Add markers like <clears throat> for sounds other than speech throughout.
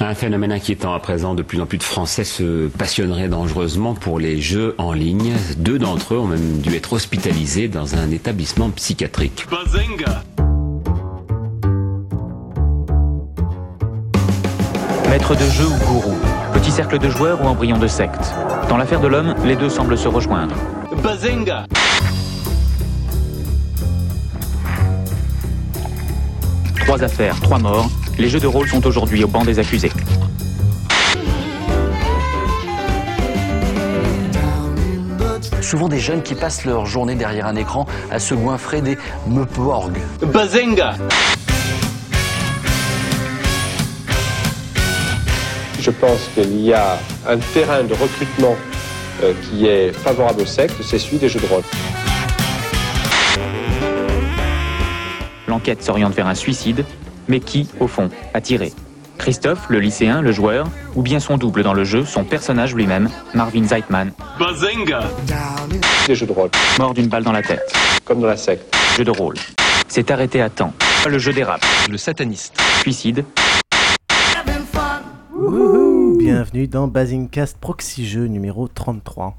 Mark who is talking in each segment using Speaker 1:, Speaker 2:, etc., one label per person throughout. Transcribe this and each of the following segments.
Speaker 1: Un phénomène inquiétant à présent, de plus en plus de Français se passionneraient dangereusement pour les jeux en ligne. Deux d'entre eux ont même dû être hospitalisés dans un établissement psychiatrique.
Speaker 2: Bazinga
Speaker 3: Maître de jeu ou gourou, petit cercle de joueurs ou embryon de secte. Dans l'affaire de l'homme, les deux semblent se rejoindre.
Speaker 2: Bazinga
Speaker 3: Trois affaires, trois morts. Les jeux de rôle sont aujourd'hui au banc des accusés.
Speaker 4: Souvent des jeunes qui passent leur journée derrière un écran à se goinfrer des meuporgs.
Speaker 2: Bazinga
Speaker 5: Je pense qu'il y a un terrain de recrutement euh, qui est favorable au secte, c'est celui des jeux de rôle.
Speaker 3: L'enquête s'oriente vers un suicide, mais qui, au fond, a tiré Christophe, le lycéen, le joueur, ou bien son double dans le jeu, son personnage lui-même, Marvin Zeitman,
Speaker 2: Bazinga
Speaker 5: Les jeux de rôle,
Speaker 3: mort d'une balle dans la tête.
Speaker 5: comme dans la secte.
Speaker 3: Jeu de rôle. C'est arrêté à temps. Le jeu dérape.
Speaker 6: Le sataniste.
Speaker 3: Suicide.
Speaker 7: Bienvenue dans Basincast Proxy Jeu numéro 33.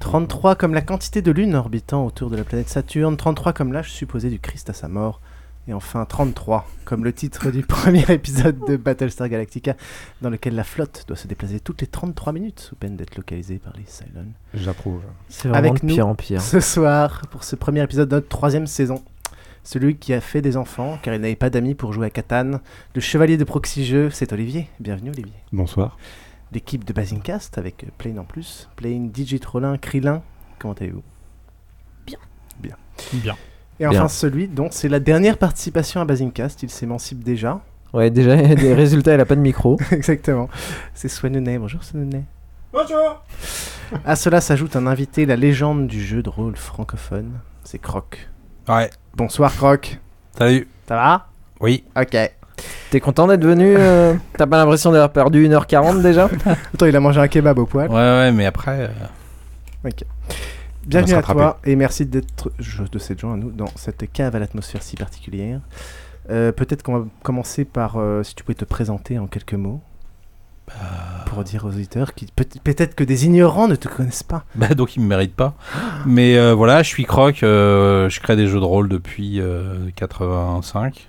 Speaker 7: 33 comme la quantité de lune orbitant autour de la planète Saturne, 33 comme l'âge supposé du Christ à sa mort, et enfin 33 comme le titre du <laughs> premier épisode de Battlestar Galactica, dans lequel la flotte doit se déplacer toutes les 33 minutes sous peine d'être localisée par les Cylons.
Speaker 8: J'approuve.
Speaker 7: vraiment Avec de nous. pire
Speaker 8: en pire.
Speaker 7: Ce soir, pour ce premier épisode de notre troisième saison, celui qui a fait des enfants car il n'avait pas d'amis pour jouer à Catane, le chevalier de Proxy Jeu, c'est Olivier. Bienvenue Olivier.
Speaker 8: Bonsoir.
Speaker 7: l'équipe de Basincast avec euh, Plane en plus. Plane, Digitrolin, Krillin. Comment allez-vous Bien. Bien.
Speaker 6: Bien.
Speaker 7: Et enfin
Speaker 8: Bien.
Speaker 7: celui dont c'est la dernière participation à Basincast, il s'émancipe déjà.
Speaker 8: Ouais, déjà, <laughs> les résultats, elle a pas de micro.
Speaker 7: <laughs> Exactement. C'est Swanonnet. Bonjour Swanonnet. Bonjour À cela s'ajoute un invité, la légende du jeu de rôle francophone. C'est Croc.
Speaker 9: Ouais,
Speaker 7: Bonsoir Croc.
Speaker 9: salut.
Speaker 7: Ça va
Speaker 9: Oui,
Speaker 7: Ok.
Speaker 8: T'es content d'être venu euh, T'as pas l'impression d'avoir perdu 1h40 déjà
Speaker 7: <laughs> Attends, il a mangé un kebab au poil.
Speaker 9: ouais, ouais, mais après, euh, <laughs>
Speaker 7: Bienvenue
Speaker 9: On
Speaker 7: à
Speaker 9: va se
Speaker 7: toi et merci d'être je- de cette joint à nous dans cette cave à l'atmosphère si particulière. Euh, Peut-être qu'on va commencer par euh, si tu pouvais te présenter en quelques mots
Speaker 9: Bah.
Speaker 7: pour dire aux auditeurs qui peut- peut-être que des ignorants ne te connaissent pas.
Speaker 9: bah, donc ils me méritent pas. Mais euh, voilà, je suis croc, euh, je crée des jeux de rôle depuis euh, 85.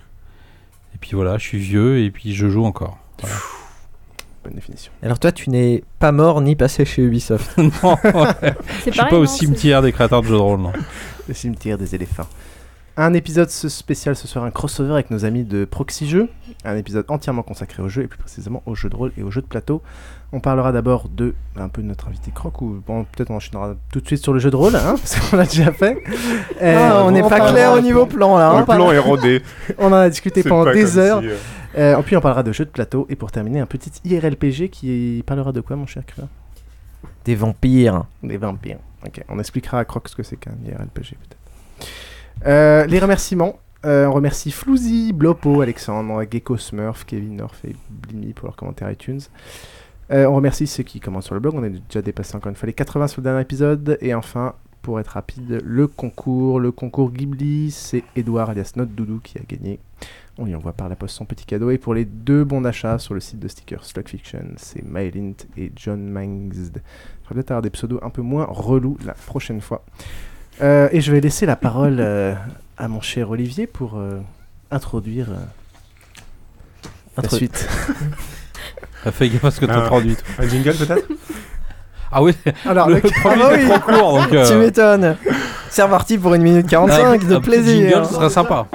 Speaker 9: Et puis voilà, je suis vieux et puis je joue encore. Voilà.
Speaker 7: Bonne définition.
Speaker 8: Alors toi, tu n'es pas mort ni passé chez Ubisoft.
Speaker 9: <laughs> non, ouais, je
Speaker 10: C'est
Speaker 9: suis
Speaker 10: pareil,
Speaker 9: pas
Speaker 10: non,
Speaker 9: au cimetière des créateurs de jeux de rôle, non.
Speaker 7: Le cimetière des éléphants. Un épisode ce- spécial ce soir, un crossover avec nos amis de Proxy Jeux. Un épisode entièrement consacré aux jeux et plus précisément aux jeux de rôle et aux jeux de plateau. On parlera d'abord de bah, un peu de notre invité Croc ou bon, peut-être on enchaînera tout de suite sur le jeu de rôle, hein, <laughs> parce qu'on l'a déjà fait. Euh,
Speaker 8: Ah, on n'est pas
Speaker 7: parlera-
Speaker 8: clair au niveau plan là. hein.
Speaker 7: parlera-
Speaker 11: plan est rodé.
Speaker 7: <laughs> on en a discuté
Speaker 11: C'est
Speaker 7: pendant
Speaker 11: pas
Speaker 7: des
Speaker 11: comme
Speaker 7: heures.
Speaker 11: si, euh,
Speaker 7: Euh, puis on parlera de jeux de plateau et pour terminer un petit IRLPG qui parlera de quoi mon cher Crélin
Speaker 8: Des vampires.
Speaker 7: Des vampires. Ok, on expliquera à Croc ce que c'est qu'un IRLPG peut-être. Euh, les remerciements. Euh, on remercie Flouzy, Blopo, Alexandre, Gecko Smurf, Kevin North et Blimi pour leurs commentaires iTunes. Euh, on remercie ceux qui commentent sur le blog. On est déjà dépassé encore une fois les 80 sur le dernier épisode. Et enfin, pour être rapide, le concours. Le concours Ghibli, c'est Edouard alias Note Doudou qui a gagné. On lui envoie par la poste son petit cadeau. Et pour les deux bons d'achat sur le site de stickers Slug Fiction, c'est Mylint et John Mangsd. Je vais peut-être avoir des pseudos un peu moins relous la prochaine fois. Euh, et je vais laisser la parole euh, à mon cher Olivier pour euh, introduire euh, la
Speaker 8: Intro-
Speaker 7: suite.
Speaker 9: <laughs> Ah, Fais gaffe à ce que t'as
Speaker 11: Ah.
Speaker 9: traduit. toi.
Speaker 11: Un
Speaker 9: <laughs>
Speaker 11: jingle peut-être
Speaker 9: Ah oui,
Speaker 7: Alors,
Speaker 9: le
Speaker 7: le-
Speaker 9: premier
Speaker 8: Ah bah
Speaker 9: est
Speaker 8: oui.
Speaker 9: trop court,
Speaker 8: <laughs>
Speaker 9: donc...
Speaker 8: Tu
Speaker 9: euh,
Speaker 8: m'étonnes. C'est reparti pour une minute 45
Speaker 9: avec
Speaker 8: de
Speaker 9: un petit
Speaker 8: plaisir.
Speaker 9: jingle, ce serait sympa.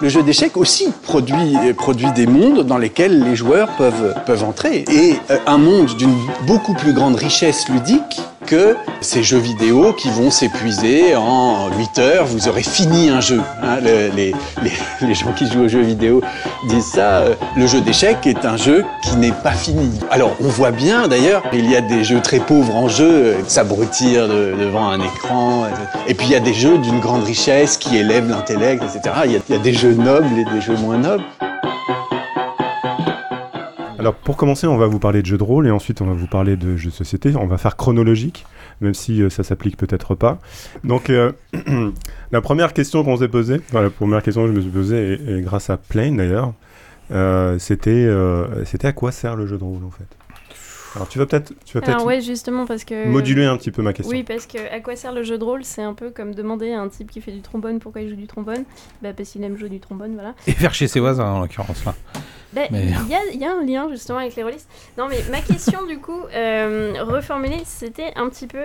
Speaker 12: Le jeu d'échecs aussi produit, euh, produit des mondes dans lesquels les joueurs peuvent, peuvent entrer. Et euh, un monde d'une beaucoup plus grande richesse ludique que ces jeux vidéo qui vont s'épuiser en 8 heures, vous aurez fini un jeu. hein. Le- les, les- les gens qui jouent aux jeux vidéo disent ça. euh, Le jeu d'échecs est un jeu qui n'est pas fini. Alors on voit bien d'ailleurs, il y a des jeux très pauvres en jeu, euh, s'abrutir de- devant un écran. etc. Et puis il y a des jeux d'une grande richesse qui élèvent l'intellect, etc. Il y a- il y a des jeux nobles et des jeux moins nobles.
Speaker 11: Alors pour commencer, on va vous parler de jeux de rôle et ensuite on va vous parler de jeux de société. On va faire chronologique, même si euh, ça s'applique peut-être pas. Donc euh, <clears throat> la première question qu'on s'est posée, enfin, la première question que je me suis posée, et, et grâce à Plane d'ailleurs, euh, c'était euh, c'était à quoi sert le jeu de rôle en fait Alors tu vas peut-être tu vas peut-être
Speaker 6: Alors ouais, justement parce que
Speaker 11: moduler un petit peu ma question.
Speaker 6: Oui, parce que à quoi sert le jeu de rôle C'est un peu comme demander à un type qui fait du trombone pourquoi il joue du trombone. Bah parce qu'il aime jouer du trombone, voilà.
Speaker 9: Et vers chez ses voisins en l'occurrence là.
Speaker 10: Ben,
Speaker 6: Bah, Il
Speaker 9: Mais-
Speaker 6: y, a, il y a un lien justement avec les rôlistes. Non, mais ma question du coup, euh, reformulée, c'était un petit peu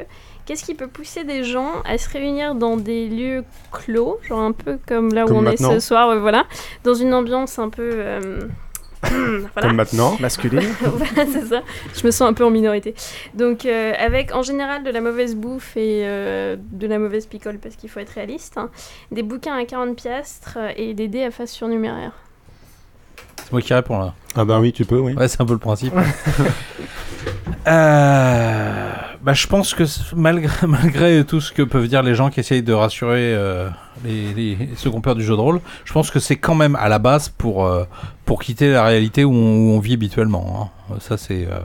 Speaker 6: qu'est-ce qui peut pousser des gens à se réunir dans des lieux clos, genre un peu comme là où
Speaker 7: Comme
Speaker 6: on
Speaker 7: maintenant.
Speaker 6: est ce soir, ouais, voilà, dans une ambiance un peu. euh, <clears throat> voilà.
Speaker 7: Masculine.
Speaker 6: <laughs> voilà, c'est ça. Je me sens un peu en minorité. Donc, euh, avec en général de la mauvaise bouffe et euh, de la mauvaise picole, parce qu'il faut être réaliste, hein, des bouquins à 40 piastres et des dés à face surnuméraire.
Speaker 9: C'est moi qui réponds là.
Speaker 11: Ah bah oui, tu peux, oui.
Speaker 9: Ouais, c'est un peu le principe. <laughs> Euh, bah, je pense que c- malgré, <laughs> malgré tout ce que peuvent dire les gens qui essayent de rassurer euh, les, les- ceux qui ont peur du jeu de rôle, je pense que c'est quand même à la base pour, euh, pour quitter la réalité où on, où on vit habituellement. hein. Ça, c'est. euh,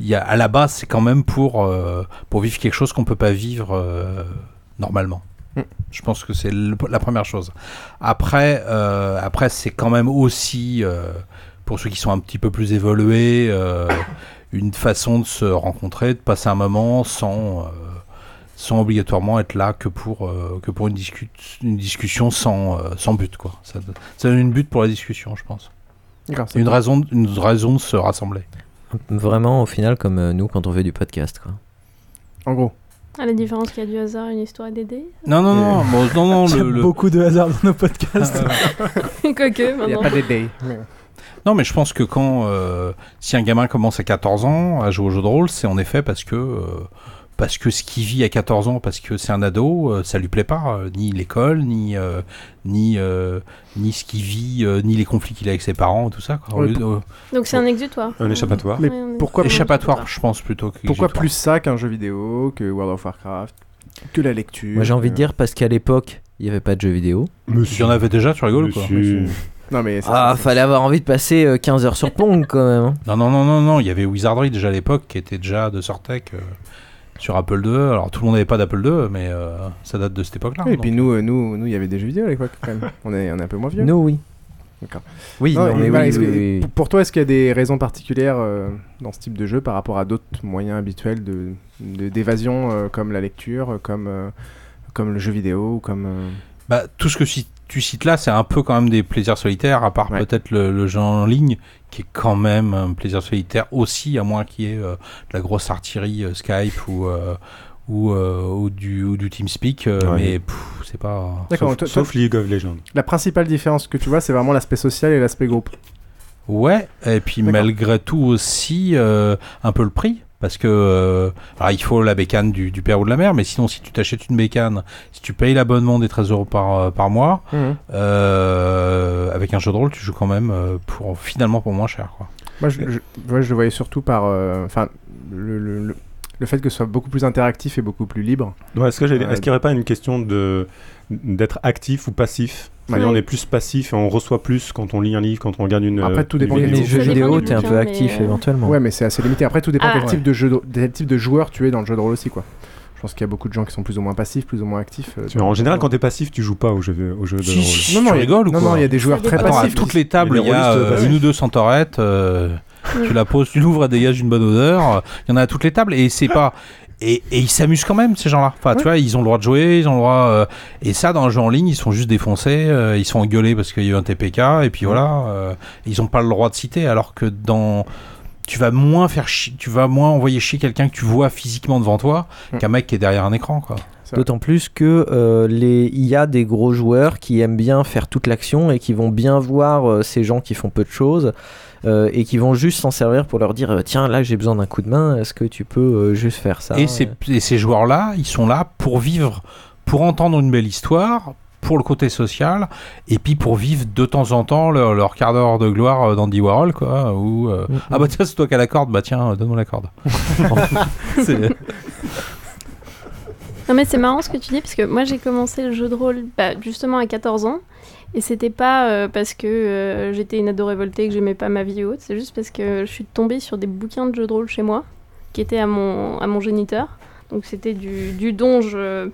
Speaker 9: il y a, à la base, c'est quand même pour, euh, pour vivre quelque chose qu'on peut pas vivre euh, normalement.
Speaker 13: Mm.
Speaker 9: Je pense que c'est le- la première chose. Après, euh, après c'est quand même aussi, euh, pour ceux qui sont un petit peu plus évolués, euh, une façon de se rencontrer, de passer un moment sans, euh, sans obligatoirement être là que pour, euh, que pour une, discu- une discussion sans, euh, sans but. Quoi. Ça, ça donne une but pour la discussion, je pense.
Speaker 7: D'accord, c'est
Speaker 9: Une
Speaker 7: bon.
Speaker 9: raison, une raison de se rassembler.
Speaker 10: Vraiment, au final, comme euh, nous quand on fait du podcast, quoi.
Speaker 7: En gros.
Speaker 6: À la différence qu'il y a du hasard, une histoire et des dés.
Speaker 9: Non, non, non, bon,
Speaker 13: <laughs>
Speaker 9: non, non,
Speaker 13: Il y a
Speaker 9: le- le-
Speaker 13: beaucoup de hasard dans nos
Speaker 9: <laughs>
Speaker 13: podcasts.
Speaker 6: <laughs> Quoique, maintenant.
Speaker 9: Non, mais je pense que quand euh, si un gamin commence à 14 ans à jouer au jeu de rôle, c'est en effet parce que euh, parce que ce qu'il vit à 14 ans, parce que c'est un ado, euh, ça lui plaît pas, euh, ni l'école, ni euh, ni euh, ni ce qu'il vit, euh, ni les conflits qu'il a avec ses parents, tout ça. quoi. Au
Speaker 7: Ouais,
Speaker 9: lieu de- euh,
Speaker 6: Donc, c'est un exutoire.
Speaker 7: Mais
Speaker 6: Ouais, un
Speaker 7: pourquoi
Speaker 9: échappatoire, je pense plutôt que
Speaker 7: Pourquoi
Speaker 9: exutoire.
Speaker 7: plus ça qu'un jeu vidéo, que World of Warcraft, que la lecture
Speaker 10: Moi, j'ai envie de
Speaker 7: que-
Speaker 10: dire parce qu'à l'époque, il n'y avait pas de jeux vidéo.
Speaker 9: Il y en avait déjà, tu rigoles ou quoi
Speaker 7: Non, mais ça,
Speaker 10: Ah, fallait avoir envie de passer euh, 15 heures sur Pong quand même. hein.
Speaker 9: Non, non, non, non, non, il y avait Wizardry déjà à l'époque qui était déjà de Sortec euh, sur Apple II. Alors tout le monde n'avait pas d'Apple II, mais euh, ça date de cette époque-là.
Speaker 7: Oui, et
Speaker 9: donc.
Speaker 7: puis nous, euh, nous, nous, il y avait des jeux vidéo à l'époque quand même. <laughs> on, est, on est un peu moins vieux.
Speaker 10: Nous, oui.
Speaker 7: D'accord.
Speaker 10: Oui, non, mais oui,
Speaker 7: est-ce
Speaker 10: oui,
Speaker 7: que-
Speaker 10: oui, oui.
Speaker 7: pour- Pour toi, est-ce qu'il y a des raisons particulières euh, dans ce type de jeu par rapport à d'autres moyens habituels de de- d'évasion euh, comme la lecture, euh, comme euh, comme le jeu vidéo ou comme euh,
Speaker 9: Bah, tout ce que ci- tu cites là, c'est un peu quand même des plaisirs solitaires, à part peut-être le, le jeu en ligne, qui est quand même un plaisir solitaire aussi, à moins qu'il y ait euh, de la grosse artillerie euh, Skype ou, euh, ou, euh, ou du, ou du TeamSpeak, euh,
Speaker 11: Ouais.
Speaker 9: mais pff, c'est pas. euh,
Speaker 7: D'accord, toi- toi-
Speaker 11: League of Legends.
Speaker 7: La principale différence que tu vois, c'est vraiment l'aspect social et l'aspect groupe.
Speaker 9: Ouais, et puis malgré tout aussi euh, un peu le prix. Parce que euh, alors, il faut la bécane du, du père ou de la mère, mais sinon si tu t'achètes une bécane, si tu payes l'abonnement des 13 euros par, euh, par mois,
Speaker 7: Mhm.
Speaker 9: euh, avec un jeu de rôle, tu joues quand même euh, pour finalement pour moins cher. Quoi.
Speaker 7: Moi, je, je- moi, je le voyais surtout par, euh, enfin, le, le- le- le fait que ce soit beaucoup plus interactif et beaucoup plus libre.
Speaker 11: Ouais, est-ce que j'ai-
Speaker 7: Euh,
Speaker 11: est-ce qu'il n'y aurait pas une question de d'être actif ou passif
Speaker 7: Ouais.
Speaker 11: C'est-à-dire, On est plus passif et on reçoit plus quand on lit un livre, quand on regarde une.
Speaker 7: Après, tout dépend
Speaker 11: des
Speaker 7: des Ouais, euh,
Speaker 11: Ouais, euh,
Speaker 7: mais c'est assez limité. Après, tout dépend
Speaker 11: Ah.
Speaker 7: quel
Speaker 11: Ouais.
Speaker 7: type de jeu, de- quel type de joueur tu es dans le jeu de rôle aussi, quoi. Je pense qu'il y a beaucoup de gens qui sont plus ou moins passifs, plus ou moins actifs. euh, dans-
Speaker 11: en général, quand t'es passif, tu joues pas au jeu, au jeu de
Speaker 7: Si,
Speaker 11: rôle.
Speaker 7: si, si, Non, non, tu il y a- rigoles ou non, quoi non, il y a des joueurs très
Speaker 9: Attends,
Speaker 7: passifs.
Speaker 9: à toutes les tables, il
Speaker 11: Il y
Speaker 9: y
Speaker 11: a des
Speaker 9: a
Speaker 11: rôlistes
Speaker 9: euh,
Speaker 11: passifs.
Speaker 9: une ou deux centaurettes, euh, tu
Speaker 11: Mm.
Speaker 9: la poses, tu l'ouvres, elle dégage une bonne odeur. Il y en a à toutes les tables et c'est pas. Et, et ils s'amusent quand même, ces gens-là. Enfin, tu vois, ils ont le droit de jouer, ils ont le droit. euh, et ça, dans le jeu en ligne, ils sont juste défoncés, euh, ils sont engueulés parce qu'il y a eu un TPK, et puis voilà. euh, ils ont pas le droit de citer, alors que dans. Tu vas moins faire chi- tu vas moins envoyer chier quelqu'un que tu vois physiquement devant toi qu'un mec qui est derrière un écran, quoi.
Speaker 10: D'autant plus que euh, les... il y a des gros joueurs qui aiment bien faire toute l'action et qui vont bien voir euh, ces gens qui font peu de choses euh, et qui vont juste s'en servir pour leur dire euh, tiens là j'ai besoin d'un coup de main est-ce que tu peux euh, juste faire ça
Speaker 9: Et, ces, et ces joueurs-là, ils sont là pour vivre, pour entendre une belle histoire, pour le côté social, et puis pour vivre de temps en temps leur, leur quart d'heure de gloire euh, d'Andy Warhol, quoi. Ou euh, ah bah tiens, c'est toi qui as la corde, bah tiens, euh, donne-moi la corde. <laughs> C'est-
Speaker 6: Non mais c'est marrant ce que tu dis parce que moi j'ai commencé le jeu de rôle bah, justement à 14 ans et c'était pas euh, parce que euh, j'étais une ado révoltée et que j'aimais pas ma vie ou autre, c'est juste parce que je suis tombée sur des bouquins de jeux de rôle chez moi qui étaient à mon, à mon géniteur. Donc c'était du, du donge euh,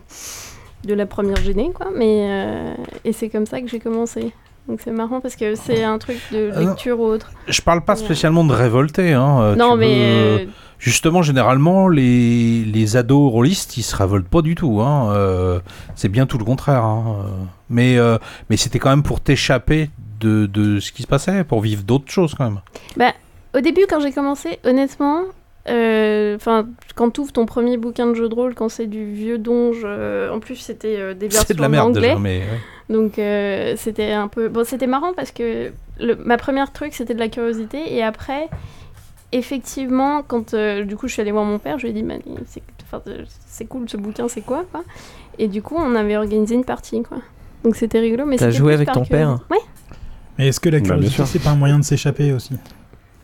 Speaker 6: de la première gênée quoi mais euh, et c'est comme ça que j'ai commencé. Donc c'est marrant parce que c'est un truc de
Speaker 9: Ah non.
Speaker 6: lecture ou autre.
Speaker 9: Je parle pas spécialement de révolté. Hein. euh,
Speaker 6: Non,
Speaker 9: tu
Speaker 6: mais,
Speaker 9: veux-
Speaker 6: euh,
Speaker 9: Justement, généralement, les, les ados rôlistes, ils se révoltent pas du tout. Hein. euh, c'est bien tout le contraire. hein, euh. Mais, euh, mais c'était quand même pour t'échapper de, de ce qui se passait, pour vivre d'autres choses quand même.
Speaker 6: Bah, au début, quand j'ai commencé, honnêtement, euh, 'fin, quand tu ouvres ton premier bouquin de jeu de rôle, quand c'est du vieux donge, euh, en plus c'était euh, des versions
Speaker 9: <laughs> C'est de la merde,
Speaker 6: en anglais.
Speaker 9: déjà, mais,
Speaker 6: Donc euh, c'était un peu. Bon, c'était marrant parce que le- ma première truc c'était de la curiosité et après. Effectivement, quand euh, du coup je suis allée voir mon père, je lui ai dit Bah, c'est, enfin, euh, c'est cool ce bouquin, c'est quoi, quoi Et du coup, on avait organisé une partie, quoi. Donc c'était rigolo, mais
Speaker 10: T'as
Speaker 6: c'était
Speaker 10: joué
Speaker 6: plus
Speaker 10: avec
Speaker 6: par
Speaker 10: ton père
Speaker 6: curiosité. Ouais.
Speaker 13: Mais est-ce que la
Speaker 11: Bah, bien
Speaker 13: curiosité,
Speaker 11: sûr.
Speaker 13: c'est pas un moyen de s'échapper aussi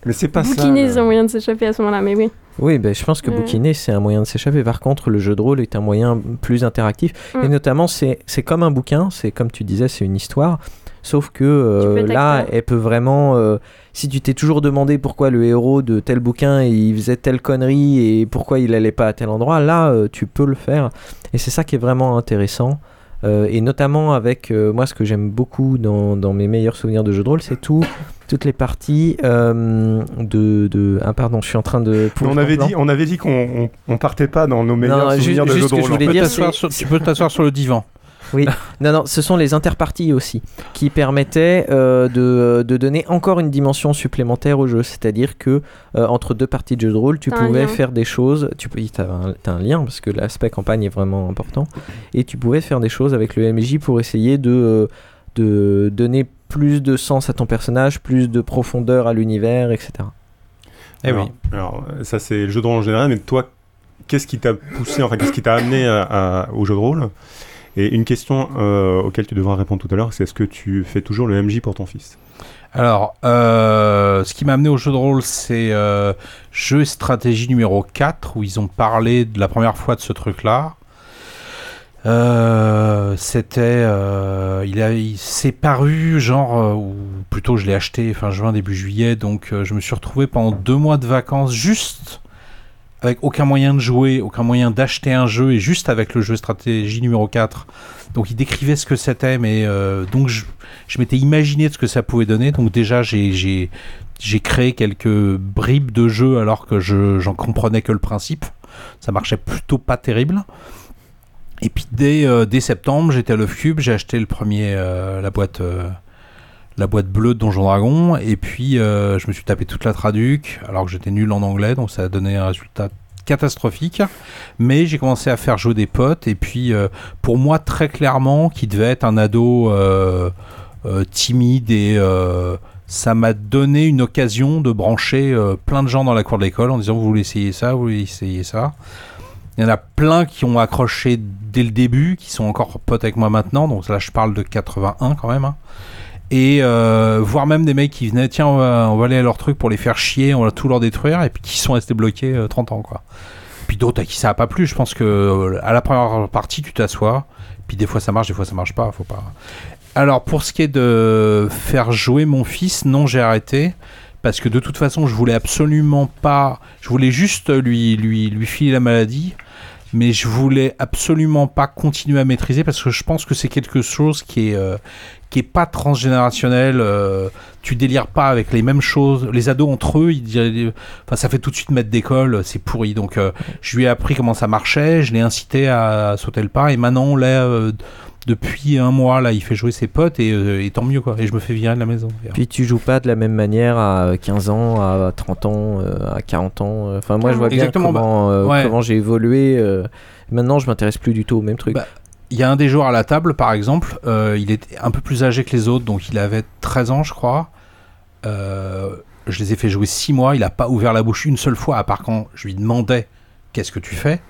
Speaker 11: Mais c'est pas
Speaker 6: Bouquiner, c'est un moyen de s'échapper à ce moment-là, mais oui.
Speaker 10: Oui, ben, je pense que
Speaker 8: Mm.
Speaker 6: Ouais.
Speaker 10: bouquiner, c'est un moyen de s'échapper. Par contre, le jeu de rôle est un moyen plus interactif.
Speaker 6: Mm.
Speaker 10: Et notamment, c'est c'est comme un bouquin, c'est comme tu disais, c'est une histoire. Sauf que euh,
Speaker 8: peux être
Speaker 10: là,
Speaker 8: acteur.
Speaker 10: elle peut vraiment. euh, si tu t'es toujours demandé pourquoi le héros de tel bouquin il faisait telle connerie et pourquoi il allait pas à tel endroit, là, euh, tu peux le faire. Et c'est ça qui est vraiment intéressant. Euh, et notamment avec euh, moi, ce que j'aime beaucoup dans, dans mes meilleurs souvenirs de jeux de rôle, c'est tout, toutes les parties euh, de, de. Ah, pardon, je suis en train de.
Speaker 11: Mais on avait dit, on avait dit qu'on on- on partait pas dans nos meilleurs
Speaker 10: Non, ju-
Speaker 11: souvenirs de
Speaker 10: juste
Speaker 11: jeux
Speaker 10: que
Speaker 11: de
Speaker 10: je
Speaker 11: rôle.
Speaker 10: voulais
Speaker 11: en fait.
Speaker 10: dire,
Speaker 9: T'asseoir sur- tu peux t'asseoir sur le divan.
Speaker 10: Oui, <laughs> non, non, ce sont les interparties aussi qui permettaient euh, de, de donner encore une dimension supplémentaire au jeu. C'est-à-dire que euh, entre deux parties de jeu de rôle, tu
Speaker 8: T'as un
Speaker 10: pouvais
Speaker 8: lien.
Speaker 10: faire des choses. Tu peux, t'as un, t'as un lien parce que l'aspect campagne est vraiment important. Et tu pouvais faire des choses avec le MJ pour essayer de, euh, de donner plus de sens à ton personnage, plus de profondeur à l'univers, etc.
Speaker 11: alors, alors, euh, ça c'est le jeu de rôle en général, mais toi, qu'est-ce qui t'a poussé, enfin qu'est-ce qui t'a amené à- à- au jeu de rôle Et une question euh, auquel tu devras répondre tout à l'heure, c'est est-ce que tu fais toujours le MJ pour ton fils
Speaker 9: Alors, euh, ce qui m'a amené au jeu de rôle, c'est euh, jeu et stratégie numéro 4, où ils ont parlé de la première fois de ce truc-là. Euh, c'était euh, il a il s'est paru genre euh, ou plutôt je l'ai acheté fin juin début juillet donc euh, je me suis retrouvé pendant deux mois de vacances juste avec aucun moyen de jouer, aucun moyen d'acheter un jeu, et juste avec le jeu stratégie numéro 4. Donc il décrivait ce que c'était, mais euh, donc je, je m'étais imaginé de ce que ça pouvait donner. Donc déjà j'ai- j'ai j'ai créé quelques bribes de jeu alors que je j'en comprenais que le principe. Ça marchait plutôt pas terrible. Et puis dès, euh, dès septembre, j'étais à Love Cube, j'ai acheté le premier, euh, la boîte, euh, la boîte bleue de Donjon Dragon, et puis euh, je me suis tapé toute la traduc, alors que j'étais nul en anglais, donc ça a donné un résultat catastrophique. Mais j'ai commencé à faire jouer des potes, et puis euh, pour moi très clairement, qui devait être un ado euh, euh, timide et euh, ça m'a donné une occasion de brancher euh, plein de gens dans la cour de l'école en disant vous voulez essayer ça, vous voulez essayer ça. Il y en a plein qui ont accroché dès le début, qui sont encore potes avec moi maintenant. Donc là, je parle de 81 quand même. hein. Et euh, voire même des mecs qui venaient, tiens, on va, on va aller à leur truc pour les faire chier, on va tout leur détruire, et puis qui sont restés bloqués euh, 30 ans, quoi. Puis d'autres à qui ça a pas plu. Je pense que euh, à la première partie, tu t'assois, puis des fois ça marche, des fois ça marche pas. Faut pas. Alors pour ce qui est de faire jouer mon fils, non, j'ai arrêté parce que de toute façon, je voulais absolument pas. Je voulais juste lui lui lui filer la maladie, mais je voulais absolument pas continuer à maîtriser parce que je pense que c'est quelque chose qui est euh, qui est pas transgénérationnel. euh, tu délires pas avec les mêmes choses. Les ados entre eux, ils diraient- enfin ça fait tout de suite mettre d'école, c'est pourri. Donc euh, je lui ai appris comment ça marchait, je l'ai incité à sauter le pas et maintenant là euh, depuis un mois là, il fait jouer ses potes et, euh, et tant mieux quoi. Et je me fais virer de la maison. d'ailleurs.
Speaker 10: Puis tu joues pas de la même manière à 15 ans, à 30 ans, euh, à 40 ans. Enfin, moi, je vois bien
Speaker 9: Exactement,
Speaker 10: comment,
Speaker 9: bah,
Speaker 10: euh,
Speaker 9: ouais.
Speaker 10: comment j'ai évolué. euh, maintenant, je m'intéresse plus du tout au même truc.
Speaker 9: Bah, Il y a un des joueurs à la table, par exemple, euh, il était un peu plus âgé que les autres, donc il avait 13 ans, je crois. Euh, je les ai fait jouer 6 mois, il n'a pas ouvert la bouche une seule fois, à part quand je lui demandais qu'est-ce que tu fais.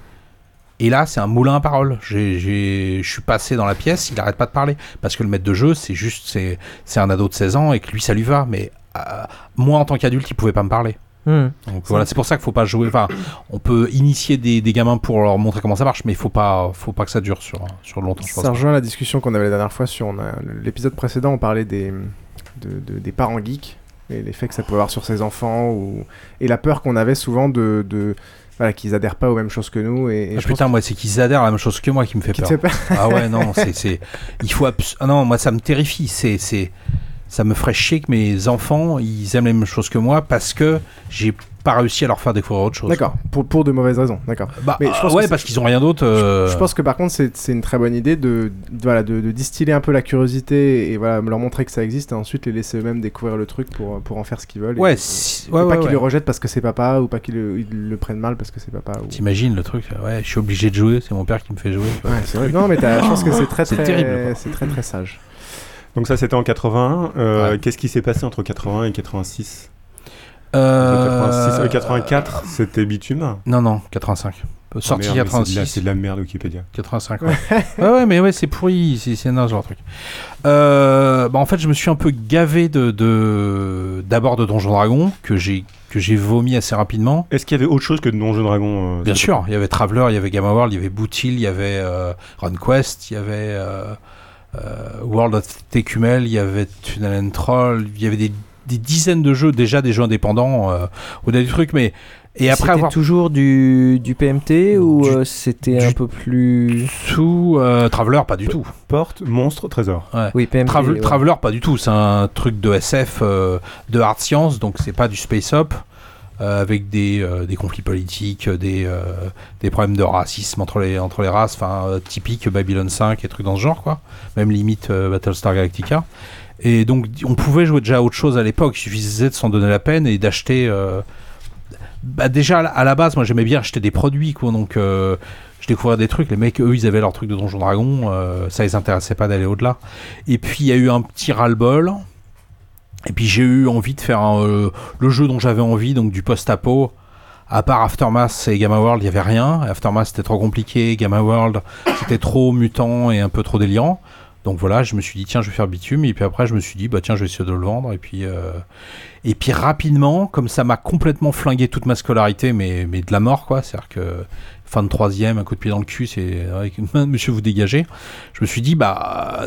Speaker 9: Et là, c'est un moulin à parole. J'ai- j'ai- Je suis passé dans la pièce, il n'arrête pas de parler. Parce que le maître de jeu, c'est juste, c'est c'est un ado de 16 ans et que lui, ça lui va. Mais euh, moi, en tant qu'adulte, il pouvait pas me parler.
Speaker 10: Hmm.
Speaker 9: Donc voilà, c'est pour ça qu'il faut pas jouer. Enfin, on peut initier des, des gamins pour leur montrer comment ça marche, mais il faut pas, faut pas que ça dure sur, sur longtemps. Je pense.
Speaker 7: Ça rejoint la discussion qu'on avait la dernière fois sur on a- l'épisode précédent. On parlait des, de- de- des parents geeks et l'effet que ça pouvait avoir sur ses enfants ou, et la peur qu'on avait souvent de, de, voilà, qu'ils adhèrent pas aux mêmes choses que nous. Et, et
Speaker 9: Ah,
Speaker 7: je pense
Speaker 9: putain, moi, c'est qu'ils adhèrent à la même chose que moi qui me fait
Speaker 7: Qui te
Speaker 9: peur.
Speaker 7: fait peur.
Speaker 9: ah
Speaker 7: <laughs>
Speaker 9: ouais, non, c'est, c'est, il faut abs- ah non, moi, ça me terrifie. C'est, c'est, ça me ferait chier que mes enfants, ils aiment les mêmes choses que moi parce que j'ai pas réussi à leur faire découvrir autre chose.
Speaker 7: D'accord, pour, pour de mauvaises raisons, d'accord.
Speaker 9: Bah,
Speaker 7: Mais je pense
Speaker 9: euh, ouais,
Speaker 7: que c'est-
Speaker 9: parce qu'ils ont rien d'autre. euh,
Speaker 7: Je pense que par contre, c'est c'est une très bonne idée de, de- voilà, de, de distiller un peu la curiosité et voilà, leur montrer que ça existe et ensuite les laisser eux-mêmes découvrir le truc pour, pour en faire ce qu'ils veulent. et-
Speaker 9: Ouais,
Speaker 7: et,
Speaker 9: si- ouais,
Speaker 7: et pas
Speaker 9: ouais,
Speaker 7: qu'ils
Speaker 9: ouais.
Speaker 7: le rejettent parce que c'est papa ou pas qu'ils le, ils le prennent mal parce que c'est papa. Ou...
Speaker 9: T'imagines le truc Ouais, je suis obligé de jouer. C'est mon père qui me fait jouer. tu vois.
Speaker 7: Ouais, c'est vrai. Non, mais t'as- je pense que c'est très, très,
Speaker 9: terrible.
Speaker 7: c'est très, très sage.
Speaker 11: Donc ça, c'était en 81. Euh, Qu'est-ce qui s'est passé entre 81 et 86
Speaker 9: Euh,
Speaker 11: 86, euh, 84, c'était Bitume
Speaker 9: Non, non, 85.
Speaker 11: Oh
Speaker 9: Euh, Sorti
Speaker 11: merde, mais c'est de la-
Speaker 9: 86.
Speaker 11: C'est de la merde Wikipédia.
Speaker 9: 85. Ouais. ouais, ouais, mais ouais, c'est pourri, c'est c'est naze leur truc. Euh, bah, en fait, je me suis un peu gavé de de- d'abord de, Donjon Dragon que j'ai que j'ai vomi assez rapidement.
Speaker 11: Est-ce qu'il y avait autre chose que Donjon Dragon
Speaker 9: Bien sûr, il y avait Traveler, il y avait Gamma World, il y avait Bootil, il y avait euh, RunQuest, il y avait euh, euh, World of TQML, il y avait Tunnel and Troll, il y avait des, des dizaines de jeux déjà des jeux indépendants euh, au-delà du truc, mais et après
Speaker 10: C'était
Speaker 9: avoir
Speaker 10: toujours du, du PMT ou euh, c'était un peu plus.
Speaker 9: Sous euh, Traveler, pas du tout.
Speaker 11: Porte, monstre, trésor.
Speaker 9: Ouais.
Speaker 10: Oui, PMT.
Speaker 9: Travel-
Speaker 10: ouais.
Speaker 9: Traveler, pas du tout. C'est un truc de SF, euh, de hard science, donc c'est pas du space op, euh, avec des, euh, des conflits politiques, euh, des, euh, des problèmes de racisme entre les, entre les races, enfin euh, typique Babylon 5 et trucs dans ce genre, quoi. Même limite euh, Battlestar Galactica. Et donc on pouvait jouer déjà à autre chose à l'époque. Il suffisait de s'en donner la peine et d'acheter. euh, bah déjà à la- à la base moi j'aimais bien acheter des produits quoi donc euh, je découvrais des trucs les mecs eux ils avaient leur truc de donjon dragon euh, ça les intéressait pas d'aller au-delà et puis il y a eu un petit ras-le-bol et puis j'ai eu envie de faire un, euh, le jeu dont j'avais envie donc du post-apo à part Aftermath et Gamma World, il n'y avait rien. Aftermath, c'était trop compliqué. Gamma World, c'était trop mutant et un peu trop délirant. Donc voilà, je me suis dit, tiens, je vais faire Bitume. Et puis après, je me suis dit, bah tiens, je vais essayer de le vendre. Et puis, euh, et puis rapidement, comme ça m'a complètement flingué toute ma scolarité, mais, mais de la mort, quoi. C'est-à-dire que fin de troisième, un coup de pied dans le cul, c'est avec <laughs> monsieur, vous dégagez. Je me suis dit, bah.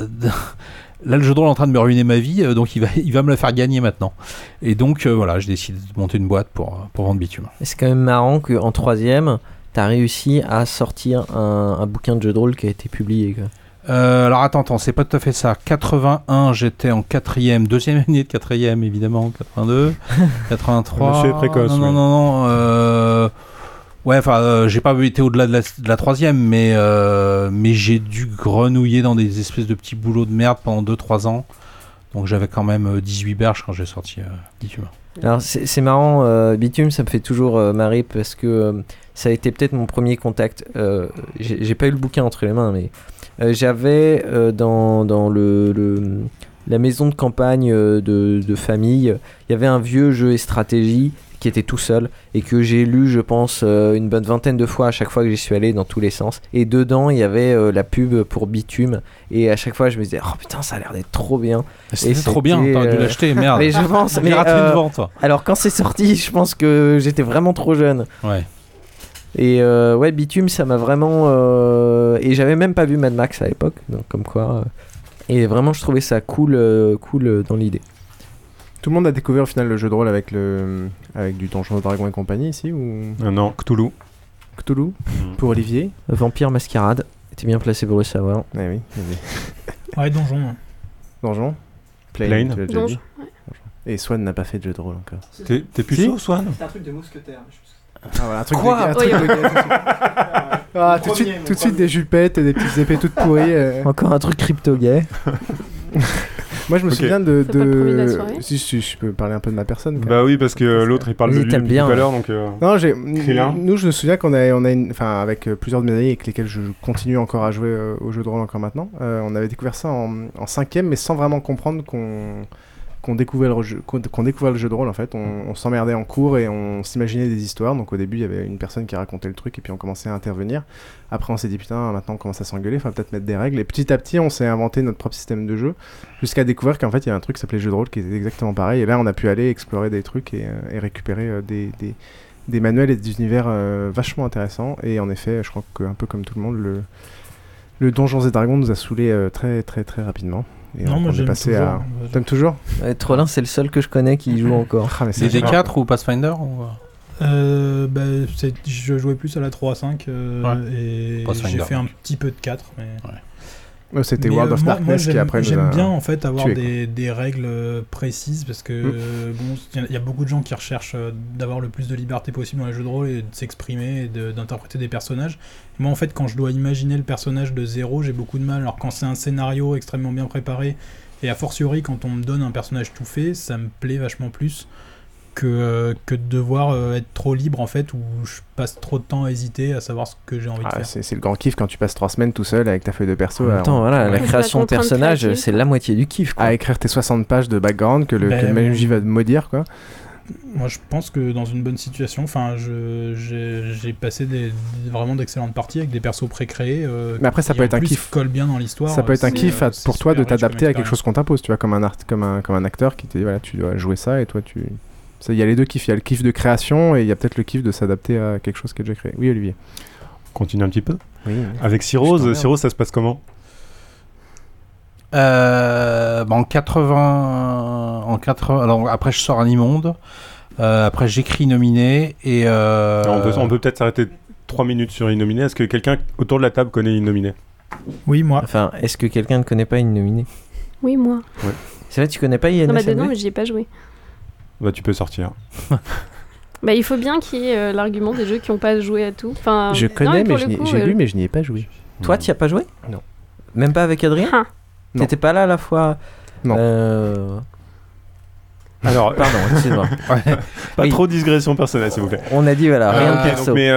Speaker 9: Là, le jeu de rôle est en train de me ruiner ma vie, euh, donc il va, il va me la faire gagner maintenant. Et donc, euh, voilà, je décide de monter une boîte pour, euh, pour vendre bitume.
Speaker 10: Et C'est quand même marrant qu'en troisième, t'as réussi à sortir un, un bouquin de jeu de rôle qui a été publié. quoi.
Speaker 9: Euh, alors attends, attends, c'est pas tout à fait ça. 81, j'étais en quatrième, deuxième année de quatrième, évidemment.
Speaker 10: <laughs>
Speaker 9: 82, 83.
Speaker 11: Monsieur est précoce,
Speaker 9: Non, non,
Speaker 11: oui.
Speaker 9: non, non. euh, Ouais, enfin, euh, j'ai pas été au-delà de la, de la troisième, mais euh, mais j'ai dû grenouiller dans des espèces de petits boulots de merde pendant 2-3 ans. Donc j'avais quand même euh, 18 berges quand j'ai sorti euh, Bitume.
Speaker 10: Alors c'est c'est marrant, euh, Bitume, ça me fait toujours euh, marrer parce que euh, ça a été peut-être mon premier contact. Euh, j'ai j'ai pas eu le bouquin entre les mains, mais euh, j'avais euh, dans, dans le, le- la maison de campagne euh, de, de famille, il y avait un vieux jeu et stratégie qui était tout seul et que j'ai lu, je pense, euh, une bonne vingtaine de fois à chaque fois que j'y suis allé dans tous les sens. Et dedans, il y avait euh, la pub pour Bitume et à chaque fois, je me disais, oh putain, ça a l'air d'être trop bien.
Speaker 9: Ah, C'était
Speaker 10: Et
Speaker 9: trop bien,
Speaker 10: c'était,
Speaker 9: t'aurais dû
Speaker 10: euh,
Speaker 9: l'acheter,
Speaker 10: <laughs>
Speaker 9: merde.
Speaker 10: Mais je pense,
Speaker 9: T'as
Speaker 10: mais
Speaker 9: raté une
Speaker 10: euh,
Speaker 9: vente, toi.
Speaker 10: alors quand c'est sorti, je pense que j'étais vraiment trop jeune.
Speaker 9: Ouais.
Speaker 10: Et euh, ouais, Bitume, ça m'a vraiment. euh, Et j'avais même pas vu Mad Max à l'époque, donc comme quoi. euh, Et vraiment, je trouvais ça cool, euh, cool euh, dans l'idée.
Speaker 7: Tout le monde a découvert au final le jeu de rôle avec, le, avec du Donjon Dragon et compagnie ici ou...
Speaker 11: Euh, non, Hmm. Cthulhu.
Speaker 7: Cthulhu Pour Olivier
Speaker 10: Vampire Mascarade, t'es bien placé pour le savoir.
Speaker 7: Eh oui, oui.
Speaker 13: Ouais, donjon. hein.
Speaker 7: Donjon
Speaker 11: Plane.
Speaker 7: tu l'as déjà
Speaker 13: Donjon,
Speaker 7: dit Donjon. Et Swan n'a pas fait de jeu de rôle encore.
Speaker 11: T'es- t'es plus
Speaker 7: Si
Speaker 11: chaud, Swan
Speaker 14: C'est un truc de mousquetaire. je pense.
Speaker 7: Ah, voilà, un truc
Speaker 14: Quoi
Speaker 7: de- un truc de-
Speaker 14: Oui, oui. <laughs>
Speaker 7: Ah, tout de
Speaker 14: Premier,
Speaker 7: suite,
Speaker 14: mon
Speaker 7: tout de suite des jupettes et des petites épées toutes pourries. euh.
Speaker 10: Encore un truc
Speaker 7: <laughs>
Speaker 10: crypto-gay.
Speaker 7: <laughs> Moi, je me
Speaker 11: Ok.
Speaker 7: souviens de.
Speaker 11: C'est pas le premier de la
Speaker 7: de-
Speaker 11: soirée
Speaker 7: si, si, je peux parler un peu de ma personne. quand
Speaker 11: Bah oui, parce que euh, l'autre il parle
Speaker 7: Vas-y,
Speaker 11: de lui
Speaker 7: t'aimes
Speaker 11: depuis
Speaker 7: bien,
Speaker 11: tout à
Speaker 7: ouais.
Speaker 11: l'heure, donc. euh,
Speaker 7: Non, j'ai.
Speaker 11: Krillin.
Speaker 7: Nous, je me souviens qu'on a, on a une, enfin, avec euh, plusieurs de mes amis avec lesquels je continue encore à jouer euh, aux jeux de rôle encore maintenant. euh, on avait découvert ça en, en cinquième, mais sans vraiment comprendre qu'on qu'on découvrait le jeu, qu'on qu'on découvrait le jeu de rôle en fait. On, on s'emmerdait en cours et on s'imaginait des histoires. Donc au début, il y avait une personne qui racontait le truc et puis on commençait à intervenir. Après, on s'est dit putain, maintenant on commence à s'engueuler, faut peut-être mettre des règles. Et petit à petit, on s'est inventé notre propre système de jeu jusqu'à découvrir qu'en fait, il y a un truc qui s'appelait jeu de rôle qui était exactement pareil. Et là, on a pu aller explorer des trucs et, euh, et récupérer euh, des- des des manuels et des univers euh, vachement intéressants. Et en effet, je crois qu'un peu comme tout le monde, le, le Donjons et Dragons nous a saoulés euh, très très très rapidement. Et
Speaker 13: Non,
Speaker 7: donc,
Speaker 13: moi,
Speaker 7: on est
Speaker 13: j'aime
Speaker 7: passé
Speaker 13: toujours.
Speaker 7: à. T'aimes toujours
Speaker 10: Trollin, c'est le seul que je connais qui y joue encore.
Speaker 7: Ah, mais
Speaker 9: Les D4 ou Pathfinder ou...
Speaker 13: Euh, bah, c'est- je jouais plus à la 3 à 5 euh, et
Speaker 7: Pas sur
Speaker 13: j'ai
Speaker 7: Ender.
Speaker 13: fait un petit peu de 4. Mais...
Speaker 7: Ouais, c'était
Speaker 13: Mais, euh,
Speaker 7: World of
Speaker 13: moi-
Speaker 7: Darkness
Speaker 13: moi,
Speaker 7: qui
Speaker 13: j'aime-
Speaker 7: après nous a
Speaker 13: J'aime bien en fait avoir
Speaker 7: tués,
Speaker 13: des, des règles euh, précises parce que
Speaker 7: Mm.
Speaker 13: euh, bon, il y a- il y, a beaucoup de gens qui recherchent euh, d'avoir le plus de liberté possible dans les jeux de rôle et de s'exprimer et de- d'interpréter des personnages. Moi en fait, quand je dois imaginer le personnage de zéro, j'ai beaucoup de mal. Alors quand c'est un scénario extrêmement bien préparé et a fortiori quand on me donne un personnage tout fait, ça me plaît vachement plus que, euh, que de devoir euh, être trop libre en fait où je passe trop de temps à hésiter à savoir ce que j'ai envie de
Speaker 7: Ah,
Speaker 13: faire.
Speaker 7: c'est c'est le grand kiff quand tu passes trois semaines tout seul avec ta feuille de perso.
Speaker 13: En même temps, voilà, la Ouais, c'est
Speaker 10: création de personnage, c'est la moitié du kiff.
Speaker 7: À écrire tes 60 pages de background que le,
Speaker 13: Ben, Euh,
Speaker 7: que le
Speaker 13: bon.
Speaker 7: MJ va te maudire, quoi.
Speaker 13: Moi, je pense que dans une bonne situation, enfin, je- j'ai j'ai passé des, des- vraiment d'excellentes parties avec des persos précréés. euh,
Speaker 7: Mais après, ça
Speaker 13: qui,
Speaker 7: peut
Speaker 13: en
Speaker 7: être un
Speaker 13: plus,
Speaker 7: kiff.
Speaker 13: collent bien dans l'histoire.
Speaker 7: Ça peut être un
Speaker 13: C'est,
Speaker 7: kiff
Speaker 13: euh,
Speaker 7: à-
Speaker 13: c'est
Speaker 7: pour toi
Speaker 13: super
Speaker 7: de
Speaker 13: riche comme
Speaker 7: t'adapter à quelque
Speaker 13: expérience.
Speaker 7: chose qu'on t'impose, tu vois, comme un, art, comme, un, comme un acteur qui te dit, voilà, tu dois jouer ça et toi, tu. ça, Il y a les deux kiffs. Il y a le kiff de création et il y a peut-être le kiff de s'adapter à quelque chose qui est déjà créé. Oui, Olivier.
Speaker 11: Continue un petit peu.
Speaker 7: Oui.
Speaker 11: Avec Cyrose, Cyrose, ça se passe comment
Speaker 9: Euh, bah, en 80, en 80, alors après je sors un immonde, euh, après j'écris nominé et euh,
Speaker 11: Alors, on peut, on peut peut-être s'arrêter 3 minutes sur Innominé. Est-ce que quelqu'un autour de la table connaît Innominé
Speaker 13: Oui, moi.
Speaker 10: Enfin, est-ce que quelqu'un ne connaît pas une nominée
Speaker 6: Oui, moi.
Speaker 10: C'est vrai, tu connais pas Yann
Speaker 6: Non, bah dedans, mais j'y ai pas joué.
Speaker 11: Bah, tu peux sortir.
Speaker 6: Bah, il faut bien qu'il y ait euh, l'argument des jeux qui n'ont pas joué à tout. Enfin,
Speaker 10: Je
Speaker 6: non, mais
Speaker 10: connais,
Speaker 6: pour le
Speaker 10: mais je n'ai-
Speaker 6: coup,
Speaker 10: j'ai
Speaker 6: euh,
Speaker 10: lu,
Speaker 7: mais je n'y ai pas joué.
Speaker 10: Toi, tu n'y as pas joué
Speaker 7: Non.
Speaker 10: Même pas avec Adrien
Speaker 6: Hein.
Speaker 10: T'étais pas là la fois Euh,
Speaker 7: Non.
Speaker 11: Alors, <laughs>
Speaker 10: pardon,
Speaker 7: <laughs>
Speaker 10: excuse-moi.
Speaker 11: Pas
Speaker 10: Oui.
Speaker 11: trop de digression personnelle, s'il vous plaît.
Speaker 10: On a dit, voilà, rien de
Speaker 11: Euh,
Speaker 10: perso.
Speaker 11: donc, mais euh,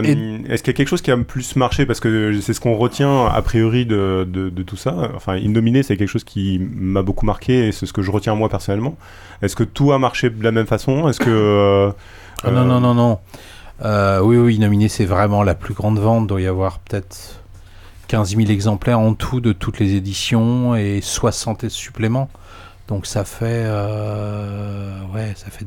Speaker 11: euh, est-ce qu'il y a quelque chose qui a plus marché Parce que c'est ce qu'on retient a priori de, de- de tout ça. Enfin, Innominé, c'est quelque chose qui m'a beaucoup marqué et c'est ce que je retiens moi personnellement. Est-ce que tout a marché de la même façon Est-ce que. euh,
Speaker 9: Ah non,
Speaker 11: euh,
Speaker 9: non, non, non. Euh, oui, oui, nominé, c'est vraiment la plus grande vente. Doit y avoir peut-être 15 000 exemplaires en tout de toutes les éditions et 60 suppléments. Donc ça fait. euh, ouais, ça fait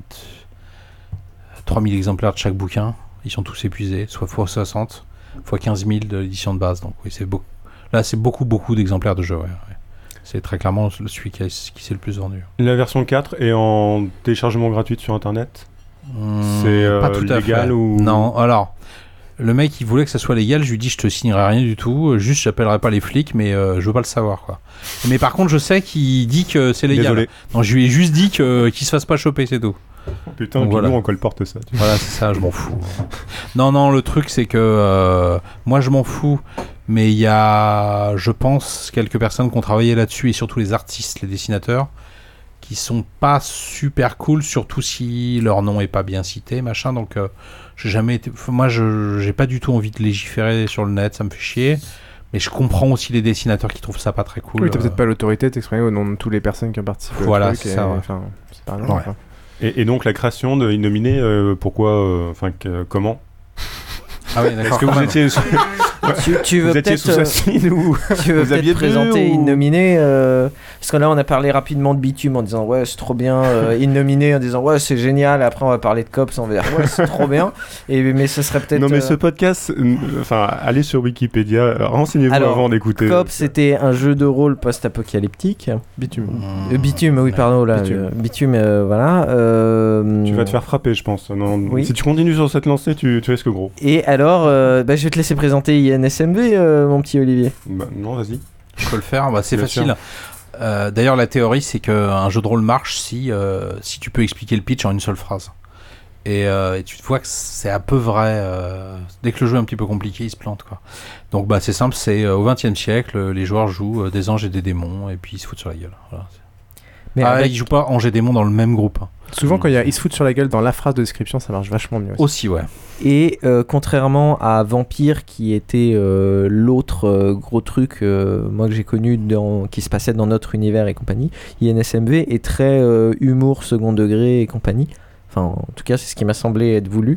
Speaker 9: 3000 exemplaires de chaque bouquin. Ils sont tous épuisés, soit fois 60, fois 15 000 de l'édition de base. Donc oui, c'est beaucoup. Là, c'est beaucoup, beaucoup d'exemplaires de jeux. ouais, ouais. C'est très clairement celui qui, a- qui s'est le plus vendu.
Speaker 11: euh, La version 4 est en téléchargement gratuit sur internet
Speaker 9: Hmm,
Speaker 11: C'est euh,
Speaker 9: pas tout à
Speaker 11: légal
Speaker 9: fait.
Speaker 11: ou.
Speaker 9: Non, alors. Le mec, il voulait que ça soit légal. Je lui dis, je te signerai rien du tout. euh, Juste, j'appellerai pas les flics, mais euh, je veux pas le savoir, quoi. Mais par contre, je sais qu'il dit que c'est légal.
Speaker 11: Désolé.
Speaker 9: Non, je lui ai juste dit que euh, qu'il se fasse pas choper, c'est tout.
Speaker 11: Putain,
Speaker 9: Donc
Speaker 11: puis
Speaker 9: voilà.
Speaker 11: nous on colporte ça. tu vois.
Speaker 9: Voilà, c'est ça, je m'en fous. Non, non, le truc, c'est que euh, moi, je m'en fous, mais il y a, je pense, quelques personnes qui ont travaillé là-dessus, et surtout les artistes, les dessinateurs, qui sont pas super cool, surtout si leur nom est pas bien cité, machin. Donc, euh, j'ai jamais été. f- Moi, je j'ai pas du tout envie de légiférer sur le net, ça me fait chier. Mais je comprends aussi les dessinateurs qui trouvent ça pas très cool.
Speaker 7: Oui, t'as
Speaker 9: euh.
Speaker 7: peut-être pas l'autorité de t'exprimer au nom de toutes les personnes qui ont participé. au
Speaker 9: Voilà,
Speaker 7: truc
Speaker 9: c'est
Speaker 7: et-
Speaker 9: ça, ouais.
Speaker 7: enfin, c'est pas grave,
Speaker 9: Ouais.
Speaker 7: enfin.
Speaker 11: Et, et donc la création de Innominé, euh, pourquoi euh, Enfin, que- comment
Speaker 9: Ah oui, d'accord,
Speaker 11: Est-ce que
Speaker 9: quand
Speaker 11: vous
Speaker 9: même.
Speaker 11: étiez. sous-
Speaker 10: tu,
Speaker 11: <laughs>
Speaker 10: tu veux
Speaker 11: Vous étiez
Speaker 10: peut-être
Speaker 11: sous
Speaker 10: euh,
Speaker 11: acide ou.
Speaker 10: <laughs> tu veux
Speaker 11: vous
Speaker 10: peut-être
Speaker 11: aviez deux
Speaker 10: présenter
Speaker 11: ou-
Speaker 10: Innominé euh, parce que là on a parlé rapidement de Bitume en disant ouais c'est trop bien
Speaker 11: <laughs>
Speaker 10: euh, Innominé en disant ouais c'est génial après on va parler de Cops on va dire ouais c'est trop bien et mais ce serait <laughs> peut-être
Speaker 11: Non, mais
Speaker 10: euh,
Speaker 11: ce podcast, euh, enfin, allez sur Wikipédia, euh, renseignez-vous
Speaker 10: Alors,
Speaker 11: avant d'écouter. euh,
Speaker 10: Cops c'était un jeu de rôle post-apocalyptique
Speaker 7: Bitume.
Speaker 10: Euh, Bitume oui pardon là
Speaker 11: Bitume.
Speaker 10: Bitume, Bitume euh, voilà euh,
Speaker 11: Tu vas te faire frapper, je pense. Non,
Speaker 10: Oui.
Speaker 11: Si tu continues sur cette lancée, tu, tu risques gros.
Speaker 10: et alors euh, bah, je vais te laisser présenter INSMV euh, mon petit Olivier
Speaker 11: Bah, non, vas-y.
Speaker 9: Je peux le faire, bah, c'est
Speaker 11: Bien
Speaker 9: facile.
Speaker 11: sûr.
Speaker 9: Euh, D'ailleurs, la théorie, c'est qu'un jeu de rôle marche si, euh, si tu peux expliquer le pitch en une seule phrase. Et, euh, et tu te vois que c'est un peu vrai. euh, dès que le jeu est un petit peu compliqué, il se plante. Quoi. Donc, bah, c'est simple, c'est euh, au XXe siècle, euh, les joueurs jouent euh, des anges et des démons, et puis ils se foutent sur la gueule. Voilà.
Speaker 10: Mais
Speaker 9: ah,
Speaker 10: avec-
Speaker 9: ils jouent pas anges et démons dans le même groupe. hein.
Speaker 7: Souvent, quand il y a, ils se foutent sur la gueule dans la phrase de description, ça marche vachement mieux.
Speaker 9: Aussi, ouais.
Speaker 10: Et euh, contrairement à Vampire, qui était euh, l'autre euh, gros truc, euh, moi que j'ai connu, dans, qui se passait dans notre univers et compagnie, INSMV est très euh, humour second degré et compagnie. Enfin, en tout cas, c'est ce qui m'a semblé être voulu.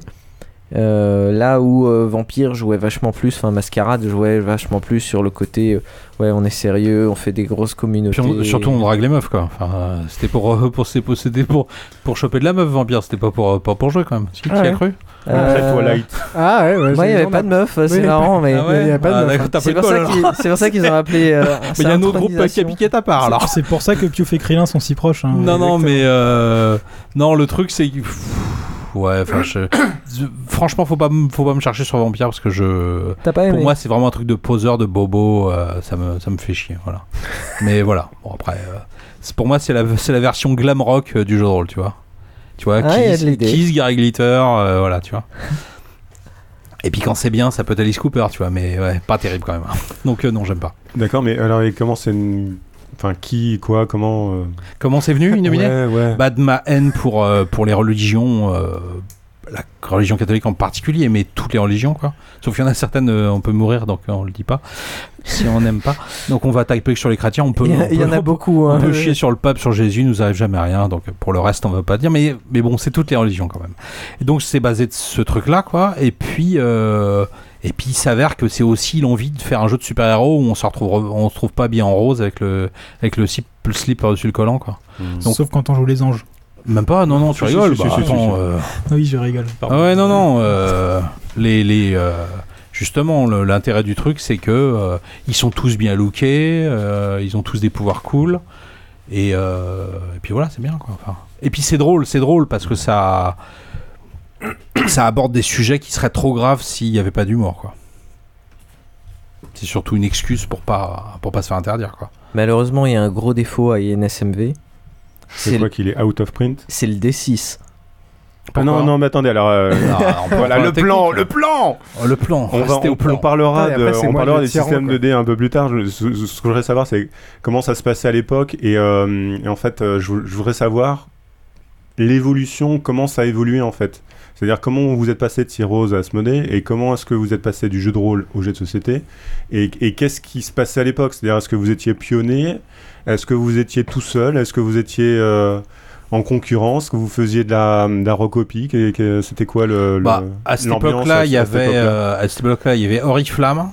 Speaker 10: Euh, là où euh, Vampire jouait vachement plus, enfin Mascarade jouait vachement plus sur le côté, euh, ouais, on est sérieux, on fait des grosses communautés.
Speaker 9: Puis on- surtout, on drague les meufs, quoi. Enfin, euh, c'était pour, euh, pour, s'é- pour, c'était pour, pour choper de la meuf, vampire. C'était pas pour, euh, pas pour jouer, quand même. Si,
Speaker 10: Ah
Speaker 9: qui
Speaker 10: ouais.
Speaker 9: a cru
Speaker 10: Euh, Après, Twilight.
Speaker 7: Ah ouais,
Speaker 10: Moi, il
Speaker 7: ouais,
Speaker 10: n'y
Speaker 7: c'est-
Speaker 10: avait
Speaker 7: on
Speaker 10: pas
Speaker 7: a-
Speaker 10: de meuf,
Speaker 7: Oui,
Speaker 10: c'est
Speaker 7: il y a
Speaker 10: marrant,
Speaker 7: pas-
Speaker 10: mais
Speaker 7: Ah ouais Il y a pas de
Speaker 9: Ah,
Speaker 7: meuf.
Speaker 9: d'accord, t'as
Speaker 10: hein. c'est
Speaker 9: pas
Speaker 10: pour,
Speaker 9: de
Speaker 10: ça
Speaker 9: bol,
Speaker 10: qu'ils-
Speaker 9: alors.
Speaker 10: c'est pour ça qu'ils ont appelé.
Speaker 7: <laughs>
Speaker 10: euh,
Speaker 9: <laughs> Mais il y a un autre groupe qui a
Speaker 10: synchronisation.
Speaker 9: piqué ta part, alors.
Speaker 13: C'est pour ça que Piouf et Krillin sont si proches. hein.
Speaker 9: Non, non, mais euh, non, le truc c'est que- pff, Ouais, enfin, je- je- franchement, faut pas, m- faut pas me chercher sur Vampire parce que je.
Speaker 10: T'as pas aimé.
Speaker 9: Pour moi, c'est vraiment un truc de poseur, de bobo. euh, ça me, ça me fait chier, voilà.
Speaker 10: <laughs>
Speaker 9: Mais voilà. Bon après, euh, c'est- pour moi, c'est la, c'est la version glam rock euh, du jeu de rôle, tu vois. Tu vois,
Speaker 10: Ah, y a de
Speaker 9: Kiss,
Speaker 10: l'idée.
Speaker 9: Kiss, Gary Glitter, euh, voilà,
Speaker 10: <laughs>
Speaker 9: tu vois. Et puis quand c'est bien, ça peut être Alice Cooper, tu vois, mais ouais, pas terrible quand même. Donc euh, non, j'aime pas.
Speaker 11: D'accord, mais alors et comment c'est. une- Enfin, qui, quoi, comment. euh,
Speaker 9: Comment c'est venu, Inominé
Speaker 11: Ouais, ouais.
Speaker 9: Bah, de ma haine pour, euh, pour les religions, euh, la religion catholique en particulier, mais toutes les religions, quoi. Sauf qu'il y en a certaines, euh, on peut mourir, donc euh, on le dit pas, si on n'aime pas. Donc on va taper sur les chrétiens, on peut...
Speaker 10: Il y a-
Speaker 9: on peut-
Speaker 10: il y en a
Speaker 9: on peut-
Speaker 10: beaucoup, hein.
Speaker 9: on peut
Speaker 10: Ouais.
Speaker 9: chier sur le pape, sur Jésus, il nous arrive jamais rien, donc euh, pour le reste, on va pas dire, mais, mais bon, c'est toutes les religions quand même. Et donc c'est basé de ce truc-là, quoi, et puis... euh, et puis il s'avère que c'est aussi l'envie de faire un jeu de super-héros où on se retrouve, on se trouve pas bien en rose avec le, avec le slip, le slip par-dessus le collant, quoi. Donc,
Speaker 13: Sauf quand on joue les anges.
Speaker 9: même pas, non, non, tu
Speaker 13: Si, si,
Speaker 9: rigoles.
Speaker 13: si,
Speaker 9: bah,
Speaker 13: si, si,
Speaker 9: attends,
Speaker 13: si.
Speaker 9: euh,
Speaker 13: Oui, je rigole.
Speaker 9: ah ouais, non, non. euh, les, les, euh, justement, le- l'intérêt du truc, c'est que euh, ils sont tous bien lookés, euh, ils ont tous des pouvoirs cool, et, euh, et puis voilà, c'est bien quoi. Enfin, et puis c'est drôle, c'est drôle parce que ça, ça aborde des sujets qui seraient trop graves s'il n'y avait pas d'humour quoi. C'est surtout une excuse pour pas pour pas se faire interdire quoi.
Speaker 10: Malheureusement, il y a un gros défaut à INSMV.
Speaker 11: C'est quoi qu'il est out of print
Speaker 10: C'est le D6.
Speaker 11: Ah non, non, mais attendez, alors. euh,
Speaker 9: Ah,
Speaker 11: voilà, le
Speaker 9: hein.
Speaker 11: plan, le plan
Speaker 9: Oh, le plan.
Speaker 11: On, va-
Speaker 9: Restez
Speaker 11: on-
Speaker 9: au plan.
Speaker 11: on parlera,
Speaker 9: Attends, et
Speaker 11: de-
Speaker 9: après, c'est
Speaker 11: on
Speaker 9: moi
Speaker 11: parlera
Speaker 9: le
Speaker 11: des
Speaker 9: tyran,
Speaker 11: systèmes
Speaker 9: quoi.
Speaker 11: de dés un peu plus tard. Je- ce, ce- ce que je voudrais savoir, c'est comment ça se passait à l'époque. Et, euh, et en fait, euh, je, vou- je voudrais savoir l'évolution, comment ça a évolué en fait. C'est-à-dire comment vous êtes passé de Cyrose à Asmodée et comment est-ce que vous êtes passé du jeu de rôle au jeu de société et, et qu'est-ce qui se passait à l'époque C'est-à-dire est-ce que vous étiez pionnier Est-ce que vous étiez tout seul Est-ce que vous étiez euh, en concurrence Que vous faisiez de la, de la recopie Que- que- C'était quoi le, le-
Speaker 9: Bah, à cette
Speaker 11: l'ambiance
Speaker 9: époque-là,
Speaker 11: à-
Speaker 9: il y
Speaker 11: à cette
Speaker 9: avait
Speaker 11: époque-là
Speaker 9: euh, à cette époque-là, il y avait Oriflamme,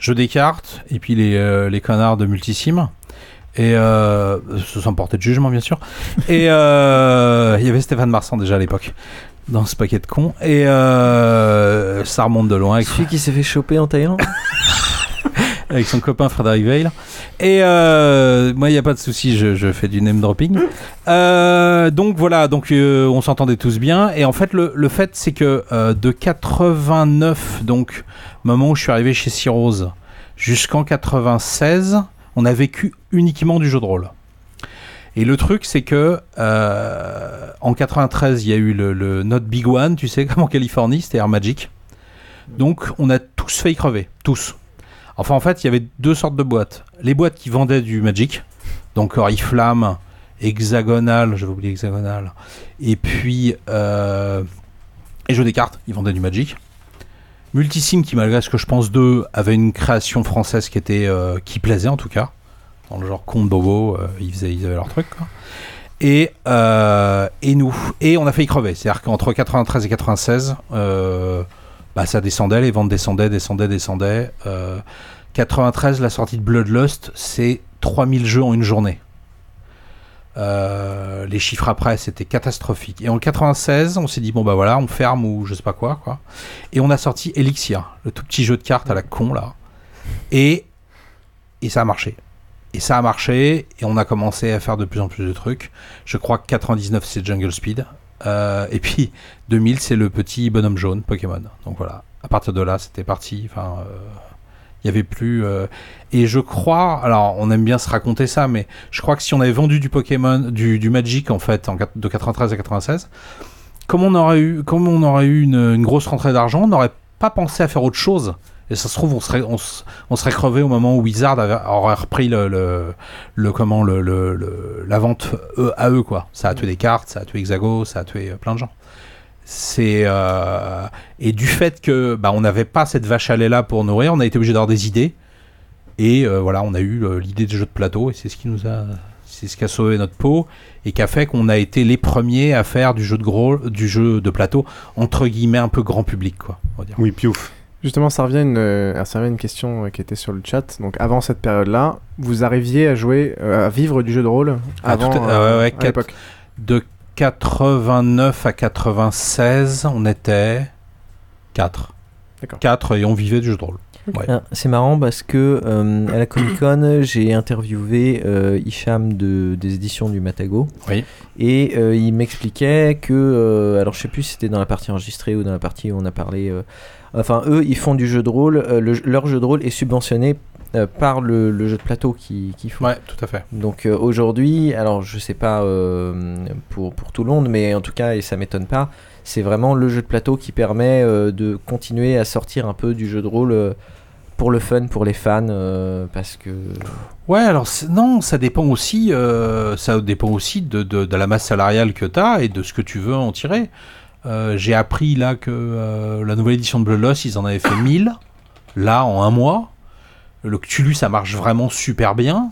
Speaker 9: jeu des cartes, et puis les, euh, les connards de Multisim. Et euh, sans porter de jugement, bien
Speaker 11: <laughs>
Speaker 9: sûr. Et euh, il y avait Stéphane Marsan déjà à l'époque dans ce paquet de cons. Et euh, ça remonte de loin. Avec
Speaker 10: Celui qui s'est fait choper en
Speaker 9: <laughs>
Speaker 10: Thaïlande
Speaker 9: avec son copain Frédéric Veil. Et euh, moi, il n'y a pas de souci, je, je fais du name dropping. Euh, donc voilà, donc euh, on s'entendait tous bien. Et en fait, le, le fait, c'est que euh, de 89, donc moment où je suis arrivé chez Cirrose, jusqu'en 96, on a vécu uniquement du jeu de rôle. Et le truc, c'est que euh, en 93, il y a eu le, le Not Big One, tu sais, <laughs> comme en Californie, c'était Air Magic. Donc, on a tous failli crever, tous. Enfin, en fait, il y avait deux sortes de boîtes. Les boîtes qui vendaient du Magic, donc Oriflamme, Hexagonal, j'avais oublié Hexagonal, et puis euh, et jeux des cartes, ils vendaient du Magic. Multisim, qui malgré ce que je pense d'eux, avait une création française qui était euh, qui plaisait en tout cas, dans le genre conte bobo, euh, ils, faisaient, ils avaient leur truc. quoi. Et, euh, et nous, et on a failli crever. C'est-à-dire qu'entre 93 et 96, euh, bah, ça descendait, les ventes descendaient, descendaient, descendaient. Euh, 93, la sortie de Bloodlust, c'est 3000 jeux en une journée. Euh, les chiffres après, c'était catastrophique. Et en 96, on s'est dit bon bah voilà, on ferme ou je sais pas quoi quoi. Et on a sorti Elixir, le tout petit jeu de cartes à la con là. Et et ça a marché. Et ça a marché, et on a commencé à faire de plus en plus de trucs. Je crois que 99 c'est Jungle Speed, Euh, et puis 2000 c'est le petit bonhomme jaune Pokémon. Donc voilà, à partir de là c'était parti. Enfin, euh, il y avait plus. euh, Et je crois, alors on aime bien se raconter ça, mais je crois que si on avait vendu du Pokémon, du, du Magic en fait, en, quat- de 93 à 96, comme on aurait eu, comme on aurait eu une, une grosse rentrée d'argent, on n'aurait pas pensé à faire autre chose. Et ça se trouve, on serait, on, s- on serait crevé au moment où Wizard avait- aurait repris le, le, le- comment, le, le- le- la vente euh, à eux, quoi. Ça a tué des cartes, ça a tué Hexago, ça a tué euh, plein de gens. C'est euh, et du fait que bah, on n'avait pas cette vache à lait là pour nourrir, on a été obligé d'avoir des idées. Et euh, voilà, on a eu euh, l'idée de jeu de plateau et c'est ce qui nous a, c'est ce qui a sauvé notre peau et qui a fait qu'on a été les premiers à faire du jeu de gros, du jeu de plateau entre guillemets un peu grand public quoi. on va dire.
Speaker 11: Oui, piouf.
Speaker 7: Justement, ça revient, à une, euh, ça revient à une question euh, qui était sur le chat. Donc, avant cette période-là, vous arriviez à jouer, euh, à vivre du jeu de rôle
Speaker 9: Ah,
Speaker 7: avant
Speaker 9: tout à-
Speaker 7: euh,
Speaker 9: ah ouais, ouais,
Speaker 7: à
Speaker 9: quatre-
Speaker 7: l'époque.
Speaker 9: De 89 à 96, on était 4. 4 et on vivait du jeu de rôle.
Speaker 10: Ah, C'est marrant parce que euh, à la Comic Con, <coughs> j'ai interviewé euh, Hicham de, des éditions du Matago.
Speaker 9: Oui.
Speaker 10: Et euh, il m'expliquait que, euh, alors je sais plus si c'était dans la partie enregistrée ou dans la partie où on a parlé. euh, enfin, eux, ils font du jeu de rôle. euh, le- leur jeu de rôle est subventionné euh, par le, le jeu de plateau qui, qui font.
Speaker 9: Ouais, tout à fait.
Speaker 10: Donc euh, aujourd'hui, alors je sais pas euh, pour, pour tout le monde, mais en tout cas, et ça m'étonne pas, c'est vraiment le jeu de plateau qui permet euh, de continuer à sortir un peu du jeu de rôle euh, pour le fun, pour les fans, euh, parce que.
Speaker 9: Ouais, alors c'est- non, ça dépend aussi, euh, ça dépend aussi de, de- de la masse salariale que tu as et de ce que tu veux en tirer. Euh, J'ai appris là que euh, la nouvelle édition de Bloodlust, ils en avaient fait 1000, là en un mois. Le Cthulhu, ça marche vraiment super bien.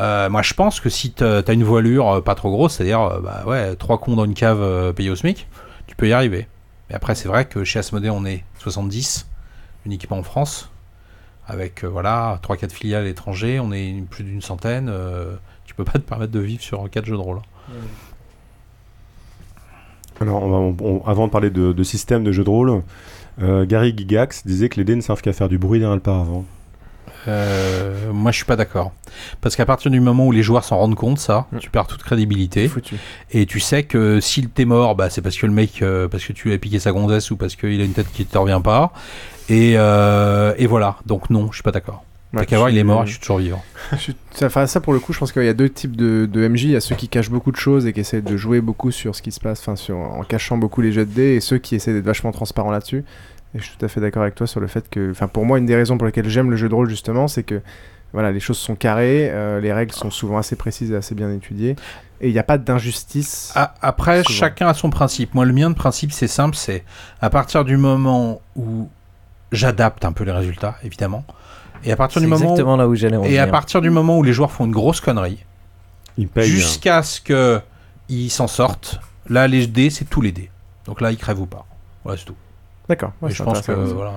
Speaker 9: Euh, moi, je pense que si t'as t'as une voilure euh, pas trop grosse, c'est-à-dire euh, bah ouais, trois cons dans une cave euh, payés au SMIC, tu peux y arriver. Mais après, c'est vrai que chez Asmodée, on est 70 uniquement en France, avec euh, voilà trois quatre filiales à l'étranger, on est une- plus d'une centaine. euh, tu peux pas te permettre de vivre sur quatre jeux de rôle. hein. Ah,
Speaker 11: Alors, on va- on- on- avant de parler de, de système de jeu de rôle, euh, Gary Gigax disait que les dés ne servent qu'à faire du bruit derrière
Speaker 10: <laughs>
Speaker 11: le paravent.
Speaker 9: Euh, moi, je suis pas d'accord. Parce qu'à partir du moment où les joueurs s'en rendent compte, ça,
Speaker 7: Mm.
Speaker 9: tu perds toute crédibilité. Et tu sais que s'il t'est mort, bah, c'est parce que le mec, euh, parce que tu lui as piqué sa gonzesse ou parce qu'il a une tête qui te revient pas. Et, euh, et voilà. Donc non, je suis pas d'accord. T'as
Speaker 7: Ouais,
Speaker 9: qu'à voir,
Speaker 7: je
Speaker 9: il est
Speaker 7: suis-
Speaker 9: mort, et je suis toujours vivant.
Speaker 7: Je suis- ça, enfin, ça, pour le coup, je pense qu'il y a deux types de, de MJ. Il y a ceux qui cachent beaucoup de choses et qui essaient de jouer beaucoup sur ce qui se passe, enfin, sur, en cachant beaucoup les jets de dés, et ceux qui essaient d'être vachement transparents là-dessus. Et je suis tout à fait d'accord avec toi sur le fait que, enfin, pour moi, une des raisons pour lesquelles j'aime le jeu de rôle, justement, c'est que voilà, les choses sont carrées, euh, les règles sont souvent assez précises et assez bien étudiées, et il n'y a pas d'injustice.
Speaker 9: A- Après,
Speaker 7: Souvent.
Speaker 9: chacun a son principe. Moi, le mien de principe, c'est simple, c'est à partir du moment où j'adapte un peu les résultats, évidemment, et à partir du
Speaker 10: C'est
Speaker 9: moment
Speaker 10: exactement
Speaker 9: où-
Speaker 10: là où j'allais en
Speaker 9: et à
Speaker 10: venir.
Speaker 9: partir du moment où les joueurs font une grosse connerie,
Speaker 11: payent,
Speaker 9: jusqu'à ce que ils s'en sortent. Là, les dés, c'est tous les dés. Donc là, ils crèvent ou pas. Voilà, c'est tout.
Speaker 7: D'accord. Ouais,
Speaker 9: Et
Speaker 7: c'est
Speaker 9: je pense que
Speaker 7: intéressant.
Speaker 9: voilà.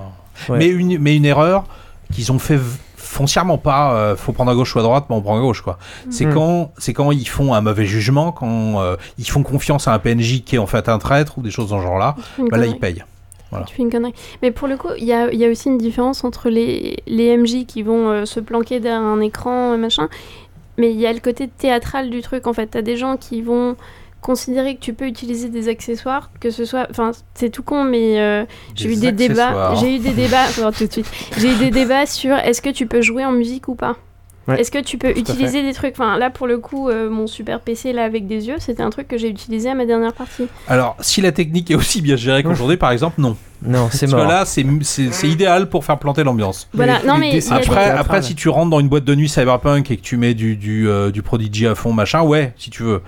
Speaker 7: Ouais.
Speaker 9: Mais une mais une erreur qu'ils ont fait v- foncièrement pas. euh, faut prendre à gauche ou à droite, mais on prend à gauche quoi.
Speaker 6: Mm.
Speaker 9: C'est
Speaker 7: Mhm.
Speaker 9: quand c'est quand ils font un mauvais jugement, quand euh, ils font confiance à un PNJ qui est en fait un traître ou des choses dans ce genre là.
Speaker 6: Une
Speaker 9: Bah là,
Speaker 6: connerie.
Speaker 9: ils payent. Voilà.
Speaker 6: Tu fais une connerie. Mais pour le coup, il y a, il y a aussi une différence entre les, les MJ qui vont euh, se planquer derrière un écran, euh, machin. Mais il y a le côté théâtral du truc, en fait. T'as des gens qui vont considérer que tu peux utiliser des accessoires, que ce soit... Enfin, c'est tout con, mais euh, j'ai eu
Speaker 14: Des
Speaker 6: des débats...
Speaker 14: accessoires.
Speaker 6: J'ai eu des débats... <laughs> faut voir tout de suite. J'ai eu des débats sur est-ce que tu peux jouer en musique ou pas
Speaker 14: Ouais.
Speaker 6: Est-ce que tu peux
Speaker 14: Tout à fait.
Speaker 6: utiliser des trucs Enfin, là, pour le coup, euh, mon super PC, là, avec des yeux, c'était un truc que j'ai utilisé à ma dernière partie.
Speaker 9: Alors si la technique est aussi bien
Speaker 7: Mm.
Speaker 9: gérée qu'aujourd'hui, par exemple, non.
Speaker 10: Non, c'est
Speaker 9: Parce
Speaker 10: mort.
Speaker 9: que là, c'est c'est- c'est idéal pour faire planter l'ambiance.
Speaker 6: Voilà, non, mais il y a des-
Speaker 9: Après, après, si tu rentres dans une boîte de nuit cyberpunk et que tu mets du, du, euh, du Prodigy à fond, machin, ouais, si tu veux.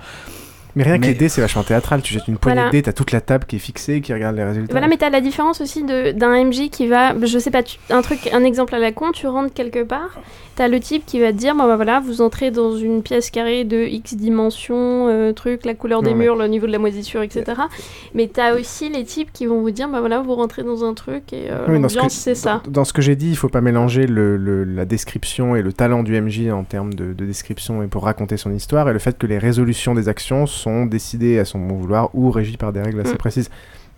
Speaker 7: Mais rien que
Speaker 9: Mais-
Speaker 7: les dés, c'est vachement théâtral. Tu jettes une poignée
Speaker 6: Voilà.
Speaker 7: de dés, t'as toute la table qui est fixée, qui regarde les résultats.
Speaker 6: Voilà, mais t'as la différence aussi de- d'un MJ qui va, je sais pas, tu- un truc, un exemple à la con, tu rentres quelque part, t'as le type qui va te dire, bon bah voilà, vous entrez dans une pièce carrée de X dimensions, euh, truc, la couleur des
Speaker 14: Non, mais-
Speaker 6: murs, le niveau de la moisissure, etc. Mais t'as aussi les types qui vont vous dire, bah voilà, vous rentrez dans un truc et euh,
Speaker 7: Oui, dans ce
Speaker 6: l'ambiance
Speaker 7: que-
Speaker 6: c'est ça.
Speaker 7: Dans ce que j'ai dit, il faut pas mélanger le- le- la description et le talent du MJ en termes de, de description et pour raconter son histoire et le fait que les résolutions des actions sont décidées à son bon vouloir ou régies par des règles assez
Speaker 10: Mm.
Speaker 7: précises.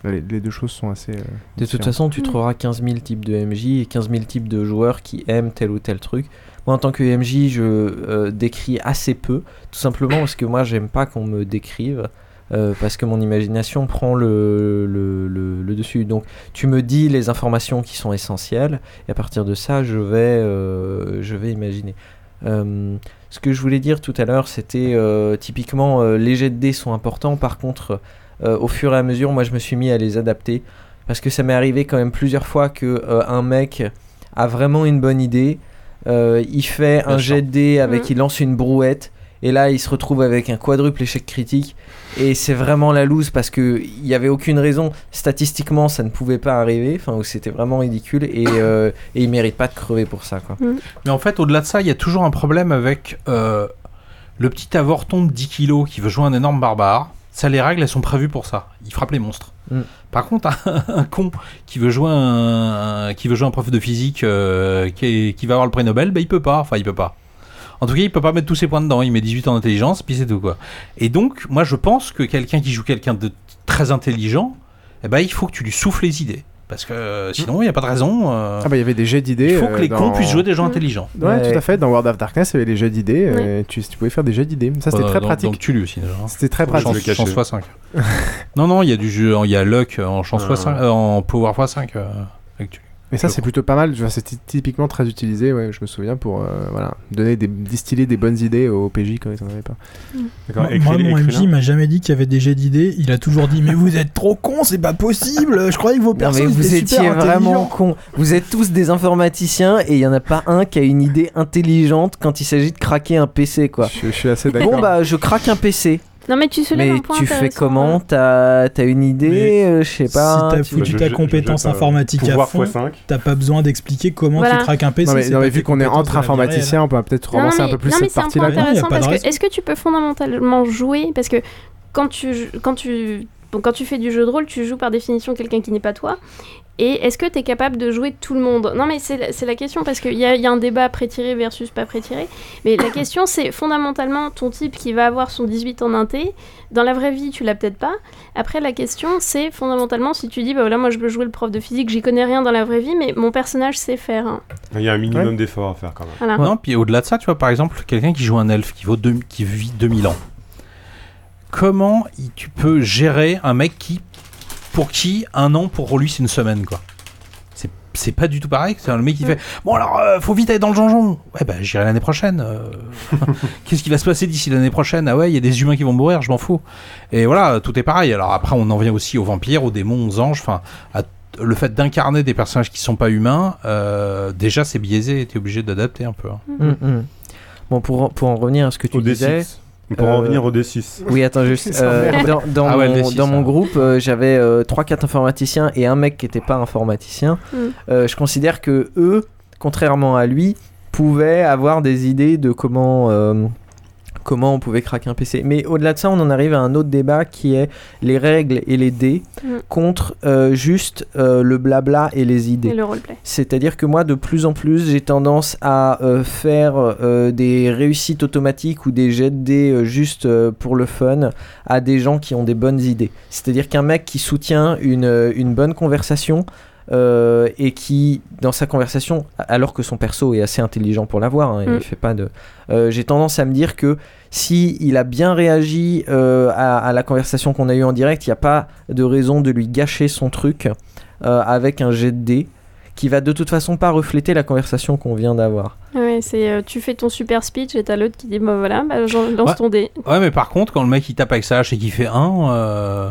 Speaker 7: Les, les deux choses sont assez. euh,
Speaker 10: De toute
Speaker 7: différentes.
Speaker 10: façon, tu trouveras 15 000 types de MJ et 15 000 types de joueurs qui aiment tel ou tel truc. Moi, en tant que MJ, je euh, décris assez peu, tout simplement parce que moi, j'aime pas qu'on me décrive, euh, parce que mon imagination prend le, le, le- le dessus. Donc, tu me dis les informations qui sont essentielles, et à partir de ça, je vais, euh, je vais imaginer. Euh, ce que je voulais dire tout à l'heure, c'était euh, typiquement euh, les jets de dés sont importants. Par contre, euh, au fur et à mesure, moi, je me suis mis à les adapter parce que ça m'est arrivé quand même plusieurs fois que euh, un mec a vraiment une bonne idée. euh, il fait un jet de dés avec,
Speaker 8: Mhm.
Speaker 10: il lance une brouette. Et là, il se retrouve avec un quadruple échec critique. Et c'est vraiment la loose parce qu'il n'y avait aucune raison. Statistiquement, ça ne pouvait pas arriver. Enfin, ou c'était vraiment ridicule. Et, euh, et il mérite pas de crever pour ça. Quoi.
Speaker 9: Mais en fait, au-delà de ça, il y a toujours un problème avec euh, le petit avorton de 10 kilos qui veut jouer un énorme barbare. Ça, les règles, elles sont prévues pour ça. Il frappe les monstres.
Speaker 10: Mm.
Speaker 9: Par contre, un, <laughs> un con qui veut jouer un, un- qui veut jouer un prof de physique euh, qui, est- qui va avoir le prix Nobel, ben, il peut pas. Enfin, il peut pas. En tout cas, il peut pas mettre tous ses points dedans. Il met 18 en intelligence, puis c'est tout quoi. Et donc, moi, je pense que quelqu'un qui joue quelqu'un de très intelligent, eh ben, il faut que tu lui souffles les idées. Parce que euh, sinon, il n'y a pas de raison. euh,
Speaker 7: Ah bah il y avait des jets d'idées.
Speaker 9: Il faut que
Speaker 7: euh,
Speaker 9: les
Speaker 7: dans-
Speaker 9: cons puissent jouer
Speaker 6: Mm.
Speaker 9: des gens intelligents.
Speaker 7: Ouais, tout à fait. Dans World of Darkness, il y avait les jets d'idées. euh, tu, tu pouvais faire des jets d'idées. Ça, c'était
Speaker 9: Euh,
Speaker 7: très
Speaker 9: dans-
Speaker 7: pratique.
Speaker 9: dans Cthulhu aussi, d'ailleurs, hein.
Speaker 7: C'était très
Speaker 9: Faut que je le
Speaker 7: pratique.
Speaker 9: cache. Chance x5. non, non, il y a du jeu, il y a Luck en chance
Speaker 7: Ah.
Speaker 9: x5, euh, en Power x5. euh, avec Cthulhu.
Speaker 7: Mais ça, c'est plutôt pas mal. Tu vois, C'est ty- typiquement très utilisé, ouais, je me souviens, pour euh, voilà, donner des, distiller des bonnes idées aux PJ quand ils en avaient pas.
Speaker 9: Ah,
Speaker 13: Moi, moi, mon MJ m'a jamais dit qu'il y avait des jets d'idées. Il a toujours dit Mais vous êtes trop cons, c'est pas possible. Je croyais que vos
Speaker 10: Non, mais
Speaker 13: personnes
Speaker 10: vous
Speaker 13: étaient
Speaker 10: étiez
Speaker 13: super
Speaker 10: vraiment
Speaker 13: intelligents.
Speaker 10: con. Vous êtes tous des informaticiens et il y en a pas un qui a une idée intelligente quand il s'agit de craquer un PC quoi.
Speaker 7: Je, suis assez
Speaker 10: Bon
Speaker 6: d'accord.
Speaker 10: bah je craque un PC.
Speaker 6: Non, mais tu soulèves
Speaker 10: Mais
Speaker 6: un point
Speaker 10: tu fais
Speaker 6: intéressant,
Speaker 10: comment T'as t'as une idée euh, Je sais pas.
Speaker 9: hein,
Speaker 13: si t'as
Speaker 10: tu-
Speaker 13: foutu ta compétence
Speaker 11: euh,
Speaker 13: informatique à fond, t'as pas besoin d'expliquer comment
Speaker 6: Voilà.
Speaker 13: tu craques un PC.
Speaker 7: Non, mais,
Speaker 13: c'est
Speaker 7: non, mais
Speaker 13: pas
Speaker 7: vu
Speaker 13: tes
Speaker 7: qu'on est
Speaker 13: compétences de
Speaker 7: entre
Speaker 13: la vie réelle.
Speaker 7: informaticiens, on peut peut-être
Speaker 6: Non,
Speaker 7: relancer
Speaker 6: mais,
Speaker 7: un peu plus
Speaker 6: non, mais
Speaker 7: cette
Speaker 6: c'est un
Speaker 7: partie-là.
Speaker 6: point
Speaker 13: Non, il y a
Speaker 6: intéressant
Speaker 13: pas de
Speaker 6: parce que
Speaker 13: raison.
Speaker 6: est-ce que tu peux fondamentalement jouer Parce que quand tu, quand, tu, bon, quand tu fais du jeu de rôle, tu joues par définition quelqu'un qui n'est pas toi. Et est-ce que tu es capable de jouer tout le monde Non, mais c'est la, c'est la question parce qu'il y a, il y a un débat pré-tiré versus pas pré-tiré. Mais la question, c'est fondamentalement ton type qui va avoir son 18 en inté. Dans la vraie vie, tu l'as peut-être pas. Après, la question, c'est fondamentalement si tu dis, bah voilà, moi je veux jouer le prof de physique, j'y connais rien dans la vraie vie, mais mon personnage sait faire. hein.
Speaker 11: Il y a un minimum d'efforts à faire quand même.
Speaker 6: Voilà.
Speaker 9: Non, puis au-delà de ça, tu vois, par exemple, quelqu'un qui joue un elfe qui, vaut deux- qui vit 2000 ans. Comment il- tu peux gérer un mec qui, pour qui un an pour lui c'est une semaine quoi C'est- c'est pas du tout pareil. C'est le mec qui fait Bon, alors euh, faut vite aller dans le donjon. Ouais, bah j'irai l'année prochaine. euh. Qu'est-ce qui va se passer d'ici l'année prochaine Ah ouais, il y a des humains qui vont mourir, je m'en fous. Et voilà, tout est pareil. Alors après, on en vient aussi aux vampires, aux démons, aux anges. Enfin, à t- le fait d'incarner des personnages qui sont pas humains, euh, déjà c'est biaisé. T'es obligé d'adapter un peu. hein.
Speaker 6: Mm,
Speaker 10: Hum, hum. Bon pour en- pour en revenir à ce que tu
Speaker 11: Au D6.
Speaker 10: disais.
Speaker 11: Pour en
Speaker 10: euh,
Speaker 11: revenir au D6.
Speaker 10: Oui, attends,
Speaker 6: <laughs>
Speaker 10: juste.
Speaker 11: Ça
Speaker 10: euh,
Speaker 11: m'emmerde.
Speaker 10: dans dans
Speaker 11: Ah ouais, le
Speaker 10: mon,
Speaker 11: D6,
Speaker 10: dans mon
Speaker 11: hein.
Speaker 10: groupe, euh, j'avais 3-4 informaticiens et un mec qui n'était pas informaticien.
Speaker 6: Mm.
Speaker 10: Euh, je considère que eux, contrairement à lui, pouvaient avoir des idées de comment. euh, Comment on pouvait craquer un PC. Mais au-delà de ça, on en arrive à un autre débat qui est les règles et les dés
Speaker 6: Mm.
Speaker 10: contre euh, juste euh, le blabla et les idées.
Speaker 6: Et le roleplay.
Speaker 10: C'est-à-dire que moi, de plus en plus, j'ai tendance à euh, faire euh, des réussites automatiques ou des jets de dés euh, juste euh, pour le fun à des gens qui ont des bonnes idées. C'est-à-dire qu'un mec qui soutient une, euh, une bonne conversation euh, et qui, dans sa conversation, a- alors que son perso est assez intelligent pour l'avoir, hein,
Speaker 8: Mm.
Speaker 10: il fait pas de... euh, j'ai tendance à me dire que si il a bien réagi euh, à, à la conversation qu'on a eue en direct, il n'y a pas de raison de lui gâcher son truc euh, avec un jet de dés qui va de toute façon pas refléter la conversation qu'on vient d'avoir.
Speaker 6: Ouais, c'est euh, tu fais ton super speech et t'as l'autre qui dit bah voilà, bah, j'en- lance
Speaker 9: Ouais.
Speaker 6: ton dé.
Speaker 9: Ouais, mais par contre, quand le mec il tape avec sa hache et qu'il fait 1, euh,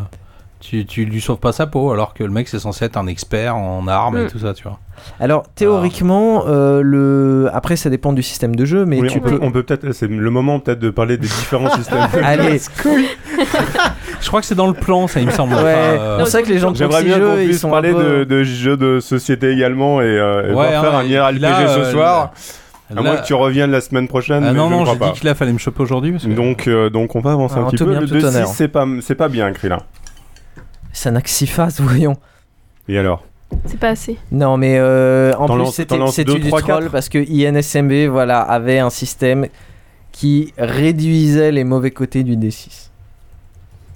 Speaker 9: tu, tu lui sauves pas sa peau, alors que le mec c'est censé être un expert en armes et
Speaker 10: Mm.
Speaker 9: tout ça, tu vois.
Speaker 10: Alors théoriquement, euh, le après ça dépend du système de jeu, mais
Speaker 11: Ah. Oui,
Speaker 10: tu
Speaker 11: on peut,
Speaker 10: peux.
Speaker 11: on peut peut-être, c'est le moment peut-être de parler des différents systèmes.
Speaker 10: Allez.
Speaker 9: Je crois que c'est dans le plan, ça, il me
Speaker 11: <laughs>
Speaker 9: semble.
Speaker 11: Ouais.
Speaker 10: C'est vrai que les gens de
Speaker 11: euh, J'aimerais
Speaker 10: Proxy
Speaker 11: bien qu'on
Speaker 10: Jeux, ils
Speaker 11: puisse
Speaker 10: sont un
Speaker 11: parler
Speaker 10: peu-
Speaker 11: de, de jeux de société également et, euh, et
Speaker 9: Ouais,
Speaker 11: voir
Speaker 9: hein,
Speaker 11: faire un
Speaker 9: et
Speaker 11: IRLPG
Speaker 9: là,
Speaker 11: ce
Speaker 9: euh,
Speaker 11: soir.
Speaker 9: là-
Speaker 11: à moins que tu reviennes la semaine prochaine.
Speaker 9: Ah
Speaker 11: mais
Speaker 9: non,
Speaker 11: je ne
Speaker 9: non,
Speaker 11: crois
Speaker 9: j'ai
Speaker 11: pas.
Speaker 9: dit qu'il a fallait me choper aujourd'hui. parce que-
Speaker 11: Donc, euh, donc on va avancer
Speaker 10: Alors,
Speaker 11: un petit
Speaker 10: Ah, tout
Speaker 11: peu.
Speaker 10: bien,
Speaker 11: Le
Speaker 10: tout honneur.
Speaker 11: 2-6, c'est pas, c'est pas bien, Krillin.
Speaker 10: Ça n'a que six faces, <laughs> voyons.
Speaker 11: Et alors
Speaker 6: C'est pas assez.
Speaker 10: Non, mais euh, en
Speaker 11: T'en
Speaker 10: plus
Speaker 11: lances-
Speaker 10: c'était
Speaker 11: t'en lances
Speaker 10: c'était
Speaker 11: deux,
Speaker 10: du
Speaker 11: trois,
Speaker 10: troll
Speaker 11: quatre
Speaker 10: parce que INSMB voilà avait un système qui réduisait les mauvais côtés du D6.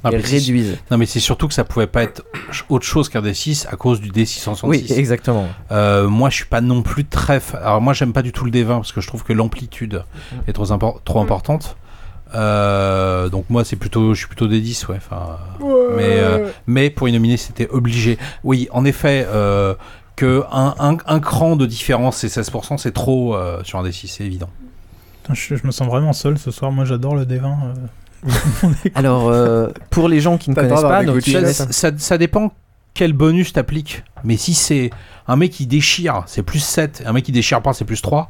Speaker 9: Ah,
Speaker 10: Et
Speaker 9: mais c'est-
Speaker 10: réduisait.
Speaker 9: Non, mais c'est surtout que ça pouvait pas être ch- autre chose qu'un D6 à cause du D666.
Speaker 10: Oui, exactement.
Speaker 9: Euh, moi, je suis pas non plus très. fa- Alors, moi, j'aime pas du tout le D20 parce que je trouve que l'amplitude est trop, impor-
Speaker 10: Mm.
Speaker 9: trop importante. Euh, donc moi c'est plutôt je suis plutôt D10 ouais enfin
Speaker 13: Ouais.
Speaker 9: mais euh, mais pour nominer c'était obligé oui en effet euh, que un, un- un cran de différence c'est 16% c'est trop euh, sur un D6 c'est évident
Speaker 13: Putain, Je, je me sens vraiment seul ce soir. Moi, j'adore le D20. euh.
Speaker 9: <laughs>
Speaker 10: Alors euh, pour les gens qui ne
Speaker 13: T'attends
Speaker 10: connaissent
Speaker 13: d'avoir
Speaker 10: pas,
Speaker 13: des
Speaker 10: donc,
Speaker 13: goûts de
Speaker 10: ça-
Speaker 13: chiottes.
Speaker 9: ça, ça- ça dépend quel bonus t'appliques. Mais si c'est un mec qui déchire, c'est plus 7. Un mec qui déchire pas, c'est plus 3.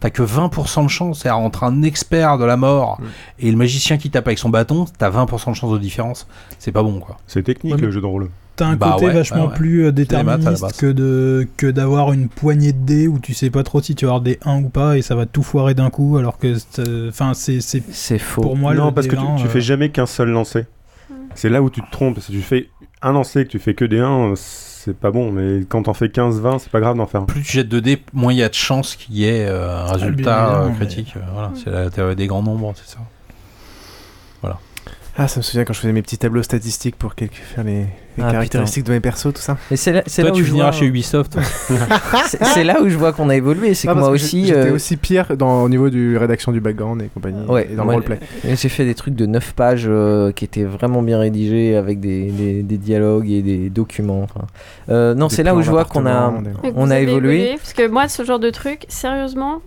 Speaker 9: T'as que 20% de chance. C'est-à-dire, entre un expert de la
Speaker 13: Mm.
Speaker 9: mort et le magicien qui tape avec son bâton, t'as 20% de chance de différence. C'est pas bon, quoi.
Speaker 11: C'est technique le jeu de rôle.
Speaker 13: T'as un
Speaker 9: Bah
Speaker 13: côté
Speaker 9: ouais,
Speaker 13: vachement
Speaker 9: ouais, ouais.
Speaker 13: plus euh,
Speaker 9: C'est des maths à la
Speaker 13: déterministe
Speaker 9: base.
Speaker 13: que de que d'avoir une poignée de dés où tu sais pas trop si tu vas avoir des 1 ou pas et ça va tout foirer d'un coup alors que c'est- enfin c'est c'est
Speaker 10: c'est faux.
Speaker 13: Pour moi
Speaker 11: non,
Speaker 13: le
Speaker 11: parce que tu,
Speaker 13: D20,
Speaker 11: tu
Speaker 13: euh,
Speaker 11: fais jamais qu'un seul lancer. C'est là où tu te trompes. Parce que tu fais un lancer que tu fais que des 1, c'est pas bon. Mais quand t'en fais 15-20, c'est pas grave d'en faire.
Speaker 9: Plus tu jettes de dés, moins il y a de chances qu'il y ait
Speaker 13: Ah,
Speaker 9: euh, un résultat
Speaker 11: bien
Speaker 9: euh,
Speaker 11: évidemment,
Speaker 9: critique. Euh, Voilà, c'est la théorie des grands nombres, c'est ça. Voilà.
Speaker 7: Ah, ça me souvient quand je faisais mes petits tableaux statistiques pour quelque- faire les, les
Speaker 10: Ah,
Speaker 7: caractéristiques de mes persos, tout ça.
Speaker 10: Mais c'est là, c'est là où je vois- <laughs> C'est- c'est là où je vois qu'on a évolué, c'est
Speaker 7: Ah,
Speaker 10: que
Speaker 7: parce
Speaker 10: moi
Speaker 7: j'ai-
Speaker 10: aussi.
Speaker 7: J'étais
Speaker 10: euh,
Speaker 7: aussi pire dans, au niveau du rédaction du background et compagnie.
Speaker 10: Ouais,
Speaker 7: et dans
Speaker 10: moi,
Speaker 7: le <laughs> roleplay.
Speaker 10: euh, J'ai fait des trucs de 9 pages euh, qui étaient vraiment bien rédigés avec des, des- des dialogues et des documents. enfin. Euh, non,
Speaker 7: Des
Speaker 10: c'est là où
Speaker 7: plans
Speaker 10: je vois qu'on a,
Speaker 7: d'appartements,
Speaker 6: Ouais,
Speaker 10: on
Speaker 6: vous
Speaker 10: a
Speaker 6: avez
Speaker 10: évolué.
Speaker 6: Parce que moi, ce genre de truc, sérieusement,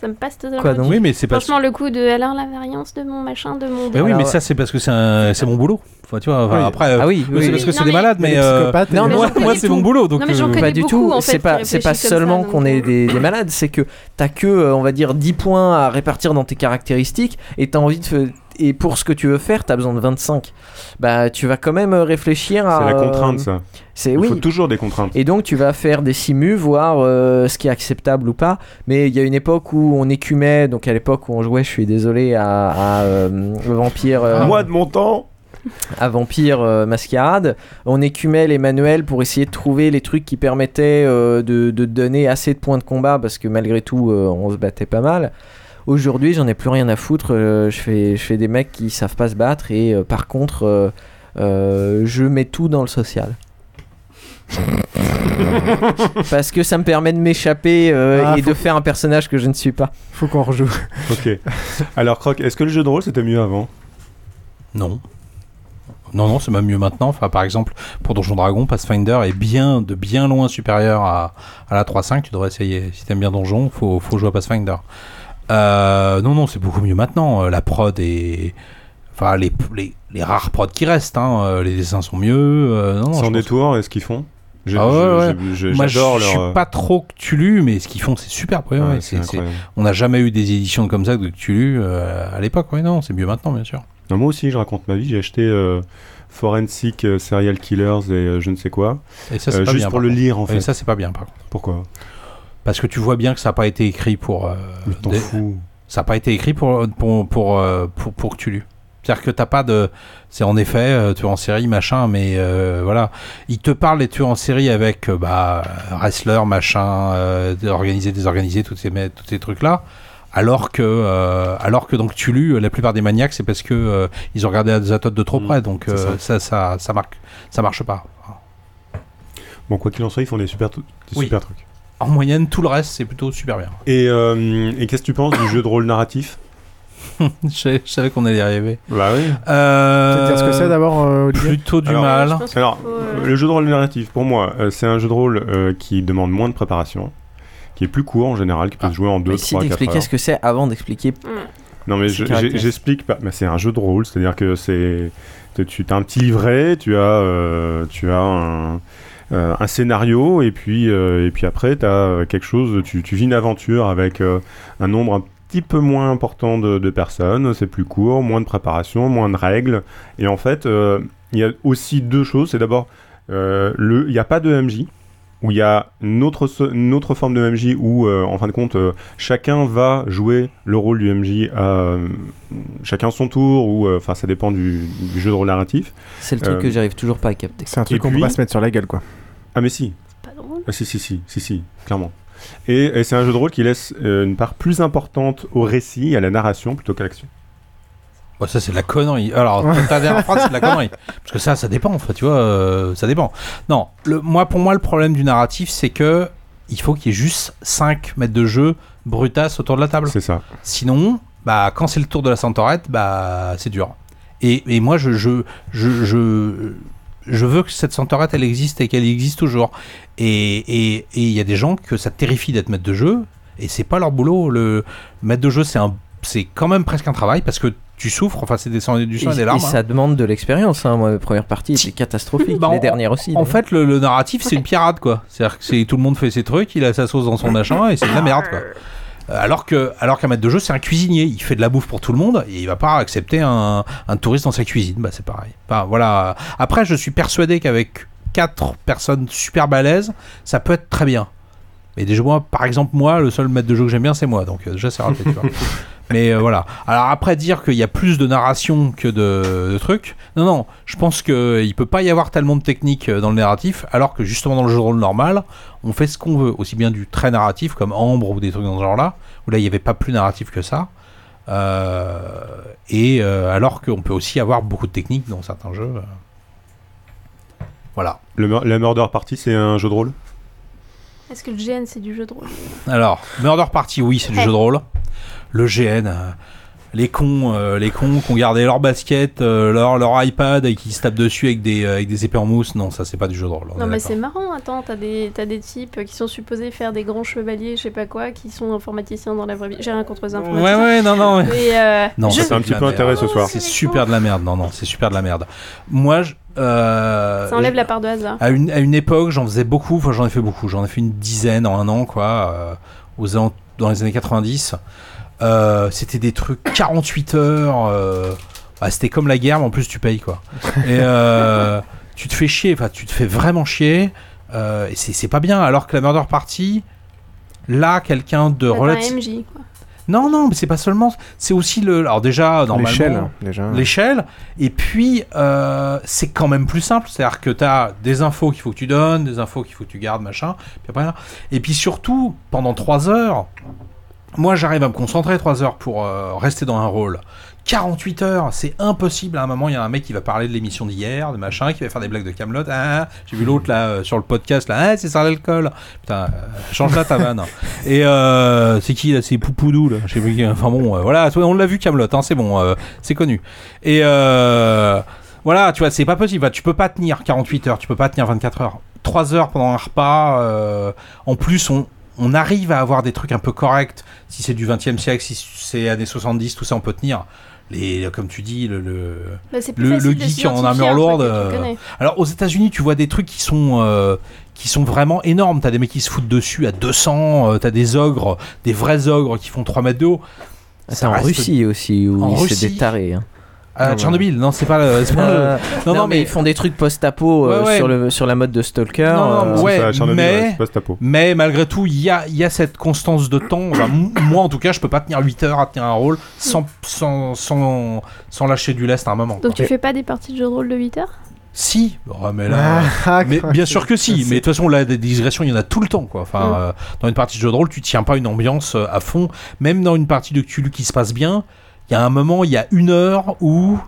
Speaker 6: ça me passe totalement.
Speaker 9: Quoi donc
Speaker 6: au-dessus.
Speaker 9: Oui, mais c'est pas-
Speaker 6: Franchement, le coup de alors la variance de mon machin, de mon.
Speaker 9: Mais oui,
Speaker 6: Alors,
Speaker 13: euh,
Speaker 9: mais ça, c'est parce que c'est un- c'est mon boulot. Enfin, tu vois, enfin,
Speaker 10: Oui.
Speaker 9: après, euh,
Speaker 10: Ah oui,
Speaker 9: mais
Speaker 10: oui.
Speaker 9: c'est parce que
Speaker 10: Non,
Speaker 9: c'est des
Speaker 10: mais-
Speaker 9: malades, mais.
Speaker 10: Des
Speaker 9: euh,
Speaker 10: psychopathes. Non, mais
Speaker 9: moi,
Speaker 10: j'en
Speaker 9: moi,
Speaker 10: connais
Speaker 9: c'est mon
Speaker 10: tout.
Speaker 9: boulot. Donc,
Speaker 10: Non,
Speaker 6: mais j'en
Speaker 9: euh,
Speaker 6: connais
Speaker 10: pas du
Speaker 6: beaucoup, en
Speaker 10: tout.
Speaker 6: fait, euh,
Speaker 10: c'est pas,
Speaker 6: qui
Speaker 10: c'est pas
Speaker 6: réfléchissent comme
Speaker 10: seulement
Speaker 6: ça,
Speaker 10: qu'on est des, des malades, c'est que t'as que, euh, on va dire, 10 points à répartir dans tes caractéristiques et t'as envie de. fa- Et pour ce que tu veux faire, t'as besoin de 25. Bah, tu vas quand même euh, réfléchir à.
Speaker 11: C'est la
Speaker 10: euh,
Speaker 11: contrainte, ça.
Speaker 10: C'est
Speaker 11: Il
Speaker 10: oui.
Speaker 11: faut toujours des contraintes.
Speaker 10: Et donc tu vas faire des simus, voir euh, ce qui est acceptable ou pas. Mais il y a une époque où on écumait, donc à l'époque où on jouait, je suis désolé, à, à, euh, Vampire. euh,
Speaker 11: Moi, de mon temps
Speaker 10: à Vampire euh, Mascarade, on écumait les manuels pour essayer de trouver les trucs qui permettaient euh, de, de donner assez de points de combat parce que malgré tout euh, on se battait pas mal. Aujourd'hui j'en ai plus rien à foutre, euh, je, fais, je fais des mecs qui savent pas se battre et euh, par contre euh, euh, je mets tout dans le social. parce que ça me permet de m'échapper euh,
Speaker 11: Ah,
Speaker 10: et
Speaker 11: faut-
Speaker 10: de faire un personnage que je ne suis pas.
Speaker 7: Faut qu'on rejoue.
Speaker 11: Ok.
Speaker 10: <laughs>
Speaker 11: Alors, Croc, est-ce que le jeu de rôle, c'était mieux avant
Speaker 9: Non. Non, non, c'est même mieux maintenant. Enfin, par exemple, pour Donjon Dragon, Pathfinder est bien, de bien loin supérieur à, à la 3.5. Tu devrais essayer. Si t'aimes bien Donjon, faut, faut jouer à Pathfinder. Euh, non, non, c'est beaucoup mieux maintenant. Euh, La prod est. Enfin, les, les, les rares prods qui restent, hein, euh, les dessins sont mieux. euh, non, non, je
Speaker 11: Sans
Speaker 9: pense-
Speaker 11: détour, est-ce qu'ils font J'ai-
Speaker 9: Ah ouais, ouais.
Speaker 11: je- je-
Speaker 9: Moi,
Speaker 11: J'adore
Speaker 9: je
Speaker 11: leur. euh,
Speaker 9: suis pas trop Cthulhu, mais ce qu'ils font, c'est super. ouais,
Speaker 11: Ouais,
Speaker 9: ouais,
Speaker 11: c'est
Speaker 9: c'est- c'est-
Speaker 11: incroyable.
Speaker 9: on n'a jamais eu des éditions comme ça de Cthulhu euh, à l'époque. Ouais, non, c'est mieux maintenant, bien sûr.
Speaker 11: Non, moi aussi, je raconte ma vie. J'ai acheté euh, Forensic euh, Serial Killers et euh, je ne sais quoi.
Speaker 9: Et ça, c'est
Speaker 11: Euh,
Speaker 9: pas
Speaker 11: juste
Speaker 9: bien,
Speaker 11: pour
Speaker 9: par
Speaker 11: le
Speaker 9: contre.
Speaker 11: lire, en fait.
Speaker 9: Et ça, c'est pas bien, par contre.
Speaker 11: Pourquoi
Speaker 9: Parce que tu vois bien que ça n'a pas été écrit pour. euh, des- Ça n'a pas été écrit pour pour pour euh, pour, pour Cthulhu. C'est-à-dire que t'as pas de, c'est en effet euh, tueur en série machin, mais euh, voilà, il te parle des tueurs en série avec euh, bah wrestler machin, euh, organisé désorganisé, tous ces mé- tous ces trucs là. Alors que, euh, alors que donc Cthulhu, la plupart des maniaques, c'est parce que euh, ils ont regardé Azathoth de
Speaker 11: Mm.
Speaker 9: trop près, donc euh, ça. ça, ça, marque, ça marche pas.
Speaker 11: Bon, quoi qu'il en soit, ils font des super, tru- des
Speaker 9: Oui.
Speaker 11: super trucs.
Speaker 9: En moyenne, tout le reste, c'est plutôt super bien.
Speaker 11: Et, euh, et qu'est-ce que tu penses du jeu de rôle narratif
Speaker 9: <laughs> je, savais- je savais qu'on allait y arriver.
Speaker 11: Bah oui.
Speaker 9: Euh,
Speaker 7: Peut-être dire ce que c'est d'abord, euh, Olivier
Speaker 9: Plutôt du
Speaker 11: Alors,
Speaker 9: mal.
Speaker 11: Alors, euh, le jeu de rôle narratif, pour moi, euh, c'est un jeu de rôle euh, qui demande moins de préparation, qui est plus court en général,
Speaker 9: Ah.
Speaker 11: qui peut se jouer
Speaker 9: Bah,
Speaker 11: en 2,
Speaker 10: Mais si
Speaker 11: 3, 4 heures.
Speaker 10: t'expliquais ce que c'est avant d'expliquer.
Speaker 11: Non mais
Speaker 10: Ces
Speaker 11: je- j'ai-
Speaker 10: caractères.
Speaker 11: j'explique pas. Mais c'est un jeu de rôle, c'est-à-dire que c'est tu- tu as un petit livret, tu as euh, tu as un, euh, un scénario et puis euh, et puis après tu as quelque chose. Tu, tu vis une aventure avec euh, un nombre un petit peu moins important de, de personnes. C'est plus court, moins de préparation, moins de règles. Et en fait, euh, il y a aussi deux choses. C'est d'abord euh, le il n'y a pas de MJ où il y a une autre, so- une autre forme de MJ où, euh, en fin de compte, euh, chacun va jouer le rôle du MJ à euh, chacun son tour, ou euh, enfin, ça dépend du, du jeu de rôle narratif.
Speaker 10: C'est le truc
Speaker 11: Euh,
Speaker 10: que j'arrive toujours pas à capter.
Speaker 7: C'est un truc
Speaker 11: Et
Speaker 7: qu'on
Speaker 11: puis-
Speaker 7: peut pas se mettre sur la gueule, quoi.
Speaker 11: Ah, mais si. Ah, si, si, si, si, si, clairement. Et, et c'est un jeu de rôle qui laisse euh, une part plus importante au récit, à la narration, plutôt qu'à l'action.
Speaker 9: Bon, Oh, ça, c'est de la connerie. Alors, ta dernière phrase, c'est de la connerie. Parce que ça, ça dépend, en fait, tu vois, euh, ça dépend. Non, le, moi, pour moi, le problème du narratif, c'est que il faut qu'il y ait juste 5 mètres de jeu brutasse autour de la table.
Speaker 11: C'est ça.
Speaker 9: Sinon, bah, quand c'est le tour de la centaurette, bah, c'est dur. Et, et moi, je, je, je, je, je veux que cette centaurette, elle existe et qu'elle existe toujours. Et et- et il y a des gens que ça terrifie d'être maître de jeu, et c'est pas leur boulot. Le maître de jeu, c'est un, c'est quand même presque un travail parce que tu souffres. Enfin, c'est des sang- du sang et,
Speaker 10: et,
Speaker 9: des larmes.
Speaker 10: et
Speaker 9: hein.
Speaker 10: ça demande de l'expérience. Hein. Moi, la première partie était catastrophique.
Speaker 9: <laughs> Bah, en-
Speaker 10: les dernières aussi.
Speaker 9: En
Speaker 10: d'ailleurs.
Speaker 9: fait, le, le narratif, c'est une pirate, quoi. C'est-à-dire que c'est- tout le monde fait ses trucs, il a sa sauce dans son machin, et c'est de la merde, quoi. Euh, Alors que, alors qu'un maître de jeu, c'est un cuisinier. Il fait de la bouffe pour tout le monde, et il va pas accepter un, un touriste dans sa cuisine. Bah, c'est pareil. Enfin, voilà. Après, je suis persuadé qu'avec quatre personnes super balèzes, ça peut être très bien. Mais déjà, moi, par exemple, moi, le seul maître de jeu que j'aime bien, c'est moi. Donc, euh, déjà, c'est raté, tu vois. Mais euh, voilà. Alors, après, dire qu'il y a plus de narration que de, de trucs, non, non, je pense qu'il ne peut pas y avoir tellement de technique euh, dans le narratif, alors que justement, dans le jeu de rôle normal, on fait ce qu'on veut, aussi bien du très narratif comme Ambre ou des trucs dans ce genre-là, où là, il n'y avait pas plus narratif que ça. Euh, et euh, alors qu'on peut aussi avoir beaucoup de techniques dans certains jeux. euh. Voilà.
Speaker 11: Le mur- la Murder Party, c'est un jeu de rôle
Speaker 6: Est-ce que le GN c'est du jeu de rôle
Speaker 9: Alors, Murder Party, oui, c'est du jeu de rôle. Le GN, euh, les cons, euh, les cons qui ont gardé leur basket, euh, leur, leur iPad et qui se tapent dessus avec des, euh, avec des épées en mousse, non, ça c'est pas du jeu de rôle. on
Speaker 6: Non,
Speaker 9: est
Speaker 6: mais
Speaker 9: d'accord.
Speaker 6: c'est marrant, attends, t'as des, t'as des types qui sont supposés faire des grands chevaliers, je sais pas quoi, qui sont informaticiens dans la vraie vie. J'ai rien contre les informaticiens.
Speaker 9: Ouais, ouais, non, non. ouais.
Speaker 6: Mais, euh,
Speaker 9: non,
Speaker 6: je-
Speaker 9: de la merde. C'est super de la merde. Non, non, c'est super de la merde. Moi, je. euh,
Speaker 6: Ça enlève
Speaker 9: je-
Speaker 6: la part de hasard.
Speaker 9: À une, à une époque, j'en faisais beaucoup. Enfin, j'en ai fait beaucoup. J'en ai fait une dizaine en un an, quoi. euh, aux alent- dans les années 90. Euh, c'était des trucs 48 heures. euh, bah, c'était comme la guerre, mais en plus, tu
Speaker 6: <laughs>
Speaker 9: payes, quoi. Et euh, tu te fais chier. Enfin, tu te fais vraiment chier. euh, et c'est c'est pas bien. Alors que la Murder Party, là, quelqu'un de
Speaker 6: T'as
Speaker 9: relati-
Speaker 6: un MJ, quoi.
Speaker 9: non, non, mais c'est pas seulement. C'est aussi le. Alors déjà, normalement.
Speaker 7: L'échelle, déjà.
Speaker 9: L'échelle. Et puis, euh, c'est quand même plus simple. C'est-à-dire que tu as des infos qu'il faut que tu donnes, des infos qu'il faut que tu gardes, machin. Puis après, là. Et puis surtout, pendant 3 heures, moi j'arrive à me concentrer 3 heures pour euh, rester dans un rôle. 48 heures, c'est impossible. À un moment, il y a un mec qui va parler de l'émission d'hier, de machin, qui va faire des blagues de Camelot. Ah, j'ai vu l'autre là euh, sur le podcast là, ah, c'est ça l'alcool. Putain, euh, change la ta vanne. Et euh, c'est qui là C'est Poupoudou là. Je sais plus qui. Enfin bon, euh, voilà, on l'a vu Camelot, c'est bon, euh, c'est connu. Et euh, voilà, tu vois, c'est pas possible. Tu peux pas tenir 48 heures, tu peux pas tenir 24 heures. 3 heures pendant un repas. euh, en plus, on, on arrive à avoir des trucs un peu corrects. Si c'est du 20 e siècle, si c'est années 70, tout ça, on peut tenir. Les, comme tu dis, le, le,
Speaker 6: Bah, c'est plus
Speaker 9: le,
Speaker 6: facile
Speaker 9: le
Speaker 6: de
Speaker 9: geek en
Speaker 6: s'identifier à
Speaker 9: armure
Speaker 6: un truc
Speaker 9: lourde.
Speaker 6: que tu
Speaker 9: euh,
Speaker 6: connais.
Speaker 9: alors aux États-Unis, tu vois des trucs qui sont euh, qui sont vraiment énormes. T'as des mecs qui se foutent dessus à 200. euh, T'as des ogres, des vrais ogres qui font 3 mètres de haut.
Speaker 10: C'est en Russie aussi, où
Speaker 9: En
Speaker 10: ils- c'est
Speaker 9: Russie
Speaker 10: des tarés. hein.
Speaker 9: Ah,
Speaker 10: Ouais.
Speaker 9: Tchernobyl, non, c'est pas. le- c'est pas le-
Speaker 10: Euh, non, mais, ils font des trucs post-apo euh,
Speaker 9: Ouais, ouais.
Speaker 10: Sur, le, sur la mode de Stalker.
Speaker 9: Non, non,
Speaker 10: euh,
Speaker 9: ouais, mais, mais malgré tout, il y a, il y a cette constance de temps. Enfin, m- moi, en tout cas, je peux pas tenir 8 heures à tenir un rôle sans, sans, sans, sans lâcher du lest à un moment.
Speaker 6: Donc tu
Speaker 9: quoi.
Speaker 6: fais pas des parties de jeu de rôle de 8 heures
Speaker 9: Si Oh, mais là,
Speaker 7: Ah,
Speaker 9: mais
Speaker 7: quoi,
Speaker 9: bien
Speaker 7: c'est-
Speaker 9: sûr que si. Mais de toute façon, là, des digressions, il y en a tout le temps. Quoi. Enfin,
Speaker 7: Mm.
Speaker 9: euh, dans une partie de jeu de rôle, tu tiens pas une ambiance euh, à fond. Même dans une partie de Cthulhu qui se passe bien, il y a un moment, il y a une heure où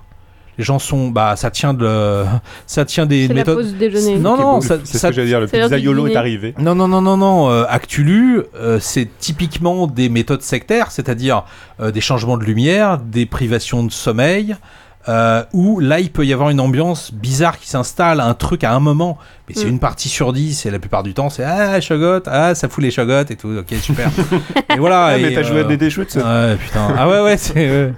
Speaker 9: les gens sont, bah, ça tient de, <laughs> ça tient des
Speaker 6: C'est la
Speaker 9: méthodes.
Speaker 6: pause déjeuner.
Speaker 9: Non,
Speaker 6: Ok,
Speaker 9: non,
Speaker 6: bon,
Speaker 9: ça-
Speaker 6: c'est ce
Speaker 9: ça-
Speaker 6: que j'allais dire, le C'est l'heure du pizzaïolo dîner. est
Speaker 11: arrivé.
Speaker 9: Non, non, non, non, non. euh, Actulu, euh, c'est typiquement des méthodes sectaires, c'est-à-dire euh, des changements de lumière, des privations de sommeil. euh, où là il peut y avoir une ambiance bizarre qui s'installe, un truc à un moment, mais c'est
Speaker 11: Mm.
Speaker 9: une partie sur dix et la plupart du temps c'est ah chogotte, ah ça fout les chogottes et tout, ok super. et voilà.
Speaker 11: Ah,
Speaker 9: et,
Speaker 11: mais
Speaker 9: euh,
Speaker 11: t'as joué à DD Shoot, ça.
Speaker 9: Ouais putain.
Speaker 7: <laughs>
Speaker 9: Ah ouais ouais c'est. ouais.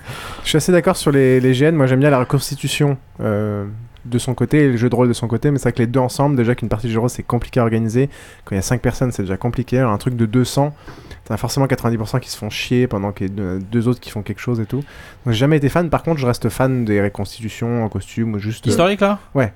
Speaker 7: Je suis assez d'accord sur les, les GN. Moi, j'aime bien la reconstitution euh, de son côté et le jeu de rôle de son côté. Mais c'est vrai que les deux ensemble, déjà qu'une partie de jeu de rôle, c'est compliqué à organiser. Quand il y a 5 personnes, c'est déjà compliqué. Alors, un truc de 200, t'en as forcément 90% qui se font chier pendant qu'il y a deux, deux autres qui font quelque chose et tout. Donc, j'ai jamais été fan. Par contre, je reste fan des reconstitutions en costume ou juste. euh,
Speaker 9: Historique, là
Speaker 7: Ouais.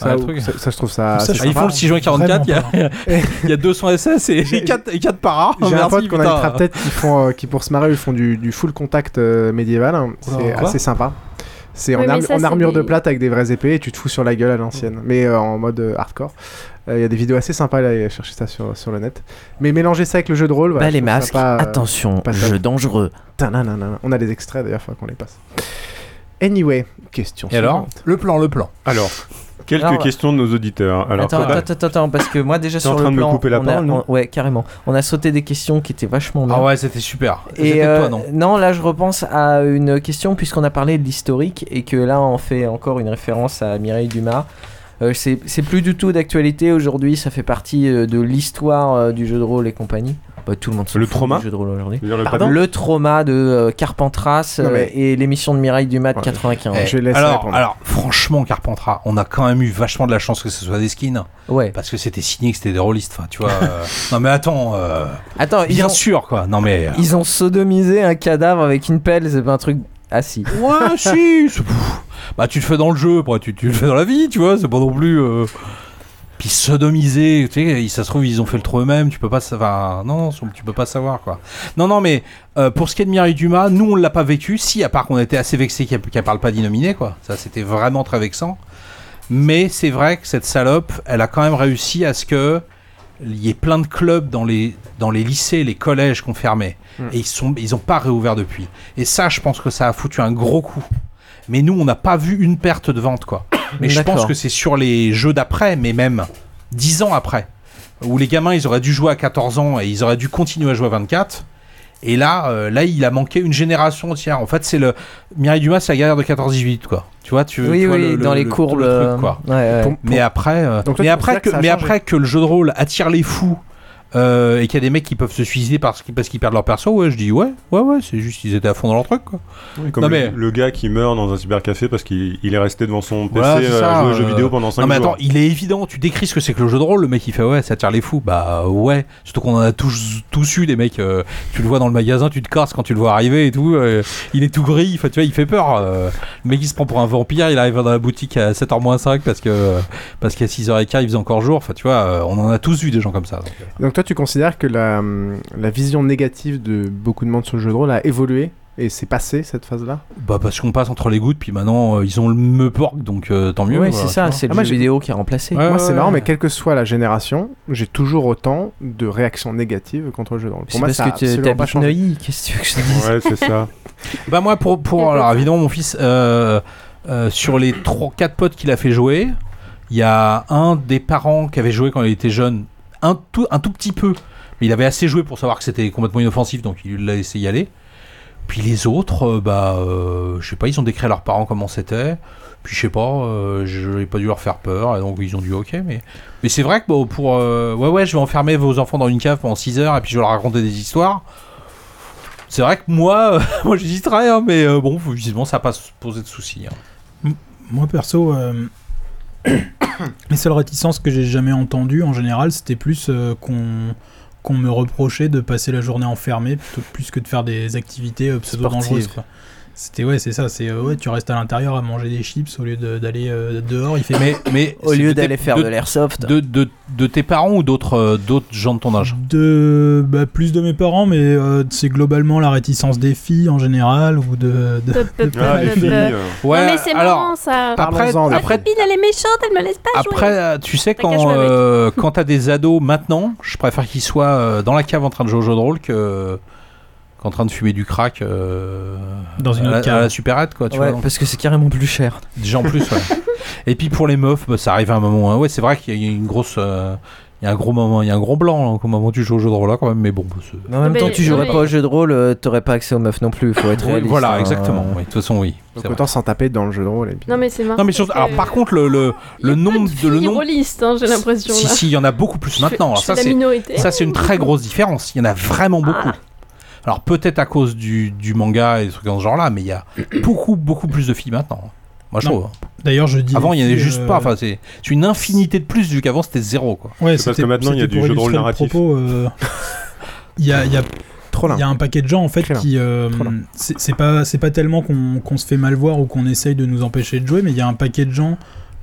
Speaker 9: Ah,
Speaker 7: Ça,
Speaker 9: le truc.
Speaker 7: ça- ça, je trouve ça.
Speaker 9: Ah,
Speaker 7: assez
Speaker 9: ils
Speaker 7: sympa.
Speaker 9: font le 6 juin 44, il y a- <laughs> il y, a 200 SS et 4,
Speaker 10: <laughs>
Speaker 9: paras.
Speaker 7: J'ai un
Speaker 9: Merci,
Speaker 7: pote qu'on
Speaker 9: putain.
Speaker 7: a peut-être qui, font, euh, qui pour se marrer, ils font du, du full contact euh, médiéval. hein.
Speaker 9: Oula,
Speaker 7: C'est
Speaker 9: quoi
Speaker 7: assez sympa. C'est
Speaker 9: Oui,
Speaker 7: en,
Speaker 9: mais
Speaker 7: arme-
Speaker 9: ça,
Speaker 7: en
Speaker 9: c'est
Speaker 7: armure de
Speaker 9: des-
Speaker 7: plate avec des vraies épées et tu te fous sur la gueule à l'ancienne,
Speaker 10: Mm.
Speaker 7: mais euh, en mode euh, hardcore. Euh, Il y a des vidéos assez sympas, là, cherchez ça sur, sur le net. Mais mélanger ça avec le jeu de rôle, voilà,
Speaker 10: Bah,
Speaker 7: je
Speaker 10: les
Speaker 7: trouve ça
Speaker 10: masques,
Speaker 7: pas, euh,
Speaker 10: attention,
Speaker 7: pas top.
Speaker 10: jeu dangereux.
Speaker 7: Tananana. On a des extraits d'ailleurs, faut qu'on les passe. Anyway, question.
Speaker 10: Et alors
Speaker 7: suivante.
Speaker 9: Le plan, le plan.
Speaker 11: Alors, quelques
Speaker 10: Alors,
Speaker 11: questions de nos auditeurs. Alors,
Speaker 10: attends,
Speaker 11: toi,
Speaker 10: attends, attends, attends, parce que moi déjà
Speaker 11: T'es
Speaker 10: sur
Speaker 11: en train
Speaker 10: le
Speaker 11: de me
Speaker 10: plan,
Speaker 11: couper la
Speaker 10: on a-
Speaker 11: parole, non
Speaker 10: on- ouais carrément. On a sauté des questions qui étaient vachement bien.
Speaker 9: Ah ouais, c'était super.
Speaker 10: Et
Speaker 9: C'était
Speaker 10: euh,
Speaker 9: toi, non
Speaker 10: là je repense à une question puisqu'on a parlé de l'historique et que là on fait encore une référence à Mireille Dumas. Euh, c'est c'est plus du tout d'actualité aujourd'hui, ça fait partie euh, de l'histoire euh, du jeu de rôle et compagnie. Bah, tout le monde se
Speaker 11: Le
Speaker 10: fout
Speaker 11: trauma
Speaker 10: du jeu de rôle aujourd'hui.
Speaker 11: Tu veux dire le
Speaker 10: Pardon
Speaker 11: pavé
Speaker 10: le trauma de euh, Carpentras
Speaker 11: Non,
Speaker 10: euh,
Speaker 11: mais-
Speaker 10: et l'émission de Mireille Dumas de
Speaker 9: Ouais.
Speaker 10: 95.
Speaker 9: Eh, alors, alors, franchement, Carpentras, on a quand même eu vachement de la chance que ce soit des skins.
Speaker 10: Ouais.
Speaker 9: Parce que c'était signé que c'était des rôlistes. Enfin, tu vois.
Speaker 10: <laughs>
Speaker 9: euh, non, mais attends. euh,
Speaker 10: Attends, ils
Speaker 9: bien
Speaker 10: ont-
Speaker 9: sûr, quoi. Non, mais. euh,
Speaker 10: Ils ont sodomisé un cadavre avec une pelle, c'est pas un truc assis.
Speaker 9: Ouais, si c'est- pff, Bah, tu le fais dans le jeu, après, tu, tu le fais dans la vie, tu vois, c'est pas non plus. euh, Puis sodomiser, tu sais, ça se trouve, ils ont fait le trou eux-mêmes, tu peux pas savoir. Non, non, tu peux pas savoir, quoi. Non, non, mais euh, pour ce qui est de Mireille Dumas, nous, on l'a pas vécu, si, à part qu'on était assez vexé qu'elle qu'elle parle pas d'innominé, quoi. Ça, c'était vraiment très vexant. Mais c'est vrai que cette salope, elle a quand même réussi à ce que il y ait plein de clubs dans les, dans les lycées, les collèges qu'on fermait.
Speaker 14: Mm.
Speaker 9: Et ils sont ils ont pas réouvert depuis. Et ça, je pense que ça a foutu un gros coup. Mais nous, on n'a pas vu une perte de
Speaker 14: <coughs>
Speaker 9: vente, quoi. Mais je pense
Speaker 14: D'accord.
Speaker 9: que c'est sur les jeux d'après, mais même 10 ans après, où les gamins, ils auraient dû jouer à 14 ans et ils auraient dû continuer à jouer à 24. Et là, euh, là, il a manqué une génération entière. En fait, c'est le Mireille Dumas, c'est la galère de 14-18, quoi. Tu vois, tu,
Speaker 10: Oui,
Speaker 9: tu vois
Speaker 10: oui,
Speaker 9: le- le-
Speaker 10: dans les
Speaker 9: le-
Speaker 10: courbes,
Speaker 9: le
Speaker 10: euh,
Speaker 9: truc, quoi.
Speaker 10: ouais, ouais. Pour- pour-
Speaker 9: Mais après, euh,
Speaker 10: Donc toi, tu
Speaker 9: mais après
Speaker 10: considères
Speaker 9: que,
Speaker 10: que ça a
Speaker 9: mais
Speaker 10: changé.
Speaker 9: après que le jeu de rôle attire les fous euh, et qu'il y a des mecs qui peuvent se suicider parce qu'ils parce qu'ils perdent leur perso, ouais, je dis ouais, ouais, ouais, c'est juste qu'ils étaient à fond dans leur truc, quoi.
Speaker 11: Oui, comme
Speaker 9: Non,
Speaker 11: le-
Speaker 9: mais-
Speaker 11: le, gars qui meurt dans un cybercafé parce qu'il il est resté devant son PC
Speaker 9: Voilà, c'est
Speaker 11: euh,
Speaker 9: ça,
Speaker 11: à jouer aux jeux
Speaker 9: euh,
Speaker 11: vidéo pendant 5
Speaker 9: Non mais
Speaker 11: jours.
Speaker 9: attends, il est évident, tu décris ce que c'est que le jeu de rôle, le mec il fait ouais, ça tire les fous. Bah ouais, surtout qu'on en a tous, tous eu des mecs, euh, tu le vois dans le magasin, tu te corses quand tu le vois arriver et tout, euh, il est tout gris, enfin, tu vois, il fait peur. euh. le mec il se prend pour un vampire, il arrive dans la boutique à 7h moins 5 parce que euh, parce qu'à 6h15 il faisait encore jour, enfin tu vois, euh, on en a tous eu des gens comme ça. donc, euh.
Speaker 7: Donc toi, tu considères que la, hum, la vision négative de beaucoup de monde sur le jeu de rôle a évolué et c'est passé cette phase-là
Speaker 9: Bah parce qu'on passe entre les gouttes, puis maintenant euh, ils ont le me porc, donc euh, tant mieux.
Speaker 7: Ouais,
Speaker 9: voilà,
Speaker 7: c'est ça,
Speaker 9: tu vois.
Speaker 7: c'est le Ah, moi, jeu j'ai- vidéo
Speaker 10: qui a remplacé.
Speaker 7: Moi, c'est marrant, mais quelle que soit la génération, j'ai toujours autant de réactions négatives contre le jeu de rôle.
Speaker 10: C'est
Speaker 7: Pour moi,
Speaker 10: parce
Speaker 7: ça a
Speaker 10: que tu-
Speaker 7: absolument pas
Speaker 10: t'habites
Speaker 7: changé.
Speaker 10: Neuilly, qu'est-ce que tu veux que je te dise
Speaker 11: Ouais, c'est ça.
Speaker 9: <laughs> Bah moi pour pour alors évidemment mon fils euh, euh, sur les trois quatre potes qu'il a fait jouer, il y a un des parents qui avait joué quand il était jeune, un tout un tout petit peu, mais il avait assez joué pour savoir que c'était complètement inoffensif donc il l'a laissé y aller. Puis les autres euh, bah euh, je sais pas, ils ont décrit à leurs parents comment c'était. Puis je sais pas, euh, je n'ai pas dû leur faire peur, et donc ils ont dit ok, mais, mais c'est vrai que bon, pour... euh, ouais ouais, je vais enfermer vos enfants dans une cave pendant 6 heures, et puis je vais leur raconter des histoires. C'est vrai que moi, euh, <laughs> moi j'hésiterais, hein, mais euh, bon, visiblement ça n'a pas posé de soucis. hein.
Speaker 13: M- Moi perso, euh, <coughs> les seules réticences que j'ai jamais entendues en général, c'était plus euh, qu'on qu'on me reprochait de passer la journée enfermée plutôt plus que de faire des activités euh, pseudo dangereuses.
Speaker 14: Sportives.
Speaker 13: quoi. C'était ouais, c'est ça, c'est euh, ouais, tu restes à l'intérieur à manger des chips au lieu de- d'aller euh, dehors. Il fait
Speaker 9: Mais, mais
Speaker 13: Au
Speaker 9: c'est
Speaker 13: lieu
Speaker 9: de tes-
Speaker 13: d'aller faire de l'airsoft.
Speaker 9: De, de- de tes parents ou d'autres euh, d'autres gens de ton âge
Speaker 13: de bah, plus de mes parents, mais euh, c'est globalement la réticence des filles en général ou de. de- <laughs>
Speaker 6: Ah,
Speaker 13: Ah, euh.
Speaker 9: Ouais,
Speaker 6: non, mais c'est
Speaker 9: alors,
Speaker 6: marrant ça.
Speaker 9: Après,
Speaker 6: Ma
Speaker 9: après,
Speaker 6: copine, elle est méchante, elle me laisse pas
Speaker 9: Après, euh, tu sais,
Speaker 6: Ah, qu'à
Speaker 9: quand,
Speaker 6: jouer avec.
Speaker 9: euh, quand t'as des ados maintenant, je préfère qu'ils soient euh, dans la cave en train de jouer au jeu de rôle que qu'en train de fumer du crack euh,
Speaker 13: Dans une
Speaker 9: à,
Speaker 13: autre
Speaker 9: la-
Speaker 13: cave.
Speaker 9: à la supérette quoi tu
Speaker 10: Ouais,
Speaker 9: vois, donc.
Speaker 10: parce que c'est carrément plus cher.
Speaker 9: déjà
Speaker 10: <laughs>
Speaker 9: en plus ouais. et puis pour les meufs bah, ça arrive à un moment hein. ouais c'est vrai qu'il y a une grosse euh, il y a un gros moment il y a un gros blanc hein, au moment où tu joues au jeu de rôle là quand même mais bon bah, c'est-
Speaker 10: Mais En même
Speaker 9: Mais-
Speaker 10: temps, tu
Speaker 9: non,
Speaker 10: jouerais
Speaker 9: mais-
Speaker 10: pas au jeu de rôle, euh, t'aurais pas accès aux meufs non plus, faut être
Speaker 9: Oui,
Speaker 10: réaliste.
Speaker 9: voilà,
Speaker 10: hein.
Speaker 9: exactement, oui, de toute façon, oui.
Speaker 7: Donc autant s'en taper dans le jeu de rôle. Et puis...
Speaker 6: Non, mais c'est marrant.
Speaker 9: non mais surtout- alors par contre le le, le nombre de le nombre
Speaker 6: Rôliste, hein, j'ai l'impression.
Speaker 9: Si,
Speaker 6: là.
Speaker 9: si, il y en a beaucoup
Speaker 6: <laughs>
Speaker 9: plus
Speaker 6: Je
Speaker 9: maintenant.
Speaker 6: fais- je
Speaker 9: ça,
Speaker 6: fais la
Speaker 9: c'est,
Speaker 6: minorité. Ah.
Speaker 9: ça, c'est une très grosse différence. Il y en a vraiment beaucoup. Alors, peut-être à cause du, du manga et des trucs dans ce genre-là, mais il y a beaucoup, beaucoup plus de filles maintenant. Moi, je
Speaker 13: Non.
Speaker 9: trouve. hein.
Speaker 13: D'ailleurs, je dis.
Speaker 9: Avant, il n'y en avait
Speaker 13: filles,
Speaker 9: juste
Speaker 13: euh,
Speaker 9: pas. Enfin, c'est, c'est une infinité de plus, vu qu'avant, c'était zéro. Quoi.
Speaker 13: Ouais, c'était- c'était pour illustrer le
Speaker 10: <laughs>
Speaker 13: propos, euh, Il y a, il y a- il y a un paquet de gens en fait qui euh, c'est c'est pas c'est pas tellement qu'on qu'on se fait mal voir ou qu'on essaye de nous empêcher de jouer, mais il y a un paquet de gens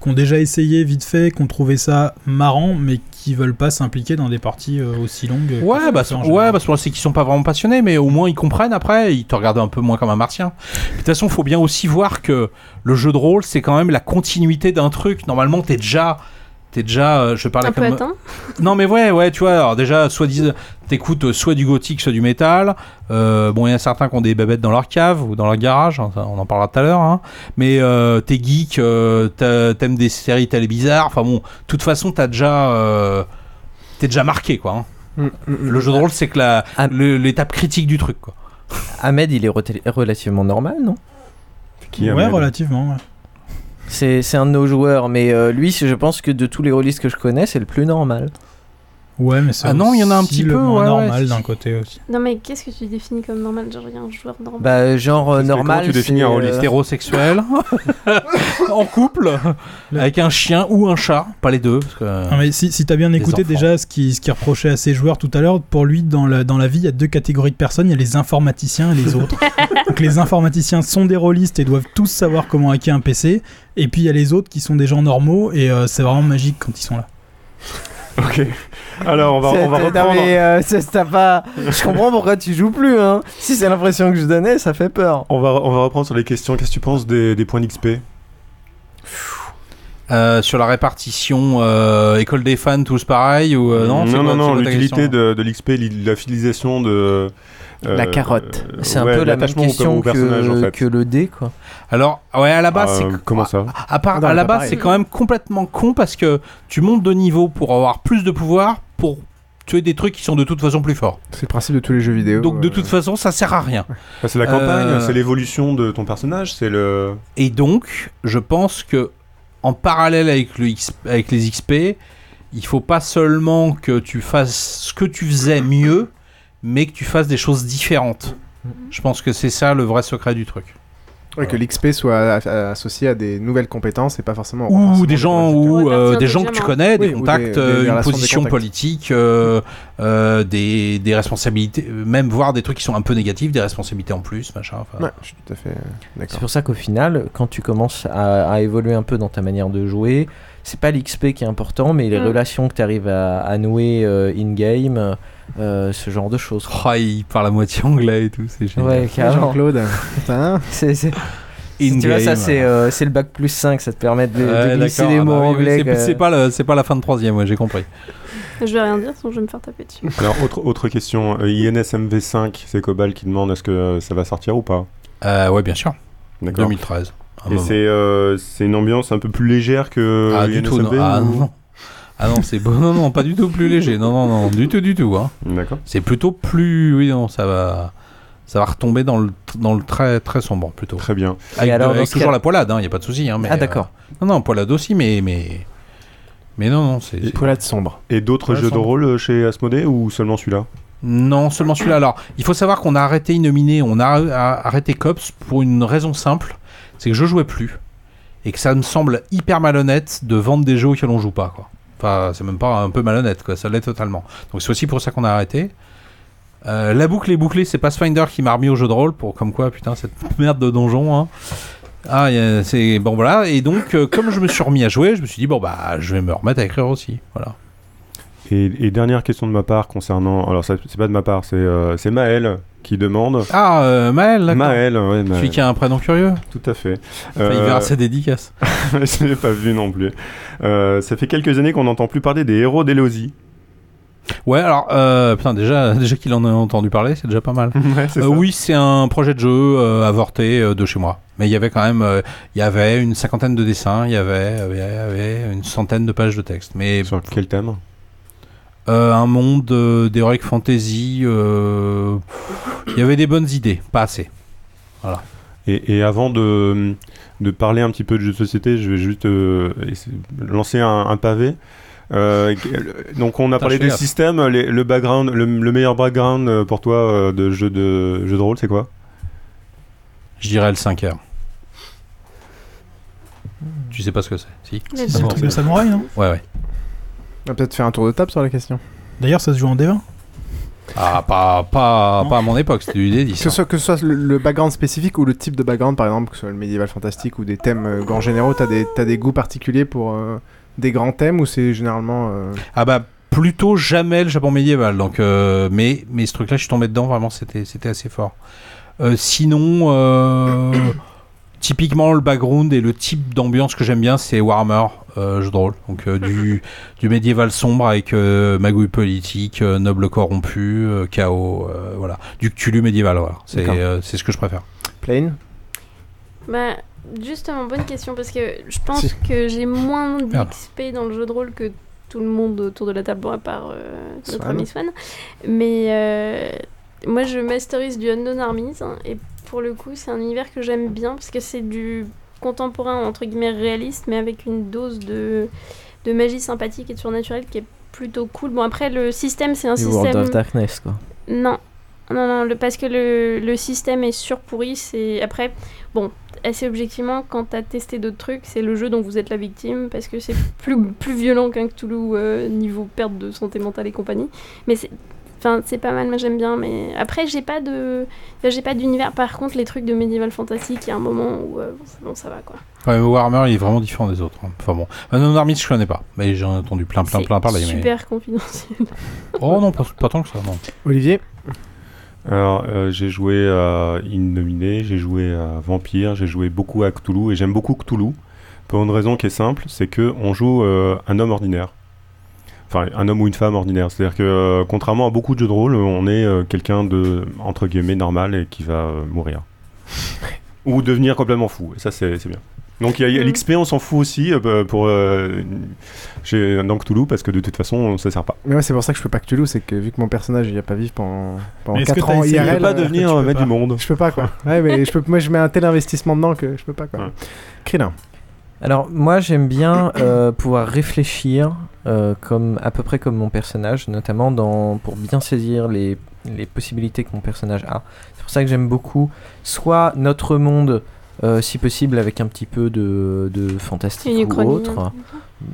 Speaker 13: qui ont déjà essayé vite fait, qui ont trouvé ça marrant, mais qui veulent pas s'impliquer dans des parties euh, aussi longues. que
Speaker 9: Ouais,
Speaker 13: ça
Speaker 9: bah,
Speaker 13: fait en
Speaker 9: ouais, bah, c'est qu'ils sont pas vraiment passionnés, mais au moins ils comprennent après, ils te regardent un peu moins comme un martien. Puis, De toute façon, faut bien aussi voir que le jeu de rôle, c'est quand même la continuité d'un truc. Normalement, t'es déjà. T'es déjà. euh, je parlais
Speaker 6: Un peu
Speaker 9: comme.
Speaker 6: atteint.
Speaker 9: <laughs> Non, mais ouais, ouais, tu vois, alors déjà, soit dis- t'écoutes euh, soit du gothique, soit du métal. Euh, bon, il y en a certains qui ont des babettes dans leur cave ou dans leur garage, hein, ça, on en parlera tout à l'heure. hein. Mais euh, t'es geek, euh, t'as- t'aimes des séries télé bizarres. Enfin bon, de toute façon, t'as déjà. euh, t'es déjà marqué, quoi. hein.
Speaker 7: Mm,
Speaker 9: Le jeu de rôle, c'est que la- le- l'étape critique du truc, quoi.
Speaker 10: Ahmed, il est reté- relativement normal, non
Speaker 13: général. Ouais, relativement. ouais.
Speaker 10: C'est c'est un de nos joueurs, mais euh, lui, c'est- je pense que de tous les rôlistes que je connais, c'est le plus normal.
Speaker 13: Ouais, mais c'est
Speaker 10: Ah non, il y en a un
Speaker 13: aussi
Speaker 10: petit peu,
Speaker 13: le moins
Speaker 10: ouais, ouais,
Speaker 13: normal
Speaker 10: si,
Speaker 13: d'un
Speaker 10: si.
Speaker 13: côté aussi.
Speaker 6: Non, mais qu'est-ce que tu définis comme normal Genre, il y a un joueur normal.
Speaker 10: Bah, genre euh, normal.
Speaker 9: tu définis
Speaker 10: c'est,
Speaker 9: un rôliste
Speaker 10: euh,
Speaker 9: hétérosexuel en couple avec un chien ou un chat, pas les deux. Parce que,
Speaker 13: Non, Ah, mais si, si t'as bien
Speaker 9: Des
Speaker 13: écouté
Speaker 9: enfants.
Speaker 13: déjà ce qui ce qui reprochait à ces joueurs tout à l'heure, pour lui, dans la, dans la vie, il y a deux catégories de personnes, il y a les informaticiens et les autres. Donc les informaticiens sont des rôlistes et doivent tous savoir comment hacker un PC, et puis il y a les autres qui sont des gens normaux, et euh, c'est vraiment magique quand ils sont là.
Speaker 11: Ok. Alors, on va,
Speaker 10: c'est-
Speaker 11: on va
Speaker 10: non,
Speaker 11: reprendre.
Speaker 10: mais, euh, c'est- t'as pas- Je comprends pourquoi tu joues plus, hein. Si c'est l'impression que je donnais, ça fait peur.
Speaker 11: On va, on va reprendre sur les questions. Qu'est-ce que tu penses des, des points d'XP
Speaker 9: euh, sur la répartition euh, école des fans, tous pareil ou euh, non c'est
Speaker 11: non,
Speaker 9: quoi-
Speaker 11: non,
Speaker 9: c'est quoi ta
Speaker 11: l'utilité
Speaker 9: question
Speaker 11: de, de l'XP, li- la fidélisation de. euh,
Speaker 9: La carotte.
Speaker 11: euh,
Speaker 9: C'est un
Speaker 11: ouais,
Speaker 9: peu la même
Speaker 11: l'attachement au-
Speaker 9: question
Speaker 11: au personnage,
Speaker 9: que-
Speaker 11: en fait.
Speaker 9: que
Speaker 10: le dé, quoi.
Speaker 9: Alors, ouais, à la base, c'est Ah,
Speaker 11: Euh, Comment ça
Speaker 9: À, part,
Speaker 11: Non,
Speaker 9: à la
Speaker 11: pas
Speaker 9: base,
Speaker 11: pareil.
Speaker 9: c'est quand même complètement con parce que tu montes de niveau pour avoir plus de pouvoir pour tuer des trucs qui sont de toute façon plus forts.
Speaker 7: C'est le principe de tous les jeux vidéo.
Speaker 9: Donc de
Speaker 7: euh.
Speaker 9: toute façon, ça sert à rien.
Speaker 11: Enfin, Ah, C'est la campagne,
Speaker 9: Euh,
Speaker 11: c'est l'évolution de ton personnage, c'est le.
Speaker 9: Et donc, je pense que en parallèle avec, le X- avec les XP, il faut pas seulement que tu fasses ce que tu faisais mieux, mais que tu fasses des choses différentes. Je pense que c'est ça le vrai secret du truc.
Speaker 7: Ouais, que l'XP soit a- a- associé à des nouvelles compétences et pas forcément. au
Speaker 9: Ou
Speaker 7: renforcement
Speaker 9: des
Speaker 7: de-
Speaker 9: gens, ou, euh, des
Speaker 7: des
Speaker 9: gens que tu
Speaker 7: diamants.
Speaker 9: connais, des
Speaker 7: Oui, ou des-
Speaker 9: contacts,
Speaker 7: des
Speaker 9: euh, une
Speaker 7: relations, des
Speaker 9: position
Speaker 7: contacts.
Speaker 9: politique, euh, euh, des, des responsabilités, euh, même voir des trucs qui sont un peu négatifs, des responsabilités en plus, machin. enfin.
Speaker 7: Ouais, je suis tout à fait euh,
Speaker 10: C'est
Speaker 7: d'accord.
Speaker 10: pour ça qu'au final, quand tu commences à, à évoluer un peu dans ta manière de jouer, c'est pas l'XP qui est important, mais les
Speaker 9: Mm.
Speaker 10: relations que tu arrives à, à nouer euh, in-game, euh, ce genre de choses.
Speaker 9: Oh, il parle à moitié anglais et tout, c'est génial.
Speaker 10: Ouais, carrément.
Speaker 7: Jean-Claude, putain.
Speaker 10: C'est, c'est-
Speaker 9: In-game.
Speaker 10: hein. Tu vois, ça, c'est, euh, c'est le bac plus 5, ça te permet de, de
Speaker 9: Ouais,
Speaker 10: glisser
Speaker 9: d'accord.
Speaker 10: des
Speaker 9: Ah
Speaker 10: mots
Speaker 9: bah oui, oui,
Speaker 10: anglais.
Speaker 9: c'est-
Speaker 10: que-
Speaker 9: C'est pas, le- c'est pas la fin de troisième, ouais, j'ai compris.
Speaker 6: Je vais rien dire, sinon je vais me faire taper dessus.
Speaker 11: Alors, autre, autre question. euh, INSMV5, c'est Cobal qui demande est-ce que euh, ça va sortir ou pas
Speaker 9: Euh, ouais, bien sûr.
Speaker 11: D'accord.
Speaker 9: 2013, à un
Speaker 11: Et
Speaker 9: moment.
Speaker 11: c'est euh, c'est une ambiance un peu plus légère que
Speaker 9: Ah,
Speaker 11: euh,
Speaker 9: du
Speaker 11: INSMV
Speaker 9: tout, non. Ah,
Speaker 11: ou-
Speaker 9: non. Ah non, c'est bon, non, non, pas <laughs> du tout plus léger. Non, non, non, du tout, du tout. Hein.
Speaker 11: D'accord.
Speaker 9: C'est plutôt plus. Oui, non, ça va. Ça va retomber dans le, dans le très, très sombre, plutôt.
Speaker 11: Très bien.
Speaker 9: Avec,
Speaker 10: Et alors,
Speaker 9: de- avec
Speaker 10: dans ce
Speaker 9: toujours
Speaker 10: cas-
Speaker 9: la poilade, il n'y a pas de souci. Hein, mais,
Speaker 10: Ah, d'accord.
Speaker 9: euh, non, non, poilade aussi, mais. Mais, mais non, non, c'est.
Speaker 7: Poilade sombre.
Speaker 11: Et d'autres
Speaker 9: Poilade
Speaker 11: jeux de
Speaker 9: sombre.
Speaker 11: rôle euh, chez Asmodée ou seulement celui-là
Speaker 9: Non, seulement celui-là. Alors, il faut savoir qu'on a arrêté Innominé, on a a- arrêté Cops pour une raison simple, c'est que je jouais plus. Et que ça me semble hyper malhonnête de vendre des jeux auxquels on joue pas, quoi. Enfin, c'est même pas un peu malhonnête, quoi, ça l'est totalement. Donc c'est aussi pour ça qu'on a arrêté. Euh, la boucle est bouclée, c'est Pathfinder qui m'a remis au jeu de rôle pour comme quoi, putain, cette <laughs> merde de donjon. hein. Ah, y a- c'est bon, voilà. Et donc, euh, comme je me suis remis à jouer, je me suis dit, bon, bah, je vais me remettre à écrire aussi. Voilà.
Speaker 11: Et, et dernière question de ma part concernant. Alors, ça, c'est pas de ma part, c'est euh, c'est Maël qui demande.
Speaker 9: Ah, euh, Maël, d'accord.
Speaker 11: Maël, ouais, Maël.
Speaker 9: Celui qui a un prénom curieux.
Speaker 11: Tout à fait. Euh,
Speaker 9: Enfin, il verra ses dédicaces.
Speaker 11: <laughs> je l'ai pas vu non plus. Euh, ça fait quelques années qu'on n'entend plus parler des héros d'Elosie.
Speaker 9: Ouais, alors, euh, putain, déjà, <laughs> déjà qu'il en a entendu parler, c'est déjà pas
Speaker 11: <laughs>
Speaker 9: mal.
Speaker 11: c'est
Speaker 9: Euh,
Speaker 11: ça.
Speaker 9: oui, c'est un projet de jeu euh, avorté euh, de chez moi. Mais il y avait quand même, euh, il y avait une cinquantaine de dessins, il y avait, il y avait une centaine de pages de texte. Mais
Speaker 11: sur quel thème
Speaker 9: Un monde euh, d'heroic fantasy. euh, Il y avait des bonnes idées, pas assez. Voilà.
Speaker 11: Et, et avant de, de parler un petit peu de jeux de société, je vais juste euh, essayer- lancer un, un pavé. Euh, quel- donc on a
Speaker 9: Putain,
Speaker 11: parlé
Speaker 9: je fais
Speaker 11: des
Speaker 9: gaffe.
Speaker 11: systèmes, les- le background, le, le meilleur background euh, pour toi euh, de jeu de jeu de rôle, c'est quoi
Speaker 9: Je dirais le 5 heures. Tu sais pas ce que c'est Si.
Speaker 13: Les C'est le truc de samouraï, non
Speaker 9: Ouais, ouais.
Speaker 7: On va peut-être faire un tour de table sur la question.
Speaker 13: D'ailleurs, ça se joue en D20.
Speaker 9: Ah, pas, pas, pas à mon époque, c'était du D10.
Speaker 7: Que ce soit, que ce soit le, le background spécifique ou le type de background, par exemple, que ce soit le médiéval fantastique ou des thèmes euh, grands généraux, t'as des, t'as des goûts particuliers pour euh, des grands thèmes ou c'est généralement. euh,
Speaker 9: Ah bah plutôt jamais le Japon médiéval. Donc, euh, mais mais ce truc-là, je suis tombé dedans. Vraiment, c'était c'était assez fort. Euh, sinon, euh, <coughs> typiquement le background et le type d'ambiance que j'aime bien, c'est Warhammer, euh, jeu de rôle. Donc euh,
Speaker 7: <laughs>
Speaker 9: du du médiéval sombre avec euh, magouille politique, euh, noble corrompu, euh, chaos, euh, voilà. Du Cthulhu médiéval, voilà. C'est
Speaker 7: D'accord.
Speaker 9: euh, c'est ce que je préfère.
Speaker 7: Plane
Speaker 6: Bah, justement, bonne question, parce que je pense
Speaker 9: Si.
Speaker 6: que j'ai moins
Speaker 9: Merde.
Speaker 6: d'XP dans le jeu de rôle que tout le monde autour de la table, bon, à part euh, notre
Speaker 14: Swan.
Speaker 6: ami Swan. Mais euh, moi, je masterise du Unknown Armies, hein, et pour le coup, c'est un univers que j'aime bien, parce que c'est du contemporain, entre guillemets, réaliste, mais avec une dose de, de magie sympathique et de surnaturel qui est plutôt cool. Bon, après, le système, c'est un
Speaker 10: Et
Speaker 6: système...
Speaker 10: World of Darkness, quoi.
Speaker 6: Non, non, non, le, parce que le, le système est surpourri, c'est... Après, bon, assez objectivement, quand t'as testé d'autres trucs, c'est le jeu dont vous êtes la victime, parce que c'est <laughs> plus, plus violent qu'un Cthulhu euh, niveau perte de santé mentale et compagnie. Mais c'est... Enfin, c'est pas mal, moi j'aime bien, mais après j'ai pas de, j'ai pas d'univers. Par contre, les trucs de médiéval fantastique, il y a un moment où euh, bon, ça va quoi.
Speaker 9: Ouais, mais Warhammer, il est vraiment différent des autres. hein. Enfin bon, Unknown Armies, je connais pas, mais j'en ai entendu plein, plein, plein parler. mais-
Speaker 6: Super confidentiel.
Speaker 9: Oh non, pas, pas tant que ça, non.
Speaker 7: Olivier
Speaker 11: Alors, euh, j'ai joué à Indominé, j'ai joué à Vampire, j'ai joué beaucoup à Cthulhu, et j'aime beaucoup Cthulhu. Pour une raison qui est simple, c'est que on joue euh, un homme ordinaire. Enfin, un homme ou une femme ordinaire. C'est-à-dire que, euh, contrairement à beaucoup de jeux de rôle, on est euh, quelqu'un de, entre guillemets, normal et qui va euh, mourir. ou devenir complètement fou. Et ça, c'est c'est bien. Donc, il y a- il y a,
Speaker 14: Mm.
Speaker 11: l'XP, on s'en fout aussi euh, pour. euh, chez dans Cthulhu, parce que de toute façon, ça sert pas.
Speaker 7: Mais ouais, c'est pour ça que je peux pas que tu loues, c'est que vu que mon personnage il a pas vivre pendant, pendant
Speaker 11: Mais est-ce que
Speaker 7: 4
Speaker 11: t'as
Speaker 7: ans
Speaker 11: essayé
Speaker 7: IRL,
Speaker 11: de pas
Speaker 7: euh,
Speaker 11: devenir
Speaker 7: tu peux
Speaker 11: maître
Speaker 7: pas.
Speaker 11: du monde
Speaker 7: Je peux pas quoi. Ouais, mais je peux, moi je mets un tel investissement dedans que je peux pas quoi. Krillin.
Speaker 10: Alors moi j'aime bien euh, pouvoir réfléchir euh, comme à peu près comme mon personnage, notamment dans, pour bien saisir les, les possibilités que mon personnage a. C'est pour ça que j'aime beaucoup soit notre monde, euh, si possible avec un petit peu de, de fantastique
Speaker 6: Une
Speaker 10: ou
Speaker 6: uchronie,
Speaker 10: autre,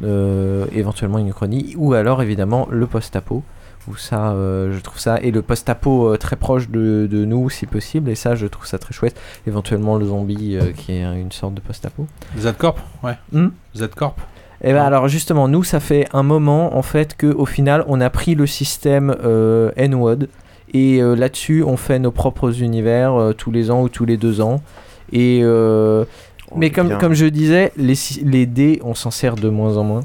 Speaker 10: euh, éventuellement une uchronie, ou alors évidemment le post-apo. Où ça, euh, je trouve ça, et le post-apo euh, très proche de, de nous si possible, et ça je trouve ça très chouette. Éventuellement le zombie euh, qui est une sorte de post-apo.
Speaker 9: Z-Corp Ouais.
Speaker 10: Hmm
Speaker 9: Z-Corp
Speaker 10: Et ben alors justement, nous ça fait un moment en fait que au final on a pris le système euh, N-Word et euh, là-dessus on fait nos propres univers euh, tous les ans ou tous les deux ans. Et euh, mais comme,
Speaker 8: bien.
Speaker 10: comme je disais, les, si- les dés on s'en sert de moins en moins.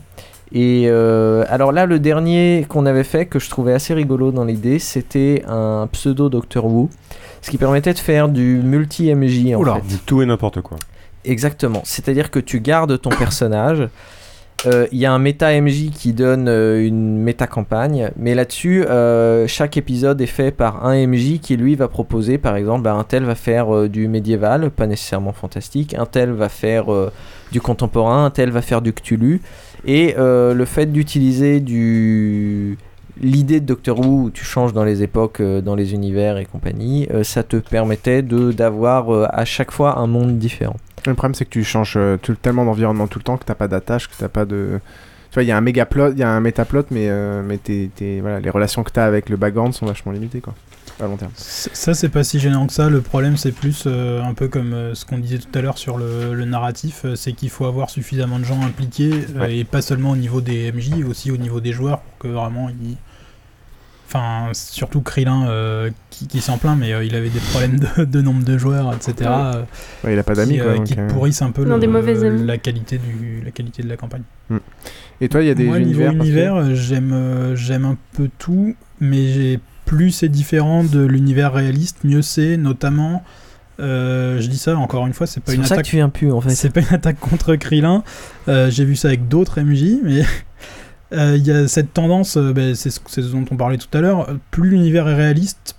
Speaker 10: Et euh, alors là, le dernier qu'on avait fait que je trouvais assez rigolo dans l'idée, c'était un pseudo Doctor Who, ce qui permettait de faire du multi MJ en
Speaker 11: Oula.
Speaker 10: fait.
Speaker 11: Du tout et n'importe quoi.
Speaker 10: Exactement. C'est-à-dire que tu gardes ton personnage. Euh, Il y a un méta-MJ qui donne euh, une méta-campagne, mais là-dessus, euh, chaque épisode est fait par un MJ qui, lui, va proposer, par exemple, bah, un tel va faire euh, du médiéval, pas nécessairement fantastique, un tel va faire euh, du contemporain, un tel va faire du Cthulhu, et euh, le fait d'utiliser du... L'idée de Doctor Who, où tu changes dans les époques, euh, dans les univers et compagnie, euh, ça te permettait de d'avoir euh, à chaque fois un monde différent.
Speaker 7: Le problème c'est que tu changes euh, tout- tellement d'environnement tout le temps que t'as pas d'attache, que t'as pas de. Tu vois, il y a un méga plot, il y a un méta plot, mais, euh, mais t'es- t'es- voilà, les relations que t'as avec le background sont vachement limitées quoi. À long terme.
Speaker 13: Ça, c'est pas si gênant que ça. Le problème, c'est plus euh, un peu comme euh, ce qu'on disait tout à l'heure sur le, le narratif, euh, c'est qu'il faut avoir suffisamment de gens impliqués, euh,
Speaker 11: Ouais.
Speaker 13: et pas seulement au niveau des MJ, aussi au niveau des joueurs, pour que vraiment ils. Enfin, surtout Krillin euh, qui, qui s'en plaint, mais euh, il avait des problèmes de, de nombre de joueurs, etc.
Speaker 7: Ouais.
Speaker 13: euh,
Speaker 7: Ouais, il a pas d'amis,
Speaker 13: qui,
Speaker 7: quoi, donc,
Speaker 13: qui
Speaker 7: euh.
Speaker 13: pourrissent un peu
Speaker 6: Non,
Speaker 13: le-
Speaker 6: des mauvais amis.
Speaker 13: Euh, la, qualité du, la qualité de la campagne.
Speaker 7: Hmm. Et toi, il y a des
Speaker 13: Moi,
Speaker 7: univers.
Speaker 13: niveau
Speaker 7: parce que-
Speaker 13: univers, euh, j'aime euh, j'aime un peu tout, mais j'ai plus c'est différent de l'univers réaliste, mieux c'est, notamment. euh, je dis ça encore une fois, c'est pas
Speaker 10: C'est
Speaker 13: une
Speaker 10: pour ça que
Speaker 13: attaque.
Speaker 10: tu viens plus en fait.
Speaker 13: C'est pas une attaque contre Krillin. Euh, j'ai vu ça avec d'autres MJ, mais euh, il y a cette tendance, euh, ben, c'est ce, c'est ce dont on parlait tout à l'heure. euh, Plus l'univers est réaliste,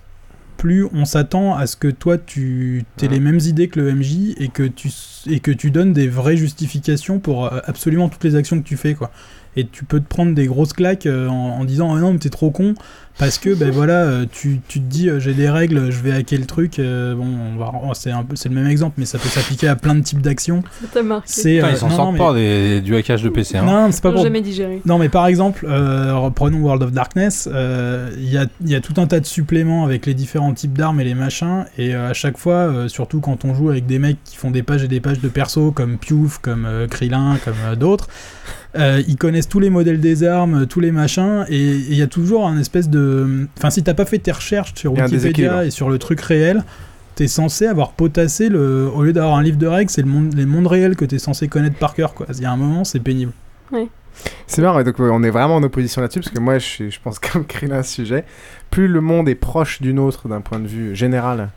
Speaker 13: plus on s'attend à ce que toi tu aies les mêmes idées que le MJ et que tu s- et que tu donnes des vraies justifications pour euh, absolument toutes les actions que tu fais quoi. Et tu peux te prendre des grosses claques euh, en, en disant ah non mais t'es trop con parce que ben voilà euh, tu, tu te dis euh, j'ai des règles je vais hacker le truc euh, bon on va oh, c'est un peu c'est le même exemple mais ça peut s'appliquer à plein de types d'actions.
Speaker 6: t'a marqué.
Speaker 13: C'est
Speaker 9: Putain,
Speaker 13: euh,
Speaker 9: ils s'en
Speaker 13: non, non,
Speaker 9: sortent
Speaker 13: mais-
Speaker 9: pas des, du hackage de PC. Hein.
Speaker 13: non, c'est pas
Speaker 6: Ils l'ont
Speaker 13: pour-
Speaker 6: jamais digéré.
Speaker 13: Non, mais par exemple, euh, reprenons World of Darkness, euh, il y, a, il y a tout un tas de suppléments avec les différents types d'armes et les machins, et euh, à chaque fois, euh, surtout quand on joue avec des mecs qui font des pages et des pages de perso, comme Piouf, comme euh, Krillin, comme euh, d'autres, euh, ils connaissent tous les modèles des armes, tous les machins, et et il y a toujours un espèce de... Enfin, si t'as pas fait tes recherches sur
Speaker 7: Il y a un déséquilibre.
Speaker 13: Wikipédia et sur le truc réel, t'es censé avoir potassé le... Au lieu d'avoir un livre de règles, c'est le monde... les mondes réels que t'es censé connaître par cœur, quoi. Il y a un moment, c'est pénible.
Speaker 7: C'est marrant, et donc ouais, on est vraiment en opposition là-dessus, parce que moi, je, suis- je pense <laughs> comme Krillin à ce sujet, plus le monde est proche d'une autre d'un point de vue général,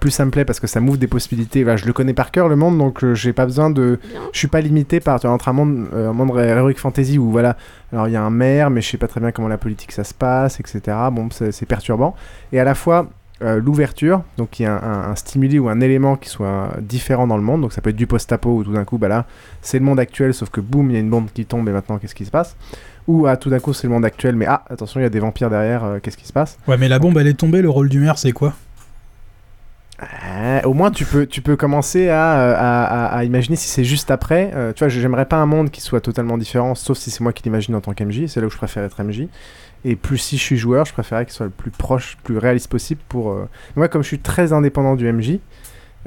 Speaker 7: plus ça me plaît, parce que ça m'ouvre des possibilités. Voilà, je le connais par cœur, le monde, donc euh, j'ai pas besoin de... Je suis pas limité par, tu vois, entre un monde, euh, un monde ré- heroic fantasy, où voilà, alors il y a un maire, mais je sais pas très bien comment la politique ça se passe, etc. Bon, c'est c'est perturbant. Et à la fois... euh, l'ouverture, donc il y a un, un- un stimuli ou un élément qui soit euh, différent dans le monde, donc ça peut être du post-apo où tout d'un coup, bah là, c'est le monde actuel, sauf que boum, il y a une bombe qui tombe et maintenant qu'est-ce qui se passe Ou ah, tout d'un coup, c'est le monde actuel, mais ah, attention, il y a des vampires derrière, euh, qu'est-ce qui se passe
Speaker 13: Ouais, mais la bombe, elle est tombée, le rôle du maire, c'est quoi
Speaker 7: Euh, Au moins, tu peux, tu peux commencer à, euh, à- à- à imaginer si c'est juste après. Euh, tu vois, je- j'aimerais pas un monde qui soit totalement différent, sauf si c'est moi qui l'imagine en tant qu'MJ, c'est là où je préfère être MJ. Et plus si je suis joueur, je préférerais qu'il soit le plus proche, plus réaliste possible pour... euh, Moi, comme je suis très indépendant du MJ,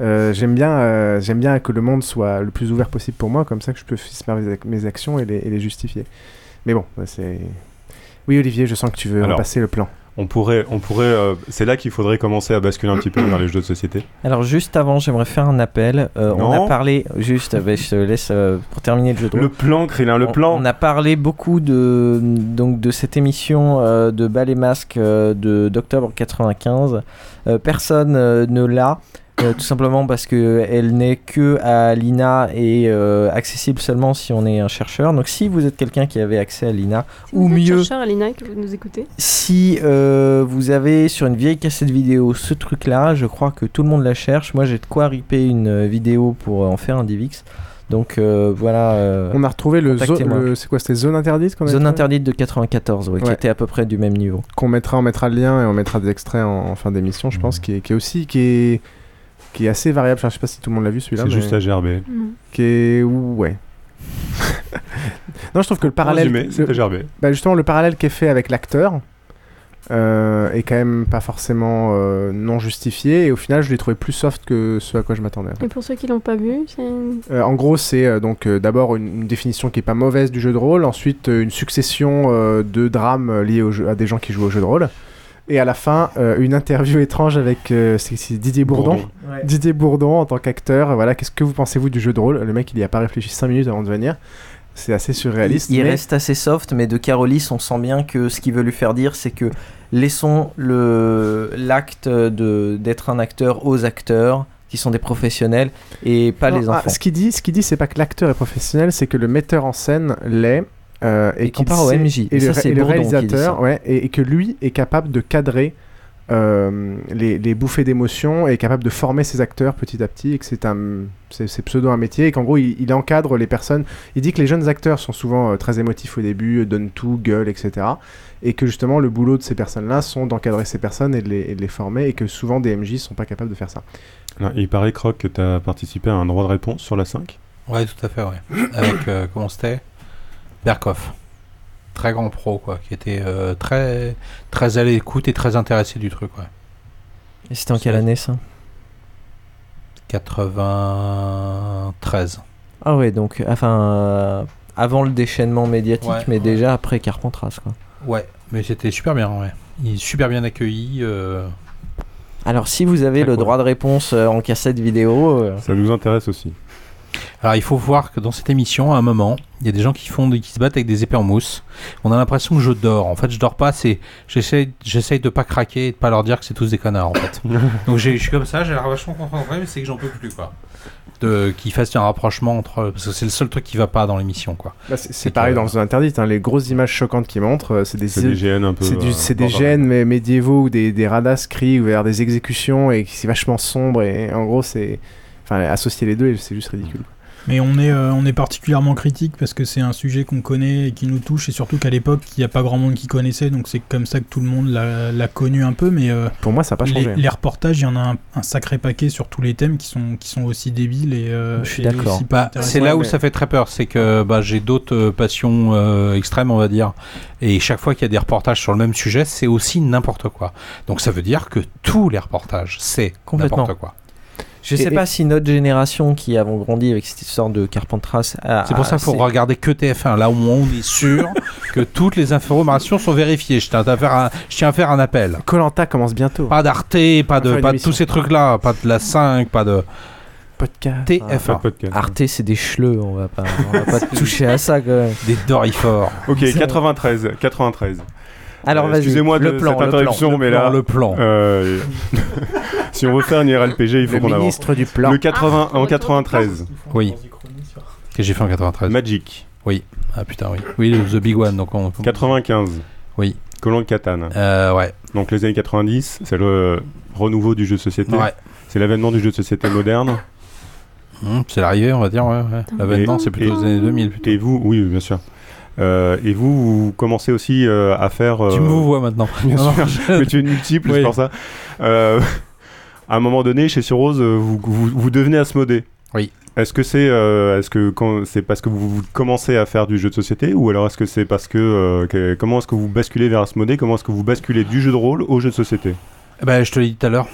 Speaker 7: euh, j'aime bien, euh, j'aime bien que le monde soit le plus ouvert possible pour moi, comme ça que je peux faire mes, ac- mes actions et les, et les justifier. Mais bon, bah, c'est... Oui, Olivier, je sens que tu veux
Speaker 11: Alors,
Speaker 7: passer le plan.
Speaker 11: On pourrait, on pourrait. euh, c'est là qu'il faudrait commencer à basculer un petit peu vers les jeux de société.
Speaker 10: Alors juste avant, j'aimerais faire un appel. Euh, on
Speaker 11: Non.
Speaker 10: a parlé juste, ben, je te laisse euh, pour terminer le jeu de rôle.
Speaker 11: Le plan, Krillin, le
Speaker 10: On-
Speaker 11: plan.
Speaker 10: On a parlé beaucoup de donc de cette émission euh, de Bal et Masque euh, de d'octobre 95. Euh, personne euh, ne l'a. euh, tout simplement parce que elle n'est que à l'INA et euh, accessible seulement si on est un chercheur. Donc si vous êtes quelqu'un qui avait accès à l'INA, ou
Speaker 6: Vous êtes <laughs>
Speaker 10: mieux,
Speaker 6: chercheur, Alina, que vous nous écoutez.
Speaker 10: si euh, vous avez sur une vieille cassette vidéo ce truc là, je crois que tout le monde la cherche. Moi j'ai de quoi ripper une euh, vidéo pour euh, en faire un DivX. Donc euh, voilà. euh,
Speaker 7: On a retrouvé le, zo-
Speaker 10: contactez-moi.
Speaker 7: le- c'est quoi c'était zone interdite qu'on a
Speaker 10: Zone
Speaker 7: trouvé
Speaker 10: interdite de 94, ouais, qui
Speaker 7: Ouais.
Speaker 10: était à peu près du même niveau.
Speaker 7: qu'on mettra on mettra le lien et on mettra des extraits en, en fin d'émission je pense qui est, qui est aussi qui est qui est assez variable Enfin, je sais pas si tout le monde l'a vu celui-là
Speaker 11: C'est
Speaker 7: mais-
Speaker 11: juste à gerber.
Speaker 6: Mhm.
Speaker 7: qui est ouais <laughs> non je trouve que le parallèle
Speaker 11: Résumé,
Speaker 7: le-
Speaker 11: c'était gerbé.
Speaker 7: bah, justement le parallèle qui est fait avec l'acteur euh, est quand même pas forcément euh, non justifié et au final je l'ai trouvé plus soft que ce à quoi je m'attendais en fait.
Speaker 6: Et pour ceux qui l'ont pas vu, c'est une-
Speaker 7: Euh, en gros, c'est euh, donc euh, d'abord une, une définition qui est pas mauvaise du jeu de rôle, ensuite euh, une succession euh, de drames euh, liés au jeu- à des gens qui jouent au jeu de rôle, et à la fin euh, une interview étrange avec euh, c'est- c'est Didier Bourdon.
Speaker 11: Bourdon.
Speaker 10: Ouais.
Speaker 7: Didier Bourdon en tant qu'acteur, euh, voilà, qu'est-ce que vous pensez-vous du jeu de rôle Le mec, il y a pas réfléchi 5 minutes avant de venir. C'est assez surréaliste.
Speaker 10: Il, il
Speaker 7: mais-
Speaker 10: reste assez soft, mais de Carolis, on sent bien que ce qu'il veut lui faire dire, c'est que laissons le l'acte de d'être un acteur aux acteurs qui sont des professionnels et pas
Speaker 7: Non,
Speaker 10: les
Speaker 7: ah,
Speaker 10: enfants.
Speaker 7: ce qu'il dit, ce qu'il dit, c'est pas que l'acteur est professionnel, c'est que le metteur en scène l'est. euh, et
Speaker 10: Il
Speaker 7: qu'il
Speaker 10: compare au
Speaker 7: sait-
Speaker 10: MJ.
Speaker 7: Et,
Speaker 10: Et ça,
Speaker 7: le,
Speaker 10: c'est
Speaker 7: et le
Speaker 10: Bourdon qui dit ça.
Speaker 7: réalisateur, ouais, et, et que lui est capable de cadrer euh, les, les bouffées d'émotions et est capable de former ses acteurs petit à petit, et que c'est un, c'est c'est pseudo un métier, et qu'en gros il, il encadre les personnes. Il dit que les jeunes acteurs sont souvent euh, très émotifs au début, euh, donnent tout, gueulent, etc. Et que justement le boulot de ces personnes-là sont d'encadrer ces personnes et de, les, et de les former, et que souvent des MJ sont pas capables de faire ça.
Speaker 11: Non, il paraît, Croc, que tu as participé à un droit de réponse sur la 5.
Speaker 9: Ouais, tout à fait, ouais. Avec, euh, comment c'était Berkoff. Très grand pro, quoi, qui était euh, très, très à l'écoute et très intéressé du truc, ouais.
Speaker 10: Et c'était en quelle année ça
Speaker 9: 93.
Speaker 10: Ah ouais, donc enfin euh, avant le déchaînement médiatique,
Speaker 9: Ouais,
Speaker 10: mais
Speaker 9: ouais.
Speaker 10: déjà après Carpentras quoi.
Speaker 9: Ouais, mais c'était super bien, ouais. Il est super bien accueilli. euh,
Speaker 10: Alors si vous avez le droit de réponse euh, en cassette vidéo, euh,
Speaker 11: Ça nous intéresse aussi.
Speaker 9: Alors il faut voir que dans cette émission, à un moment, il y a des gens qui font, qui se battent avec des épées en mousse. On a l'impression que je dors. En fait, je dors pas. C'est, j'essaye, j'essaye de pas craquer et de pas leur dire que c'est tous des connards. En
Speaker 11: <laughs>
Speaker 9: fait. Donc j'ai- je suis comme ça, j'ai l'air vachement concentré, mais c'est que j'en peux plus quoi. de, qu'ils fassent un rapprochement entre, parce que c'est le seul truc qui va pas dans l'émission quoi.
Speaker 7: Bah, c'est- c'est pareil dans Zone Interdite, hein, les grosses images choquantes qui montrent, euh, c'est des,
Speaker 11: C'est des GN un peu,
Speaker 7: C'est du-
Speaker 11: euh,
Speaker 7: c'est des
Speaker 11: bordel.
Speaker 7: GN mé- médiévaux ou des, des radas cris ou vers des exécutions et qui- c'est vachement sombre et en gros c'est. Enfin, associer les deux, c'est juste ridicule.
Speaker 13: Mais on est, euh, on est particulièrement critique parce que c'est un sujet qu'on connaît et qui nous touche, et surtout qu'à l'époque, il n'y a pas grand monde qui connaissait, donc c'est comme ça que tout le monde l'a l'a connu un peu. Mais euh,
Speaker 7: Pour moi, ça a pas changé,
Speaker 13: Les,
Speaker 7: hein.
Speaker 13: les reportages, il y en a un, un sacré paquet sur tous les thèmes qui sont, qui sont aussi débiles et, euh, et aussi pas
Speaker 9: Bah, c'est là
Speaker 13: intéressants.
Speaker 9: où ça fait très peur, c'est que bah, j'ai d'autres euh, passions euh, extrêmes, on va dire. Et chaque fois qu'il y a des reportages sur le même sujet, c'est aussi n'importe quoi. Donc ça veut dire que tous les reportages, c'est
Speaker 10: Complètement.
Speaker 9: n'importe quoi.
Speaker 10: je sais
Speaker 9: Et-
Speaker 10: pas si notre génération qui avons grandi avec cette histoire de Carpentras. a-
Speaker 9: C'est pour ça
Speaker 10: a-
Speaker 9: qu'il faut
Speaker 10: ah, c'est-
Speaker 9: regarder que TF1. Là au moins on est sûr que toutes les informations sont vérifiées. Je tiens à faire un, je tiens à faire un appel.
Speaker 7: Colanta commence bientôt.
Speaker 9: Pas d'Arte, pas
Speaker 7: On va faire
Speaker 9: de,
Speaker 7: une
Speaker 9: pas de
Speaker 7: émission.
Speaker 9: tous ces trucs-là, pas de la 5, pas de
Speaker 7: podcast.
Speaker 9: TF1.
Speaker 10: Arte, c'est des chleux, on va pas, on
Speaker 9: <laughs>
Speaker 10: va pas toucher à ça quand même.
Speaker 9: Des dorifores.
Speaker 11: Ok, 93. 93.
Speaker 10: Alors, vas-y,
Speaker 11: Excusez-moi de
Speaker 10: le plan,
Speaker 11: cette
Speaker 10: le plan,
Speaker 11: interruption,
Speaker 10: le
Speaker 11: mais
Speaker 10: plan,
Speaker 11: là.
Speaker 10: le plan.
Speaker 11: euh, <laughs> si on veut faire une IRLPG, il faut
Speaker 7: Le
Speaker 11: qu'on avance.
Speaker 7: ministre du plan.
Speaker 11: Le 80, en 93.
Speaker 9: Oui. Que j'ai fait en 93.
Speaker 11: Magic.
Speaker 9: Oui. Ah putain, oui. Oui, le- The Big One. Donc on...
Speaker 11: 95.
Speaker 9: Oui. Euh,
Speaker 11: Colon Catane.
Speaker 9: ouais.
Speaker 11: Donc les années 90, c'est le renouveau du jeu de société.
Speaker 9: Ouais.
Speaker 11: C'est l'avènement du jeu de société moderne.
Speaker 9: Hum, c'est l'arrivée, on va dire. Ouais, ouais. L'avènement, c'est plutôt aux années 2000.
Speaker 11: Et vous, oui, bien sûr. Euh, et vous, vous commencez aussi euh, à faire. euh,
Speaker 9: Tu me vois maintenant.
Speaker 11: <laughs> Bien
Speaker 9: Non,
Speaker 11: sûr,
Speaker 9: non, je-
Speaker 11: mais tu es multiple,
Speaker 9: Oui.
Speaker 11: c'est pour ça. Euh, à un moment donné, chez Surose, euh, vous, vous, vous devenez Asmodée.
Speaker 9: Oui.
Speaker 11: Est-ce que c'est euh, est-ce que quand- c'est parce que vous, vous commencez à faire du jeu de société ou alors est-ce que c'est parce que, euh, que- comment est-ce que vous basculez vers Asmodée Comment est-ce que vous basculez du jeu de rôle au jeu de société
Speaker 9: Eh Ben, je te l'ai dit tout à l'heure.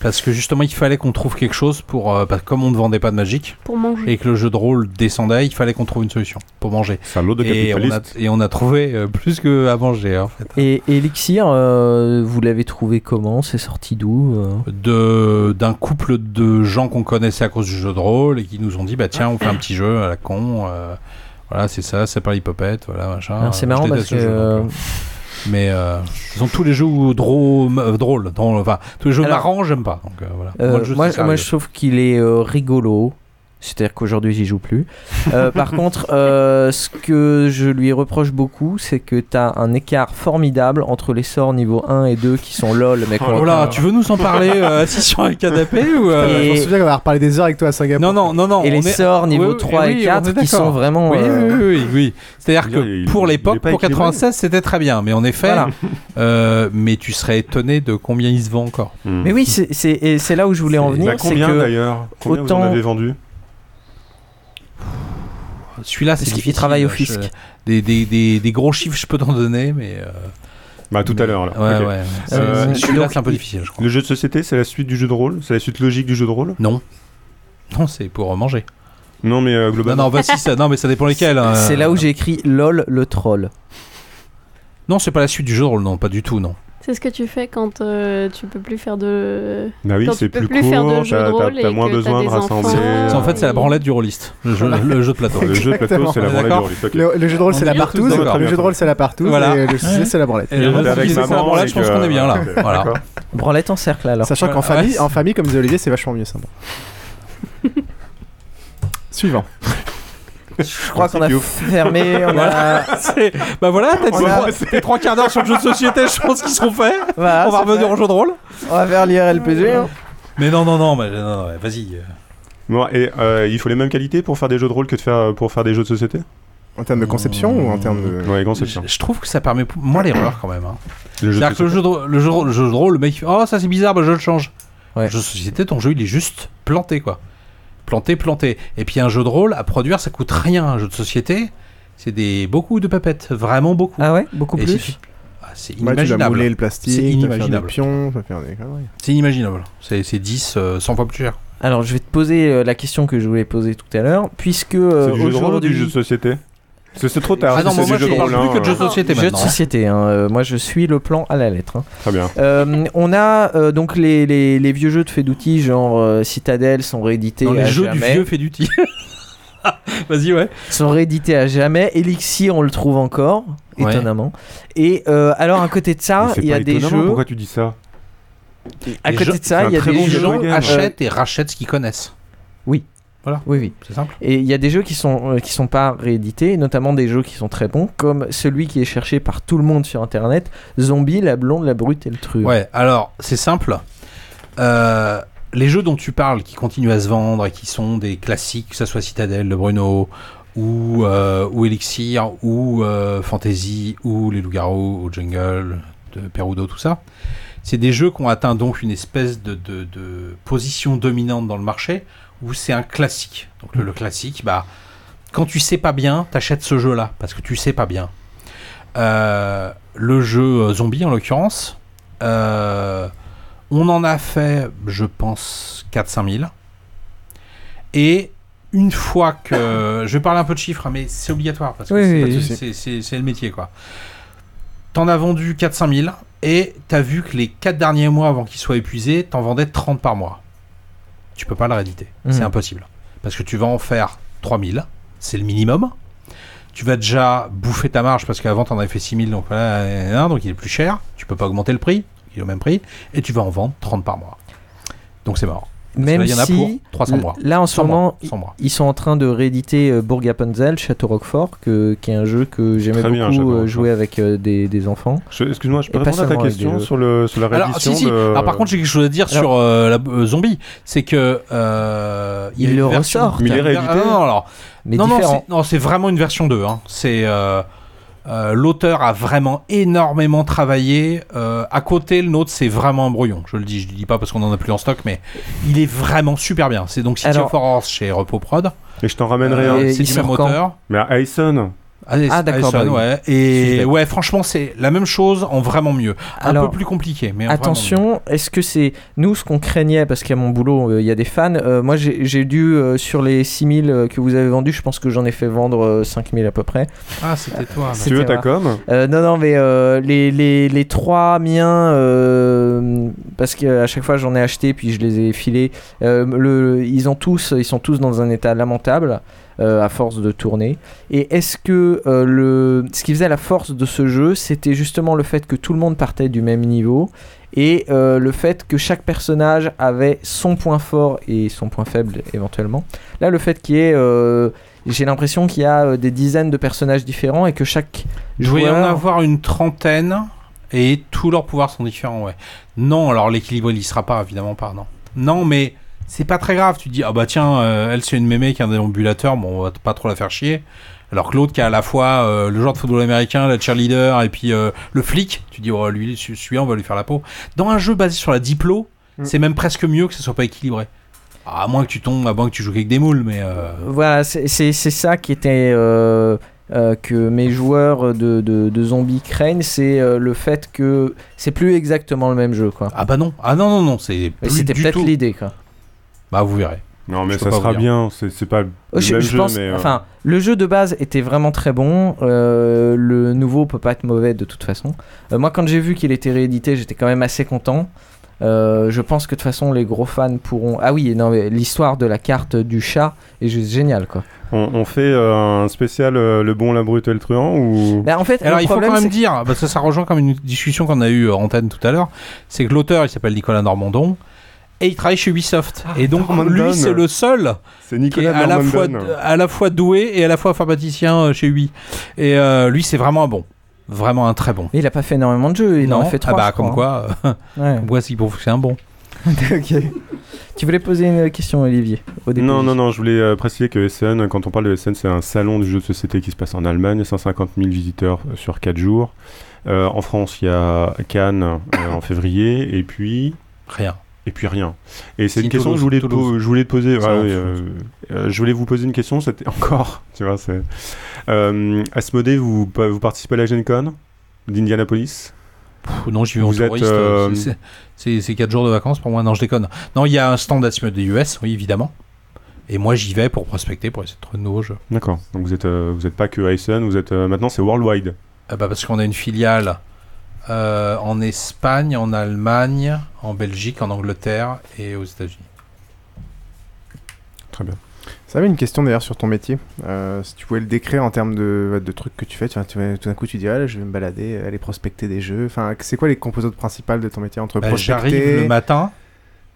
Speaker 9: Parce que justement, il fallait qu'on trouve quelque chose pour. euh, bah, comme on ne vendait pas de Magic.
Speaker 6: Pour manger.
Speaker 9: Et que le jeu de rôle descendait, il fallait qu'on trouve une solution pour manger.
Speaker 11: C'est un lot de
Speaker 9: et on, a,
Speaker 11: capitalistes.
Speaker 9: et on a trouvé euh, plus qu'à manger, hein. en fait.
Speaker 10: Et Elixir, euh, vous l'avez trouvé comment C'est sorti d'où euh
Speaker 9: de d'un couple de gens qu'on connaissait à cause du jeu de rôle et qui nous ont dit bah tiens on fait un petit jeu à la con euh, voilà c'est ça c'est pas l'hypopète voilà machin
Speaker 10: Alors, c'est
Speaker 9: Euh,
Speaker 10: marrant
Speaker 9: je
Speaker 10: parce
Speaker 9: déteste
Speaker 10: que
Speaker 9: ce jeu, donc, euh, mais euh, ils ont tous les jeux où drôle euh, drôle drôle, enfin tous les jeux
Speaker 10: Alors,
Speaker 9: marrants j'aime pas donc euh, voilà
Speaker 10: euh,
Speaker 9: Moi, le jeu,
Speaker 10: moi,
Speaker 9: c'est sérieux.
Speaker 10: moi, je trouve qu'il est euh, rigolo. C'est-à-dire qu'aujourd'hui, j'y joue plus. Euh, par contre, euh, ce que je lui reproche beaucoup, c'est que t'as un écart formidable entre les sorts niveau 1 et 2 qui sont lol. Mais qu'on-
Speaker 9: Oh là, tu veux nous en parler
Speaker 10: <laughs>
Speaker 9: euh, <laughs> assis sur un canapé ou euh,
Speaker 7: Je me souviens qu'on avait reparlé des heures avec toi à Singapour.
Speaker 9: Non, non, non, non.
Speaker 10: Et les
Speaker 9: on est-
Speaker 10: sorts niveau 3 et
Speaker 9: on est
Speaker 10: 4 qui
Speaker 9: d'accord.
Speaker 10: sont vraiment,
Speaker 9: Oui,
Speaker 10: euh,
Speaker 9: oui, oui. oui. C'est-à-dire
Speaker 11: Je veux dire,
Speaker 9: que
Speaker 11: il-
Speaker 9: pour
Speaker 11: il est
Speaker 9: l'époque,
Speaker 11: pas
Speaker 9: pour
Speaker 11: équilibré.
Speaker 9: 96, c'était très bien. Mais en effet,
Speaker 10: Voilà.
Speaker 9: <laughs> euh, mais tu serais étonné de combien il se vend encore.
Speaker 11: Hmm.
Speaker 10: Mais oui, c'est- c'est et c'est là où je voulais en venir.
Speaker 11: Bah,
Speaker 10: c'est
Speaker 11: combien
Speaker 10: que
Speaker 11: d'ailleurs Combien vous en
Speaker 10: autant-
Speaker 11: avez vendu
Speaker 9: Celui-là, c'est
Speaker 10: Parce qu'il
Speaker 9: difficile,
Speaker 10: travaille au
Speaker 9: je-
Speaker 10: fisc.
Speaker 9: Des, des, des, des gros chiffres, je peux t'en donner, mais. euh,
Speaker 11: Bah tout à l'heure là.
Speaker 9: Ouais,
Speaker 11: Ok.
Speaker 9: ouais. C'est-
Speaker 11: Euh,
Speaker 9: c'est- Celui-là, c'est un peu difficile, je crois.
Speaker 11: Le jeu de société, c'est la suite du jeu de rôle C'est la suite logique du jeu de rôle
Speaker 9: Non. Non, c'est pour manger.
Speaker 11: Non, mais euh,
Speaker 9: Non,
Speaker 11: globalement.
Speaker 6: <laughs>
Speaker 9: non, bah, si, ça, non, mais ça dépend lesquels. hein.
Speaker 10: C'est là où j'ai écrit LOL le troll.
Speaker 9: Non, c'est pas la suite du jeu de rôle, non, pas du tout, non.
Speaker 6: C'est ce que tu fais quand euh, tu peux plus faire de.
Speaker 11: Bah oui,
Speaker 6: quand
Speaker 11: c'est
Speaker 6: tu peux
Speaker 11: plus
Speaker 6: plus faire de
Speaker 11: court,
Speaker 6: jeux
Speaker 11: t'as-
Speaker 6: de
Speaker 11: t'as-
Speaker 6: rôle
Speaker 11: t'as
Speaker 6: et
Speaker 11: moins
Speaker 6: que
Speaker 11: besoin
Speaker 6: t'as
Speaker 11: de
Speaker 6: des enfants.
Speaker 11: rassembler, euh,
Speaker 9: C'est- En fait, c'est la branlette du rôliste. Le jeu, <laughs> le jeu de plateau.
Speaker 11: Le jeu de plateau, c'est la branlette
Speaker 9: D'accord.
Speaker 11: du rôliste, ok.
Speaker 7: Le, le jeu de rôle, c'est
Speaker 9: On
Speaker 7: la
Speaker 9: est tous
Speaker 7: partouze.
Speaker 9: d'accord.
Speaker 7: Le jeu de rôle, c'est la partouze.
Speaker 9: Voilà.
Speaker 7: Et le sujet, c'est la branlette.
Speaker 9: Et le
Speaker 11: T'es
Speaker 9: rôle,
Speaker 11: avec
Speaker 9: c'est la
Speaker 11: maman,
Speaker 9: branlette,
Speaker 11: c'est
Speaker 9: je pense
Speaker 11: que-
Speaker 9: qu'on est bien là.
Speaker 11: Ok,
Speaker 9: Voilà.
Speaker 11: d'accord.
Speaker 10: Branlette en cercle alors.
Speaker 7: Sachant qu'en
Speaker 9: Ouais.
Speaker 7: famille,
Speaker 9: Ouais.
Speaker 7: en famille, comme disait Olivier, c'est vachement mieux, ça.
Speaker 9: <laughs>
Speaker 7: Suivant.
Speaker 10: Je crois qu'on a fermé. On a...
Speaker 9: Voilà. <laughs> C'est- Bah voilà, t'as dit
Speaker 10: On a-
Speaker 9: trois- t'as trois quarts d'heure sur le jeu de société, je pense qu'ils seront faits.
Speaker 10: Voilà,
Speaker 9: On va
Speaker 10: c'est
Speaker 9: revenir
Speaker 10: fait.
Speaker 9: au jeu de rôle.
Speaker 10: <laughs> On va faire l'IRLPG. hein.
Speaker 9: Mais non, non, non, mais non, non, vas-y. euh.
Speaker 11: Bon, et euh, il faut les mêmes qualités pour faire des jeux de rôle que de faire, euh, pour faire des jeux de société
Speaker 7: En termes de conception ou en termes de.
Speaker 11: Ouais,
Speaker 9: Je,
Speaker 11: conception.
Speaker 9: je trouve que ça permet p- moins l'erreur quand même. hein.
Speaker 11: Le jeu de
Speaker 9: C'est-à-dire que le
Speaker 11: société.
Speaker 9: jeu, de, le, jeu de rôle- le jeu de rôle, le mec, il fait, oh ça c'est bizarre, bah, je le change.
Speaker 10: Ouais.
Speaker 9: Le jeu de société, ton jeu il est juste planté quoi. Planté, planté. Et puis un jeu de rôle à produire ça coûte rien. Un jeu de société, c'est des beaucoup de papettes, vraiment beaucoup.
Speaker 10: Ah ouais, beaucoup
Speaker 9: Et
Speaker 10: plus.
Speaker 9: si- Ah, c'est
Speaker 7: Ouais, Bah, tu dois
Speaker 9: inimaginable.
Speaker 7: mouler le plastique,
Speaker 9: C'est
Speaker 7: tu vas faire des
Speaker 9: inimaginable.
Speaker 7: pions, tu vas faire des conneries.
Speaker 9: C'est inimaginable. C'est c'est 10, euh, 100 fois plus cher.
Speaker 10: Alors je vais te poser euh, la question que je voulais poser tout à l'heure, puisque euh,
Speaker 11: C'est du jeu de rôle ou du jeu de
Speaker 10: aujourd'hui.
Speaker 11: société Parce que c'est trop tard.
Speaker 9: Ah non,
Speaker 11: c'est
Speaker 9: moi,
Speaker 11: du
Speaker 9: moi,
Speaker 11: jeu
Speaker 9: je
Speaker 11: de
Speaker 9: parle
Speaker 11: rôle.
Speaker 9: plus que de jeu de
Speaker 11: hein.
Speaker 9: société
Speaker 10: Jeu de
Speaker 9: maintenant. hein.
Speaker 10: société, hein, euh, moi je suis le plan à la lettre. hein.
Speaker 11: Très bien.
Speaker 10: Euh, on a euh, donc les, les- les vieux jeux de faits d'outils, genre euh, Citadel, sont réédités
Speaker 9: Dans les
Speaker 10: à
Speaker 9: jeux du
Speaker 10: jamais. Ah,
Speaker 9: vieux
Speaker 10: <laughs>
Speaker 9: fait du tir. Vas-y, ouais.
Speaker 10: sont réédités à jamais. Elixir, on le trouve encore,
Speaker 9: Ouais.
Speaker 10: étonnamment. Et euh, alors à côté de ça,
Speaker 11: Mais c'est
Speaker 10: il y a
Speaker 11: pas
Speaker 10: des
Speaker 11: étonnamment,
Speaker 10: jeux.
Speaker 11: Pourquoi tu dis ça
Speaker 10: À
Speaker 9: Les
Speaker 10: côté
Speaker 9: gens-
Speaker 10: de ça,
Speaker 11: c'est
Speaker 10: il y a
Speaker 11: un très
Speaker 10: des
Speaker 11: bon jeu
Speaker 9: Les
Speaker 10: jeux.
Speaker 9: gens
Speaker 11: de gamme.
Speaker 9: achètent et rachètent ce qu'ils connaissent.
Speaker 10: Oui.
Speaker 9: Voilà.
Speaker 10: Oui, oui.
Speaker 9: C'est simple.
Speaker 10: Et il y a des jeux qui sont euh, qui sont pas réédités, et notamment des jeux qui sont très bons, comme celui qui est cherché par tout le monde sur Internet, Zombie, la blonde, la brute et le truc.
Speaker 9: Ouais, alors, c'est simple. Euh, les jeux dont tu parles, qui continuent à se vendre et qui sont des classiques, que ce soit Citadel, de Bruno, ou, euh, ou Elixir, ou euh, Fantasy, ou Les Loups-Garous, ou Jungle, de Perudo, tout ça, c'est des jeux qui ont atteint donc une espèce de, de- de position dominante dans le marché, où c'est un classique. Donc le, le classique, bah, quand tu sais pas bien, t'achètes ce jeu-là, parce que tu sais pas bien. Euh, le jeu euh, zombie en l'occurrence, euh, on en a fait, je pense, 4-5 000. Et une fois que. je vais parler un peu de chiffres, hein, mais c'est obligatoire parce que
Speaker 10: Oui, oui,
Speaker 9: c'est-
Speaker 10: oui.
Speaker 9: c'est- c'est- c'est c'est le métier, quoi. T'en as vendu 4-5 000 et t'as vu que les 4 derniers mois avant qu'ils soient épuisés, t'en vendais 30 par mois. Tu peux pas le rééditer.
Speaker 10: Mhm.
Speaker 9: C'est impossible. Parce que tu vas en faire 3000, c'est le minimum. Tu vas déjà bouffer ta marge parce qu'avant t'en avais fait 6000, donc voilà, euh, donc il est plus cher. Tu peux pas augmenter le prix, donc il est au même prix. Et tu vas en vendre 30 par mois. Donc c'est mort. Parce que
Speaker 10: Même
Speaker 9: là, il y en a
Speaker 10: si,
Speaker 9: pour 300 mois.
Speaker 10: Là, en ce
Speaker 9: 100 mois,
Speaker 10: moment,
Speaker 9: 100 mois.
Speaker 10: ils sont en train de rééditer euh, Bourg Appenzell, Château Roquefort, que, qui est un jeu que j'aimais
Speaker 11: Très bien,
Speaker 10: beaucoup
Speaker 11: Château
Speaker 10: euh,
Speaker 11: Roquefort.
Speaker 10: jouer avec euh, des, des enfants.
Speaker 11: Je- Excuse-moi, je peux
Speaker 10: Et pas
Speaker 11: répondre à ta
Speaker 10: seulement E. avec des euh,
Speaker 11: question
Speaker 10: jeux.
Speaker 11: sur, le, sur la réédition
Speaker 9: Alors, si, si.
Speaker 11: de-
Speaker 9: Alors, par contre, j'ai quelque chose à dire
Speaker 10: Alors-
Speaker 9: sur euh, la euh, zombie. C'est que. euh, il y a
Speaker 10: Ils
Speaker 9: une
Speaker 10: le
Speaker 9: version-
Speaker 10: ressortent,
Speaker 11: Mais il est
Speaker 9: Ah,
Speaker 11: réédité
Speaker 9: non, non, alors,
Speaker 10: mais
Speaker 9: non, non,
Speaker 10: différents.
Speaker 9: c'est- non, c'est vraiment une version 2. hein. C'est euh, euh, l'auteur a vraiment énormément travaillé. euh, à côté, le nôtre, c'est vraiment un brouillon. Je le dis, je le dis pas parce qu'on en a plus en stock, mais il est vraiment super bien. C'est donc City
Speaker 10: Alors-
Speaker 9: of Horrors chez Repo Prod.
Speaker 11: Et je t'en ramènerai
Speaker 9: Euh,
Speaker 11: un.
Speaker 10: Et
Speaker 9: c'est
Speaker 10: il
Speaker 9: du même
Speaker 10: sort quand
Speaker 9: auteur.
Speaker 11: Mais à Ayson,
Speaker 9: Allez,
Speaker 10: Ah, d'accord,
Speaker 9: Allison,
Speaker 10: bah oui.
Speaker 9: ouais.
Speaker 10: Si je
Speaker 9: Et
Speaker 10: l'ai.
Speaker 9: ouais, eh, franchement, c'est la même chose en vraiment mieux. Un
Speaker 10: Alors,
Speaker 9: peu plus compliqué, mais en vraiment
Speaker 10: Attention, est-ce que c'est nous ce qu'on craignait parce qu'à mon boulot euh, il y a des fans. euh, moi j'ai j'ai dû euh, sur les 6000 euh, que vous avez vendus, je pense que j'en ai fait vendre 5000 à peu près.
Speaker 9: Ah, c'était toi, alors.
Speaker 10: C'était
Speaker 9: Tu veux ta
Speaker 10: moi.
Speaker 9: com
Speaker 10: Euh, Non non mais euh, les, les, les trois miens euh, parce qu'à chaque fois j'en ai acheté puis je les ai filés. Euh, le, ils ont tous ils sont tous dans un état lamentable. euh, à force de tourner. Et est-ce que euh, le... ce qui faisait la force de ce jeu, c'était justement le fait que tout le monde partait du même niveau et euh, le fait que chaque personnage avait son point fort et son point faible éventuellement. Là, le fait qu'il y ait, euh, j'ai l'impression qu'il y a euh, des dizaines de personnages différents et que chaque
Speaker 9: Je voulais en
Speaker 10: joueur,
Speaker 9: avoir une trentaine et tous leurs pouvoirs sont différents, ouais. Non, alors l'équilibre il y sera pas, évidemment pas, non. Non, mais c'est pas très grave. Tu te dis, ah bah tiens, euh, elle c'est une mémé qui a un déambulateur, bon, on va t- pas trop la faire chier. Alors que l'autre qui a à la fois euh, le joueur de football américain, la cheerleader et puis euh, le flic, tu dis, oh, lui, celui- celui-là, on va lui faire la peau. Dans un jeu basé sur la diplo, c'est même presque mieux que ce soit pas équilibré. À moins que tu tombes, à moins que tu joues avec des moules, mais. euh,
Speaker 10: voilà, c'est c'est- c'est ça qui était euh, euh, que mes joueurs de, de- de zombies craignent, c'est euh, le fait que c'est plus exactement le même jeu, quoi.
Speaker 9: Ah bah non, ah non non non, c'est.
Speaker 10: Mais
Speaker 9: plus
Speaker 10: c'était
Speaker 9: du
Speaker 10: peut-être
Speaker 9: tout.
Speaker 10: l'idée, quoi.
Speaker 9: Bah vous verrez.
Speaker 11: Non, mais
Speaker 9: Je peux
Speaker 11: ça
Speaker 9: pas
Speaker 11: sera
Speaker 9: vous dire.
Speaker 11: bien. C'est c'est pas le
Speaker 10: Je,
Speaker 11: même
Speaker 10: Oh, je
Speaker 11: jeu,
Speaker 10: pense,
Speaker 11: mais. euh,
Speaker 10: enfin, le jeu de base était vraiment très bon. euh, le nouveau peut pas être mauvais de toute façon. Euh, moi, quand j'ai vu qu'il était réédité, j'étais quand même assez content. Euh, je pense que de toute façon, les gros fans pourront. Ah oui, non, mais l'histoire de la carte du chat est juste géniale,
Speaker 11: <laughs>
Speaker 10: quoi.
Speaker 11: On, on fait euh, un spécial euh, le bon, la brute et le truand ou
Speaker 10: Bah, en fait,
Speaker 9: Alors
Speaker 10: le
Speaker 9: il faut
Speaker 10: problème,
Speaker 9: quand même
Speaker 10: c'est-
Speaker 9: dire, parce que ça rejoint comme une discussion qu'on a eue euh, en antenne tout à l'heure, c'est que l'auteur il s'appelle Nicolas Normandon et il travaille chez Ubisoft. et donc
Speaker 11: Ah, Normandon.
Speaker 9: lui c'est le seul
Speaker 11: C'est Nicolas
Speaker 9: qui est à la, fois,
Speaker 11: Normandon.
Speaker 9: à la fois doué et à la fois informaticien euh, chez Ubi. Et euh, lui c'est vraiment un bon, vraiment un très bon.
Speaker 10: Mais il a pas fait énormément de jeux. Il en a
Speaker 9: Non.
Speaker 10: fait trois.
Speaker 9: ah bah
Speaker 10: je
Speaker 9: comme
Speaker 10: crois,
Speaker 9: quoi,
Speaker 10: hein. <laughs> Ouais.
Speaker 9: comme quoi c'est pour c'est un bon.
Speaker 10: Ok. Tu voulais poser une question, Olivier, au début.
Speaker 11: Non, non, non, je voulais euh, préciser que SN, quand on parle de SN, c'est un salon de jeux de société qui se passe en Allemagne, 150 000 visiteurs euh, sur 4 jours. Euh, en France, il y a Cannes euh, en février, et puis...
Speaker 9: Rien.
Speaker 11: Et puis rien. Et c'est
Speaker 9: Si,
Speaker 11: une question que je voulais,
Speaker 9: Toulouse,
Speaker 11: te
Speaker 9: Toulouse.
Speaker 11: po- je voulais te poser.
Speaker 9: C'est
Speaker 11: ouais,
Speaker 9: la même
Speaker 11: ouais, euh, euh, je voulais vous poser une question, c'était <laughs> encore... Tu vois, c'est... Euh, Asmodée, vous, pa- vous participez à la Gen Con d'Indianapolis
Speaker 9: Pff, non, j'y vais en
Speaker 11: Vous êtes,
Speaker 9: touriste.
Speaker 11: euh,
Speaker 9: euh, c'est- C'est c'est quatre jours de vacances pour moi. Non, je déconne. Non, il y a un stand d'Asmode des US, oui, évidemment. Et moi, j'y vais pour prospecter, pour essayer de trouver de nouveaux jeux.
Speaker 11: D'accord. Donc vous êtes, euh, vous êtes pas que SN, vous êtes... euh, maintenant, c'est Worldwide.
Speaker 9: Ah bah, parce qu'on a une filiale euh, en Espagne, en Allemagne, en Belgique, en Angleterre et aux États-Unis.
Speaker 11: Très bien.
Speaker 7: Ça avait une question d'ailleurs sur ton métier. Euh, si tu pouvais le décrire en termes de, de trucs que tu fais, tu, vois, tu vois, tout d'un coup tu dis ah, là, je vais me balader, aller prospecter des jeux. Enfin, c'est quoi les composantes principales de ton métier entre
Speaker 9: Bah,
Speaker 7: prospecter
Speaker 9: J'arrive le matin,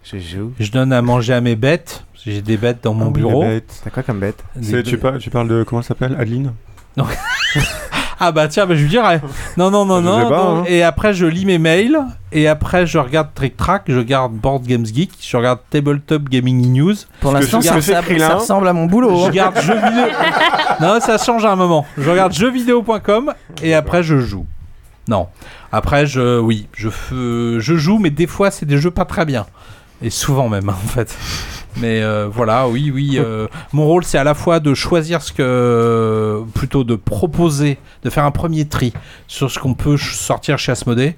Speaker 7: Je joue. Ah
Speaker 9: je donne à manger à mes bêtes. parce que J'ai des bêtes dans mon
Speaker 11: oui, les
Speaker 9: bureau.
Speaker 11: bêtes.
Speaker 7: T'as quoi comme bête
Speaker 9: Des
Speaker 11: C'est- tu,
Speaker 9: bêtes.
Speaker 11: par- tu parles de... Comment elle s'appelle Adeline <laughs>
Speaker 9: Non. ah bah tiens, bah, je lui dirais. Non, non, non,
Speaker 11: Je
Speaker 9: non.
Speaker 11: sais pas,
Speaker 9: non.
Speaker 11: hein.
Speaker 9: Et après, je lis mes mails. Et après, je regarde Trick Track, je regarde Board Games Geek, je regarde Tabletop Gaming News.
Speaker 10: Pour
Speaker 9: Je
Speaker 10: l'instant, ça,
Speaker 9: regarde-
Speaker 10: ça- ça ressemble à mon boulot.
Speaker 9: Je
Speaker 10: hein.
Speaker 9: regarde jeux vidéo. Non, ça change à un moment. Je regarde jeuxvideo.com et après, je joue. Non. Après, je, oui, je, f- je joue, mais des fois, c'est des jeux pas très bien. Et souvent même, <laughs> en fait. Mais euh, voilà, oui, oui. euh, mon rôle, c'est à la fois de choisir ce que. plutôt de proposer, de faire un premier tri sur ce qu'on peut ch- sortir chez Asmodée.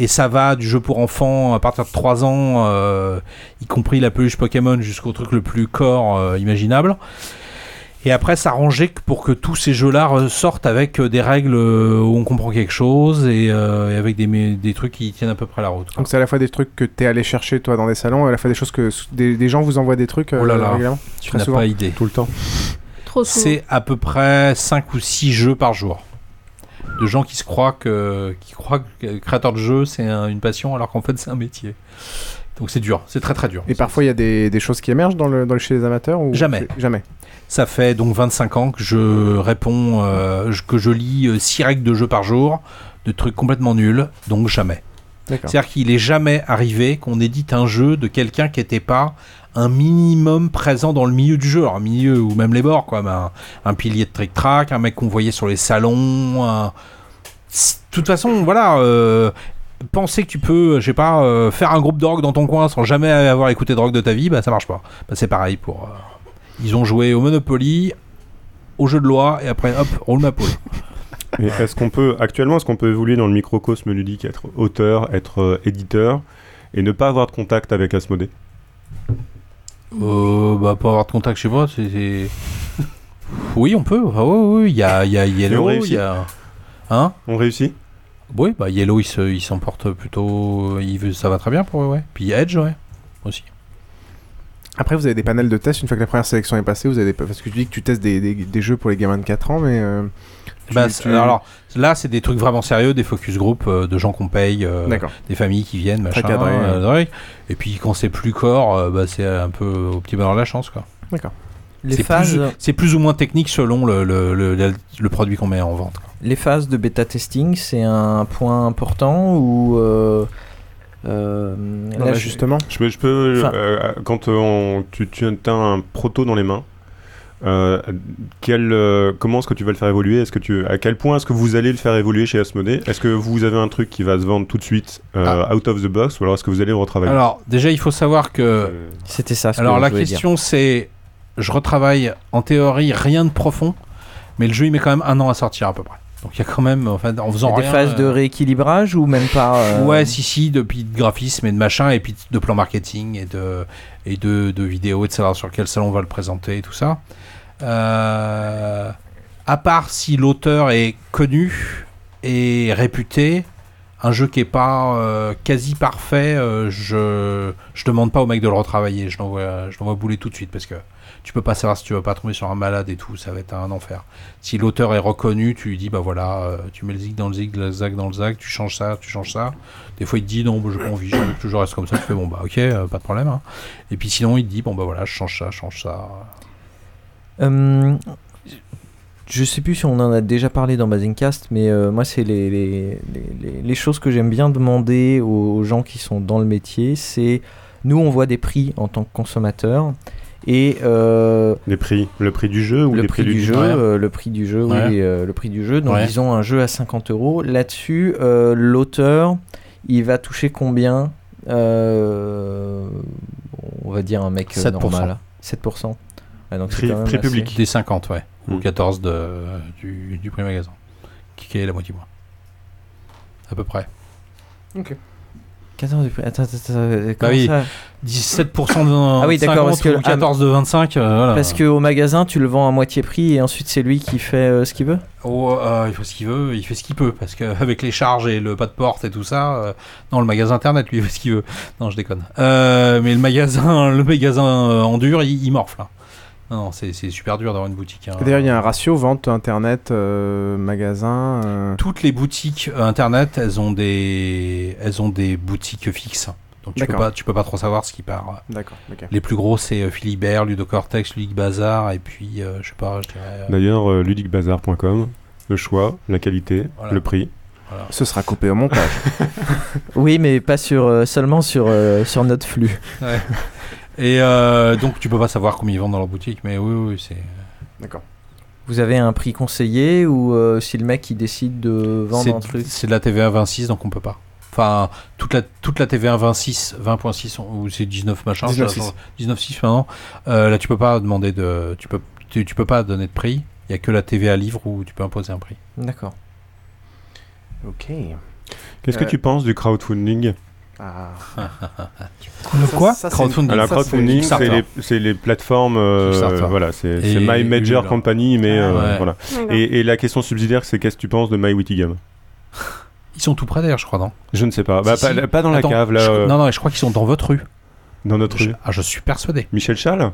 Speaker 9: Et ça va du jeu pour enfants à partir de 3 ans, euh, y compris la peluche Pokémon, jusqu'au truc le plus corps euh, imaginable. Et après, s'arranger que- pour que tous ces jeux-là ressortent avec euh, des règles euh, où on comprend quelque chose et, euh, et avec des, mé- des trucs qui tiennent à peu près la route.
Speaker 7: Donc c'est à la fois des trucs que t'es allé chercher toi dans des salons, et à la fois des choses que s- des, des gens vous envoient des trucs euh,
Speaker 9: Oh là là,
Speaker 7: régulièrement.
Speaker 9: tu
Speaker 7: Très
Speaker 9: n'as
Speaker 7: souvent.
Speaker 9: pas idée.
Speaker 11: Tout le temps.
Speaker 6: Trop souvent.
Speaker 9: C'est à peu près 5 ou 6 jeux par jour. De gens qui se croient que, qui croient que créateur de jeu, c'est un- une passion, alors qu'en fait, c'est un métier. Donc c'est dur, c'est très très dur.
Speaker 7: Et parfois il y a des, des choses qui émergent dans le, dans le chez les amateurs ou
Speaker 9: Jamais.
Speaker 7: c'est- Jamais.
Speaker 9: Ça fait donc 25 ans que je réponds, euh, je- que je lis 6 règles de jeu par jour, de trucs complètement nuls, donc jamais.
Speaker 7: D'accord.
Speaker 9: C'est-à-dire qu'il est jamais arrivé qu'on édite un jeu de quelqu'un qui n'était pas un minimum présent dans le milieu du jeu, Alors, un milieu ou même les bords, quoi. mais un, un pilier de trick-track, un mec qu'on voyait sur les salons. un- C'est- De toute façon, voilà. euh, Penser que tu peux, je sais pas, euh, faire un groupe de rock dans ton coin sans jamais avoir ben, écouté de rock de ta vie, bah ça marche pas. Bah, c'est pareil pour. euh, Ils ont joué au Monopoly, au jeu de loi, et après, hop, roule ma
Speaker 11: <laughs>
Speaker 9: poule.
Speaker 11: Mais est-ce qu'on peut, actuellement, est-ce qu'on peut évoluer dans le microcosme ludique, être auteur, être euh, éditeur, et ne pas avoir de contact avec Asmodée
Speaker 9: Euh, bah, pour avoir de contact, je sais pas, c'est- c'est. Oui, on peut. Ah, oui, oui, il y a, il y a
Speaker 11: on
Speaker 9: Yellow,
Speaker 11: réussit
Speaker 9: il y a. Hein
Speaker 11: On réussit
Speaker 9: Oui, bah, Yellow, il se- il s'en porte plutôt. Il, veut- ça va très bien pour eux, ouais. Puis Edge, ouais, aussi.
Speaker 7: Après, vous avez des panels de tests. Une fois que la première sélection est passée, vous avez des... Parce que tu dis que tu testes des, des- des jeux pour les gamins de 4 ans, mais... euh, tu-
Speaker 9: Bah,
Speaker 7: tu-
Speaker 9: c'est- Alors là, c'est des trucs vraiment sérieux, des focus group euh, de gens qu'on paye, euh,
Speaker 7: D'accord.
Speaker 9: des familles qui viennent, machin.
Speaker 7: Très cadré,
Speaker 9: euh,
Speaker 7: ouais.
Speaker 9: ouais. Et puis quand c'est plus corps, euh, bah, c'est un peu au petit bonheur de la chance, quoi.
Speaker 7: D'accord.
Speaker 10: Les
Speaker 9: C'est
Speaker 10: phases-
Speaker 9: plus- C'est plus, ou moins technique selon le, le- le- le- le produit qu'on met en vente. quoi.
Speaker 10: Les phases de bêta testing, c'est un point important ou. euh, euh,
Speaker 11: bah,
Speaker 10: là, je-
Speaker 11: Je peux, je peux,
Speaker 10: Enfin-
Speaker 11: euh, quand euh, on- tu, tu as un proto dans les mains, euh, quel, euh, comment est-ce que tu vas le faire évoluer Est-ce que tu, à quel point est-ce que vous allez le faire évoluer chez Asmodée Est-ce que vous avez un truc qui va se vendre tout de suite euh, out of the box, ou alors est-ce que vous allez le retravailler
Speaker 9: Alors déjà, il faut savoir que.
Speaker 10: C'était ça.
Speaker 11: ce que
Speaker 9: Alors
Speaker 11: je
Speaker 9: la
Speaker 11: voulais dire.
Speaker 9: question, c'est, je retravaille en théorie rien de profond, mais le jeu il met quand même un an à sortir à peu près. Donc il y a quand même, enfin, en
Speaker 10: Il
Speaker 9: faisant
Speaker 10: y a des
Speaker 9: rien,
Speaker 10: phases de
Speaker 9: euh,
Speaker 10: rééquilibrage ou même pas. euh,
Speaker 9: Ouais, si, si, de, puis de graphisme et de machin, et puis de plan marketing et de, et de, de vidéos, et de savoir sur quel salon on va le présenter et tout ça. Euh, à part si l'auteur est connu et réputé, un jeu qui est pas euh, quasi parfait, euh, je, je demande pas au mec de le retravailler, je l'envoie je l'envoie bouler tout de suite parce que tu peux pas savoir si tu vas pas tomber sur un malade et tout, ça va être un enfer. Si l'auteur est reconnu, tu lui dis bah voilà, euh, tu mets le zig dans le zig, le zag dans le zag, tu changes ça, tu changes ça. Des fois il te dit non, bah, j'ai pas envie, je veux que toujours reste comme ça, tu fais bon bah ok, euh, pas de problème. hein. Et puis sinon il te dit bon bah voilà, je change ça, je change ça.
Speaker 10: Euh, je sais plus si on en a déjà parlé dans Basingcast, mais euh, moi, c'est les, les- les- les- les choses que j'aime bien demander aux, aux gens qui sont dans le métier. C'est nous, on voit des prix en tant que consommateur. Et euh,
Speaker 11: les prix, le prix du jeu ou
Speaker 10: le
Speaker 11: les
Speaker 10: prix
Speaker 11: prix
Speaker 10: du,
Speaker 11: du-
Speaker 10: jeu,
Speaker 11: Ouais.
Speaker 10: euh, le prix du jeu, oui,
Speaker 11: Ouais.
Speaker 10: euh, le prix du jeu. Donc
Speaker 11: Ouais.
Speaker 10: disons un jeu à 50 euros. Là-dessus, euh, l'auteur, il va toucher combien Euh, On va dire un mec euh,
Speaker 9: 7%.
Speaker 10: normal. 7%. Ouais, donc c'est
Speaker 9: Prix-
Speaker 10: quand même
Speaker 9: prix
Speaker 10: assez.
Speaker 9: public. Des 50, ouais.
Speaker 10: Hmm.
Speaker 9: Ou 14 de, euh, du, du prix magasin. Qui qui est la moitié moins. À peu près.
Speaker 10: 14 de prix. Attends, attends, attends, euh,
Speaker 9: Bah
Speaker 10: comment
Speaker 9: oui,
Speaker 10: ça
Speaker 9: 17% de 20,
Speaker 10: Ah oui, d'accord, parce que
Speaker 9: 50 ou 14 de 25, euh, voilà.
Speaker 10: Parce qu'au magasin, tu le vends à moitié prix et ensuite c'est lui qui fait euh, ce qu'il veut
Speaker 9: Oh, euh, il fait ce qu'il veut, il fait ce qu'il peut, parce <laughs> qu'avec les charges et le pas de porte et tout ça, euh, non, le magasin internet, lui, il fait ce qu'il veut. Non, je déconne. Euh, mais le magasin, <laughs> le magasin euh, en dur, il, il morfle. hein. Non, c'est c'est super dur d'avoir une boutique. hein.
Speaker 7: D'ailleurs, il y a un ratio vente internet euh, magasin. euh,
Speaker 9: toutes les boutiques euh, internet, elles ont des, elles ont des boutiques fixes. Donc tu peux
Speaker 7: D'accord.
Speaker 9: pas, tu peux pas trop savoir ce qui part. euh,
Speaker 7: D'accord, ok.
Speaker 9: Les plus gros, c'est euh, Philibert, Ludocortex, Ludic Bazar, et puis euh, je sais pas, je dirais. euh,
Speaker 11: D'ailleurs, euh, ludicbazar.com, le choix, la qualité,
Speaker 9: Voilà.
Speaker 11: le prix.
Speaker 7: Ce sera coupé au montage.
Speaker 10: <laughs>
Speaker 7: <laughs>
Speaker 10: Oui, mais pas sur, euh, seulement sur, euh, sur notre flux.
Speaker 9: Ouais. <laughs> Et euh, donc tu peux pas savoir combien ils vendent dans leur boutique, mais oui, oui, c'est. euh.
Speaker 7: D'accord.
Speaker 10: Vous avez un prix conseillé ou euh, si le mec il décide de vendre un truc
Speaker 9: C'est de la TVA 26, donc on peut pas. Enfin, toute la, toute la TVA 26, 20.6, ou c'est 19 machin,
Speaker 7: 19.6.
Speaker 9: 19.6 maintenant. Euh, là, tu peux pas demander de. Tu peux, tu, tu peux pas donner de prix. Il y a que la TVA livre où tu peux imposer un prix.
Speaker 10: D'accord.
Speaker 7: Ok. Euh,
Speaker 11: Qu'est-ce que
Speaker 10: Euh,
Speaker 11: tu penses du crowdfunding
Speaker 9: <laughs>
Speaker 7: Ah.
Speaker 9: Le quoi
Speaker 7: Ça, ça, c'est
Speaker 9: Crowdfunding.
Speaker 11: Alors,
Speaker 9: Ça,
Speaker 11: crowdfunding,
Speaker 9: c'est-
Speaker 11: c'est les, c'est les plateformes. euh,
Speaker 9: Kickstarter.
Speaker 11: voilà, c'est
Speaker 9: Et
Speaker 11: c'est My Major
Speaker 9: Ulule.
Speaker 11: Company, mais euh,
Speaker 9: Ouais.
Speaker 11: voilà.
Speaker 9: D'accord.
Speaker 11: Et, et la question subsidiaire, c'est qu'est-ce que tu penses de My Witty Game
Speaker 9: Ils sont tout près d'ailleurs, je crois, non
Speaker 11: Je ne sais pas. Bah,
Speaker 9: Si,
Speaker 11: pas,
Speaker 9: si.
Speaker 11: pas dans
Speaker 9: Attends,
Speaker 11: la cave, là.
Speaker 9: je-
Speaker 11: euh,
Speaker 9: Non, non, je crois qu'ils sont dans votre rue.
Speaker 11: Dans notre
Speaker 9: Je-
Speaker 11: rue.
Speaker 9: Ah, je suis persuadé.
Speaker 11: Michel Charles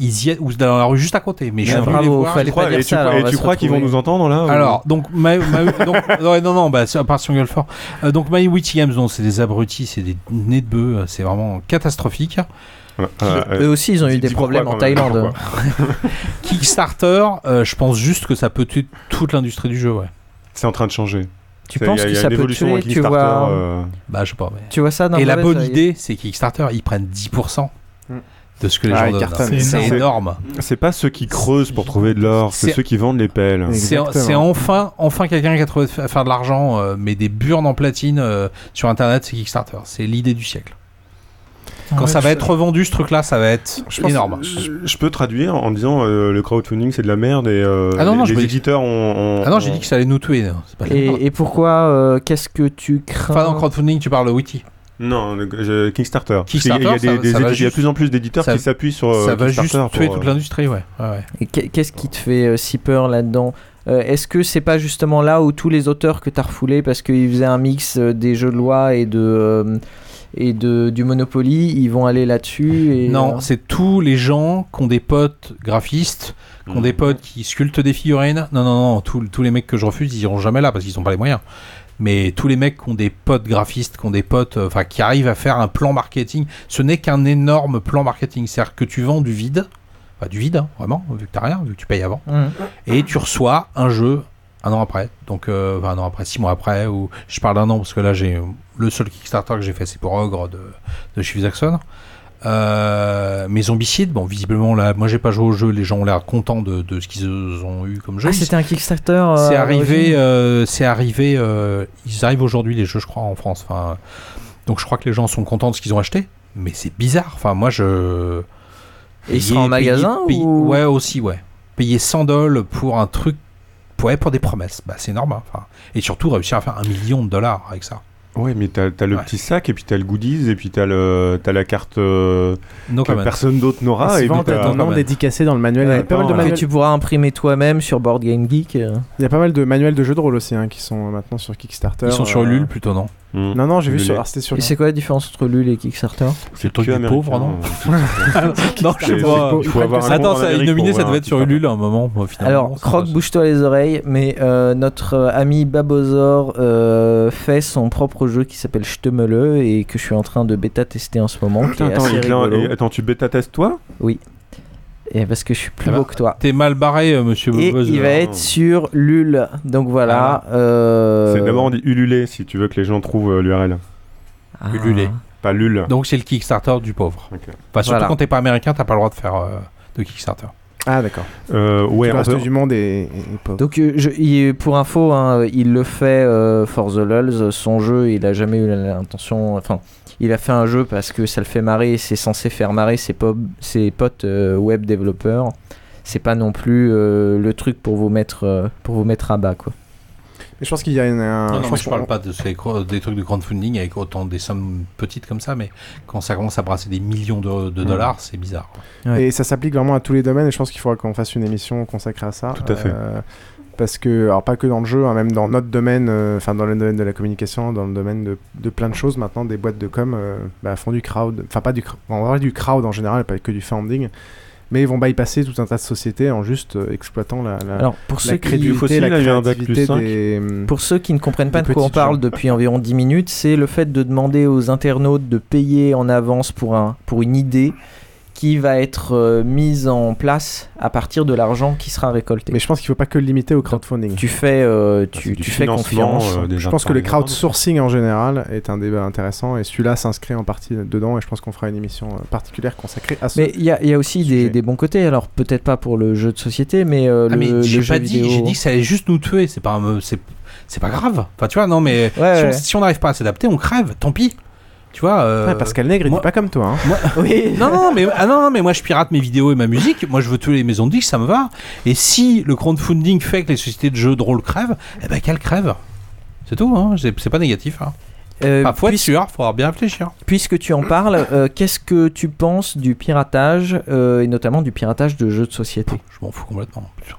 Speaker 9: Ils y est- ou dans la rue juste à côté. Mais je suis
Speaker 11: Mais
Speaker 9: venu
Speaker 11: bravo,
Speaker 9: les voir.
Speaker 11: fallait Tu pas crois- dire et ça, tu- alors, on et va tu se crois qu'ils retrouver. vont nous entendre, là, ou-
Speaker 9: Alors, donc, ma- <laughs> ma- donc- non, non, non, bah, c'est à part sur Guilford. Euh, donc, My Witch Games, non, c'est des abrutis, c'est des nez de bœuf, euh, c'est vraiment catastrophique.
Speaker 10: euh, Eux aussi, ils ont eu dis- des dis pourquoi, problèmes en quand même, Thaïlande.
Speaker 9: Kickstarter, euh, je pense juste que ça peut tuer toute l'industrie du jeu, ouais.
Speaker 11: C'est en train de changer.
Speaker 10: Tu penses que ça peut tuer, tu vois
Speaker 11: euh,
Speaker 9: Bah, je sais pas. mais-
Speaker 10: Tu vois ça d'un
Speaker 9: Et la
Speaker 10: mauvais
Speaker 9: bonne
Speaker 10: œil.
Speaker 9: idée, c'est Kickstarter, ils prennent 10%
Speaker 7: Mm.
Speaker 9: de ce que les
Speaker 11: Ah,
Speaker 9: gens
Speaker 11: ils
Speaker 9: donnent.
Speaker 11: cartonnent.
Speaker 9: C'est énorme.
Speaker 11: C'est pas ceux qui creusent pour trouver de l'or, c'est
Speaker 9: C'est-
Speaker 11: ceux qui vendent les pelles.
Speaker 9: C'est c'est enfin, enfin quelqu'un qui a trouvé à faire de l'argent, euh, mais des burnes en platine euh, sur Internet, c'est Kickstarter. C'est l'idée du siècle. Quand
Speaker 11: Ouais,
Speaker 9: ça va
Speaker 11: je-
Speaker 9: être revendu, ce truc-là, ça va être énorme.
Speaker 11: Je, je peux traduire en disant euh, le crowdfunding c'est de la merde et euh,
Speaker 9: Ah non,
Speaker 11: les,
Speaker 9: non, je
Speaker 11: les
Speaker 9: me dis-
Speaker 11: éditeurs ont, ont-
Speaker 9: Ah non, j'ai
Speaker 11: ont-
Speaker 9: dit que ça allait nous tuer. non, c'est pas de la merde.
Speaker 10: Et, et pourquoi euh, Qu'est-ce que tu crains
Speaker 9: Enfin, dans crowdfunding, tu parles de Wiki.
Speaker 11: Non, le- je- Kickstarter. Parce qu'il y a-
Speaker 9: Kickstarter,
Speaker 11: il y a, des-
Speaker 9: ça-
Speaker 11: des
Speaker 9: ça va
Speaker 11: éditeurs- il y a de
Speaker 9: juste-
Speaker 11: plus en plus d'éditeurs
Speaker 9: ça-
Speaker 11: qui s'appuient sur euh,
Speaker 9: ça va juste
Speaker 11: Kickstarter
Speaker 9: tuer
Speaker 11: pour,
Speaker 9: toute
Speaker 11: euh,
Speaker 9: l'industrie, ouais. ouais, ouais.
Speaker 10: Et qu'est- Qu'est-ce qui te fait euh, si peur là-dedans Euh, Est-ce que c'est pas justement là où tous les auteurs que t'as refoulés parce qu'ils faisaient un mix euh, des jeux de loi et de euh, et de du Monopoly, ils vont aller là-dessus et
Speaker 9: Non,
Speaker 10: euh,
Speaker 9: c'est tous les gens qui ont des potes graphistes, qui ont des potes qui sculptent des figurines. Non, non, non, tous tous les mecs que je refuse, ils iront jamais là parce qu'ils n'ont pas les moyens. Mais tous les mecs qui ont des potes graphistes, qui ont des potes, euh, enfin, qui arrivent à faire un plan marketing, ce n'est qu'un énorme plan marketing. C'est-à-dire que tu vends du vide, enfin, du vide, hein, vraiment, vu que t'as rien, vu que tu payes avant,
Speaker 10: Mhm.
Speaker 9: et tu reçois un jeu un an après, donc euh, enfin, un an après, six mois après, ou je parle d'un an parce que là, j'ai le seul Kickstarter que j'ai fait, c'est pour Ogre de, de Chief Jackson. Euh, mais Zombicide, bon, visiblement, là, moi j'ai pas joué au jeu, les gens ont l'air contents de, de ce qu'ils ont eu comme jeu.
Speaker 10: Ah, c'était un Kickstarter. euh,
Speaker 9: C'est
Speaker 10: à
Speaker 9: arrivé,
Speaker 10: l'origine
Speaker 9: euh, c'est arrivé. euh, ils arrivent aujourd'hui les jeux, je crois, en France. Enfin, donc je crois que les gens sont contents de ce qu'ils ont acheté, mais c'est bizarre. Enfin, moi je.
Speaker 10: euh, Et il
Speaker 9: Payer-
Speaker 10: sera en
Speaker 9: payer-
Speaker 10: magasin
Speaker 9: payer-
Speaker 10: ou-
Speaker 9: Ouais, aussi, ouais. Payer 100 dollars pour un truc, ouais, pour des promesses, bah c'est normal. Enfin, et surtout réussir à faire un million de dollars avec ça.
Speaker 11: euh, Ouais, mais t'as as le petit sac et puis t'as le goodies et puis t'as le t'as la carte euh,
Speaker 9: No
Speaker 11: que
Speaker 9: comment. Ah,
Speaker 11: personne d'autre n'aura et
Speaker 7: Souvent,
Speaker 11: puis
Speaker 7: t'as
Speaker 11: t'as-
Speaker 7: ton nom dédicacé dans le manuel.
Speaker 11: Ouais,
Speaker 7: Il y a pas mal de
Speaker 11: voilà.
Speaker 7: manuels-
Speaker 10: que tu pourras imprimer toi-même sur Board Game Geek. euh.
Speaker 7: Il y a pas mal de manuels de jeux de rôle aussi hein, qui sont euh, maintenant sur Kickstarter. euh,
Speaker 10: Ils sont sur
Speaker 9: Ulule plutôt, non
Speaker 10: Hmm.
Speaker 7: Non, non, j'ai vu
Speaker 10: Ulule.
Speaker 7: sur. ah, c'était sur.
Speaker 10: Et c'est quoi la différence entre Lul et Kickstarter Ah,
Speaker 9: C'est le truc
Speaker 11: que
Speaker 9: des pauvres, non Non, je sais
Speaker 11: C'est-
Speaker 9: pas.
Speaker 11: c'est- il faut avoir un
Speaker 9: Attends,
Speaker 11: compte en
Speaker 9: ça,
Speaker 11: Amérique
Speaker 9: nominé,
Speaker 11: pour
Speaker 9: ça
Speaker 11: voir
Speaker 9: devait
Speaker 11: un
Speaker 9: être sur Ulule hein, à un moment, moi, finalement.
Speaker 10: Alors, Croc, bouge-toi les oreilles, mais euh, notre euh, ami Babozor euh, fait son propre jeu qui s'appelle Ch'temele et que je suis en train de bêta-tester en ce moment. qui
Speaker 11: Putain,
Speaker 10: est
Speaker 11: attends,
Speaker 10: assez
Speaker 11: il est là-
Speaker 10: rigolo.
Speaker 11: et- attends, tu bêta testes toi
Speaker 10: Oui. Et parce que je suis plus beau que toi.
Speaker 9: T'es mal barré, euh, monsieur
Speaker 10: Et
Speaker 9: Bobos.
Speaker 10: il va être sur Lul. Donc voilà.
Speaker 11: Ah. C'est
Speaker 10: euh,
Speaker 11: d'abord on dit ululé si tu veux que les gens trouvent euh, l'URL.
Speaker 9: Ah. Ululé.
Speaker 11: Pas lul.
Speaker 9: Donc c'est le Kickstarter du pauvre. Enfin, surtout
Speaker 11: Voilà.
Speaker 9: quand t'es pas américain, t'as pas le droit de faire euh, de Kickstarter.
Speaker 7: Ah d'accord.
Speaker 11: Euh, ouais,
Speaker 7: Tout le
Speaker 11: on
Speaker 7: reste
Speaker 11: peut-
Speaker 10: hein.
Speaker 7: du monde est, est- est pauvre.
Speaker 10: Donc euh, je- il- pour info, hein, il le fait euh, for the lulz. Son jeu, il a jamais eu l'intention. Enfin, il a fait un jeu parce que ça le fait marrer. C'est censé faire marrer ses, pop- ses potes euh, web développeurs. C'est pas non plus euh, le truc pour vous mettre euh, pour vous mettre à bas quoi.
Speaker 7: Mais je pense qu'il y a une. un-
Speaker 9: Non, non, mais
Speaker 7: pense
Speaker 9: je
Speaker 7: qu'on-
Speaker 9: parle pas de ces cro- des trucs de crowdfunding avec autant des sommes petites comme ça, mais quand ça commence à brasser des millions de, de
Speaker 11: Hmm.
Speaker 7: Mm.
Speaker 9: dollars, c'est bizarre.
Speaker 7: Et ça s'applique vraiment à tous les domaines et je pense qu'il faudra qu'on fasse une émission consacrée à ça.
Speaker 11: Tout à fait.
Speaker 7: Euh, parce que, alors pas que dans le jeu, hein, même dans notre domaine, euh, enfin dans le domaine de la communication, dans le domaine de, de plein de choses, maintenant des boîtes de com euh, bah, font du crowd, enfin pas du crowd, on va parler du crowd en général, pas que du founding, mais ils vont bypasser tout un tas de sociétés en juste euh, exploitant la, la,
Speaker 10: Alors pour
Speaker 7: la
Speaker 10: ceux
Speaker 7: crédulité,
Speaker 10: qui
Speaker 7: la créativité des...
Speaker 10: pour ceux qui ne comprennent pas
Speaker 7: des
Speaker 10: de quoi on
Speaker 7: petites
Speaker 10: parle
Speaker 7: gens.
Speaker 10: depuis environ 10 minutes, c'est le fait de demander aux internautes de payer en avance pour un pour une idée qui va être euh, mise en place à partir de l'argent qui sera récolté.
Speaker 7: Mais je pense qu'il ne faut pas que le limiter au crowdfunding.
Speaker 10: Tu fais, euh, tu, tu fais
Speaker 11: Bah, financement,
Speaker 10: confiance.
Speaker 11: euh, des
Speaker 7: je pense que le
Speaker 11: intermédiaires.
Speaker 7: crowdsourcing en général est un débat intéressant et celui-là s'inscrit en partie dedans et je pense qu'on fera une émission euh, particulière consacrée à ce
Speaker 10: Mais il
Speaker 7: <laughs>
Speaker 10: y, a- il y a aussi des, des bons côtés, alors peut-être pas pour le jeu de société, mais euh,
Speaker 9: Ah,
Speaker 10: le,
Speaker 9: mais
Speaker 10: le
Speaker 9: j'ai
Speaker 10: jeu
Speaker 9: pas
Speaker 10: vidéo...
Speaker 9: dit, j'ai dit que ça allait juste nous tuer. C'est pas, un me- c'est, c'est pas grave. Enfin, tu vois, non, mais
Speaker 10: Ouais,
Speaker 9: si, On,
Speaker 10: ouais.
Speaker 9: si on n'arrive pas à s'adapter, on crève. Tant pis. Tu vois. euh,
Speaker 7: Ouais, Pascal Nègre, il
Speaker 9: moi-
Speaker 7: n'est pas comme toi. hein.
Speaker 10: <laughs> Oui.
Speaker 9: <laughs> Non, non, mais, ah non, non, mais moi je pirate mes vidéos et ma musique. Moi je veux tuer les maisons de disques, ça me va. Et si le crowdfunding fait que les sociétés de jeux de rôle crèvent, eh ben qu'elles crèvent. C'est tout, hein. c'est c'est pas négatif. Hein.
Speaker 10: Euh,
Speaker 9: Enfin, faut être sûr, faut avoir bien hein. réfléchir.
Speaker 10: Puisque tu en parles, euh, qu'est-ce que tu penses du piratage, euh, et notamment du piratage de jeux de société
Speaker 9: Je m'en fous complètement.
Speaker 10: t'en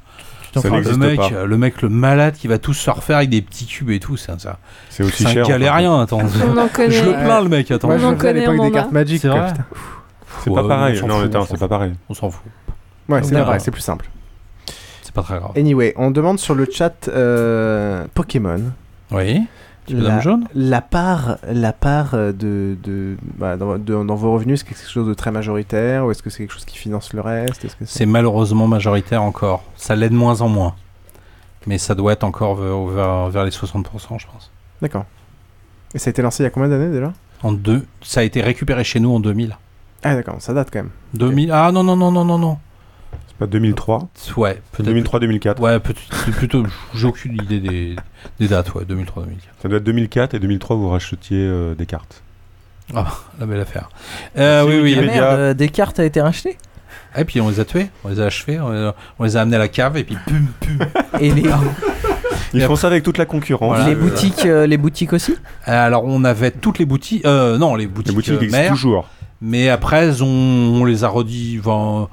Speaker 9: Enfin,
Speaker 10: parles.
Speaker 9: le,
Speaker 10: n'existe
Speaker 9: mec,
Speaker 10: pas.
Speaker 9: euh, le mec, le malade qui va tout se refaire avec des petits cubes et tout, ça, ça.
Speaker 11: C'est aussi
Speaker 9: un
Speaker 11: cher,
Speaker 9: galérien,
Speaker 11: enfin.
Speaker 9: attends.
Speaker 11: On en connaît.
Speaker 9: Je le plains, le mec, attends.
Speaker 11: Moi, je
Speaker 7: le faisais à l'époque des
Speaker 11: en
Speaker 7: cartes
Speaker 11: a.
Speaker 7: Magic.
Speaker 9: C'est
Speaker 7: quoi,
Speaker 9: vrai.
Speaker 7: putain.
Speaker 11: C'est
Speaker 9: Ouais,
Speaker 11: pas
Speaker 9: on
Speaker 11: pareil.
Speaker 9: s'en
Speaker 11: Non,
Speaker 9: fout,
Speaker 11: attends,
Speaker 9: on
Speaker 11: c'est
Speaker 9: s'en
Speaker 11: pas pareil.
Speaker 9: On s'en fout.
Speaker 7: Ouais, c'est
Speaker 9: D'accord.
Speaker 7: vrai, c'est plus simple.
Speaker 9: C'est pas très grave.
Speaker 7: Anyway, on demande sur le chat euh, Pokémon.
Speaker 9: Oui. petit peu
Speaker 7: la,
Speaker 9: d'âme jaune
Speaker 7: la part, la part euh, de, de, bah, dans, de- dans vos revenus, est-ce que c'est quelque chose de très majoritaire ou est-ce que c'est quelque chose qui finance le reste Est-ce que
Speaker 9: C'est malheureusement majoritaire encore. Ça l'est de moins en moins. Mais ça doit être encore vers, vers- vers les 60%, je pense.
Speaker 7: D'accord. Et ça a été lancé il y a combien d'années déjà
Speaker 9: En deux, ça a été récupéré chez nous en 2000.
Speaker 7: Ah d'accord, ça date quand même.
Speaker 9: 2000 Ah non, non, non, non, non, non.
Speaker 11: C'est pas 2003
Speaker 9: Ouais, peut-être.
Speaker 11: 2003-2004
Speaker 9: Ouais, peut-être- plutôt, j'ai aucune idée des, des dates, ouais, 2003-2004.
Speaker 11: Ça doit être 2004 et 2003 vous rachetiez euh, des cartes.
Speaker 9: Ah, la belle affaire. Euh,
Speaker 10: Merci,
Speaker 9: oui, oui.
Speaker 10: Wikipédia. Ah merde, euh, des cartes a été rachetées.
Speaker 9: Ah, Et puis on les a tués, on les a achevés, on les a, on les a amenés à la cave et puis pum pum.
Speaker 10: <laughs> Et les-
Speaker 11: Ils font ça avec toute la concurrence.
Speaker 10: les boutiques, euh, les boutiques aussi.
Speaker 9: euh, Alors on avait toutes les boutiques, euh, non les boutiques,
Speaker 11: boutiques
Speaker 9: euh,
Speaker 11: existent
Speaker 9: mères.
Speaker 11: toujours.
Speaker 9: Mais après elles ont- on, les a redis, enfin,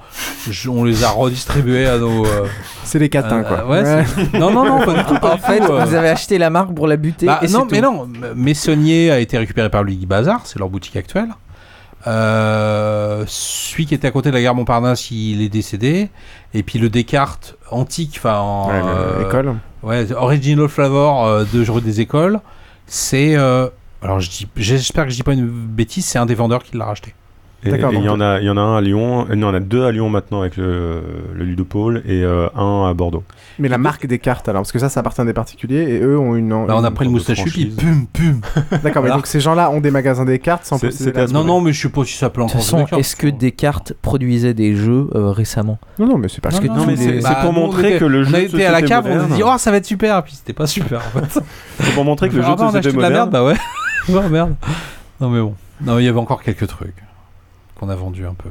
Speaker 9: je- on les a redistribués à nos. euh,
Speaker 7: C'est les
Speaker 9: euh,
Speaker 7: catins, quoi.
Speaker 9: ouais, c'est- Non non non pas du tout. pas
Speaker 10: en
Speaker 9: du
Speaker 10: fait,
Speaker 9: tout, euh.
Speaker 10: vous avez acheté la marque pour la buter.
Speaker 9: Bah,
Speaker 10: et c'est
Speaker 9: non,
Speaker 10: tout.
Speaker 9: mais non. M- Messonnier a été récupéré par Luigi Bazar, c'est leur boutique actuelle. Euh, celui qui était à côté de la gare Montparnasse, il est décédé. Et puis le Descartes antique, enfin. en,
Speaker 7: Ouais, le-
Speaker 9: euh,
Speaker 7: l'école.
Speaker 9: Ouais, Original Flavor euh, de Rue des Écoles. C'est. euh, alors je dis- j'espère que je dis pas une bêtise, c'est un des vendeurs qui l'a racheté.
Speaker 11: Et et il y, en a- il y en a un à Lyon, euh, non, il y en a deux à Lyon maintenant avec le, le Ludopole et euh, un à Bordeaux.
Speaker 7: Mais la marque des cartes, alors, parce que ça, ça appartient à des particuliers et eux ont une.
Speaker 9: on a
Speaker 7: une-
Speaker 9: pris le
Speaker 7: une
Speaker 9: moustachu, puis
Speaker 7: franchise.
Speaker 9: pum pum.
Speaker 7: D'accord, mais
Speaker 9: Voilà.
Speaker 7: donc ces gens-là ont des magasins des cartes sans posséder la-
Speaker 9: Non, non, mais je sais pas si ça peut
Speaker 10: De toute
Speaker 9: encore
Speaker 10: façon, est-ce que Descartes produisait des jeux euh, récemment
Speaker 7: Non, non, mais c'est
Speaker 10: parce
Speaker 9: Non,
Speaker 10: que
Speaker 9: non,
Speaker 10: tous
Speaker 9: mais
Speaker 10: les-
Speaker 9: c'est- Bah, nous, on était- On a été à la cave, on s'est dit, oh, ça va être super, et puis c'était pas super en fait.
Speaker 11: <laughs> C'est pour montrer que le
Speaker 9: Ah
Speaker 11: jeu de
Speaker 9: bah, on a
Speaker 11: société
Speaker 9: acheté de la merde,
Speaker 11: moderne-
Speaker 9: bah ouais. <laughs> Ouais, merde. Non, mais bon. Non, il y avait encore quelques trucs qu'on a vendus un peu.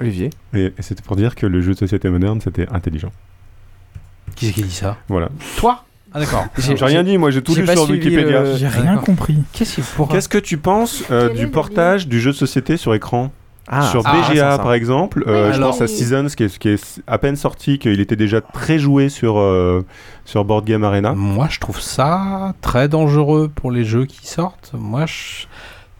Speaker 7: Olivier.
Speaker 11: Et, et c'était pour dire que le jeu de société moderne, c'était intelligent.
Speaker 9: Qui c'est qui dit ça
Speaker 11: Voilà.
Speaker 9: Toi Ah, d'accord.
Speaker 11: J'ai rien dit, moi j'ai tout lu sur Wikipédia.
Speaker 9: euh,
Speaker 13: compris.
Speaker 9: Ah, Qu'est-ce qu'il faut
Speaker 11: Qu'est-ce que tu penses euh, du portage du jeu de société sur écran
Speaker 7: Ah,
Speaker 11: sur
Speaker 7: ah,
Speaker 11: BGA
Speaker 7: ça, ça.
Speaker 11: par exemple, euh,
Speaker 7: Oui,
Speaker 11: je
Speaker 7: alors-
Speaker 11: pense à Seasons qui est, qui est à peine sorti, qu'il était déjà très joué sur, euh, sur Board Game Arena.
Speaker 9: Moi je trouve ça très dangereux pour les jeux qui sortent. Moi, je-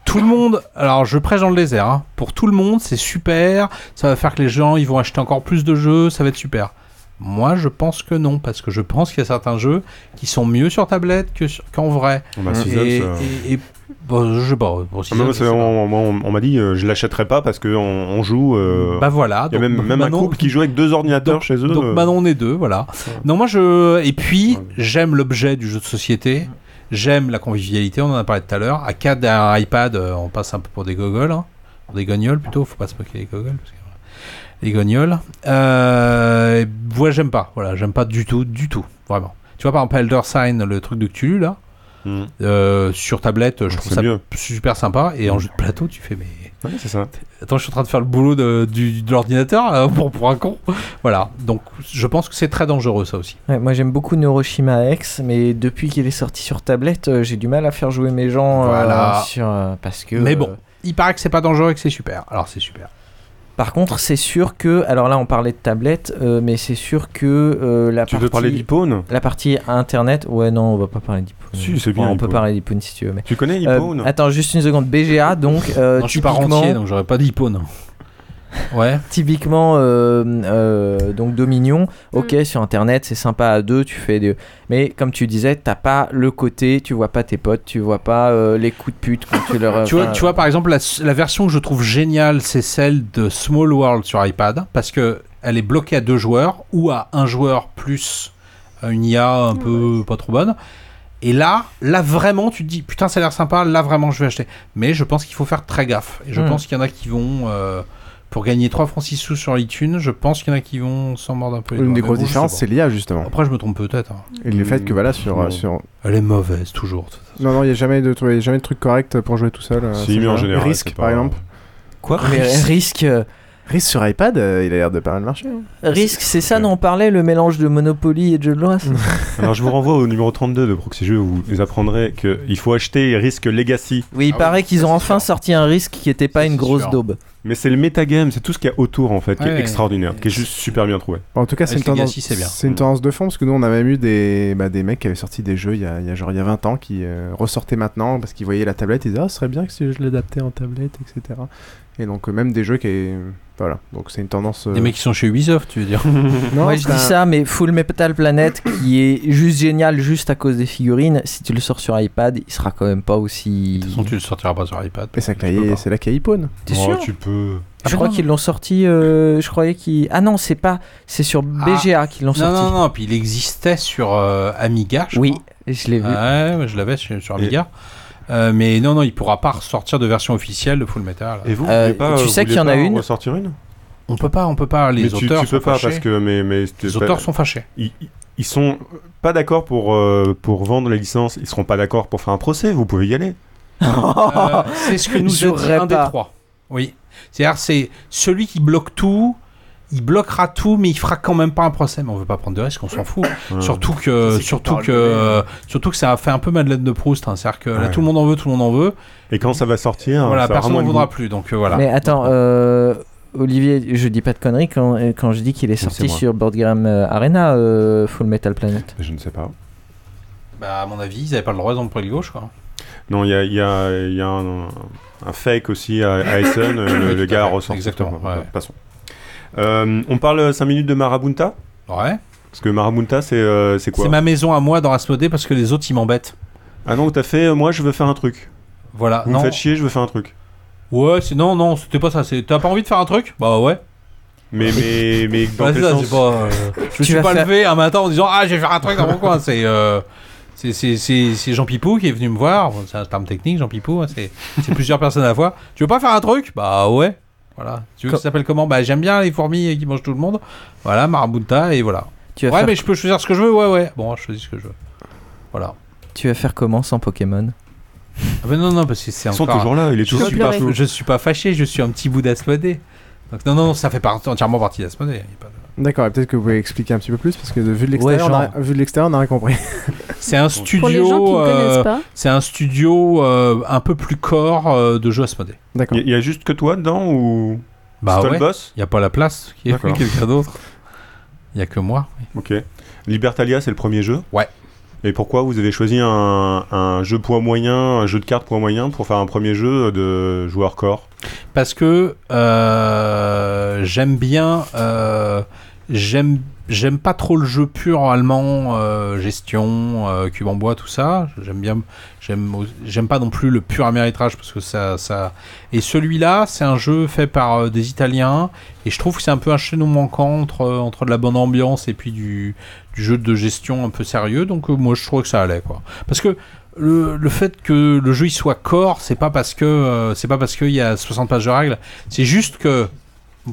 Speaker 9: tout le monde. Alors, je prêche dans le désert. hein. Pour tout le monde, c'est super. Ça va faire que les gens, ils vont acheter encore plus de jeux. Ça va être super. Moi, je pense que non, parce que je pense qu'il y a certains jeux qui sont mieux sur tablette que sur- qu'en vrai.
Speaker 11: Bah,
Speaker 9: et,
Speaker 11: Seasons, euh.
Speaker 9: et- et- bon, je sais pas. Bon,
Speaker 11: Ah, mais
Speaker 9: Seasons,
Speaker 11: moi, c'est- on moi, on- on m'a dit, euh, je l'achèterai pas parce qu'on on joue. euh,
Speaker 9: Bah voilà,
Speaker 11: Il y
Speaker 9: donc
Speaker 11: a même, même un
Speaker 9: maintenant-
Speaker 11: couple qui joue avec deux ordinateurs chez eux.
Speaker 9: Donc bah,
Speaker 11: euh,
Speaker 9: maintenant on est deux, voilà. Non, moi je. Et puis, j'aime l'objet du jeu de société. J'aime la convivialité, on en a parlé tout à l'heure. À 4 derrière un iPad, euh, on passe un peu pour des gogoles. hein. Pour des gognoles plutôt, faut pas se moquer des gogoles. parce que, voilà. Les gognoles. Euh, ouais, j'aime pas. Voilà, j'aime pas du tout, du tout. Vraiment. Tu vois, par exemple, Elder Sign, le truc de Cthulhu, là. euh, sur tablette, je trouve ça Euh, super sympa. Et en jeu de plateau, tu fais mais.
Speaker 11: c'est ça.
Speaker 9: Attends, je suis en train de faire le boulot de, du- de l'ordinateur euh, <laughs> pour, pour un con. Voilà, donc je pense que c'est très dangereux ça aussi.
Speaker 10: Ouais, moi j'aime beaucoup Neuroshima X, mais depuis qu'il est sorti sur tablette, euh, j'ai du mal à faire jouer mes gens euh,
Speaker 9: Voilà.
Speaker 10: sur, euh, parce que.
Speaker 9: Mais
Speaker 10: euh,
Speaker 9: bon, il paraît que c'est pas dangereux et que c'est super. Alors c'est super.
Speaker 10: Par contre, c'est sûr que. Alors là, on parlait de tablette, euh, mais c'est sûr que euh, la
Speaker 11: Tu
Speaker 10: partie.
Speaker 11: veux parler d'Hippone
Speaker 10: La partie internet. Ouais, non, on va pas parler d'Hippone.
Speaker 11: Si, c'est bien,
Speaker 10: Ouais, on peut
Speaker 11: Hippone.
Speaker 10: parler d'Hippone si tu veux. Mais...
Speaker 11: Tu connais
Speaker 10: Euh,
Speaker 11: Hippone
Speaker 10: Attends, juste une seconde. BGA, donc. euh,
Speaker 9: Non, je suis pas
Speaker 10: typiquement-
Speaker 9: rentier, donc j'aurais
Speaker 10: <laughs>
Speaker 9: pas d'hypone. Ouais.
Speaker 10: Typiquement, euh, euh, donc Dominion, ok, sur internet, c'est sympa à deux, tu fais des. Mais comme tu disais, t'as pas le côté, tu vois pas tes potes, tu vois pas euh, les coups de pute quand tu leur.
Speaker 9: Tu vois,
Speaker 10: Euh, enfin,
Speaker 9: tu vois, par exemple, la, la version que je trouve géniale, c'est celle de Small World sur iPad, parce que elle est bloquée à deux joueurs ou à un joueur plus euh, une IA un peu pas trop bonne. Et là, là vraiment, tu te dis putain, ça a l'air sympa. Là vraiment, je vais acheter. Mais je pense qu'il faut faire très gaffe. Et je
Speaker 10: Hmm.
Speaker 9: pense qu'il y en a qui vont euh, pour gagner 3 francs 6 sous sur iTunes. Je pense qu'il y en a qui vont s'en mordre un peu. les
Speaker 7: Une
Speaker 9: doigts.
Speaker 7: des
Speaker 9: Mais
Speaker 7: grosses
Speaker 9: bon, je sais
Speaker 7: différences,
Speaker 9: pas.
Speaker 7: c'est l'IA, justement.
Speaker 9: Après, je me trompe peut-être. hein.
Speaker 7: Et le fait que, voilà, sur. euh, sur...
Speaker 9: Elle est mauvaise toujours.
Speaker 7: Non, non, il n'y a jamais de, il y a jamais de truc correct pour jouer tout seul. euh,
Speaker 11: Si,
Speaker 7: c'est
Speaker 11: mais en
Speaker 7: ça.
Speaker 11: général,
Speaker 7: Risk,
Speaker 11: c'est
Speaker 7: par
Speaker 11: pas-
Speaker 7: exemple.
Speaker 10: Quoi Mais Risk. euh,
Speaker 7: Risk sur iPad, euh, il a l'air de pas mal marcher. hein.
Speaker 10: Risk, c'est ça dont on parlait, le mélange de Monopoly et de jeux de loi ça
Speaker 9: <laughs>
Speaker 11: Alors je vous renvoie au numéro 32 de Proxy Jeux où vous apprendrez qu'il faut acheter Risk Legacy.
Speaker 10: Oui, il
Speaker 9: Ah
Speaker 10: paraît qu'ils ont enfin sorti un Risk qui était pas une grosse
Speaker 11: sûr.
Speaker 10: daube.
Speaker 11: Mais c'est le metagame, c'est tout ce qu'il y a autour en fait, qui
Speaker 10: Ouais.
Speaker 11: est extraordinaire, qui est juste super bien trouvé.
Speaker 7: Bon, en tout cas, c'est une, tendance, c'est une
Speaker 9: Mm.
Speaker 7: tendance de fond parce que nous, on a même eu des, bah, des mecs qui avaient sorti des jeux il y a, il y a genre il y a 20 ans qui euh, ressortaient maintenant parce qu'ils voyaient la tablette et disaient Ah, ce serait bien que si je l'adaptais en tablette, etc. Et donc, euh, même des jeux qui. euh, Voilà, donc c'est une tendance. euh,
Speaker 9: Des mecs qui sont chez Ubisoft, tu veux dire
Speaker 7: <laughs> Non,
Speaker 10: Moi je
Speaker 7: c'est
Speaker 10: dis
Speaker 7: un-
Speaker 10: ça, mais Full Metal Planet qui est juste génial juste à cause des figurines, si tu le sors sur iPad, il sera quand même pas aussi.
Speaker 9: De toute façon, tu le sortiras pas sur iPad.
Speaker 7: Et c'est la cahier- c'est la cahier Pone.
Speaker 10: T'es sûr
Speaker 11: tu peux.
Speaker 9: Ah,
Speaker 10: Je crois qu'ils l'ont sorti. euh, je croyais qu'ils. Ah non, c'est pas. C'est sur BGA qu'ils l'ont
Speaker 9: Ah. non,
Speaker 10: sorti.
Speaker 9: Non, non, puis il existait sur euh, Amiga. Je oui,
Speaker 10: je l'ai vu.
Speaker 9: ouais, je l'avais sur, sur Amiga. Euh, mais non, non, il pourra pas ressortir de version officielle de Full Metal.
Speaker 11: Et vous, vous voulez pas, euh, vous voulez pas en ressortir une
Speaker 9: On peut pas, on peut pas. Les
Speaker 11: Mais tu-
Speaker 9: auteurs
Speaker 11: tu,
Speaker 9: sont
Speaker 11: peux pas
Speaker 9: fâchés.
Speaker 11: parce que bah, mais, mais c'était
Speaker 9: Les
Speaker 11: pas-
Speaker 9: auteurs sont fâchés.
Speaker 11: Ils, ils- ils sont pas d'accord pour euh, pour vendre les licences. Ils seront pas d'accord pour faire un procès. Vous pouvez y aller.
Speaker 9: Euh, c'est ce que nous a dit
Speaker 10: J'aurais
Speaker 9: un des
Speaker 10: pas.
Speaker 9: trois. Oui. C'est-à-dire, c'est celui qui bloque tout. Il bloquera tout, mais il fera quand même pas un procès. Mais on veut pas prendre de risques, on s'en fout.
Speaker 11: Ouais.
Speaker 9: Surtout que, surtout
Speaker 11: parle
Speaker 9: que, surtout que ça a fait un peu Madeleine de Proust. hein. C'est-à-dire que là,
Speaker 11: Ouais.
Speaker 9: tout le monde en veut, tout le monde en veut.
Speaker 11: Et quand ça va sortir,
Speaker 9: Voilà,
Speaker 11: ça
Speaker 9: personne
Speaker 11: vraiment
Speaker 9: n'en
Speaker 11: une-
Speaker 9: voudra plus. Donc euh, voilà.
Speaker 10: Mais attends, euh, Olivier, je dis pas de conneries quand, euh, quand je dis qu'il est sorti
Speaker 9: moi.
Speaker 10: sur Board Game euh, Arena, euh, Full Metal Planet.
Speaker 11: Je ne sais pas.
Speaker 9: Bah, à mon avis, ils avaient pas le droit d'employer le gauche, quoi.
Speaker 11: Non, il y a, il y a- il y a un, un fake aussi à, à Essen, euh, le, le gars a ressorti. Exactement. Passons. Euh, on parle 5 minutes de Marabunta
Speaker 9: Ouais.
Speaker 11: Parce que Marabunta, c'est euh, c'est quoi
Speaker 9: C'est ma maison à moi dans Asmodée parce que les autres ils m'embêtent.
Speaker 11: Ah non, t'as fait, euh, moi je veux faire un truc.
Speaker 9: Voilà,
Speaker 11: Vous
Speaker 9: non.
Speaker 11: me faites chier, je veux faire un truc.
Speaker 9: Ouais, c'est non, non, c'était pas ça. c'est- T'as pas envie de faire un truc Bah ouais.
Speaker 11: Mais, mais, mais dans
Speaker 9: Ouais,
Speaker 11: quel
Speaker 9: c'est ça,
Speaker 11: sens
Speaker 9: c'est pas, euh, je me
Speaker 11: Tu
Speaker 9: suis
Speaker 11: vas
Speaker 9: pas
Speaker 11: faire-
Speaker 9: levé un matin en disant Ah, je vais faire un truc dans mon coin. C'est. euh, c'est- C'est c'est- c'est Jean Pipou qui est venu me voir. Bon, C'est un terme technique, Jean Pipou. hein, c'est c'est plusieurs personnes à la fois. Tu veux pas faire un truc Bah ouais. Voilà. Tu veux que ça s'appelle comment Bah j'aime bien les fourmis qui mangent tout le monde. Voilà, Marabunta et voilà.
Speaker 10: Tu vas
Speaker 9: ouais,
Speaker 10: faire-
Speaker 9: mais je peux choisir ce que je veux. Ouais, ouais. Bon, je choisis ce que je veux. Voilà.
Speaker 10: Tu vas faire comment sans Pokémon
Speaker 9: Ah ben non, non, parce que c'est
Speaker 10: Ils
Speaker 9: encore.
Speaker 10: sont toujours là, il est
Speaker 9: Je
Speaker 10: toujours
Speaker 9: suis
Speaker 10: super
Speaker 9: pas-
Speaker 10: chaud.
Speaker 9: Je suis pas fâché, je suis un petit bout d'Asmodée. Donc non, non, ça fait par- entièrement partie d'Asmodée.
Speaker 7: D'accord, et peut-être que vous pouvez expliquer un petit peu plus parce que de- vu de l'extérieur,
Speaker 9: Ouais,
Speaker 7: on a-
Speaker 9: genre.
Speaker 7: vu de l'extérieur, on n'a rien compris.
Speaker 9: <laughs> C'est un studio.
Speaker 7: Pour les gens qui ne
Speaker 9: euh,
Speaker 7: connaissent pas.
Speaker 9: C'est un studio euh, un peu plus corps euh, de jeux Asmodée.
Speaker 7: D'accord.
Speaker 11: Il y, a juste que toi dedans ou.
Speaker 9: Bah
Speaker 11: c'est toi
Speaker 9: ouais.
Speaker 11: le boss
Speaker 9: Il n'y a pas la place. Il y a
Speaker 11: D'accord.
Speaker 9: <laughs> quelqu'un d'autre. Il n'y a que moi.
Speaker 11: Ok. Libertalia, c'est le premier jeu
Speaker 9: Ouais.
Speaker 11: Et pourquoi vous avez choisi un, un jeu poids moyen, un jeu de cartes poids moyen pour faire un premier jeu de joueur corps
Speaker 9: parce que euh, j'aime bien euh, j'aime j'aime pas trop le jeu pur allemand euh, gestion euh, cube en bois tout ça j'aime bien j'aime au- j'aime pas non plus le pur améritrage parce que ça ça et celui-là c'est un jeu fait par euh, des italiens et je trouve que c'est un peu un chaînon manquant entre euh, entre de la bonne ambiance et puis du du jeu de gestion un peu sérieux donc euh, moi je trouvais que ça allait quoi parce que le, le fait que le jeu il soit corps, c'est pas parce que euh, c'est pas parce qu'il y a 60 pages de règles, c'est juste que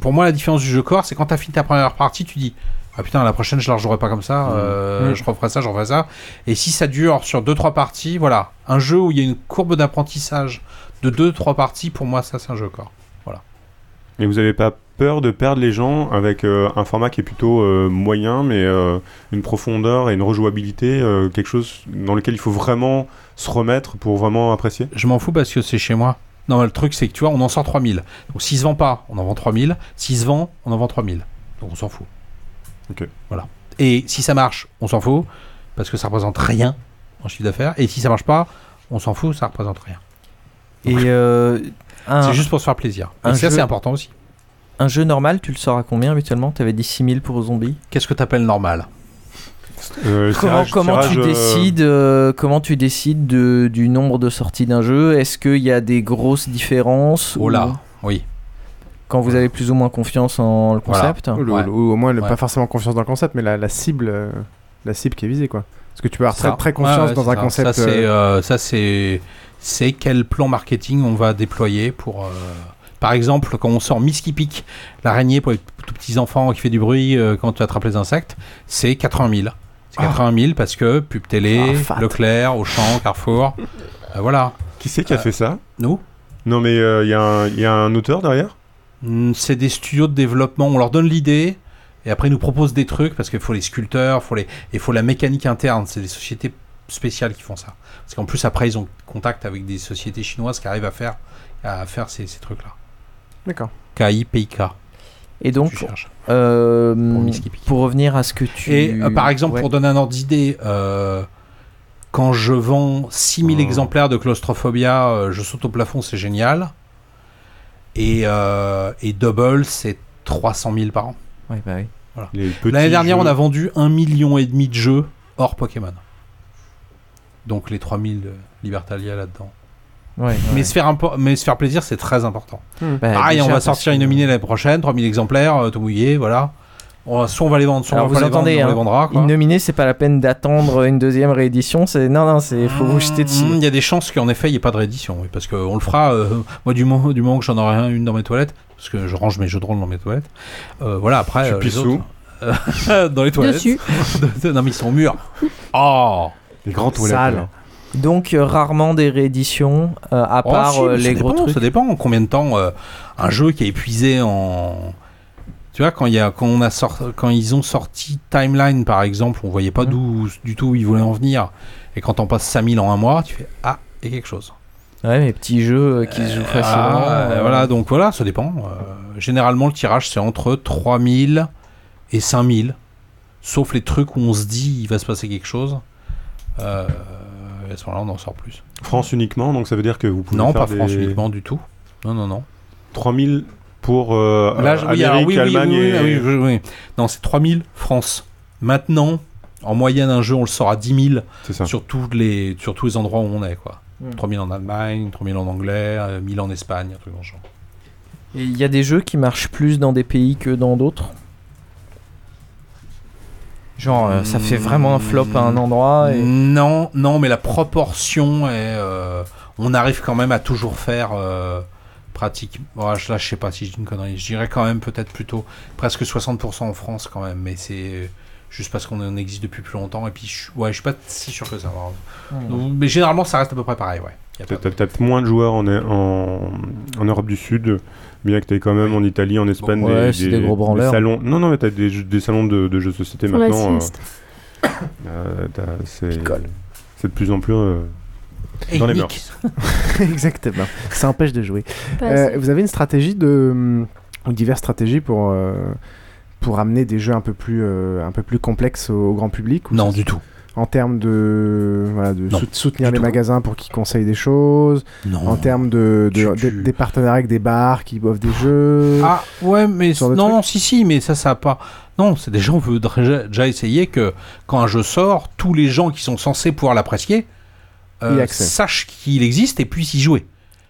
Speaker 9: pour moi la différence du jeu corps, c'est quand t'as fini ta première partie, tu dis ah putain la prochaine je la rejouerai pas comme ça, euh,
Speaker 11: Mm.
Speaker 9: je referai ça, je referai ça. Et si ça dure sur deux trois parties, voilà, un jeu où il y a une courbe d'apprentissage de deux trois parties, pour moi ça c'est un jeu corps. Voilà.
Speaker 11: Et vous n'avez pas peur de perdre les gens avec euh, un format qui est plutôt euh, moyen, mais euh, une profondeur et une rejouabilité, euh, quelque chose dans lequel il faut vraiment se remettre pour vraiment apprécier
Speaker 9: Je m'en fous parce que c'est chez moi. Non, mais le truc c'est que tu vois, on en sort 3000. Donc s'il se vend pas, on en vend 3000. S'il se vend, on en vend 3000. Donc on s'en fout.
Speaker 11: Ok.
Speaker 9: Voilà. Et si ça marche, on s'en fout, parce que ça représente rien en chiffre d'affaires. Et si ça marche pas, on s'en fout, ça représente rien.
Speaker 10: Et euh, un-
Speaker 9: C'est juste pour se faire plaisir. Et
Speaker 10: un
Speaker 9: ça,
Speaker 10: jeu-
Speaker 9: c'est important aussi.
Speaker 10: Un jeu normal, tu le sors à combien habituellement T'avais dit 6000 pour zombies
Speaker 9: Qu'est-ce que t'appelles normal
Speaker 11: Euh,
Speaker 10: Comment,
Speaker 11: tirage-
Speaker 10: comment tu
Speaker 11: tirage, euh,
Speaker 10: décides, euh, comment tu décides de- du nombre de sorties d'un jeu Est-ce qu'il y a des grosses différences
Speaker 9: Oh là, oui.
Speaker 10: Quand vous avez plus ou moins confiance en le <laughs> concept
Speaker 7: Ou, le- ou au moins, le- pas
Speaker 10: Ouais.
Speaker 7: forcément confiance dans le concept, mais la, la cible, euh, la cible qui est visée, quoi. Parce que tu peux avoir
Speaker 9: Ça.
Speaker 7: très, très
Speaker 9: Ouais,
Speaker 7: confiance
Speaker 9: ouais,
Speaker 7: dans
Speaker 9: c'est
Speaker 7: un
Speaker 9: ça.
Speaker 7: concept.
Speaker 9: Ça, c'est
Speaker 7: euh,
Speaker 9: euh, ça, c'est c'est quel plan marketing on va déployer pour. euh, Par exemple, quand on sort Miss qui pique, l'araignée pour les tout petits enfants qui fait du bruit euh, quand tu attrapes les insectes, c'est 80 000. C'est
Speaker 7: Ah.
Speaker 9: 80 000 parce que pub télé, Leclerc, Auchan, Carrefour, euh, voilà.
Speaker 11: Qui c'est qui a
Speaker 9: Euh,
Speaker 11: fait ça
Speaker 9: Nous
Speaker 11: Non, mais euh, il y a un- il y, a un auteur derrière
Speaker 9: Mm, C'est des studios de développement. On leur donne l'idée et après ils nous proposent des trucs parce qu'il faut les sculpteurs, faut les, il faut la mécanique interne. C'est des sociétés spéciales qui font ça. Parce qu'en plus après ils ont contact avec des sociétés chinoises qui arrivent à faire, à faire ces, ces trucs-là.
Speaker 7: D'accord.
Speaker 9: KIPK.
Speaker 10: Et donc, euh, pour revenir à ce que tu...
Speaker 9: Et euh, par exemple,
Speaker 10: Ouais.
Speaker 9: pour donner un ordre d'idée, euh, quand je vends 6000
Speaker 10: Oh.
Speaker 9: exemplaires de claustrophobia, euh, je saute au plafond, c'est génial. Et, euh, et double, c'est 300 000 par an.
Speaker 10: Ouais, bah oui.
Speaker 9: Voilà.
Speaker 11: Les petits
Speaker 9: L'année dernière,
Speaker 11: jeux-
Speaker 9: on a vendu un million et demi de jeux hors Pokémon. Donc les 3000 de Libertalia là-dedans.
Speaker 10: Ouais,
Speaker 9: mais,
Speaker 10: ouais.
Speaker 9: Se faire impo- mais se faire plaisir, c'est très important.
Speaker 10: Hmm. Bah,
Speaker 9: Pareil,
Speaker 10: déjà,
Speaker 9: on va
Speaker 10: parce
Speaker 9: sortir une nominée l'année prochaine, 3000 exemplaires, euh, tout mouillé, voilà. On va- soit on va les vendre, soit
Speaker 10: Alors
Speaker 9: on va
Speaker 10: vous
Speaker 9: pas les vendre,
Speaker 10: entendez,
Speaker 9: on
Speaker 10: hein,
Speaker 9: les vendra. quoi.
Speaker 10: une nominée, c'est pas la peine d'attendre une deuxième réédition. C'est non, non, c'est faut vous jeter dessus.
Speaker 9: Mm, Il y a des chances qu'en effet, il n'y ait pas de réédition. oui, parce qu'on le fera, euh, moi, du moment, du moment que j'en aurai un, une dans mes toilettes, parce que je range mes jeux de rôle dans mes toilettes. euh, voilà, après.
Speaker 11: Tu
Speaker 9: euh, les
Speaker 11: pisses
Speaker 9: autres,
Speaker 11: où
Speaker 9: euh, <laughs> Dans les toilettes.
Speaker 11: Dessus.
Speaker 9: non, mais ils sont murs. Oh
Speaker 11: Les grands
Speaker 7: toilettes, Sales. là.
Speaker 10: Donc euh, rarement des rééditions, euh, à
Speaker 9: Oh,
Speaker 10: part
Speaker 9: si,
Speaker 10: euh,
Speaker 9: mais ça
Speaker 10: les gros
Speaker 9: dépend,
Speaker 10: trucs.
Speaker 9: Ça dépend en combien de temps euh, un jeu qui est épuisé en. Tu vois, quand, il y a, quand, on a sort- quand ils ont sorti Timeline par exemple, on voyait
Speaker 10: Mmh.
Speaker 9: pas d'où du tout où ils voulaient en venir. Et quand on passe 5000 en un mois, tu fais Ah, et quelque chose.
Speaker 10: Ouais, mais petits jeux euh, qui se jouent facilement.
Speaker 9: Ah, euh,
Speaker 10: euh,
Speaker 9: Voilà, donc voilà, ça dépend. Euh, généralement, le tirage c'est entre 3000 et 5000. Sauf les trucs où on se dit il va se passer quelque chose. Euh, et à ce moment-là, on en sort plus.
Speaker 11: France uniquement, donc ça veut dire que vous pouvez.
Speaker 9: Non,
Speaker 11: faire
Speaker 9: pas France
Speaker 11: des-
Speaker 9: uniquement du tout. Non, non, non.
Speaker 11: 3000 pour euh,
Speaker 9: Là,
Speaker 11: euh,
Speaker 9: je- oui, alors,
Speaker 11: Amérique,
Speaker 9: oui, oui,
Speaker 11: Allemagne
Speaker 9: oui,
Speaker 11: et.
Speaker 9: oui, oui, oui. Non, c'est 3000 France. Maintenant, en moyenne, un jeu, on le sort à 10 000 sur tous, les, sur tous les endroits où on est. Quoi.
Speaker 10: Mm.
Speaker 9: 3 000 en Allemagne, 3 000 en Anglais, euh, 1000 en Espagne, un truc dans le genre.
Speaker 10: Et Il y a des jeux qui marchent plus dans des pays que dans d'autres. Genre, euh,
Speaker 9: Hmm.
Speaker 10: ça fait vraiment un flop à un endroit. Et...
Speaker 9: Non, non, mais la proportion est. euh, on arrive quand même à toujours faire euh, pratique. Bon, je- là, je sais pas si je dis une connerie. Je dirais quand même peut-être plutôt presque 60% en France quand même, mais c'est juste parce qu'on en existe depuis plus longtemps. Et puis, je, ouais, je suis pas si sûr que ça. va.
Speaker 11: Hmm.
Speaker 9: Donc, mais généralement, ça reste à peu près pareil, ouais. Y a
Speaker 11: T'as t'as peut-être moins de joueurs en, en, en Europe du Sud, bien que t'aies quand même en Italie, en Espagne
Speaker 10: Bon, ouais, c'est des gros branleurs.
Speaker 11: salons. Non, non, mais t'as des, jeux- des salons de, de jeux de société
Speaker 10: Pour
Speaker 11: maintenant.
Speaker 10: l'assist.
Speaker 11: euh, <coughs> euh, t'as- c'est c'est de plus en plus euh,
Speaker 9: Et
Speaker 11: dans les
Speaker 9: nique.
Speaker 11: mœurs.
Speaker 9: <laughs>
Speaker 7: Exactement. Ça empêche de jouer.
Speaker 6: Pas
Speaker 7: Euh,
Speaker 6: assez.
Speaker 7: vous avez une stratégie de hum, ou diverses stratégies pour euh, pour amener des jeux un peu plus euh, un peu plus complexes au, au grand public
Speaker 9: Non, du tout.
Speaker 7: En termes de, voilà, de
Speaker 9: Non,
Speaker 7: sou- soutenir les magasins pour qu'ils conseillent des choses.
Speaker 9: Non.
Speaker 7: En termes de, de- des- des partenariats avec des bars qui boivent des jeux.
Speaker 10: Euh,
Speaker 9: Ah ouais, mais non, si, si, mais ça, ça a pas. Non, c'est des gens qui déjà, déjà essayer que quand un jeu sort, tous les gens qui sont censés pouvoir l'apprécier euh,
Speaker 10: Y accèdent.
Speaker 9: sachent qu'il existe et puissent y jouer.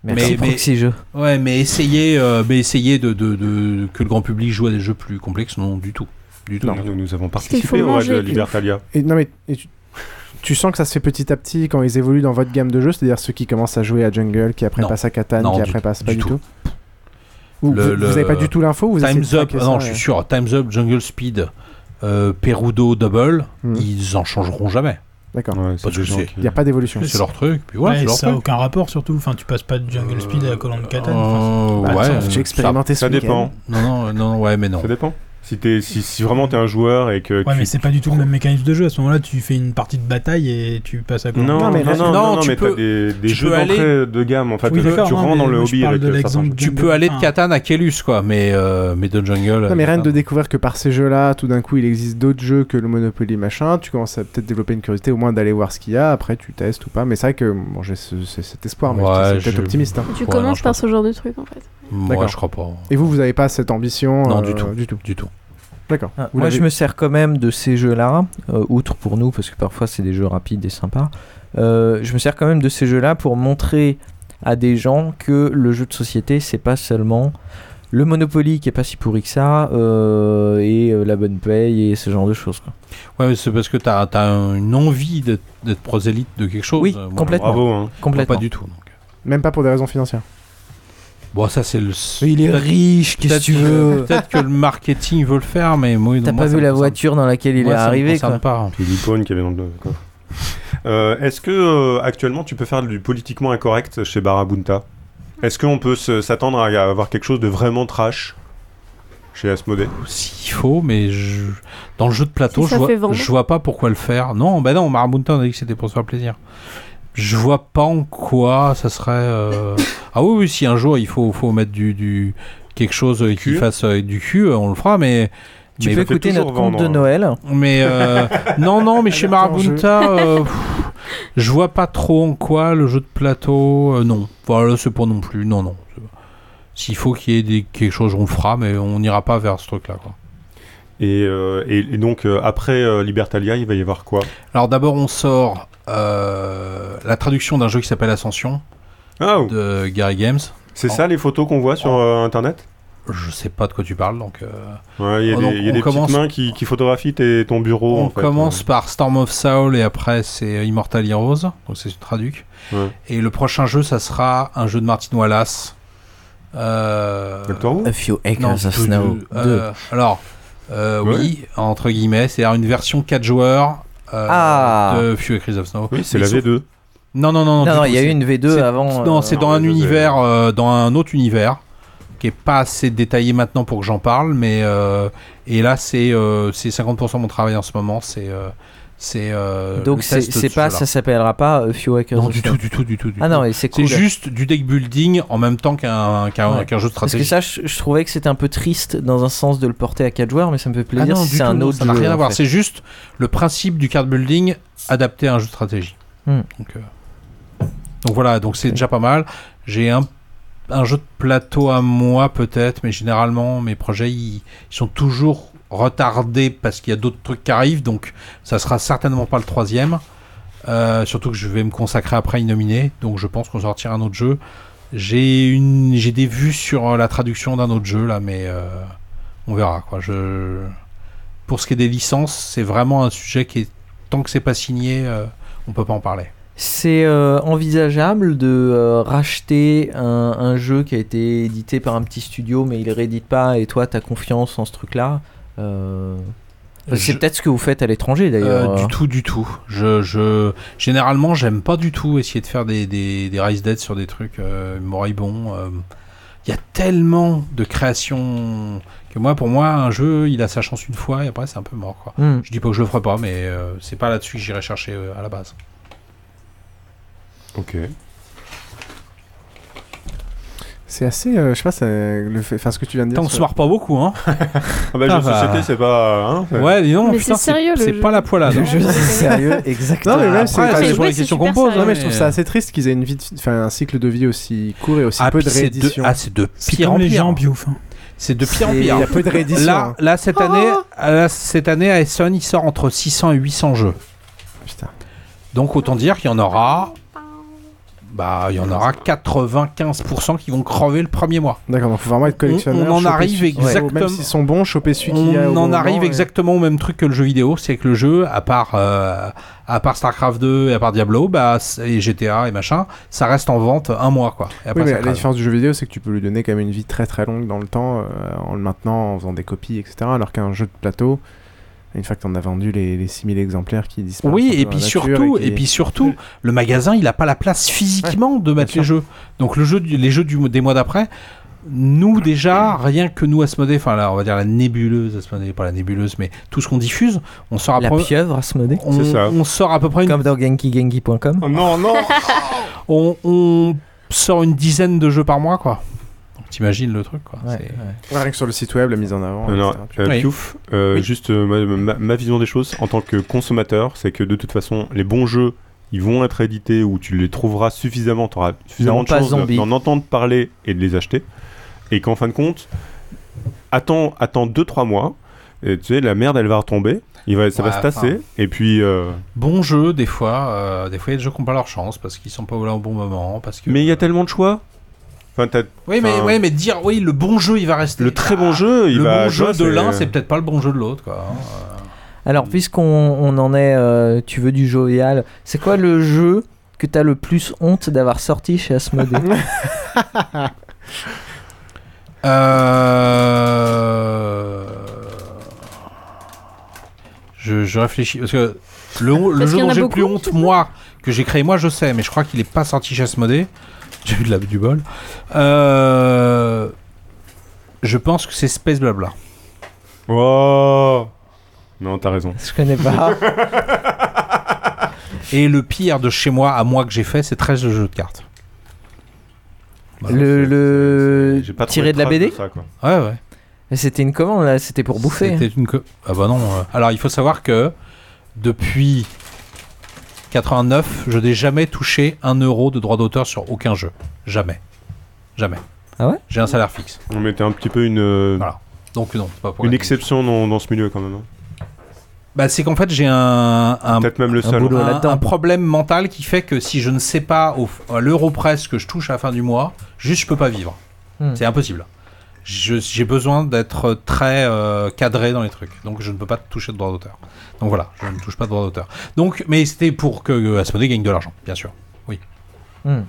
Speaker 10: Merci pour ces jeux.
Speaker 9: Ouais, mais essayer, euh, mais essayer de, de- de- que le grand public joue à des jeux plus complexes, non, du tout. Du tout.
Speaker 11: Non,
Speaker 9: du
Speaker 11: nous,
Speaker 9: tout.
Speaker 11: nous avons participé au Raid Libertalia.
Speaker 7: Et, non mais et tu, tu sens que ça se fait petit à petit quand ils évoluent dans votre gamme de jeux, c'est-à-dire ceux qui commencent à jouer à Jungle, qui après
Speaker 9: Non.
Speaker 7: passent à Catan,
Speaker 9: Non, du-
Speaker 7: qui après passent pas
Speaker 9: du
Speaker 7: du
Speaker 9: tout.
Speaker 7: tout. Ou
Speaker 9: Le-
Speaker 7: vous,
Speaker 9: le-
Speaker 7: vous avez pas du tout l'info ou vous essayez de
Speaker 9: Time's Up, ah
Speaker 7: traquer
Speaker 9: non,
Speaker 7: ça,
Speaker 9: je suis
Speaker 7: et-
Speaker 9: sûr. Time's Up, Jungle Speed, euh, Perudo Double, ils en changeront jamais.
Speaker 7: Hmm. D'accord.
Speaker 9: Pas de souci.
Speaker 7: Il n'y a pas d'évolution.
Speaker 9: C'est leur truc, puis voilà,
Speaker 13: Ouais,
Speaker 9: c'est leur
Speaker 13: ça n'a
Speaker 9: truc.
Speaker 13: aucun rapport surtout. Enfin, tu passes pas de Jungle Speed à Colin de Catan.
Speaker 9: Euh,
Speaker 13: Enfin, c'est-
Speaker 9: ouais,
Speaker 11: ça-
Speaker 9: euh,
Speaker 11: Bah, j'ai expérimenté
Speaker 9: ça,
Speaker 11: ce
Speaker 9: ça dépend. Non, non, non, ouais, mais non.
Speaker 11: Ça dépend. Si, t'es- si, si vraiment t'es un joueur et que.
Speaker 13: Ouais,
Speaker 11: tu-
Speaker 13: mais c'est pas du tout le même mécanisme de jeu. À ce moment-là, tu fais une partie de bataille et tu passes à Colin
Speaker 11: Non,
Speaker 13: de
Speaker 11: non,
Speaker 13: Catan.
Speaker 11: mais, non, non, non, mais t'as des, des
Speaker 9: tu
Speaker 11: jeux
Speaker 9: peux aller-
Speaker 11: d'entrée de gamme. En fait,
Speaker 13: Oui,
Speaker 11: tu,
Speaker 13: d'accord,
Speaker 11: tu
Speaker 13: hein,
Speaker 11: rentres dans
Speaker 13: mais
Speaker 11: le
Speaker 13: moi, je
Speaker 11: hobby
Speaker 13: parle
Speaker 11: avec
Speaker 13: de
Speaker 11: euh, certains
Speaker 13: l'exemple
Speaker 11: jeux.
Speaker 9: Tu peux aller de Catan à Kélus, quoi, mais, euh, mais de Jungle.
Speaker 7: Non mais
Speaker 9: euh,
Speaker 7: rien de découvrir que par ces jeux-là, tout d'un coup, il existe d'autres jeux que le Monopoly machin. Tu commences à peut-être développer une curiosité, au moins d'aller voir ce qu'il y a. Après, tu testes ou pas. Mais c'est vrai que bon, j'ai ce- ce- cet espoir, mais
Speaker 9: Ouais,
Speaker 7: c'est
Speaker 9: je-
Speaker 7: peut-être optimiste. hein.
Speaker 6: <laughs> Tu commences par ce genre de truc en fait.
Speaker 9: Moi,
Speaker 7: D'accord.
Speaker 9: je crois pas.
Speaker 7: Et vous, vous n'avez pas cette ambition
Speaker 9: Non,
Speaker 7: euh,
Speaker 9: du tout.
Speaker 7: Du tout.
Speaker 9: Du tout.
Speaker 7: D'accord.
Speaker 10: Ah,
Speaker 7: Vous
Speaker 10: moi,
Speaker 7: l'avez-
Speaker 10: je me sers quand même de ces jeux-là, euh, outre pour nous, parce que parfois c'est des jeux rapides et sympas. Euh, je me sers quand même de ces jeux-là pour montrer à des gens que le jeu de société, c'est pas seulement le Monopoly qui est pas si pourri que ça, euh, et euh, la bonne paye et ce genre de choses. quoi.
Speaker 9: Ouais, mais c'est parce que t'as as une envie d'être d'être prosélyte de quelque chose.
Speaker 10: Oui,
Speaker 9: Euh, moi,
Speaker 10: complètement.
Speaker 9: bravo,
Speaker 11: hein.
Speaker 10: Complètement.
Speaker 9: Moi, Pas du tout. non.
Speaker 7: Même pas pour des raisons financières.
Speaker 9: Bon, ça, c'est le.
Speaker 10: il est
Speaker 9: peut-être-
Speaker 10: riche, qu'est-ce que tu
Speaker 9: peut-être-
Speaker 10: veux
Speaker 9: Peut-être que le marketing veut le faire, mais moi,
Speaker 10: T'as pas vu la voiture dans laquelle il
Speaker 9: moi,
Speaker 10: est
Speaker 9: ça me
Speaker 10: arrivé
Speaker 9: concerne
Speaker 10: quoi.
Speaker 9: pas. hein.
Speaker 11: Puis l'icône qui avait dans le coffre. Euh, Est-ce que euh, actuellement tu peux faire du politiquement incorrect chez Barabunta Est-ce qu'on peut se- s'attendre à avoir quelque chose de vraiment trash chez Asmodée
Speaker 9: Il faut, mais je- dans le jeu de plateau,
Speaker 11: Si ça
Speaker 9: je,
Speaker 11: fait
Speaker 9: vois,
Speaker 11: vendre.
Speaker 9: je vois pas pourquoi le faire. Non, bah non, Marabunta, on a dit que c'était pour se faire plaisir. Je vois pas en quoi ça serait. euh, Ah oui, oui, si un jour il faut, faut mettre du, du- quelque chose euh, qui
Speaker 10: Cul.
Speaker 9: fasse euh, du cul, euh, on le fera, mais.
Speaker 10: Tu
Speaker 9: mais-
Speaker 10: peux écouter notre compte de Noël.
Speaker 9: Mais
Speaker 10: <laughs>
Speaker 9: euh, <laughs> non, non, mais chez Marabunta, euh, pff, je vois pas trop en quoi le jeu de plateau. euh, non, voilà, c'est pour non plus. Non, non. S'il faut qu'il y ait des- quelque chose, on le fera, mais on n'ira pas vers ce truc-là. quoi.
Speaker 11: et, euh, et- et donc euh, après euh, Libertalia, il va y avoir quoi
Speaker 9: Alors d'abord, on sort euh, la traduction d'un jeu qui s'appelle Ascension de Gary Games.
Speaker 11: Ah, C'est ça les photos qu'on voit sur euh, internet
Speaker 9: Je sais pas de quoi tu parles, donc. euh,
Speaker 11: Ouais, Il y a
Speaker 9: oh,
Speaker 11: des,
Speaker 9: donc
Speaker 11: il y a
Speaker 9: on
Speaker 11: des
Speaker 9: commence-
Speaker 11: petites mains qui, qui photographient tes- ton bureau.
Speaker 9: On
Speaker 11: Oh, en fait.
Speaker 9: commence par Storm of Soul et après c'est Immortal Heroes, donc c'est traduc.
Speaker 11: Ouais.
Speaker 9: Et le prochain jeu, ça sera un jeu de Martin Wallace. Euh...
Speaker 10: A Few Acres
Speaker 9: Non,
Speaker 10: of
Speaker 9: deux,
Speaker 10: Snow
Speaker 9: deux. Euh, alors, euh, oui, entre guillemets, c'est-à-dire une version 4 joueurs euh,
Speaker 10: Ah.
Speaker 9: de Few Acres of Snow.
Speaker 11: Oui, c'est
Speaker 9: Mais
Speaker 11: la
Speaker 9: sauf-
Speaker 11: V2.
Speaker 9: Non, non, non.
Speaker 10: Non,
Speaker 9: du
Speaker 10: non,
Speaker 9: coup,
Speaker 10: il y a eu
Speaker 9: c'est-
Speaker 10: une V2
Speaker 9: c'est-
Speaker 10: avant, euh,
Speaker 9: Non, c'est dans
Speaker 10: non,
Speaker 9: un
Speaker 10: V2,
Speaker 9: univers, euh, dans un autre univers, qui est pas assez détaillé maintenant pour que j'en parle, mais euh, et là c'est euh, c'est 50% de mon travail en ce moment, c'est euh, c'est euh,
Speaker 10: Donc
Speaker 9: le
Speaker 10: c'est
Speaker 9: test de
Speaker 10: c'est pas,
Speaker 9: cela.
Speaker 10: ça s'appellera pas euh, Few Hackers
Speaker 9: Non,
Speaker 10: of
Speaker 9: du
Speaker 10: Death.
Speaker 9: tout, du tout, du tout. du
Speaker 10: Ah
Speaker 9: tout.
Speaker 10: non, et c'est cool.
Speaker 9: juste du deck building en même temps qu'un qu'un
Speaker 10: Ouais.
Speaker 9: qu'un jeu de
Speaker 10: Parce que
Speaker 9: stratégie.
Speaker 10: ça, je, je trouvais que c'était un peu triste dans un sens de le porter à 4 joueurs, mais ça me fait
Speaker 9: Ah
Speaker 10: plaisir
Speaker 9: non,
Speaker 10: si
Speaker 9: du
Speaker 10: c'est
Speaker 9: tout,
Speaker 10: un
Speaker 9: non,
Speaker 10: autre
Speaker 9: ça n'a
Speaker 10: jeu,
Speaker 9: rien à
Speaker 10: en
Speaker 9: voir.
Speaker 10: fait.
Speaker 9: C'est juste le principe du card building adapté à un jeu de stratégie.
Speaker 10: Hmm.
Speaker 9: Donc, euh, donc voilà, donc c'est déjà pas mal. J'ai un, un jeu de plateau à moi peut-être, mais généralement mes projets ils, ils sont toujours retardés parce qu'il y a d'autres trucs qui arrivent, donc ça sera certainement pas le troisième. Euh, surtout que je vais me consacrer après à y nominer, donc je pense qu'on sortira un autre jeu. J'ai une, j'ai des vues sur euh, la traduction d'un autre jeu là, mais euh, on verra quoi. Je, pour ce qui est des licences, c'est vraiment un sujet qui est tant que c'est pas signé, euh, on peut pas en parler.
Speaker 10: C'est euh, envisageable de euh, racheter un, un jeu qui a été édité par un petit studio, mais il réédite pas, et toi, t'as confiance en ce truc-là. Euh, C'est
Speaker 9: Je-
Speaker 10: peut-être ce que vous faites à l'étranger
Speaker 9: Euh,
Speaker 10: d'ailleurs.
Speaker 9: du tout, du tout. Je, je... Généralement, j'aime pas du tout essayer de faire des, des, des Rise Dead sur des trucs euh, moribonds. euh. Il y a tellement de créations que moi, pour moi, un jeu, il a sa chance une fois et après, c'est un peu mort. Quoi.
Speaker 10: Mm.
Speaker 9: Je dis pas que je le ferai pas, mais euh, c'est pas là-dessus que j'irai chercher euh, à la base.
Speaker 11: Ok.
Speaker 7: C'est assez, euh, je sais pas, ça- le fait, enfin, ce euh, que tu viens de dire.
Speaker 9: Putain, on
Speaker 7: sur-
Speaker 9: se marre pas beaucoup, hein
Speaker 11: Ah bah, jeu de société, c'est pas. hein, c'est-
Speaker 9: Ouais, dis donc,
Speaker 7: Mais
Speaker 9: putain,
Speaker 7: c'est sérieux, le
Speaker 9: c'est
Speaker 7: jeu.
Speaker 9: pas la poilade.
Speaker 7: Le
Speaker 9: hein.
Speaker 7: jeu,
Speaker 9: <laughs>
Speaker 7: c'est sérieux, exactement.
Speaker 9: Non, mais même,
Speaker 7: Après,
Speaker 9: c'est pas
Speaker 7: c'est-
Speaker 9: toujours
Speaker 7: ouais,
Speaker 9: les
Speaker 7: c'est
Speaker 9: questions qu'on
Speaker 7: super
Speaker 9: pose.
Speaker 7: sérieux.
Speaker 9: hein,
Speaker 7: Non, mais je trouve ça assez triste qu'ils aient une vie, de- enfin, un cycle de vie aussi court et aussi peu de
Speaker 9: c'est de,
Speaker 7: réédition.
Speaker 9: ah, c'est de
Speaker 7: C'est
Speaker 9: pire
Speaker 7: comme
Speaker 9: en
Speaker 7: les
Speaker 9: pire.
Speaker 7: gens
Speaker 13: biouf, hein.
Speaker 9: C'est de pire en
Speaker 7: C'est-
Speaker 9: pire.
Speaker 7: il y a peu de réédition,
Speaker 9: Là,
Speaker 7: hein. ah.
Speaker 9: là cette année, à la- cette année à S1, il sort entre 600 et 800 jeux. Donc autant dire qu'il y en aura bah, il y en aura 95% qui vont crever le premier mois.
Speaker 7: D'accord, donc faut vraiment être collectionneur.
Speaker 9: On- on en
Speaker 7: choper
Speaker 9: arrive
Speaker 7: celui qui-
Speaker 9: exactement-
Speaker 7: Même s'ils sont bons, choper celui qui a. au
Speaker 9: On
Speaker 7: bon
Speaker 9: en
Speaker 7: moment
Speaker 9: arrive
Speaker 7: et-
Speaker 9: exactement au même truc que le jeu vidéo, c'est que le jeu, à part, euh, à part StarCraft 2 et à part Diablo, bah, c'est- et GTA et machin, ça reste en vente un mois quoi. Et après,
Speaker 7: Oui, mais
Speaker 9: ça
Speaker 7: la
Speaker 9: crève.
Speaker 7: différence du jeu vidéo, c'est que tu peux lui donner quand même une vie très très longue dans le temps, euh, en le maintenant, en faisant des copies, etc. Alors qu'un jeu de plateau, une fois que t'en as vendu les, les 6000 exemplaires qui disparaissent. un
Speaker 9: Oui,
Speaker 7: peu
Speaker 9: et
Speaker 7: dans
Speaker 9: puis
Speaker 7: la nature
Speaker 9: surtout,
Speaker 7: qui-
Speaker 9: et puis surtout, le magasin, il n'a pas la place physiquement de mettre les jeux. Donc le jeu, du- les jeux du, des mois d'après, nous déjà, rien que nous Asmodée, enfin là, on va dire la nébuleuse Asmodée, pas la nébuleuse, mais tout ce qu'on diffuse, on sort à
Speaker 10: La
Speaker 9: peu-
Speaker 10: pieuvre Asmodée
Speaker 9: On, on sort à peu près une...
Speaker 10: Comme dans genkigenki.com.
Speaker 11: Oh, non, non
Speaker 9: <laughs> on, on sort une dizaine de jeux par mois, quoi. Donc t'imagines le truc, quoi. C'est-
Speaker 7: Ouais, rien que sur le site web, la mise en avant.
Speaker 11: Non, non,
Speaker 7: etc.
Speaker 11: euh,
Speaker 9: Oui.
Speaker 11: Piouf, euh, juste euh, ma, ma- ma vision des choses en tant que consommateur, c'est que de toute façon, les bons jeux, ils vont être édités ou tu les trouveras suffisamment, tu auras suffisamment
Speaker 10: Non,
Speaker 11: de
Speaker 10: pas
Speaker 11: chances de-
Speaker 10: zombie.
Speaker 11: d'en entendre parler et de les acheter. Et qu'en fin de compte, attends 2-3 mois, et tu sais, la merde, elle va retomber, il va, ça
Speaker 9: Ouais,
Speaker 11: va se tasser,
Speaker 9: enfin.
Speaker 11: et puis. euh,
Speaker 9: Bon jeu, des fois, euh, des fois il y a des jeux qui n'ont pas leur chance parce qu'ils sont pas là au bon moment, parce que.
Speaker 11: Mais il y a tellement de choix. Enfin, t'as-
Speaker 9: Oui, mais,
Speaker 11: enfin,
Speaker 9: ouais, mais dire oui, le bon jeu, il va rester.
Speaker 11: Le très
Speaker 9: Ah,
Speaker 11: bon jeu, il
Speaker 9: le
Speaker 11: va.
Speaker 9: bon
Speaker 11: tu
Speaker 9: jeu
Speaker 11: vois,
Speaker 9: de l'un,
Speaker 11: c'est-
Speaker 9: c'est peut-être pas le bon jeu de l'autre, quoi. hein.
Speaker 10: Alors, puisqu'on on en est, euh, tu veux du jovial, c'est quoi le jeu que t'as le plus honte d'avoir sorti chez
Speaker 9: <laughs>
Speaker 10: Asmodée
Speaker 9: Euh... Je, je réfléchis parce que le, le
Speaker 13: Parce qu'il
Speaker 9: jeu
Speaker 13: y en
Speaker 9: dont
Speaker 13: a
Speaker 9: j'ai le
Speaker 13: beaucoup,
Speaker 9: plus honte moi que j'ai créé moi je sais mais je crois qu'il est pas sorti chez Asmodée j'ai eu de la du bol Euh, je pense que c'est Space Blabla
Speaker 11: Oh Non, t'as raison.
Speaker 10: Je connais
Speaker 9: <laughs>
Speaker 10: pas.
Speaker 9: et le pire de chez moi à moi que j'ai fait c'est 13 jeux de cartes
Speaker 10: Le, le...
Speaker 11: pas
Speaker 10: tiré
Speaker 11: trouvé
Speaker 10: de la
Speaker 11: trace
Speaker 10: BD
Speaker 11: de ça, quoi.
Speaker 9: ouais ouais
Speaker 10: Mais C'était une commande là, c'était pour bouffer. hein.
Speaker 9: C'était une co- Ah bah non. euh. Alors il faut savoir que depuis 89, je n'ai jamais touché un euro de droit d'auteur sur aucun jeu. Jamais. Jamais.
Speaker 10: Ah ouais
Speaker 9: J'ai un salaire fixe.
Speaker 11: On mettait un petit peu une. euh,
Speaker 9: Donc non, c'est pas pour
Speaker 11: Une
Speaker 9: la-
Speaker 11: exception dans, dans ce milieu quand même. hein.
Speaker 9: Bah, c'est qu'en fait j'ai un, un,
Speaker 11: Peut-être même le
Speaker 9: un-
Speaker 11: seul. hein. boulot
Speaker 9: un-
Speaker 11: là-dedans.
Speaker 9: un problème mental qui fait que si je ne sais pas au, à l'euro presse que je touche à la fin du mois, juste je peux pas vivre.
Speaker 10: Hmm.
Speaker 9: C'est impossible. Je- J'ai besoin d'être très euh, cadré dans les trucs, donc je ne peux pas toucher de droit d'auteur. Donc voilà, je ne touche pas de droit d'auteur. Donc, mais c'était pour que euh, Asmodée gagne de l'argent, bien sûr. Oui.
Speaker 10: Hmm.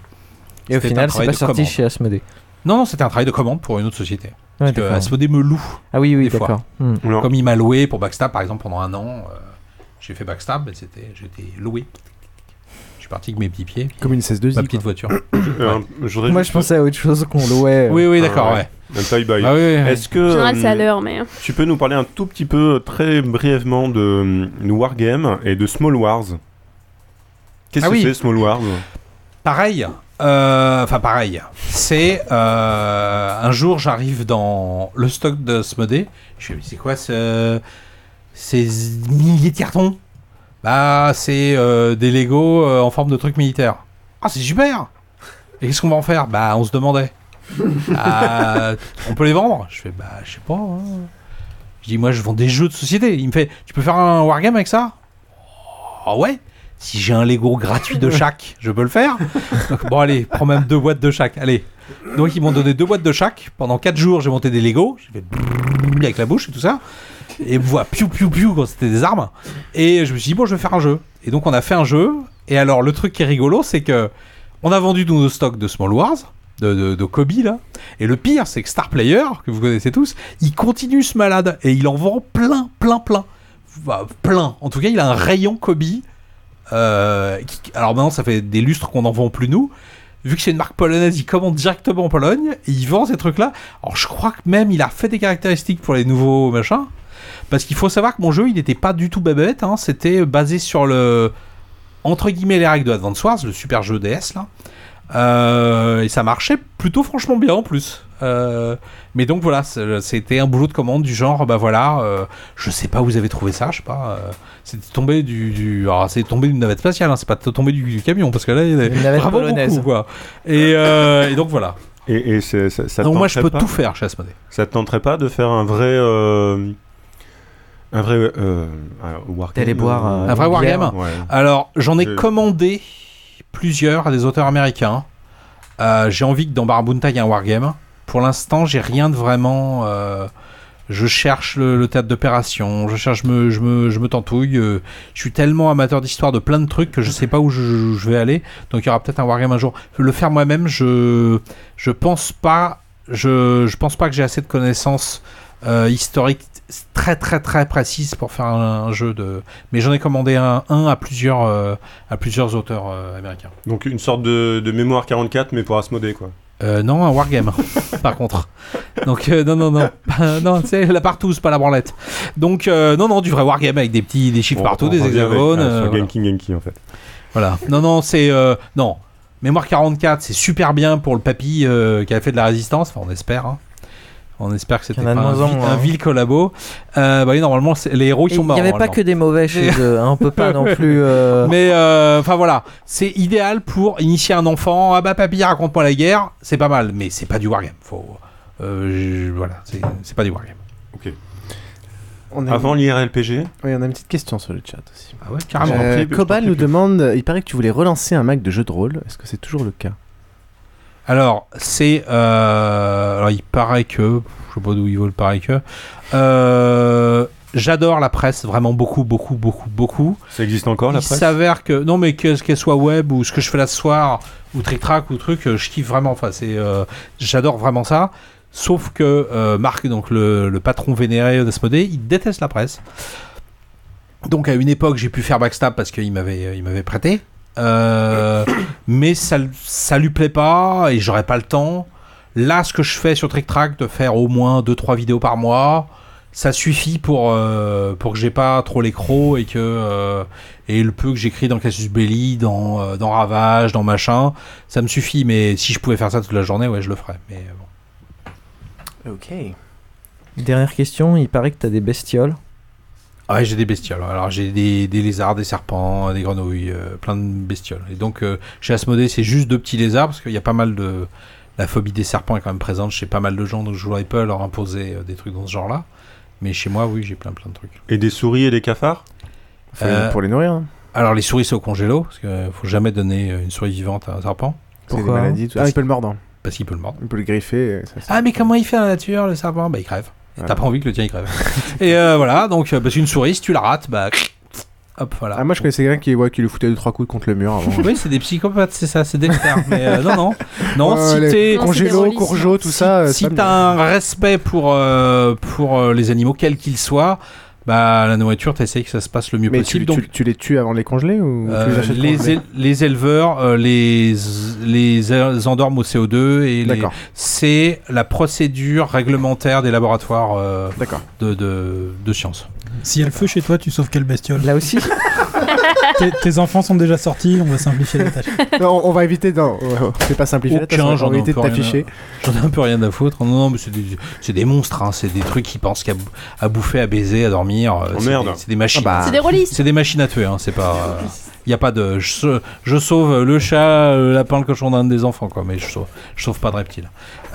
Speaker 10: Et au
Speaker 9: C'était un
Speaker 10: final, c'est
Speaker 9: travail
Speaker 10: pas
Speaker 9: de
Speaker 10: sorti
Speaker 9: commande.
Speaker 10: chez Asmodée.
Speaker 9: Non, non, c'était un travail de commande pour une autre société. Parce que
Speaker 10: d'accord.
Speaker 9: Asmodée me loue.
Speaker 10: Ah oui, oui,
Speaker 9: des fois.
Speaker 10: d'accord. Hmm.
Speaker 11: Non.
Speaker 9: Comme il m'a loué pour Backstab, par exemple, pendant un an, euh, j'ai fait Backstab et c'était, j'étais loué. suis parti avec mes petits pieds.
Speaker 7: Comme une 16-2i,
Speaker 9: Ma petite voiture.
Speaker 11: Euh, je voudrais
Speaker 9: Moi,
Speaker 11: juste-
Speaker 9: je pensais à autre chose qu'on louait, euh. Oui, oui, d'accord,
Speaker 11: Ah,
Speaker 9: ouais.
Speaker 11: Un toy boy.
Speaker 9: Ah oui, oui, oui.
Speaker 11: Est-ce que
Speaker 6: En général, c'est à
Speaker 11: euh,
Speaker 6: l'heure, mais- hein.
Speaker 11: tu peux nous parler un tout petit peu, très brièvement, de, euh, de Wargame et de Small Wars Qu'est-ce
Speaker 9: Ah
Speaker 11: que
Speaker 9: oui.
Speaker 11: c'est Small Wars
Speaker 9: Pareil. euh, Enfin, pareil. C'est euh, un jour, j'arrive dans le stock de Smodé. Je me dis, c'est quoi ce, ces milliers de cartons Bah, c'est euh, des Lego euh, en forme de trucs militaires. Ah, c'est super Et qu'est-ce qu'on va en faire Bah, on se demandait. Ah, on peut les vendre Je fais, bah, je sais pas. hein. Je dis, moi, je vends des jeux de société. Il me fait, tu peux faire un wargame avec ça Ah ouais Si j'ai un Lego gratuit de chaque, je peux le faire. Donc, bon, allez, prends même deux boîtes de chaque. Allez. Donc, ils m'ont donné deux boîtes de chaque. Pendant quatre jours, j'ai monté des Lego. J'ai fait brrrr avec la bouche et tout ça. Et me voit piou piou piou quand c'était des armes. Et je me suis dit, bon, je vais faire un jeu. Et donc, on a fait un jeu. Et alors, le truc qui est rigolo, c'est que on a vendu tous nos stocks de Small Wars, de, de, de Kobe là. Et le pire, c'est que Star Player, que vous connaissez tous, il continue ce malade et il en vend plein, plein, plein. Bah, plein. En tout cas, il a un rayon Kobe. euh, qui- alors maintenant, ça fait des lustres qu'on n'en vend plus nous. Vu que c'est une marque polonaise, il commande directement en Pologne et il vend ces trucs-là. Alors je crois que même il a fait des caractéristiques pour les nouveaux machins. Parce qu'il faut savoir que mon jeu, il n'était pas du tout babette. hein. C'était basé sur le, entre guillemets les règles de Advance Wars, le super jeu DS là. Euh, et ça marchait plutôt franchement bien en plus. Euh, mais donc voilà, c'est- c'était un boulot de commande du genre, bah voilà, euh, je sais pas où vous avez trouvé ça, je sais pas. euh, c'était tombé du, du- alors, c'est tombé d'une navette spatiale, hein, c'est pas tombé du, du camion parce que là, il y en a
Speaker 10: Une navette
Speaker 9: vraiment
Speaker 10: polonaise.
Speaker 9: beaucoup, quoi. Et, euh, et donc voilà.
Speaker 11: Et, et c'est- ça, ça te
Speaker 9: Donc moi, je
Speaker 11: tenterait
Speaker 9: peux
Speaker 11: pas
Speaker 9: tout faire chez Asmodée.
Speaker 11: Ça te tenterait pas de faire un vrai. euh, un vrai. euh, un wargame
Speaker 9: D'aller boire,
Speaker 11: euh,
Speaker 9: un vrai wargame.
Speaker 11: Ouais.
Speaker 9: Alors, j'en ai
Speaker 11: Je-
Speaker 9: commandé plusieurs à des auteurs américains. Euh, j'ai envie que dans Barbunta, il y ait un wargame. Pour l'instant, j'ai rien de vraiment. euh, je cherche le, le théâtre d'opération, je cherche, je me, je me, je me tentouille. euh, je suis tellement amateur d'histoire de plein de trucs que je sais pas où je, je- je vais aller. Donc, il y aura peut-être un wargame un jour. Le faire moi-même, je, je pense pas. Je, je pense pas que j'ai assez de connaissances euh, historiques très très très précises pour faire un, un jeu de. Mais j'en ai commandé un, un à plusieurs euh, à plusieurs auteurs euh, américains.
Speaker 11: Donc une sorte de, de mémoire 44, mais pour Asmodée, quoi.
Speaker 9: Euh, non, un wargame, <laughs> par contre. Donc, euh, non, non, non. <laughs> non, c'est la partouze, pas la branlette. Donc, euh, non, non, du vrai wargame avec des petits des chiffres
Speaker 11: On-
Speaker 9: partout,
Speaker 11: on
Speaker 9: des
Speaker 11: revient avec-
Speaker 9: hexagones.
Speaker 11: ah, sur
Speaker 9: euh,
Speaker 11: Game
Speaker 9: voilà.
Speaker 11: King Yankee, en fait.
Speaker 9: Voilà. Non, non, c'est. euh, non. Mémoire 44, c'est super bien pour le papy euh, qui a fait de la résistance. Enfin, on espère. hein. On espère que c'était
Speaker 10: Il y en
Speaker 9: pas
Speaker 10: a de
Speaker 9: un,
Speaker 10: moins en
Speaker 9: vil-
Speaker 10: moins,
Speaker 9: un
Speaker 10: hein.
Speaker 9: vil collabo. Euh, bah oui, normalement, c'est- les héros, ils
Speaker 10: Et
Speaker 9: sont
Speaker 10: il y
Speaker 9: morts.
Speaker 10: avait pas
Speaker 9: normalement.
Speaker 10: que des mauvais chez eux, hein, on peut
Speaker 9: <laughs>
Speaker 10: pas non plus, euh,
Speaker 9: Mais euh, enfin voilà, c'est idéal pour initier un enfant. Ah bah papy, raconte-moi la guerre. C'est pas mal, mais c'est pas du wargame. Faut, euh, je- voilà, c'est c'est pas du wargame.
Speaker 11: Ok.
Speaker 7: On a
Speaker 11: Avant
Speaker 7: une-
Speaker 11: l'IRLPG
Speaker 7: Oui, on a une petite question sur le chat aussi.
Speaker 9: Ah ouais, carrément.
Speaker 7: Euh,
Speaker 9: Je t'en prie,
Speaker 7: Cobal nous demande euh, il paraît que tu voulais relancer un Mac de jeu de rôle. Est-ce que c'est toujours le cas
Speaker 9: Alors, c'est. euh, alors, il paraît que. Je sais pas d'où ils veulent paraît que. euh, J'adore la presse, vraiment beaucoup, beaucoup, beaucoup, beaucoup.
Speaker 11: Ça existe encore, la
Speaker 9: Il
Speaker 11: presse
Speaker 9: s'avère que. Non, mais que- qu'elle soit web ou ce que je fais là ce soir, ou trick-track ou truc, euh, je kiffe vraiment. Enfin, c'est. euh, J'adore vraiment ça. Sauf que euh, Marc, donc le, le patron vénéré d'Asmodée, il déteste la presse. Donc à une époque, j'ai pu faire backstab parce qu'il m'avait, il m'avait prêté. Euh, <coughs> mais ça, ça lui plaît pas et j'aurais pas le temps. Là, ce que je fais sur Trick Track, de faire au moins 2-3 vidéos par mois, ça suffit pour, euh, pour que j'ai pas trop les crocs et que euh, et le peu que j'écris dans Casus Belli, dans, euh, dans Ravage, dans machin, ça me suffit. Mais si je pouvais faire ça toute la journée, ouais, je le ferais. Mais euh, bon.
Speaker 7: Ok.
Speaker 10: Dernière question, il paraît que t'as des bestioles.
Speaker 9: Ah Ouais, j'ai des bestioles. Alors, j'ai des, des lézards, des serpents, des grenouilles, euh, plein de bestioles. Et donc, euh, chez Asmodée, c'est juste deux petits lézards parce qu'il y a pas mal de. La phobie des serpents est quand même présente chez pas mal de gens, donc je voudrais pas leur imposer euh, des trucs dans ce genre-là. Mais chez moi, oui, j'ai plein plein de trucs. Euh,
Speaker 11: Et des souris et des cafards
Speaker 7: Faut- pour les nourrir. hein.
Speaker 9: Alors, les souris, c'est au congélo, parce qu'il faut jamais donner euh, une souris vivante à un serpent.
Speaker 7: C'est des maladies, tout- Ah, il peut le mordre.
Speaker 9: Parce qu'il peut le mordre.
Speaker 7: Il peut le griffer. et ça, c'est-
Speaker 9: Ah, mais comment il fait à la nature, le serpent Bah, il crève. Et
Speaker 7: Voilà.
Speaker 9: T'as pas envie que le tien il crève. <laughs> et euh, voilà, donc, euh, parce qu'une souris, si tu la rates, bah. Hop, voilà.
Speaker 7: Ah, moi je connaissais quelqu'un qui, ouais, qui lui foutait deux trois coups contre le mur avant.
Speaker 9: Oui, c'est des psychopathes, c'est ça, c'est des experts. Mais euh, non, non. Non,
Speaker 7: Ouais,
Speaker 9: si
Speaker 7: les
Speaker 9: t'es.
Speaker 7: congélo, courgeot, tout ça. euh,
Speaker 9: Si
Speaker 7: ça me-
Speaker 9: t'as un respect pour, euh, pour euh, les animaux, quels qu'ils soient, Bah, la nourriture, t'essayes que ça se passe le mieux
Speaker 7: Mais
Speaker 9: possible.
Speaker 7: tu,
Speaker 9: donc,
Speaker 7: tu- tu les tues avant de les congeler ou tu les
Speaker 9: euh,
Speaker 7: achètes
Speaker 9: les,
Speaker 7: congelés
Speaker 9: éle- les éleveurs euh, les, les a- endorment au CO2 et les-
Speaker 7: D'accord.
Speaker 9: c'est la procédure réglementaire des laboratoires euh, de, de, de sciences.
Speaker 13: S'il y a le feu chez toi, tu sauves quelle bestiole
Speaker 10: Là aussi.
Speaker 13: <laughs> tes, tes enfants sont déjà sortis, on va simplifier la tâche.
Speaker 7: <laughs> Non, on va éviter. Non, c'est pas simplifié. la tâche, on
Speaker 9: Aucun,
Speaker 7: va
Speaker 9: j'en ai,
Speaker 7: éviter
Speaker 9: un peu
Speaker 7: de t'afficher.
Speaker 9: rien à- j'en ai un peu rien à foutre. Non, non, mais c'est des, c'est des monstres, hein, c'est des trucs qui pensent qu'à bou- à bouffer, à baiser, à dormir. euh, c'est
Speaker 11: merde.
Speaker 9: des- C'est des machines.
Speaker 11: Ah bah.
Speaker 6: C'est des rôlistes.
Speaker 9: C'est des machines à tuer, hein, c'est pas. Il n'y a pas de. Je, sau- je sauve le chat, le lapin, le cochon d'un des enfants, quoi, mais je sauve, je sauve pas de reptiles.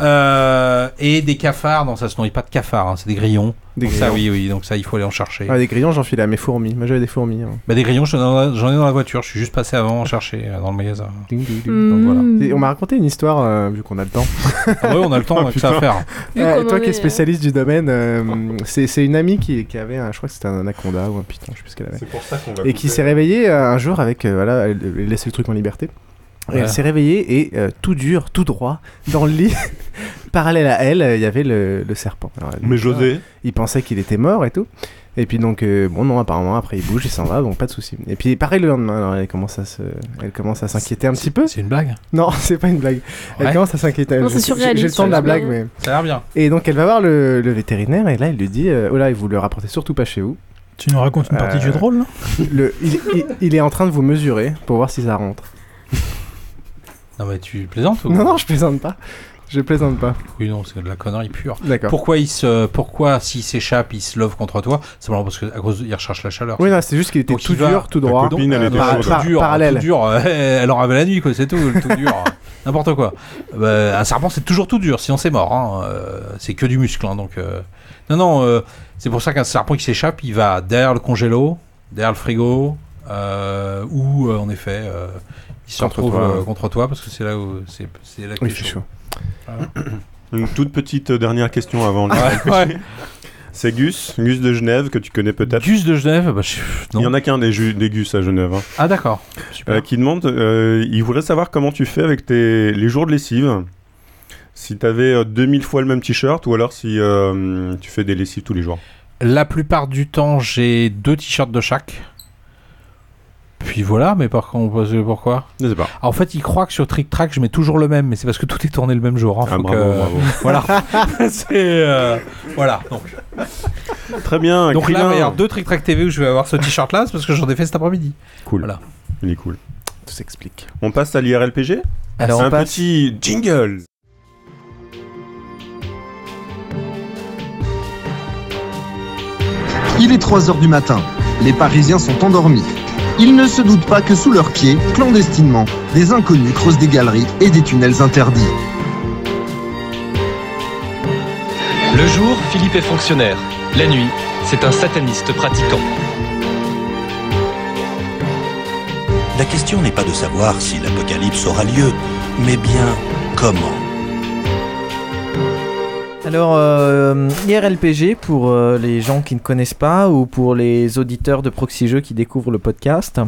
Speaker 9: Euh, et des cafards, non, ça se nourrit pas de cafards, hein, c'est des grillons.
Speaker 7: Des
Speaker 9: donc ça,
Speaker 7: grillons.
Speaker 9: oui, oui, donc ça, il faut aller en chercher.
Speaker 7: Ah, des grillons, j'en file à mes fourmis. Moi, j'avais des fourmis. hein.
Speaker 9: Bah, des grillons, j'en ai dans la- j'en ai dans la voiture, je suis juste passé avant en chercher euh, dans le magasin.
Speaker 6: Hmm.
Speaker 7: Donc, voilà. Et On m'a raconté une histoire, euh, vu qu'on a le temps. Oh,
Speaker 9: Ah ouais, on
Speaker 7: <laughs>
Speaker 9: a le temps, on a que ça à
Speaker 7: putain.
Speaker 9: faire.
Speaker 6: Vu
Speaker 7: Euh,
Speaker 6: qu'on en
Speaker 7: toi qui
Speaker 6: est,
Speaker 7: es spécialiste du domaine, euh, c'est c'est une amie qui, qui avait, un, je crois que c'était un anaconda ou un python, je sais plus ce qu'elle avait.
Speaker 11: C'est pour ça qu'on va
Speaker 7: Et qui
Speaker 11: couper.
Speaker 7: s'est réveillée euh, un jour avec, euh, voilà, elle, elle laissait le truc en liberté. Et
Speaker 11: Ouais.
Speaker 7: elle s'est réveillée et euh, tout dur, tout droit, dans le lit, <laughs> parallèle à elle, euh, il y avait le, le serpent. Alors, elle-
Speaker 11: Mais José.
Speaker 7: Il pensait qu'il était mort et tout. Et puis donc, euh, bon non, apparemment, après il bouge, il s'en va, donc pas de souci. Et puis pareil le lendemain, alors elle commence à se, elle commence à s'inquiéter un petit peu.
Speaker 9: C'est une blague
Speaker 7: Non, <laughs> c'est pas une blague. Elle
Speaker 9: Ouais.
Speaker 7: commence à s'inquiéter.
Speaker 9: Non, c'est
Speaker 7: Je- J'ai j'ai le
Speaker 9: surréaliste,
Speaker 7: temps de la
Speaker 9: ça a l'air
Speaker 7: blague, mais.
Speaker 9: bien. Ça a l'air bien.
Speaker 7: Et donc elle va voir le, le vétérinaire et là il lui dit euh, Oh là, vous le rapportez surtout pas chez vous.
Speaker 13: Tu nous racontes une partie de jeu de rôle, là
Speaker 7: Euh, le, il, il- il est en train de vous mesurer pour voir si ça rentre.
Speaker 9: Non, mais tu plaisantes ou
Speaker 7: Non, non, je plaisante pas. Je plaisante pas.
Speaker 9: Oui, non, c'est de la connerie pure.
Speaker 7: D'accord.
Speaker 9: Pourquoi il se, pourquoi s'il s'échappe, il se love contre toi Simplement parce que à cause, il recherche la chaleur.
Speaker 7: Oui, non, c'est juste qu'il était
Speaker 9: Donc,
Speaker 7: tout
Speaker 9: il va-
Speaker 7: dur, tout droit.
Speaker 9: Donc,
Speaker 7: Copine, elle
Speaker 9: euh,
Speaker 7: était
Speaker 9: par-
Speaker 7: chaude.
Speaker 9: par-
Speaker 7: Par-
Speaker 9: dur,
Speaker 7: parallèle.
Speaker 9: tout dur. euh, <laughs> Elle en rêvait la nuit, quoi. C'est tout, le tout dur. <laughs> N'importe quoi. Euh, un serpent, c'est toujours tout dur. Sinon, c'est mort. hein. Euh, c'est que du muscle. hein, donc, euh, non, non. euh, c'est pour ça qu'un serpent qui s'échappe, il va derrière le congélo, derrière le frigo, euh, ou euh, en effet, euh, il se
Speaker 11: Contre
Speaker 9: retrouve
Speaker 11: toi.
Speaker 9: euh, contre toi parce que c'est là où c'est c'est là que
Speaker 11: Oui,
Speaker 9: t'es
Speaker 11: c'est
Speaker 9: chaud.
Speaker 11: Une toute petite euh, dernière question avant le C'est Gus, Gus de Genève, que tu connais peut-être.
Speaker 9: Gus de Genève bah,
Speaker 11: Il y en a qu'un des, ju- des Gus à Genève. hein.
Speaker 9: Ah d'accord. Super.
Speaker 11: Euh, qui demande, euh, il voudrait savoir comment tu fais avec tes, les jours de lessive. Si t'avais avais 2000 fois le même t-shirt ou alors si euh, tu fais des lessives tous les jours.
Speaker 9: La plupart du temps, j'ai deux t-shirts de chaque. Puis voilà, mais par contre, parce que pourquoi Ah,
Speaker 11: Je sais pas.
Speaker 9: En fait, ils croient que sur Trick Track, je mets toujours le même, mais c'est parce que tout est tourné le même jour. hein.
Speaker 10: Ah,
Speaker 9: Faut
Speaker 11: bravo,
Speaker 9: que-
Speaker 11: bravo.
Speaker 9: <laughs> Voilà.
Speaker 10: <laughs>
Speaker 9: C'est, euh, Voilà. Donc,
Speaker 11: Très bien.
Speaker 9: donc là, il
Speaker 11: Krillin.
Speaker 9: va y avoir deux Trick Track TV où je vais avoir ce t-shirt-là, c'est parce que j'en ai fait cet après-midi.
Speaker 11: Cool.
Speaker 9: Voilà.
Speaker 11: Il est cool.
Speaker 7: Tout s'explique.
Speaker 11: On passe à l'IRLPG
Speaker 9: Alors, on
Speaker 11: Un
Speaker 9: passe-
Speaker 11: petit jingle.
Speaker 14: Il est 3 heures du matin. Les Parisiens sont endormis. Ils ne se doutent pas que sous leurs pieds, clandestinement, des inconnus creusent des galeries et des tunnels interdits.
Speaker 15: Le jour, Philippe est fonctionnaire. La nuit, c'est un sataniste pratiquant.
Speaker 16: La question n'est pas de savoir si l'apocalypse aura lieu, mais bien comment.
Speaker 10: Alors, euh, IRLPG, pour euh, les gens qui ne connaissent pas ou pour les auditeurs de Proxy Jeux qui découvrent le podcast,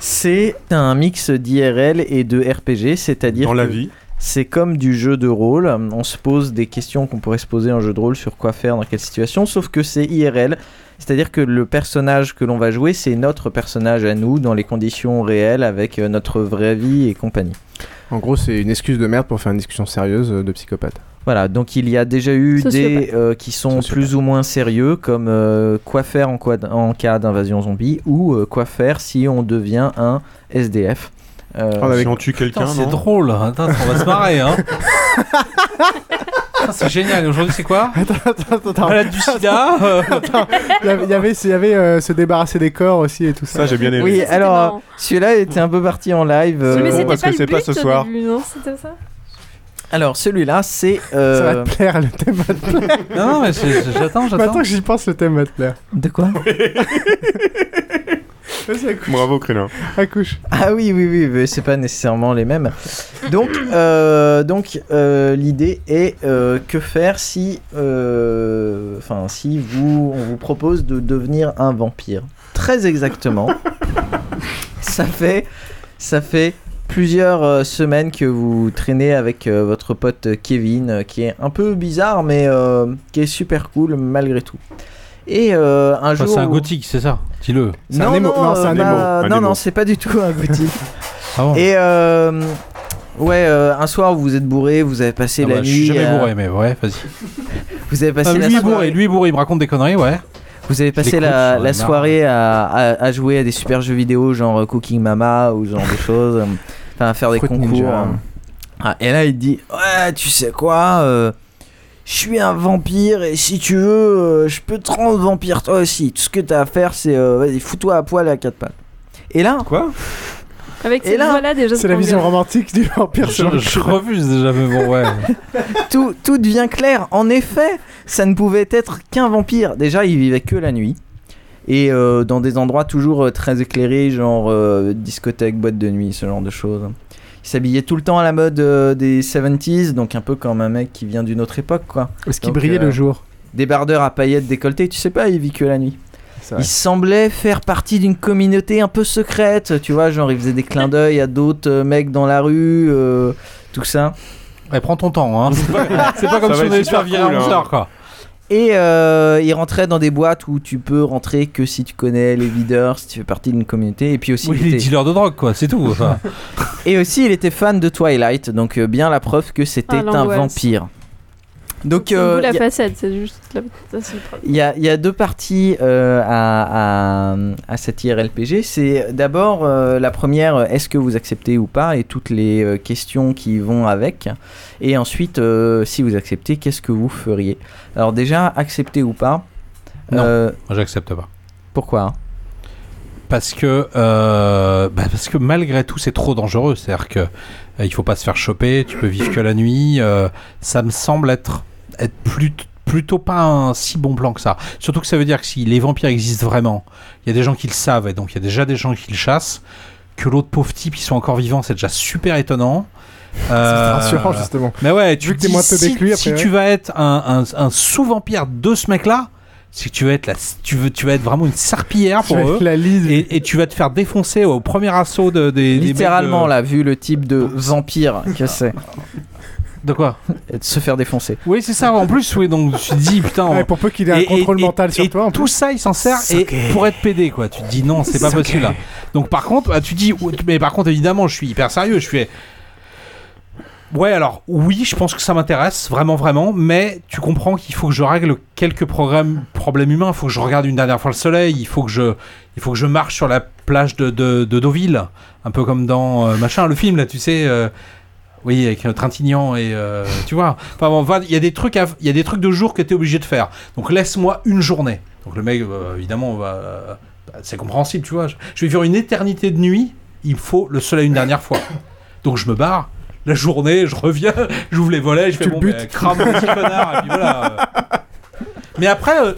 Speaker 10: c'est un mix d'IRL et de RPG, c'est-à-dire.
Speaker 11: Dans la
Speaker 10: que
Speaker 11: vie.
Speaker 10: C'est comme du jeu de rôle. On se pose des questions qu'on pourrait se poser en jeu de rôle sur quoi faire, dans quelle situation, sauf que c'est IRL. C'est-à-dire que le personnage que l'on va jouer, c'est notre personnage à nous, dans les conditions réelles, avec euh, notre vraie vie et compagnie.
Speaker 7: En gros, c'est une excuse de merde pour faire une discussion sérieuse euh, de psychopathe.
Speaker 10: Voilà, donc il y a déjà eu
Speaker 7: Sociopathe.
Speaker 10: des euh, qui sont plus ou moins sérieux, comme euh, quoi faire en, quoi- en cas d'invasion zombie ou euh, quoi faire si on devient un SDF. Euh,
Speaker 7: Ah,
Speaker 11: Si on tue quelqu'un,
Speaker 9: Putain, c'est
Speaker 11: non
Speaker 9: drôle. Attends, on va se marrer. Hein.
Speaker 10: Ah,
Speaker 9: Putain, c'est génial. Aujourd'hui, c'est <laughs> quoi Malade du sida. <laughs> euh,
Speaker 7: <laughs> Il y avait, il y avait- il y avait, euh, se débarrasser des corps aussi et tout ça.
Speaker 11: Ça, j'ai bien aimé.
Speaker 10: Oui, alors <laughs> celui-là était un peu parti en live. euh,
Speaker 11: Mais c'était parce pas que le c'est pas but ce au soir.
Speaker 6: Non, c'était ça.
Speaker 10: Alors celui-là, c'est.
Speaker 7: Ça va
Speaker 10: euh,
Speaker 7: te plaire, le thème va te plaire.
Speaker 10: Non, non, mais c'est- c'est- j'attends, j'attends.
Speaker 7: Maintenant que j'y pense, le thème va te plaire.
Speaker 10: De quoi
Speaker 11: Bravo, Krillin.
Speaker 7: Accouche.
Speaker 10: Ah oui, oui, oui, mais c'est pas nécessairement les mêmes. Donc, euh, donc euh, l'idée est euh, que faire si, euh, enfin, si vous, on vous propose de devenir un vampire. Très exactement. ça fait, ça fait plusieurs euh, semaines que vous traînez avec euh, votre pote Kevin, euh, qui est un peu bizarre, mais euh, qui est super cool malgré tout. Et euh, un
Speaker 9: Enfin,
Speaker 10: jour.
Speaker 9: Ah, c'est un
Speaker 10: où-
Speaker 9: gothique, c'est ça Dis-le.
Speaker 10: Non, non, euh, bah, non, non, c'est pas du tout un gothique.
Speaker 9: Ah
Speaker 10: Et euh, ouais, euh, un soir, vous êtes bourré, vous avez passé
Speaker 9: Ah
Speaker 10: la
Speaker 9: bah,
Speaker 10: nuit.
Speaker 9: Je suis jamais
Speaker 10: à-
Speaker 9: bourré, mais ouais, vas-y.
Speaker 10: <laughs> Vous avez passé
Speaker 9: Ah,
Speaker 10: la
Speaker 9: lui est
Speaker 10: soirée-
Speaker 9: bourré, lui est bourré, il me raconte des conneries, ouais.
Speaker 10: Vous avez passé la, la soirée à, à- à jouer à des super jeux vidéo, genre euh, Cooking Mama ou ce genre de choses, euh, enfin à faire des
Speaker 8: Fruit
Speaker 10: concours.
Speaker 8: Ninja.
Speaker 10: hein. Ah, et là, il te dit Ouais, tu sais quoi euh, Je suis un vampire et si tu veux, euh, je peux te rendre vampire toi aussi. Tout ce que t'as à faire, c'est euh, vas-y, fous-toi à poil à quatre pattes. Et là
Speaker 11: Quoi
Speaker 6: Avec
Speaker 10: Et
Speaker 6: cette
Speaker 10: là-
Speaker 6: voix-là, déjà,
Speaker 10: C'est la vision
Speaker 7: romantique du vampire.
Speaker 9: Je, je refuse déjà, mais
Speaker 10: <laughs>
Speaker 9: bon, ouais.
Speaker 10: tout, tout devient clair. En effet, ça ne pouvait être qu'un vampire. Déjà, il vivait que la nuit. Et euh, dans des endroits toujours euh, très éclairés, genre euh, discothèque, boîte de nuit, ce genre de choses. Il s'habillait tout le temps à la mode euh, des 70s, donc un peu comme un mec qui vient d'une autre époque, quoi.
Speaker 7: Est-ce qu'il
Speaker 10: Donc, euh,
Speaker 7: brillait le jour
Speaker 10: Débardeur à paillettes décolletées, tu sais pas, il vit que la nuit.
Speaker 7: vrai.
Speaker 10: Il semblait faire partie d'une communauté un peu secrète, tu vois, genre il faisait des clins d'œil à d'autres euh, mecs dans la rue, euh, tout ça.
Speaker 9: Ouais, prends ton temps, hein. <laughs> C'est pas, c'est pas comme
Speaker 10: Ça
Speaker 9: si
Speaker 10: va
Speaker 9: on
Speaker 10: être
Speaker 9: allait se
Speaker 10: super
Speaker 9: faire virer à
Speaker 10: cool,
Speaker 9: 11
Speaker 10: hein.
Speaker 9: heures, quoi.
Speaker 10: Et euh, il rentrait dans des boîtes où tu peux rentrer que si tu connais les leaders, si tu fais partie d'une communauté. Et puis aussi,
Speaker 9: Oui,
Speaker 10: il
Speaker 9: il est
Speaker 10: était-
Speaker 9: dealer de drogue, quoi, c'est tout. enfin.
Speaker 10: <laughs> et aussi, il était fan de Twilight, donc euh, bien la preuve que c'était
Speaker 6: Ah,
Speaker 10: un
Speaker 6: l'angoisse.
Speaker 10: vampire. Donc,
Speaker 6: C'est
Speaker 10: euh,
Speaker 6: vous la
Speaker 10: y a-
Speaker 6: façade, c'est juste la... ça, c'est le problème.
Speaker 10: il y a, il y a deux parties euh, à, à- à cette IRLPG. C'est d'abord euh, la première, euh, est-ce que vous acceptez ou pas, et toutes les euh, questions qui vont avec. Et ensuite, euh, si vous acceptez, qu'est-ce que vous feriez Alors déjà, accepter ou pas.
Speaker 9: Non,
Speaker 10: euh,
Speaker 9: moi j'accepte pas.
Speaker 10: Pourquoi
Speaker 9: Parce que, euh, bah, parce que malgré tout, c'est trop dangereux. C'est-à-dire que euh, il faut pas se faire choper. Tu peux vivre que la nuit. euh, ça me semble être être plutôt plutôt pas un si bon plan que ça. Surtout que ça veut dire que si les vampires existent vraiment, il y a des gens qui le savent et donc il y a déjà des gens qui le chassent. Que l'autre pauvre type, ils sont encore vivants, c'est déjà super étonnant. Euh,
Speaker 7: rassurant, justement.
Speaker 9: Mais ouais, tu
Speaker 7: Vu que t'es
Speaker 9: dis,
Speaker 7: moins teubé
Speaker 9: si,
Speaker 7: que lui,
Speaker 9: si
Speaker 7: après,
Speaker 9: tu
Speaker 7: ouais.
Speaker 9: vas être un, un- un sous-vampire de ce mec-là, c'est que tu vas être la- tu veux, tu vas être vraiment une serpillière
Speaker 10: Tu
Speaker 9: pour
Speaker 10: vas
Speaker 9: eux.
Speaker 10: être la
Speaker 9: et, et tu vas te faire défoncer au premier assaut de, des. des
Speaker 10: Littéralement,
Speaker 9: mecs euh,
Speaker 10: là,
Speaker 9: de-
Speaker 10: vu le type de
Speaker 9: <laughs>
Speaker 10: vampire que c'est.
Speaker 9: De quoi
Speaker 10: De se faire défoncer.
Speaker 9: Oui, c'est ça. En plus, oui, donc je me suis dit, putain.
Speaker 10: Ouais, pour peu qu'il ait un contrôle
Speaker 9: mental sur toi. tout ça, il s'en sert et pour être pédé, quoi. Tu te dis non, c'est pas
Speaker 10: Sake.
Speaker 9: possible. là. Donc par contre, bah, tu dis, ou- mais par contre, évidemment, je suis hyper sérieux. Je fais. Ouais, alors oui, je pense que ça m'intéresse vraiment, vraiment, mais tu comprends qu'il faut que je règle quelques programmes, problèmes humains. Il faut que je regarde une dernière fois le soleil. Il faut que je, il faut que je marche sur la plage de, de, de Deauville, un peu comme dans euh, machin le film là, tu sais. euh, oui, avec euh, Trintignant et euh, tu vois. Enfin bon, va- il y a des trucs, à- il y a des trucs de jour que t'es obligé de faire. Donc laisse-moi une journée. Donc le mec, euh, évidemment, va, euh, bah, c'est compréhensible, tu vois. Je, je vais vivre une éternité de nuit. Il me faut le soleil une dernière fois. Donc je me barre. La journée, je reviens, <laughs> j'ouvre les volets, je fais bon, ben, crame mon petit connard, et puis voilà. Mais après, euh,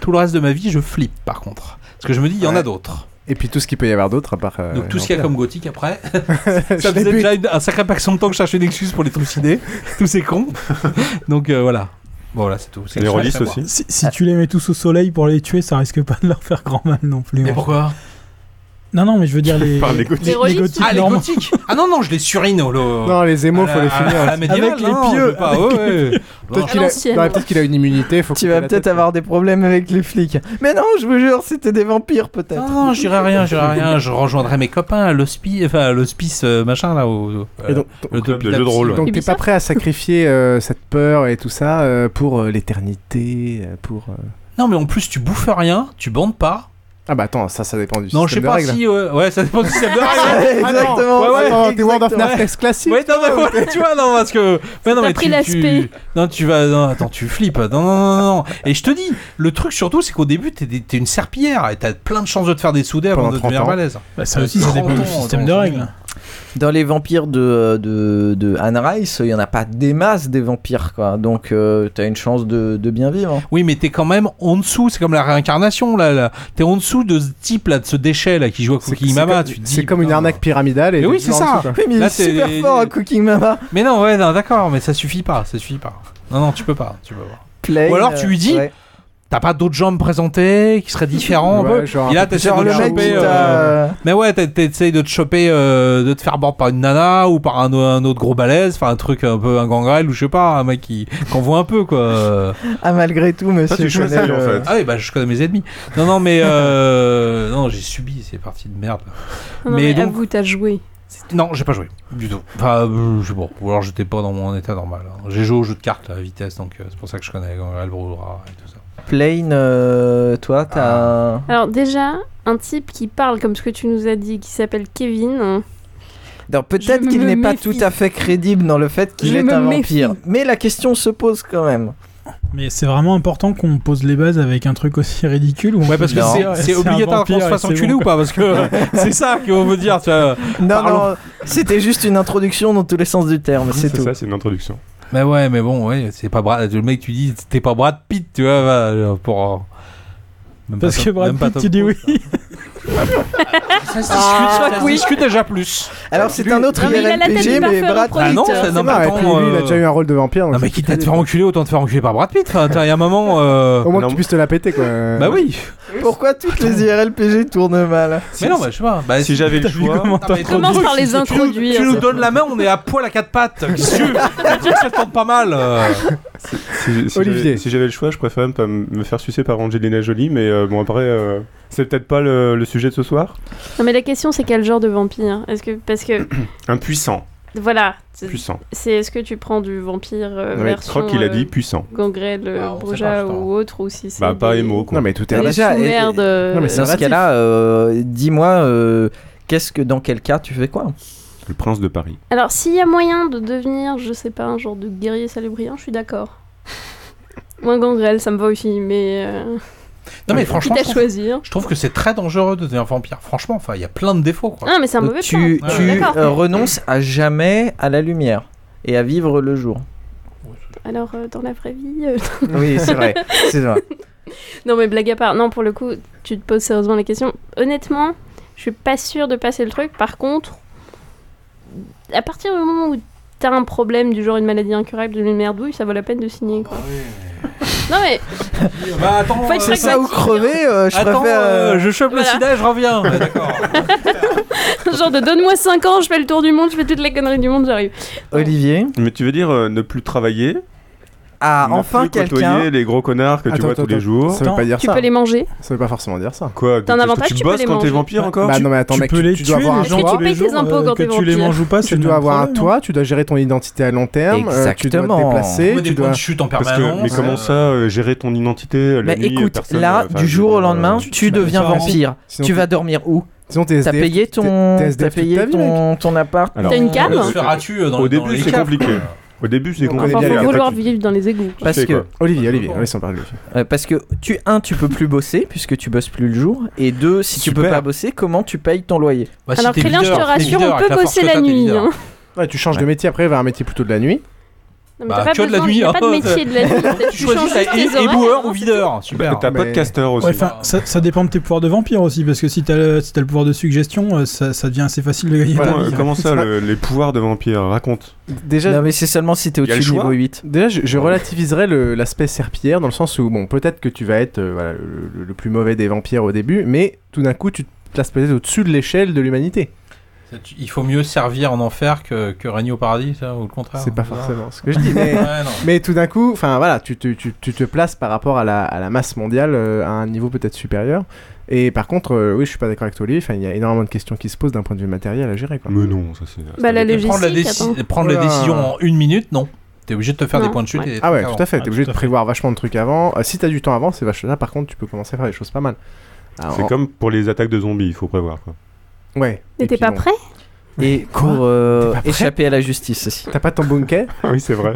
Speaker 9: tout le reste de ma vie, je flippe par contre. Parce que je me dis, il y en a d'autres.
Speaker 7: Et puis tout ce qu'il peut y avoir d'autre, à part. euh,
Speaker 9: Donc tout ce qu'il y a
Speaker 7: l'enfer.
Speaker 9: comme gothique
Speaker 7: <laughs>
Speaker 9: après,
Speaker 7: Je
Speaker 9: ça
Speaker 7: les
Speaker 9: faisait
Speaker 7: bute.
Speaker 9: déjà une- un sacré paxon de temps que je cherchais une excuse pour les
Speaker 7: <laughs>
Speaker 9: trucider. tous ces cons. Donc euh, voilà. Bon, voilà, c'est tout. C'est
Speaker 11: Les
Speaker 9: le seul à
Speaker 11: relistes
Speaker 9: savoir.
Speaker 13: <laughs>
Speaker 11: aussi.
Speaker 13: Si, si tu les mets tous au soleil pour les tuer, ça risque pas de leur faire grand mal non plus. hein.
Speaker 9: Mais pourquoi
Speaker 13: Non, non, mais je veux
Speaker 11: <laughs>
Speaker 13: dire les.
Speaker 9: Par
Speaker 13: les
Speaker 9: les
Speaker 13: gothiques
Speaker 9: Ah, les
Speaker 13: normands.
Speaker 9: gothiques Ah non, non, je les surine au. au-
Speaker 7: Non, les émaux,
Speaker 9: à
Speaker 7: faut
Speaker 9: la-
Speaker 7: les finir.
Speaker 9: À la médiévale,
Speaker 7: Avec les
Speaker 9: non,
Speaker 7: pieux.
Speaker 9: je peux pas, ouais, ouais.
Speaker 7: <laughs> Peut-être
Speaker 9: Non.
Speaker 7: qu'il a- ouais, peut-être qu'il a une immunité. Faut
Speaker 10: Tu vas peut-être avoir des problèmes avec les flics. Mais non, je vous jure, c'était des vampires peut-être.
Speaker 9: Non, j'irai rien,
Speaker 7: <laughs>
Speaker 9: j'irai rien. Je rejoindrai mes copains à l'hospice, enfin, à l'hospice euh, machin là. Au, au-
Speaker 7: Et donc,
Speaker 9: le club
Speaker 11: de jeux de rôle.
Speaker 7: Donc t'es pas prêt à sacrifier euh, cette peur et tout ça euh, pour euh, l'éternité, euh, pour. euh,
Speaker 9: Non, mais en plus, tu bouffes rien, tu bandes pas.
Speaker 7: Ah bah attends, ça, ça dépend du
Speaker 9: Non, je sais
Speaker 7: système de
Speaker 9: pas
Speaker 7: règles.
Speaker 13: hein.
Speaker 9: si. euh, ouais, ça dépend du système de règles. hein.
Speaker 7: Ah non, <laughs> Exactement,
Speaker 9: Ouais, ouais,
Speaker 7: attends, t'es World of
Speaker 9: exactement.
Speaker 7: Darkness classique,
Speaker 9: Ouais, non, mais
Speaker 7: toi, ou
Speaker 9: voilà,
Speaker 7: t'es-
Speaker 9: tu vois, non, parce que. Mais non,
Speaker 7: T'as
Speaker 9: mais
Speaker 7: pris
Speaker 9: tu-
Speaker 7: l'aspect.
Speaker 9: tu. Non, tu vas. Non, attends, tu flippes. Non, non, non, non, non. Et je te dis, le truc surtout, c'est qu'au début, t'es des- t'es une serpillière et t'as plein de chances de te faire des soudés avant
Speaker 13: Pendant
Speaker 9: de
Speaker 13: 30
Speaker 9: devenir
Speaker 13: ans.
Speaker 9: balèze.
Speaker 13: Bah, ça aussi, ça dépend du
Speaker 9: 30 ans,
Speaker 13: système
Speaker 9: attends,
Speaker 13: de
Speaker 9: c'est
Speaker 13: règles.
Speaker 9: nul.
Speaker 10: Dans les vampires de, de, de Anne Rice, il y en a pas des masses des vampires quoi. Donc euh, t'as une chance de, de bien vivre.
Speaker 9: Oui, mais t'es quand même en dessous. C'est comme la réincarnation, là. là. T'es en dessous de ce type, là, de ce déchet, là, qui joue à Cookie Mama.
Speaker 7: comme-
Speaker 9: tu te dis,
Speaker 7: C'est comme une arnaque pyramidale. Et
Speaker 9: Mais oui,
Speaker 7: des
Speaker 9: c'est
Speaker 7: gens en
Speaker 9: ça.
Speaker 7: dessous, quoi.
Speaker 9: Oui, mais il Là, est c'est- super fort à
Speaker 10: Cooking Mama.
Speaker 9: Mais non, ouais, non, d'accord, mais ça suffit pas, ça suffit pas. Non, non, tu peux pas, tu peux pas.
Speaker 10: Plain,
Speaker 9: Ou alors tu lui dis,
Speaker 10: euh, ouais.
Speaker 9: T'as pas d'autres gens à me présenter qui seraient différents un
Speaker 7: Ouais,
Speaker 9: peu
Speaker 7: genre,
Speaker 9: Et là,
Speaker 7: un peu
Speaker 9: t'essaies
Speaker 7: plus
Speaker 9: de te
Speaker 7: genre le mec
Speaker 9: choper.
Speaker 7: qui
Speaker 9: euh,
Speaker 7: t'a-
Speaker 9: Mais ouais, t'es- t'essayes de te choper, euh, de te faire bord par une nana ou par un, o- un autre gros balèze, enfin un truc un peu un gangrel ou je sais pas, un mec qui qu'on voit un peu quoi.
Speaker 7: euh.
Speaker 10: Ah, malgré tout, monsieur. Chanel, euh,
Speaker 9: Ah oui, bah je connais mes ennemis. Non, non, mais euh, non, j'ai subi ces parties de merde.
Speaker 6: Non, non, mais, avoue, t'as joué.
Speaker 9: Non, j'ai pas joué du tout. Enfin, euh, je sais pas. Ou alors j'étais pas dans mon état normal. hein. J'ai joué au jeu de cartes à vitesse, donc euh, c'est pour ça que je connais Gangrel Brodra et tout ça.
Speaker 10: Plane, euh, toi,
Speaker 9: Ah.
Speaker 10: t'as.
Speaker 6: Alors, déjà, un type qui parle comme ce que tu nous as dit, qui s'appelle Kevin. hein.
Speaker 10: Alors, Peut-être
Speaker 6: Je
Speaker 10: qu'il
Speaker 6: me
Speaker 10: n'est pas
Speaker 6: méfie.
Speaker 10: tout à fait crédible dans le fait qu'il
Speaker 6: Je
Speaker 10: est
Speaker 6: me
Speaker 10: un
Speaker 6: méfie.
Speaker 10: vampire. Mais la question se pose quand même.
Speaker 13: Mais c'est vraiment important qu'on pose les bases avec un truc aussi ridicule. Ou
Speaker 9: Ouais, parce que c'est- c'est obligatoire qu'on se fasse enculer ou pas
Speaker 13: <laughs>
Speaker 9: Parce que <laughs> c'est ça qu'ils vont me dire, tu vois.
Speaker 10: Non,
Speaker 9: Parlons.
Speaker 10: non, c'était juste une introduction dans tous les sens du terme, c'est
Speaker 11: C'est
Speaker 10: tout.
Speaker 11: ça, c'est une introduction.
Speaker 9: Mais ouais, mais bon, ouais, c'est pas Brad. Le mec, tu dis, t'es pas Brad Pitt, tu vois, bah, euh, pour. euh, même
Speaker 13: Parce
Speaker 9: pas
Speaker 13: que
Speaker 9: Tom-
Speaker 13: Brad
Speaker 9: même pas
Speaker 13: Pitt,
Speaker 9: Tom
Speaker 13: tu dis
Speaker 9: Cruise.
Speaker 13: oui.
Speaker 6: Ah,
Speaker 9: Ça se discute, Ah, ça se discute déjà plus.
Speaker 10: Alors, c'est un autre
Speaker 9: Non, mais il a la tête
Speaker 10: IRLPG,
Speaker 9: du
Speaker 10: mais
Speaker 9: barfeur
Speaker 10: Brad euh,
Speaker 9: au Ah non, producteur. ça- non, mais
Speaker 7: et
Speaker 9: attends,
Speaker 7: puis lui, il a
Speaker 9: euh,
Speaker 7: déjà eu un rôle de vampire.
Speaker 9: Non, mais quitte à te faire enculer, autant te faire enculer par Brad Pitt. Enfin, il y a un moment. euh,
Speaker 7: Au moins que tu puisses te la péter, quoi.
Speaker 9: Bah oui.
Speaker 10: Pourquoi toutes les IRLPG tournent mal
Speaker 9: <laughs> Mais non, bah, je sais pas. Bah, si j'avais le choix.
Speaker 6: Commence par les
Speaker 9: Tu nous,
Speaker 6: introduire.
Speaker 9: tu nous donnes la main, on est à poil à quatre pattes.
Speaker 7: <laughs>
Speaker 9: Qu'est-ce que tu veux Le truc, ça tourne pas mal. euh.
Speaker 11: Si, si
Speaker 9: Olivier.
Speaker 11: j'avais- Si j'avais le choix, je préférais pas m- me faire sucer par Angelina Jolie, mais euh, bon, après, euh, c'est peut-être pas le, le sujet de ce soir.
Speaker 6: Non, mais la question, c'est quel genre de vampire Est-ce que. Parce que.
Speaker 11: Impuissant.
Speaker 6: voilà. c'est-
Speaker 11: Puissant.
Speaker 6: C'est est-ce que tu prends du vampire euh,
Speaker 11: Ouais,
Speaker 6: version.
Speaker 11: Croc, il a
Speaker 6: euh,
Speaker 11: dit puissant.
Speaker 6: Gangrel, euh, Broja ou
Speaker 9: hein.
Speaker 6: autre, ou si c'est.
Speaker 11: Bah, pas
Speaker 6: des-
Speaker 11: émo, quoi.
Speaker 7: Non, mais tout
Speaker 6: est- Des sous-merdes, euh,
Speaker 10: non, mais dans ce
Speaker 6: narratif.
Speaker 10: cas-là, euh, dis-moi, euh, qu'est-ce que dans quel cas tu fais quoi
Speaker 11: Le prince de Paris.
Speaker 6: Alors, s'il y a moyen de devenir, je sais pas, un genre de guerrier salubrien, je suis
Speaker 11: <laughs>
Speaker 6: d'accord. Ou un gangrel, ça me va aussi, mais. euh,
Speaker 9: Non, mais franchement,
Speaker 6: Quitte à
Speaker 9: je trouve-
Speaker 6: choisir.
Speaker 9: Je trouve que c'est très dangereux de devenir vampire. Franchement, enfin, il y a plein de défauts. Quoi.
Speaker 6: Ah, mais c'est un
Speaker 10: Donc,
Speaker 6: mauvais
Speaker 10: Tu,
Speaker 6: plan.
Speaker 10: tu,
Speaker 6: Ouais, d'accord.
Speaker 10: euh, renonces à jamais à la lumière et à vivre le jour.
Speaker 6: Alors, euh, dans la vraie vie. euh,
Speaker 10: Oui, c'est vrai, c'est vrai.
Speaker 6: non, mais blague à part, non, pour le coup, tu te poses sérieusement la question. Honnêtement, je suis pas sûre de passer le truc. Par contre, à partir du moment où t'as un problème du genre une maladie incurable, une merdouille, ça vaut la peine de signer, quoi.
Speaker 11: Ah
Speaker 6: <laughs> Non, mais.
Speaker 9: Bah, attends,
Speaker 6: Faut être
Speaker 9: euh,
Speaker 6: pragmatique. hein.
Speaker 10: Ça ou crever, euh, je
Speaker 9: Attends,
Speaker 10: préfère. euh,
Speaker 9: euh, je chope le
Speaker 6: voilà.
Speaker 9: sida et je reviens. Ouais, D'accord.
Speaker 6: genre de donne-moi 5 ans, je fais le tour du monde, je fais toutes les conneries du monde, j'arrive.
Speaker 10: Olivier
Speaker 11: Mais tu veux dire euh, ne plus travailler
Speaker 10: Ah,
Speaker 11: ne
Speaker 6: enfin
Speaker 11: plus côtoyer
Speaker 6: quelqu'un.
Speaker 11: les gros connards que tu
Speaker 7: Attends,
Speaker 11: vois tous
Speaker 7: attends,
Speaker 11: les jours.
Speaker 7: ça veut pas dire
Speaker 6: tu
Speaker 7: ça.
Speaker 6: peux les manger.
Speaker 7: Ça veut pas forcément dire ça.
Speaker 11: Quoi
Speaker 6: T'as un avantage, tu peux les manger.
Speaker 7: Bah non, mais attends,
Speaker 13: tu
Speaker 7: mec,
Speaker 13: peux les
Speaker 7: tu dois
Speaker 13: tuer,
Speaker 7: avoir un
Speaker 13: les gens,
Speaker 7: toit.
Speaker 13: tous les jours, euh, que tu les manges ou pas,
Speaker 7: tu dois avoir un toit, tu dois gérer ton identité à long terme, euh, tu dois te
Speaker 10: Exactement.
Speaker 7: déplacer,
Speaker 10: Ou des
Speaker 7: tu
Speaker 10: points
Speaker 7: dois
Speaker 10: de chute en
Speaker 11: Parce que-
Speaker 10: permanence,
Speaker 11: mais comment
Speaker 10: euh,
Speaker 11: ça, euh, gérer ton identité euh, la
Speaker 10: Bah
Speaker 11: nuit,
Speaker 10: écoute,
Speaker 11: personne,
Speaker 10: là,
Speaker 11: euh, enfin,
Speaker 10: du
Speaker 11: je
Speaker 10: jour
Speaker 11: veux
Speaker 10: au
Speaker 11: dire,
Speaker 10: lendemain,
Speaker 11: euh,
Speaker 10: tu, deviens
Speaker 11: Sinon,
Speaker 10: vampire.
Speaker 11: sinon,
Speaker 10: tu
Speaker 11: t'es-
Speaker 10: vas dormir où
Speaker 7: Sinon, t'es
Speaker 10: T'as
Speaker 7: SDF,
Speaker 10: payé ton,
Speaker 7: t'es
Speaker 10: t'as
Speaker 7: SDF toute
Speaker 10: payé
Speaker 7: ta vie,
Speaker 10: ton, ton appart.
Speaker 11: Alors,
Speaker 6: T'as une cave
Speaker 11: euh,
Speaker 6: Se
Speaker 9: feras-tu, euh, dans- dans
Speaker 11: Au début,
Speaker 9: les
Speaker 11: c'est
Speaker 9: caves,
Speaker 11: compliqué. Au début, c'est
Speaker 6: Enfin,
Speaker 11: compliqué.
Speaker 6: faut
Speaker 11: Après,
Speaker 6: vouloir
Speaker 11: tu-
Speaker 6: vivre dans les égouts. quoi.
Speaker 10: Parce
Speaker 11: fais
Speaker 10: que
Speaker 11: quoi
Speaker 7: Olivier, Olivier, laisse-en parler. Olivier.
Speaker 10: Euh, parce que tu un tu peux plus bosser puisque tu bosses plus le jour et deux si tu peux pas bosser comment tu payes ton loyer
Speaker 9: Bah, si
Speaker 6: Alors,
Speaker 9: t'es
Speaker 6: Crélin, je te
Speaker 9: leader, t'es
Speaker 6: rassure,
Speaker 9: leader,
Speaker 6: on
Speaker 9: avec
Speaker 6: peut
Speaker 9: la force
Speaker 6: bosser
Speaker 9: que
Speaker 6: la
Speaker 9: t'as, t'es
Speaker 6: nuit.
Speaker 9: leader.
Speaker 6: hein.
Speaker 7: Ouais, tu changes de métier après vers un métier plutôt de la nuit.
Speaker 6: Non, mais
Speaker 9: Bah,
Speaker 6: t'as pas
Speaker 9: que de la
Speaker 6: besoin,
Speaker 9: nuit,
Speaker 6: y a
Speaker 9: hein.
Speaker 6: pas de métier de
Speaker 7: <laughs>
Speaker 6: la nuit.
Speaker 9: Tu choisis
Speaker 6: changes
Speaker 9: t'as
Speaker 6: tes
Speaker 9: é-
Speaker 6: horaires, hein,
Speaker 9: éboueur ou videur. Super.
Speaker 11: T'as podcaster aussi.
Speaker 13: Ouais, enfin, ça, ça dépend de tes pouvoirs de vampire aussi, parce que si t'as le, si t'as le pouvoir de suggestion, euh, ça, ça devient assez facile de gagner
Speaker 11: Comment- euh,
Speaker 13: ta vie. hein.
Speaker 11: Comment ça, le- les pouvoirs de vampire Raconte.
Speaker 7: Déjà,
Speaker 10: non mais c'est seulement si t'es
Speaker 11: Y a le
Speaker 10: au-dessus du
Speaker 11: choix
Speaker 10: niveau 8
Speaker 7: Déjà, je, je relativiserais le- l'aspect serpillère dans le sens où, bon, peut-être que tu vas être euh, voilà, le, le- le plus mauvais des vampires au début, mais tout d'un coup, tu te places peut-être au-dessus de l'échelle de l'humanité.
Speaker 9: Il faut mieux servir en enfer que, que régner au paradis, ça, ou le contraire.
Speaker 7: C'est pas
Speaker 9: bizarre.
Speaker 7: forcément ce que je dis, mais,
Speaker 9: <laughs> Ouais, non.
Speaker 7: mais tout d'un coup, enfin voilà, tu, te- tu- tu te places par rapport à la, à la masse mondiale euh, à un niveau peut-être supérieur. Et par contre, euh, oui, je suis pas d'accord avec toi, Olivier. Enfin, il y a énormément de questions qui se posent d'un point de vue matériel à gérer. Quoi.
Speaker 11: Mais non, ça c'est.
Speaker 6: Bah, la logistique.
Speaker 9: Prendre, la,
Speaker 6: attends.
Speaker 9: déci- prendre la
Speaker 7: Oula.
Speaker 9: décision en une minute, non. T'es obligé de te faire
Speaker 6: Non.
Speaker 9: des points de chute. et-
Speaker 7: Ah ouais,
Speaker 9: avant.
Speaker 7: tout à fait. T'es obligé de prévoir vachement de trucs avant. Euh, si t'as du temps avant, c'est vachement là. Par contre, tu peux commencer à faire des choses pas mal. Alors,
Speaker 10: Oh.
Speaker 11: C'est
Speaker 7: en-
Speaker 11: comme pour les attaques de zombies, il faut prévoir. Quoi.
Speaker 7: Ouais.
Speaker 6: Mais
Speaker 7: Et
Speaker 6: t'es
Speaker 7: puis
Speaker 6: pas
Speaker 7: bon.
Speaker 6: prêt
Speaker 10: et pour euh,
Speaker 7: pas prêt
Speaker 10: échapper à la justice aussi Ah,
Speaker 7: T'as pas
Speaker 11: <laughs>
Speaker 7: ton bunker
Speaker 11: Ah oui, c'est vrai.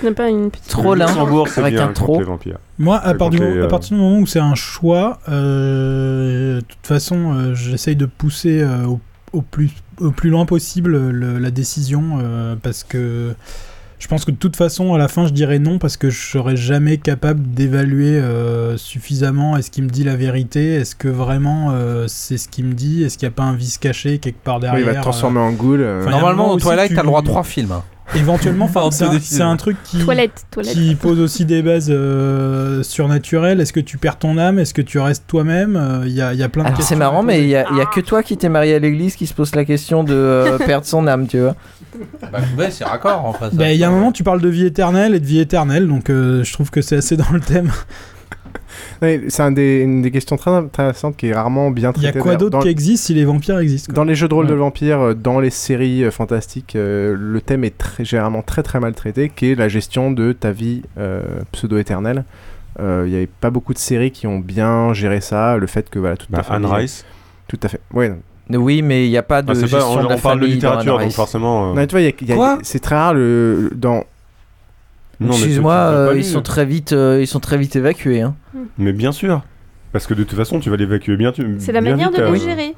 Speaker 6: Tu n'as pas une petite.
Speaker 10: Trop là.
Speaker 11: Luxembourg, c'est
Speaker 10: Avec
Speaker 11: bien
Speaker 10: un
Speaker 11: contre
Speaker 10: trop.
Speaker 11: les vampires.
Speaker 13: Moi, à,
Speaker 11: Ça
Speaker 13: part du
Speaker 11: compte
Speaker 13: moment-
Speaker 11: les,
Speaker 13: à
Speaker 11: euh,
Speaker 13: partir du moment où c'est un choix, euh, de toute façon, euh, j'essaye de pousser euh, au, au plus, au plus loin possible euh, le- la décision euh, parce que je pense que de toute façon, à la fin, je dirais non parce que je serais jamais capable d'évaluer euh, suffisamment est-ce qu'il me dit la vérité, est-ce que vraiment euh, c'est ce qu'il me dit, est-ce qu'il n'y a pas un vice caché quelque part
Speaker 7: Ouais,
Speaker 13: derrière.
Speaker 7: il Ah, va te transformer en goule. euh.
Speaker 13: Enfin, il y a un
Speaker 9: Normalement,
Speaker 13: moment
Speaker 9: au
Speaker 13: aussi,
Speaker 9: Twilight,
Speaker 13: tu-
Speaker 9: t'as le droit à trois films. hein.
Speaker 13: Éventuellement,
Speaker 9: <laughs>
Speaker 13: enfin, c'est un-
Speaker 9: Pseudo-décidément.
Speaker 13: c'est un truc qui,
Speaker 6: Toilette, toilette.
Speaker 13: qui pose aussi des bases euh, surnaturelles. Est-ce que tu perds ton âme Est-ce que tu restes toi-même Euh, Il y, a, il y a plein de
Speaker 10: Alors
Speaker 13: questions.
Speaker 10: c'est marrant, mais il n'y a, il y a que toi qui t'es marié à l'église qui se pose la question de
Speaker 7: <laughs>
Speaker 10: euh, perdre son âme, tu vois.
Speaker 9: Bah, ouais, c'est raccord en fait. ça.
Speaker 13: Bah, il y a un moment, tu parles de vie éternelle et de vie éternelle, donc euh, je trouve que c'est assez dans le thème.
Speaker 7: Ouais, c'est un des- une des questions très intéressantes qui est rarement bien
Speaker 13: Il y
Speaker 7: traitée.
Speaker 13: a quoi
Speaker 7: d'ailleurs.
Speaker 13: d'autre
Speaker 7: Dans-
Speaker 13: qui existe si les vampires existent quoi.
Speaker 7: Dans les jeux de rôle de
Speaker 13: Ouais.
Speaker 7: vampire, euh, dans les séries euh, fantastiques, euh, le thème est très, généralement très très mal traité, qui est la gestion de ta vie euh, pseudo-éternelle. Euh, Il n'y avait pas beaucoup de séries qui ont bien géré ça, le fait que voilà, toute ta
Speaker 11: Bah, Anne
Speaker 7: famille-
Speaker 11: Rice.
Speaker 7: Tout à fait. Ouais.
Speaker 10: Oui, mais il n'y a pas de
Speaker 11: Ah, c'est pas-
Speaker 10: gestion
Speaker 11: on-
Speaker 10: de la
Speaker 11: on parle de
Speaker 10: famille dans Anne
Speaker 11: littérature, donc
Speaker 10: Rice.
Speaker 11: forcément, euh,
Speaker 7: Non, mais tu vois, il y a- il y a-
Speaker 10: Quoi
Speaker 7: c'est très rare le, dans.
Speaker 11: Non, mais
Speaker 10: Excuse-moi,
Speaker 11: tu- tu l'as
Speaker 10: euh,
Speaker 11: pas
Speaker 10: ils
Speaker 11: lu.
Speaker 10: sont très vite, euh, ils sont très vite évacués. hein.
Speaker 11: Mais bien sûr. Parce que de toute façon, tu vas l'évacuer bien. tu-
Speaker 6: C'est la
Speaker 11: bien
Speaker 6: manière
Speaker 11: vite,
Speaker 6: de
Speaker 11: euh,
Speaker 6: le gérer.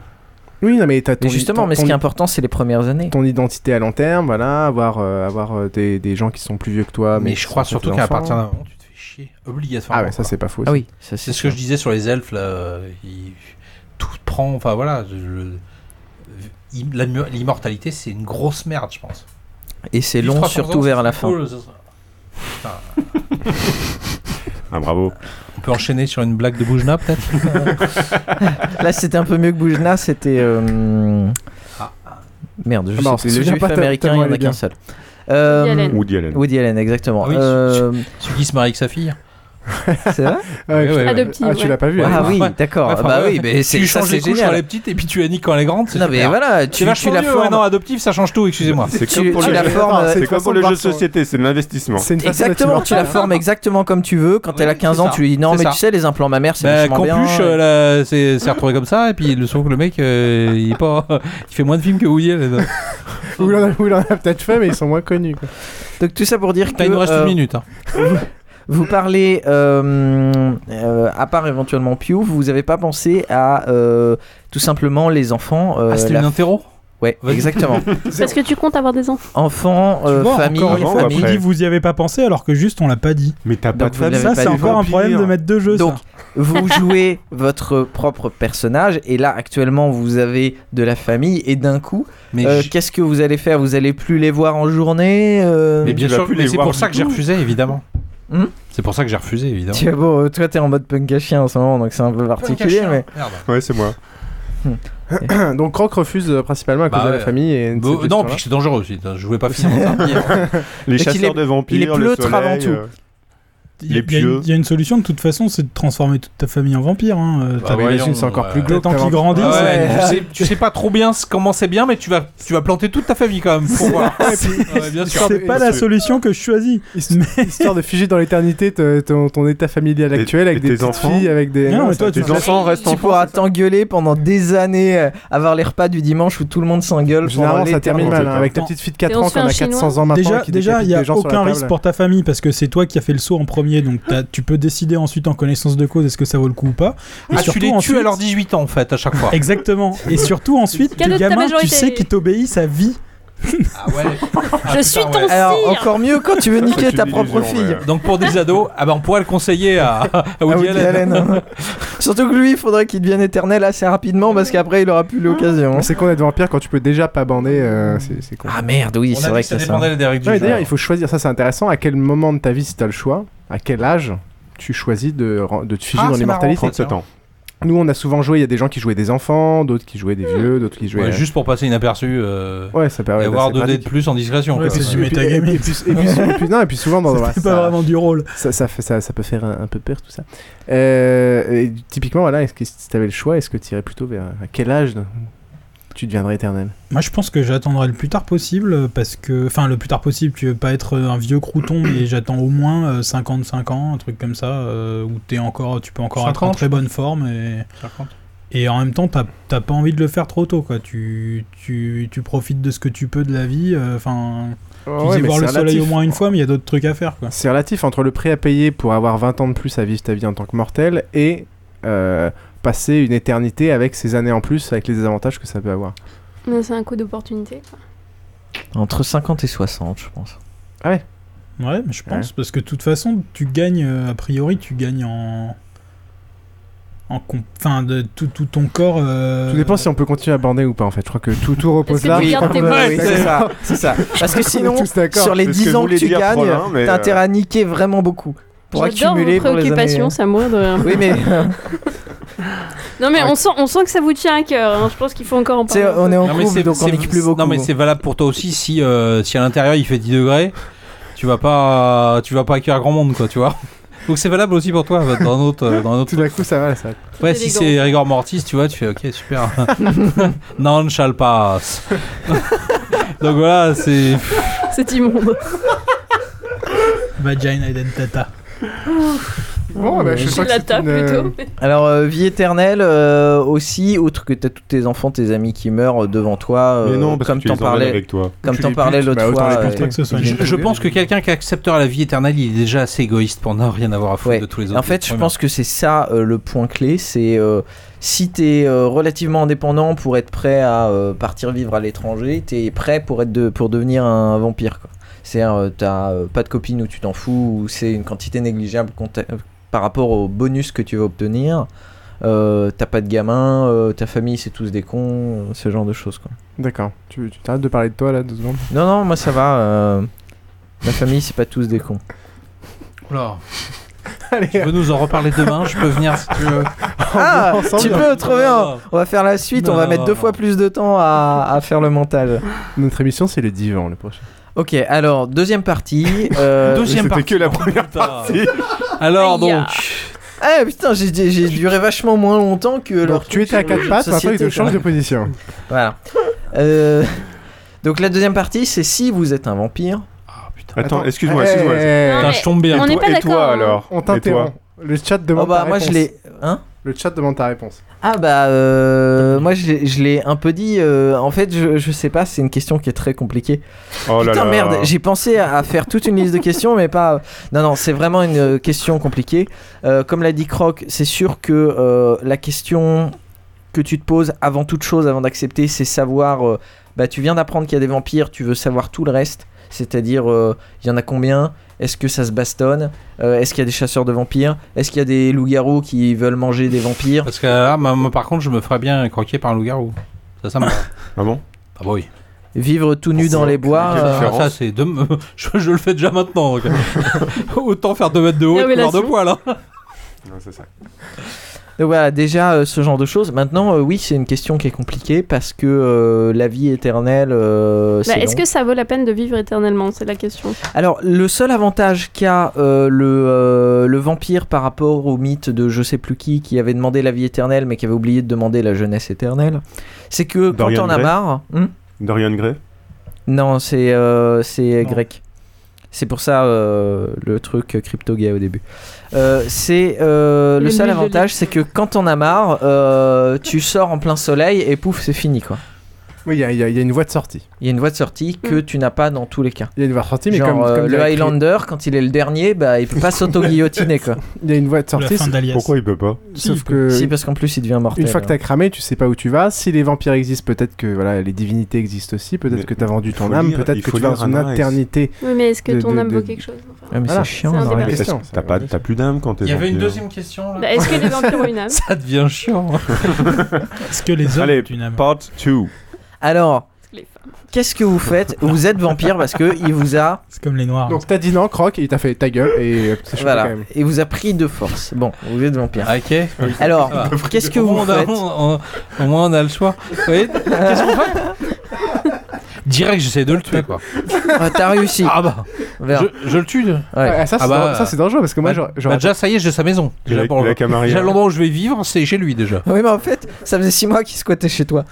Speaker 7: Oui, non, mais t'as ton.
Speaker 10: Mais justement,
Speaker 7: ton-
Speaker 10: mais ce qui
Speaker 7: ton-
Speaker 10: est important, c'est les premières années.
Speaker 7: Ton identité à long terme, voilà, avoir, euh, avoir euh, des, des gens qui sont plus vieux que toi.
Speaker 9: Ah, Mais
Speaker 7: qui
Speaker 9: je crois
Speaker 7: sont tes
Speaker 9: surtout qu'à
Speaker 7: enfants.
Speaker 9: partir d'un moment, tu te fais chier obligatoirement.
Speaker 7: Ah ouais, ça c'est pas faux.
Speaker 10: Ah
Speaker 7: ça.
Speaker 10: oui, ça,
Speaker 9: C'est ce que je disais sur les elfes, là. euh, il- Tout prend. Enfin voilà. je- il- la- L'immortalité, c'est une grosse merde, je pense.
Speaker 10: Et c'est
Speaker 9: Vivre
Speaker 10: long,
Speaker 9: 300
Speaker 10: surtout
Speaker 9: ans,
Speaker 10: vers
Speaker 9: c'est
Speaker 10: la fin.
Speaker 9: cool, ça- Enfin,
Speaker 11: Ah, bravo.
Speaker 9: on peut enchaîner sur une blague de Boujna,
Speaker 11: <laughs>
Speaker 9: peut-être
Speaker 10: Là, c'était un peu mieux que Boujna, c'était. euh, Merde, je
Speaker 9: Ah, non,
Speaker 10: sais
Speaker 9: c'est
Speaker 10: plus. Les
Speaker 9: déjà
Speaker 10: juifs
Speaker 9: pas tel-
Speaker 10: américains, il
Speaker 9: tellement
Speaker 10: n'y en
Speaker 9: elle
Speaker 10: a
Speaker 9: est
Speaker 10: qu'un
Speaker 9: bien.
Speaker 10: seul. Euh,
Speaker 9: Woody Allen. Woody Allen.
Speaker 10: Woody Allen, exactement.
Speaker 9: Ah oui,
Speaker 10: Euh,
Speaker 9: Celui qui se marie avec sa fille.
Speaker 10: <laughs> C'est vrai
Speaker 7: Ah,
Speaker 9: Ouais, ouais, ouais.
Speaker 7: Ah, tu l'as pas vu
Speaker 10: Ah
Speaker 7: elle.
Speaker 10: oui,
Speaker 9: Ouais.
Speaker 10: d'accord.
Speaker 9: Ouais, enfin,
Speaker 10: bah
Speaker 9: ouais.
Speaker 10: oui, mais c'est
Speaker 9: Tu
Speaker 10: ça,
Speaker 9: changes les
Speaker 10: c'est
Speaker 9: couches quand
Speaker 10: génial.
Speaker 9: elle est petite et puis tu la nies quand elle est grande. c'est
Speaker 10: Non, mais
Speaker 9: super.
Speaker 10: voilà, tu-
Speaker 9: C'est vachement
Speaker 10: tu la
Speaker 9: mieux,
Speaker 10: formes.
Speaker 9: ouais, non, adoptif, ça change tout, excusez-moi.
Speaker 11: C'est comme pour
Speaker 10: tu
Speaker 11: le
Speaker 10: la
Speaker 11: jeu-
Speaker 10: formes,
Speaker 11: c'est
Speaker 10: euh,
Speaker 11: comme pour le jeu de société, c'est de l'investissement.
Speaker 10: Exactement, tu la formes exactement comme tu veux. Quand elle a 15 ans,
Speaker 9: ça.
Speaker 10: tu lui dis non,
Speaker 9: C'est
Speaker 10: mais
Speaker 9: ça.
Speaker 10: tu sais, les implants mammaires, c'est
Speaker 9: Bah,
Speaker 10: vachement bien.
Speaker 9: Campluche, euh, là, c'est s'est retrouvé comme ça, et puis le sauf que le mec, euh, il, est pas, <laughs> il fait moins de films que Woody Allen.
Speaker 7: <laughs> Ou il en a, ou il en a peut-être fait, mais ils sont moins connus. quoi.
Speaker 10: Donc tout ça pour dire que.
Speaker 9: Putain, il nous reste
Speaker 10: euh,
Speaker 9: une minute. hein.
Speaker 10: Vous parlez, euh, euh, à part éventuellement Pew, vous avez pas pensé à euh, tout simplement les enfants. euh,
Speaker 9: Ah, c'était
Speaker 10: la-
Speaker 9: une interro
Speaker 10: Ouais,
Speaker 9: Vas-y. <laughs>
Speaker 10: exactement.
Speaker 6: Parce que tu comptes avoir des enfants.
Speaker 10: Enfants, euh,
Speaker 13: Bon,
Speaker 10: famille,
Speaker 13: encore une fois,
Speaker 10: famille.
Speaker 13: on dit vous y avez pas pensé alors que juste on l'a pas dit.
Speaker 11: Mais t'as
Speaker 10: pas de vous famille. l'avez
Speaker 13: Ça
Speaker 10: pas
Speaker 13: c'est
Speaker 10: dit.
Speaker 13: encore un
Speaker 10: Vampire.
Speaker 13: problème de mettre deux jeux.
Speaker 10: Donc,
Speaker 13: ça.
Speaker 10: vous jouez votre propre personnage et là actuellement vous avez de la famille et d'un coup,
Speaker 9: Mais
Speaker 10: euh,
Speaker 9: j-
Speaker 10: qu'est-ce que vous allez faire Vous allez plus les voir en journée euh,
Speaker 9: Mais bien sûr, mais c'est pour ça que j'ai refusé, évidemment.
Speaker 10: Hmm
Speaker 9: c'est pour ça que j'ai refusé, évidemment.
Speaker 10: Tu vois, bon, euh, toi t'es en mode punk à chien en ce moment donc c'est un peu particulier mais
Speaker 11: Ouais, c'est moi.
Speaker 7: <coughs> Donc Croc refuse euh, principalement à cause
Speaker 9: hein. Bah
Speaker 7: de la
Speaker 9: ouais.
Speaker 7: famille et de
Speaker 9: Bah,
Speaker 7: cette
Speaker 9: non,
Speaker 7: gestion-là.
Speaker 9: puis c'est dangereux aussi. hein, Je voulais pas
Speaker 7: <laughs>
Speaker 9: finir dans un pire.
Speaker 11: Les
Speaker 7: Donc, il
Speaker 11: chasseurs
Speaker 7: est-
Speaker 11: de vampires,
Speaker 7: il est
Speaker 11: le
Speaker 7: pleutre
Speaker 11: soleil,
Speaker 7: avant tout.
Speaker 11: euh,
Speaker 13: Il y, a-
Speaker 11: les
Speaker 13: il y a une-
Speaker 11: pieux.
Speaker 13: il y a une solution de toute façon, c'est de transformer toute ta famille en vampire. Hein. Euh,
Speaker 7: Bah
Speaker 9: Ah,
Speaker 13: t'as-
Speaker 7: oui, imagine, c'est encore plus glauque,
Speaker 13: Tant
Speaker 7: t'as
Speaker 13: qu'ils
Speaker 7: vampire.
Speaker 13: grandissent. <laughs>
Speaker 7: Ah ouais.
Speaker 9: tu, sais, tu sais pas trop bien ce- comment c'est bien, mais tu vas, tu vas planter toute ta famille quand même pour
Speaker 13: <laughs>
Speaker 9: voir. Ouais, bien sûr.
Speaker 13: C'est pas la solution que je choisis.
Speaker 7: <laughs> Histoire de figer dans l'éternité te- ton, ton état familial actuel avec
Speaker 11: et
Speaker 7: des
Speaker 11: tes
Speaker 7: petites
Speaker 11: enfants
Speaker 7: filles, avec des.
Speaker 13: Non, mais toi,
Speaker 7: ça-
Speaker 13: tu- enfants restent
Speaker 10: tu
Speaker 13: enfants,
Speaker 10: pourras t'engueuler pendant des années, euh, avoir les repas du dimanche où tout le monde s'engueule.
Speaker 7: Généralement,
Speaker 10: pendant
Speaker 7: ça termine
Speaker 10: l'éternité.
Speaker 7: mal. hein, avec ta petite fille de 4
Speaker 10: on
Speaker 7: ans
Speaker 10: se fait
Speaker 7: qu'on
Speaker 10: un
Speaker 7: a
Speaker 10: chinois.
Speaker 7: 400 ans maintenant.
Speaker 13: Déjà,
Speaker 7: qui
Speaker 13: déjà,
Speaker 7: décapite
Speaker 13: il y a
Speaker 7: des gens sur la
Speaker 13: aucun
Speaker 7: table.
Speaker 13: risque pour ta famille parce que c'est toi qui as fait le saut en premier, donc t'as- tu peux décider ensuite en connaissance de cause est-ce que ça vaut le coup ou pas.
Speaker 9: Ah, tu les tues à leurs 18 ans en fait, à chaque fois.
Speaker 13: Exactement. Et surtout ensuite,
Speaker 9: Cadeau
Speaker 13: le
Speaker 9: de ta
Speaker 13: gamin, tu
Speaker 9: majorité.
Speaker 13: sais qu'il t'obéit sa vie.
Speaker 9: Ah ouais.
Speaker 13: Je suis ton
Speaker 10: Alors, encore mieux quand tu veux niquer ta propre fille.
Speaker 9: Donc pour des ados, ah ben on pourrait le conseiller à, à
Speaker 7: Ah
Speaker 9: Woody,
Speaker 10: À Woody Allen. hein. Surtout que lui, il faudrait qu'il devienne éternel assez rapidement parce qu'après, il aura plus l'occasion. hein.
Speaker 7: Mais C'est qu'on est devant pire quand tu peux déjà pas bander. euh, c'est- c'est con.
Speaker 10: Ah merde, oui,
Speaker 9: On
Speaker 10: c'est
Speaker 9: a
Speaker 10: vrai
Speaker 9: dit
Speaker 10: que
Speaker 9: que ça
Speaker 10: ça. ça-
Speaker 9: dépendait des règles du
Speaker 7: Ouais,
Speaker 9: jeu.
Speaker 7: D'ailleurs, il faut choisir, ça c'est intéressant, à quel moment de ta vie, si t'as le choix, à quel âge tu choisis de, ren- de te figer
Speaker 9: Ah,
Speaker 7: dans
Speaker 9: c'est
Speaker 7: l'immortalité.
Speaker 9: marrant, 37 ans.
Speaker 7: Nous, on a souvent joué, il y a des gens qui jouaient des enfants, d'autres qui jouaient des vieux, d'autres qui jouaient.
Speaker 9: Ouais, juste pour passer inaperçu. euh,
Speaker 7: Ouais, ça permet
Speaker 9: Et avoir
Speaker 7: d'assez
Speaker 9: 2 dés de
Speaker 7: pratique.
Speaker 9: plus en discrétion.
Speaker 7: Ouais,
Speaker 9: quoi.
Speaker 7: c'est du
Speaker 9: Ouais.
Speaker 7: métagaming. Et puis, et puis- et
Speaker 9: <laughs>
Speaker 7: puis- non, et puis souvent dans
Speaker 13: C'était pas vraiment du rôle.
Speaker 7: Ça, ça, fait, ça, ça peut faire un, un peu peur tout ça. Euh, et typiquement, voilà, est-ce que si t'avais le choix, est-ce que tu irais plutôt vers à quel âge tu deviendrais éternel
Speaker 13: Moi, je pense que j'attendrai le plus tard possible euh, parce que, enfin, le plus tard possible, tu veux pas être euh, un vieux
Speaker 7: <clears throat>
Speaker 13: crouton, mais j'attends au moins euh, 55 ans, un truc comme ça, euh, où t'es encore, tu peux encore être en
Speaker 9: 50,
Speaker 13: très bonne forme et.
Speaker 9: 50.
Speaker 13: Et en même temps, t'as t'as pas envie de le faire trop tôt, quoi. Tu, tu, tu profites de ce que tu peux de la vie. euh, Enfin,
Speaker 7: Ouais,
Speaker 13: tu disais
Speaker 7: mais
Speaker 13: voir le
Speaker 7: c'est
Speaker 13: soleil
Speaker 7: relatif.
Speaker 13: au moins une fois, mais il y a d'autres trucs à faire, quoi.
Speaker 7: C'est relatif entre le prix à payer pour avoir 20 ans de plus à vivre ta vie en tant que mortel et euh, passer une éternité avec ces années en plus, avec les désavantages que ça peut avoir.
Speaker 6: Mais c'est un coup d'opportunité. quoi.
Speaker 10: Entre 50 et 60, je pense.
Speaker 7: Ah ouais
Speaker 13: Ouais, mais je pense,
Speaker 10: Ouais.
Speaker 13: parce que de toute façon, tu gagnes, euh, a priori, tu gagnes en. en com- enfin de tout, tout ton corps. euh,
Speaker 7: Tout dépend si on peut continuer à bander ou pas en fait. Je crois que tout tout repose
Speaker 13: C'est
Speaker 7: là.
Speaker 13: le garde tes
Speaker 7: Ouais,
Speaker 13: poils.
Speaker 7: c'est ça.
Speaker 10: C'est ça.
Speaker 7: <laughs> Je
Speaker 10: Parce que
Speaker 7: crois qu'on est
Speaker 10: sinon,
Speaker 7: tous d'accord.
Speaker 10: sur les
Speaker 7: C'est ce
Speaker 10: 10
Speaker 7: que
Speaker 10: ans que
Speaker 7: voulait
Speaker 10: tu
Speaker 7: dire
Speaker 10: gagnes,
Speaker 7: Frolin, mais,
Speaker 10: t'as
Speaker 7: euh,
Speaker 10: intérêt à niquer vraiment beaucoup. Pour
Speaker 6: J'adore vos
Speaker 10: accumuler pour les années- euh. hein.
Speaker 6: préoccupations, ça moindre.
Speaker 10: <laughs> Oui,
Speaker 6: <laughs>
Speaker 10: mais. euh,
Speaker 6: Non mais on sent, on sent que ça vous tient à cœur. hein. Je pense qu'il faut encore en parler. un peu.
Speaker 9: Non, mais c'est- c'est- Non, mais c'est valable pour toi aussi si, euh, si à l'intérieur il fait 10 degrés, tu vas pas, tu vas pas accueillir grand monde, quoi, tu vois. <laughs> Donc c'est valable aussi pour toi dans un autre. euh, Dans
Speaker 7: <laughs>
Speaker 9: un autre... Tout
Speaker 7: d'un coup, ça va, ça.
Speaker 9: Ouais, si c'est rigor mortis, tu vois, tu fais ok,
Speaker 7: <laughs>
Speaker 9: super. <laughs> non, shall pass. <laughs> Donc voilà, c'est.
Speaker 6: <laughs> C'est immonde.
Speaker 13: Vagina Edentata.
Speaker 7: Bon, bah, je
Speaker 10: Je
Speaker 7: crois que
Speaker 10: la
Speaker 7: c'est une, euh,
Speaker 6: Bah,
Speaker 10: Alors, euh, vie éternelle euh, aussi, outre que t'as tous tes enfants, tes amis qui meurent devant toi, euh,
Speaker 11: Mais non, parce
Speaker 10: comme
Speaker 11: que tu
Speaker 10: t'en
Speaker 11: les emmènes
Speaker 10: parlais,
Speaker 11: avec toi.
Speaker 10: comme
Speaker 11: Tu
Speaker 10: t'en
Speaker 11: les
Speaker 10: parlais
Speaker 11: butes,
Speaker 10: l'autre
Speaker 11: bah, autant
Speaker 10: fois.
Speaker 11: les buter.
Speaker 10: euh,
Speaker 11: Pas que ce soit
Speaker 9: Je, je pense que quelqu'un qui acceptera la vie éternelle, il est déjà assez égoïste pour n'a rien avoir à foutre de tous les autres.
Speaker 10: En fait, je
Speaker 9: Ouais,
Speaker 10: pense que c'est ça euh, le point clé. C'est euh, si t'es euh, relativement indépendant pour être prêt à euh, partir vivre à l'étranger, t'es prêt pour être de- pour devenir un vampire. quoi. C'est-à-dire, euh, t'as euh, pas de copine ou tu t'en fous, ou c'est une quantité négligeable compta- euh, par rapport au bonus que tu vas obtenir. Euh, t'as pas de gamin, euh, ta famille c'est tous des cons, euh, ce genre de choses quoi.
Speaker 7: D'accord. Tu tu t'arrêtes de parler de toi là deux secondes.
Speaker 10: Non non, moi ça va. euh, ma famille c'est pas tous des cons. <laughs>
Speaker 9: Alors, tu veux nous en reparler demain Je peux venir si tu veux. <laughs>
Speaker 10: Ah, tu peux trouver un.
Speaker 9: Non.
Speaker 10: On va faire la suite,
Speaker 9: Non,
Speaker 10: on va
Speaker 9: non,
Speaker 10: mettre
Speaker 9: non,
Speaker 10: deux
Speaker 9: non.
Speaker 10: fois plus de temps à, à faire le mental.
Speaker 7: Notre émission, c'est le divan le prochain.
Speaker 10: Ok, alors, deuxième partie.
Speaker 11: <laughs>
Speaker 10: euh,
Speaker 9: Deuxième partie.
Speaker 7: la première
Speaker 9: partie. Alors
Speaker 10: Aïe.
Speaker 9: donc.
Speaker 10: Ah putain, j'ai- j'ai j'ai duré vachement moins longtemps que. leur
Speaker 7: tu étais à
Speaker 10: truc sur
Speaker 7: quatre
Speaker 10: le
Speaker 7: pattes,
Speaker 10: jeu de
Speaker 7: maintenant il te
Speaker 10: société,
Speaker 7: change de
Speaker 10: quoi.
Speaker 7: position.
Speaker 10: <laughs> Voilà. Euh, donc la deuxième partie, c'est si vous êtes un vampire.
Speaker 7: Ah,
Speaker 11: Attends, excuse-moi, excuse-moi.
Speaker 10: Putain, je tombe bien. on
Speaker 11: Et
Speaker 10: n'est
Speaker 11: toi-
Speaker 10: pas
Speaker 11: Et toi
Speaker 10: d'accord, hein.
Speaker 11: alors
Speaker 7: Eh, On
Speaker 11: Et toi
Speaker 7: t'interrompt. Le chat demande
Speaker 10: Oh bah,
Speaker 7: ta
Speaker 10: moi, je
Speaker 7: réponse.
Speaker 10: l'ai- Hein
Speaker 7: Le chat demande ta réponse.
Speaker 10: Ah bah euh, moi je l'ai- je l'ai un peu dit euh, en fait je, je sais pas c'est une question qui est très compliquée.
Speaker 11: Oh là
Speaker 10: Putain
Speaker 11: là.
Speaker 10: merde j'ai pensé à, à faire toute une liste de questions mais pas euh, non non c'est vraiment une euh, question compliquée Euh, comme l'a dit Croc c'est sûr que euh, la question que tu te poses avant toute chose avant d'accepter c'est savoir euh, bah tu viens d'apprendre qu'il y a des vampires tu veux savoir tout le reste c'est-à-dire euh, il y en a combien est-ce que ça se bastonne Euh, Est-ce qu'il y a des chasseurs de vampires Est-ce qu'il y a des loups-garous qui veulent manger des vampires
Speaker 9: Parce que là, moi, moi, par contre, je me ferais bien croquer par un loup-garou. Ça, ça me.
Speaker 11: ah bon
Speaker 9: Ah bah oui.
Speaker 10: Vivre tout nu dans les bois.
Speaker 9: Ça,
Speaker 10: euh,
Speaker 9: Ah, ça, c'est deux- <laughs> je, je le fais déjà maintenant.
Speaker 11: <laughs>
Speaker 9: donc. <laughs> Autant faire 2 mètres de haut et couleur de
Speaker 10: Révélation.
Speaker 9: poil. hein.
Speaker 11: Non, c'est ça.
Speaker 10: Donc voilà, déjà euh, ce genre de choses. Maintenant, euh, oui, c'est une question qui est compliquée parce que euh, la vie éternelle, euh,
Speaker 6: Bah,
Speaker 10: c'est
Speaker 6: Est-ce
Speaker 10: long.
Speaker 6: que ça vaut la peine de vivre éternellement C'est la question.
Speaker 10: Alors, le seul avantage qu'a euh, le, euh, le vampire par rapport au mythe de je sais plus qui qui avait demandé la vie éternelle mais qui avait oublié de demander la jeunesse éternelle, c'est que quand
Speaker 11: Dorian
Speaker 10: on a
Speaker 11: Gray
Speaker 10: marre. Hmm
Speaker 11: Dorian Gray
Speaker 10: non, c'est euh, c'est grec. C'est pour ça euh, le truc crypto-gay au début. Euh, c'est euh, le
Speaker 8: Le
Speaker 10: seul
Speaker 8: nul de
Speaker 10: avantage, c'est que quand on a marre, euh, tu sors en plein soleil et pouf, c'est fini quoi.
Speaker 7: Oui, il y, a- il y a il y a une voie de sortie.
Speaker 10: Il y a une voie de sortie
Speaker 7: Hmm.
Speaker 10: que tu n'as pas dans tous les cas.
Speaker 7: Il y a une voie de sortie, mais
Speaker 10: Genre,
Speaker 7: comme,
Speaker 10: euh,
Speaker 7: comme
Speaker 10: le
Speaker 7: dirait-
Speaker 10: Highlander, quand il est le dernier, bah il peut
Speaker 7: <laughs>
Speaker 10: pas s'auto-guillotiner quoi.
Speaker 7: Il y a une voie de sortie. c'est-
Speaker 11: Pourquoi il peut pas
Speaker 7: Sauf que.
Speaker 10: Si, parce qu'en plus il devient mortel.
Speaker 7: Une fois que t'as cramé, tu sais pas où tu vas. Si les vampires existent, peut-être que voilà, les divinités existent aussi.
Speaker 11: Mais
Speaker 7: Peut-être que t'as vendu
Speaker 11: il
Speaker 7: ton
Speaker 11: faut
Speaker 7: âme.
Speaker 11: lire-
Speaker 7: Peut-être
Speaker 11: il
Speaker 7: que
Speaker 11: faut
Speaker 7: tu vas
Speaker 11: lire
Speaker 7: dans une
Speaker 11: Anna Rice.
Speaker 7: éternité.
Speaker 6: Oui, mais est-ce que
Speaker 7: de-
Speaker 6: ton
Speaker 7: de-
Speaker 6: âme vaut
Speaker 7: de-
Speaker 6: quelque chose Enfin,
Speaker 10: Ah, mais
Speaker 7: Voilà.
Speaker 10: c'est chiant.
Speaker 6: C'est un
Speaker 10: dans
Speaker 6: débat.
Speaker 10: la
Speaker 11: Est-ce
Speaker 10: question.
Speaker 11: que T'as pas- t'as plus d'âme quand t'es hein.
Speaker 9: Il y avait une
Speaker 11: vampire.
Speaker 9: deuxième question là.
Speaker 6: Bah, Est-ce que les vampires ont une
Speaker 13: <laughs>
Speaker 6: âme
Speaker 9: Ça devient
Speaker 7: <laughs>
Speaker 9: chiant.
Speaker 13: Est-ce que les hommes
Speaker 11: Allez,
Speaker 13: ont une âme
Speaker 11: part 2.
Speaker 10: Alors, qu'est-ce que vous faites Vous êtes vampire parce que il vous a
Speaker 13: C'est comme les noirs.
Speaker 7: Donc t'as dit non, croc, il t'a fait ta gueule et euh, c'est chaud
Speaker 10: Voilà.
Speaker 7: quand même.
Speaker 10: Il vous a pris de force. Bon, vous êtes vampire.
Speaker 9: Ah, Ok.
Speaker 10: Alors,
Speaker 9: Ça va.
Speaker 10: qu'est-ce que
Speaker 9: Au
Speaker 10: vous
Speaker 9: moins, on a-
Speaker 10: faites
Speaker 9: on- on- Au moins, on a le choix. Vous
Speaker 10: <laughs>
Speaker 9: voyez Qu'est-ce qu'on fait Direct, j'essaie de le tuer quoi.
Speaker 10: Ah, T'as réussi.
Speaker 9: Ah bah. Je, je le tue là
Speaker 7: Ah, ça, c'est dan- ça, c'est dangereux, parce que moi,
Speaker 9: bah,
Speaker 7: j'aurais-
Speaker 9: bah,
Speaker 7: j'aurais-
Speaker 9: déjà, ça y est, j'ai sa maison.
Speaker 11: Et
Speaker 9: Déjà,
Speaker 11: la-
Speaker 9: pour-
Speaker 11: la Camarilla.
Speaker 9: déjà, l'endroit où je vais vivre, c'est chez lui déjà.
Speaker 10: Oui, mais en fait, ça faisait 6 mois qu'il squattait chez toi.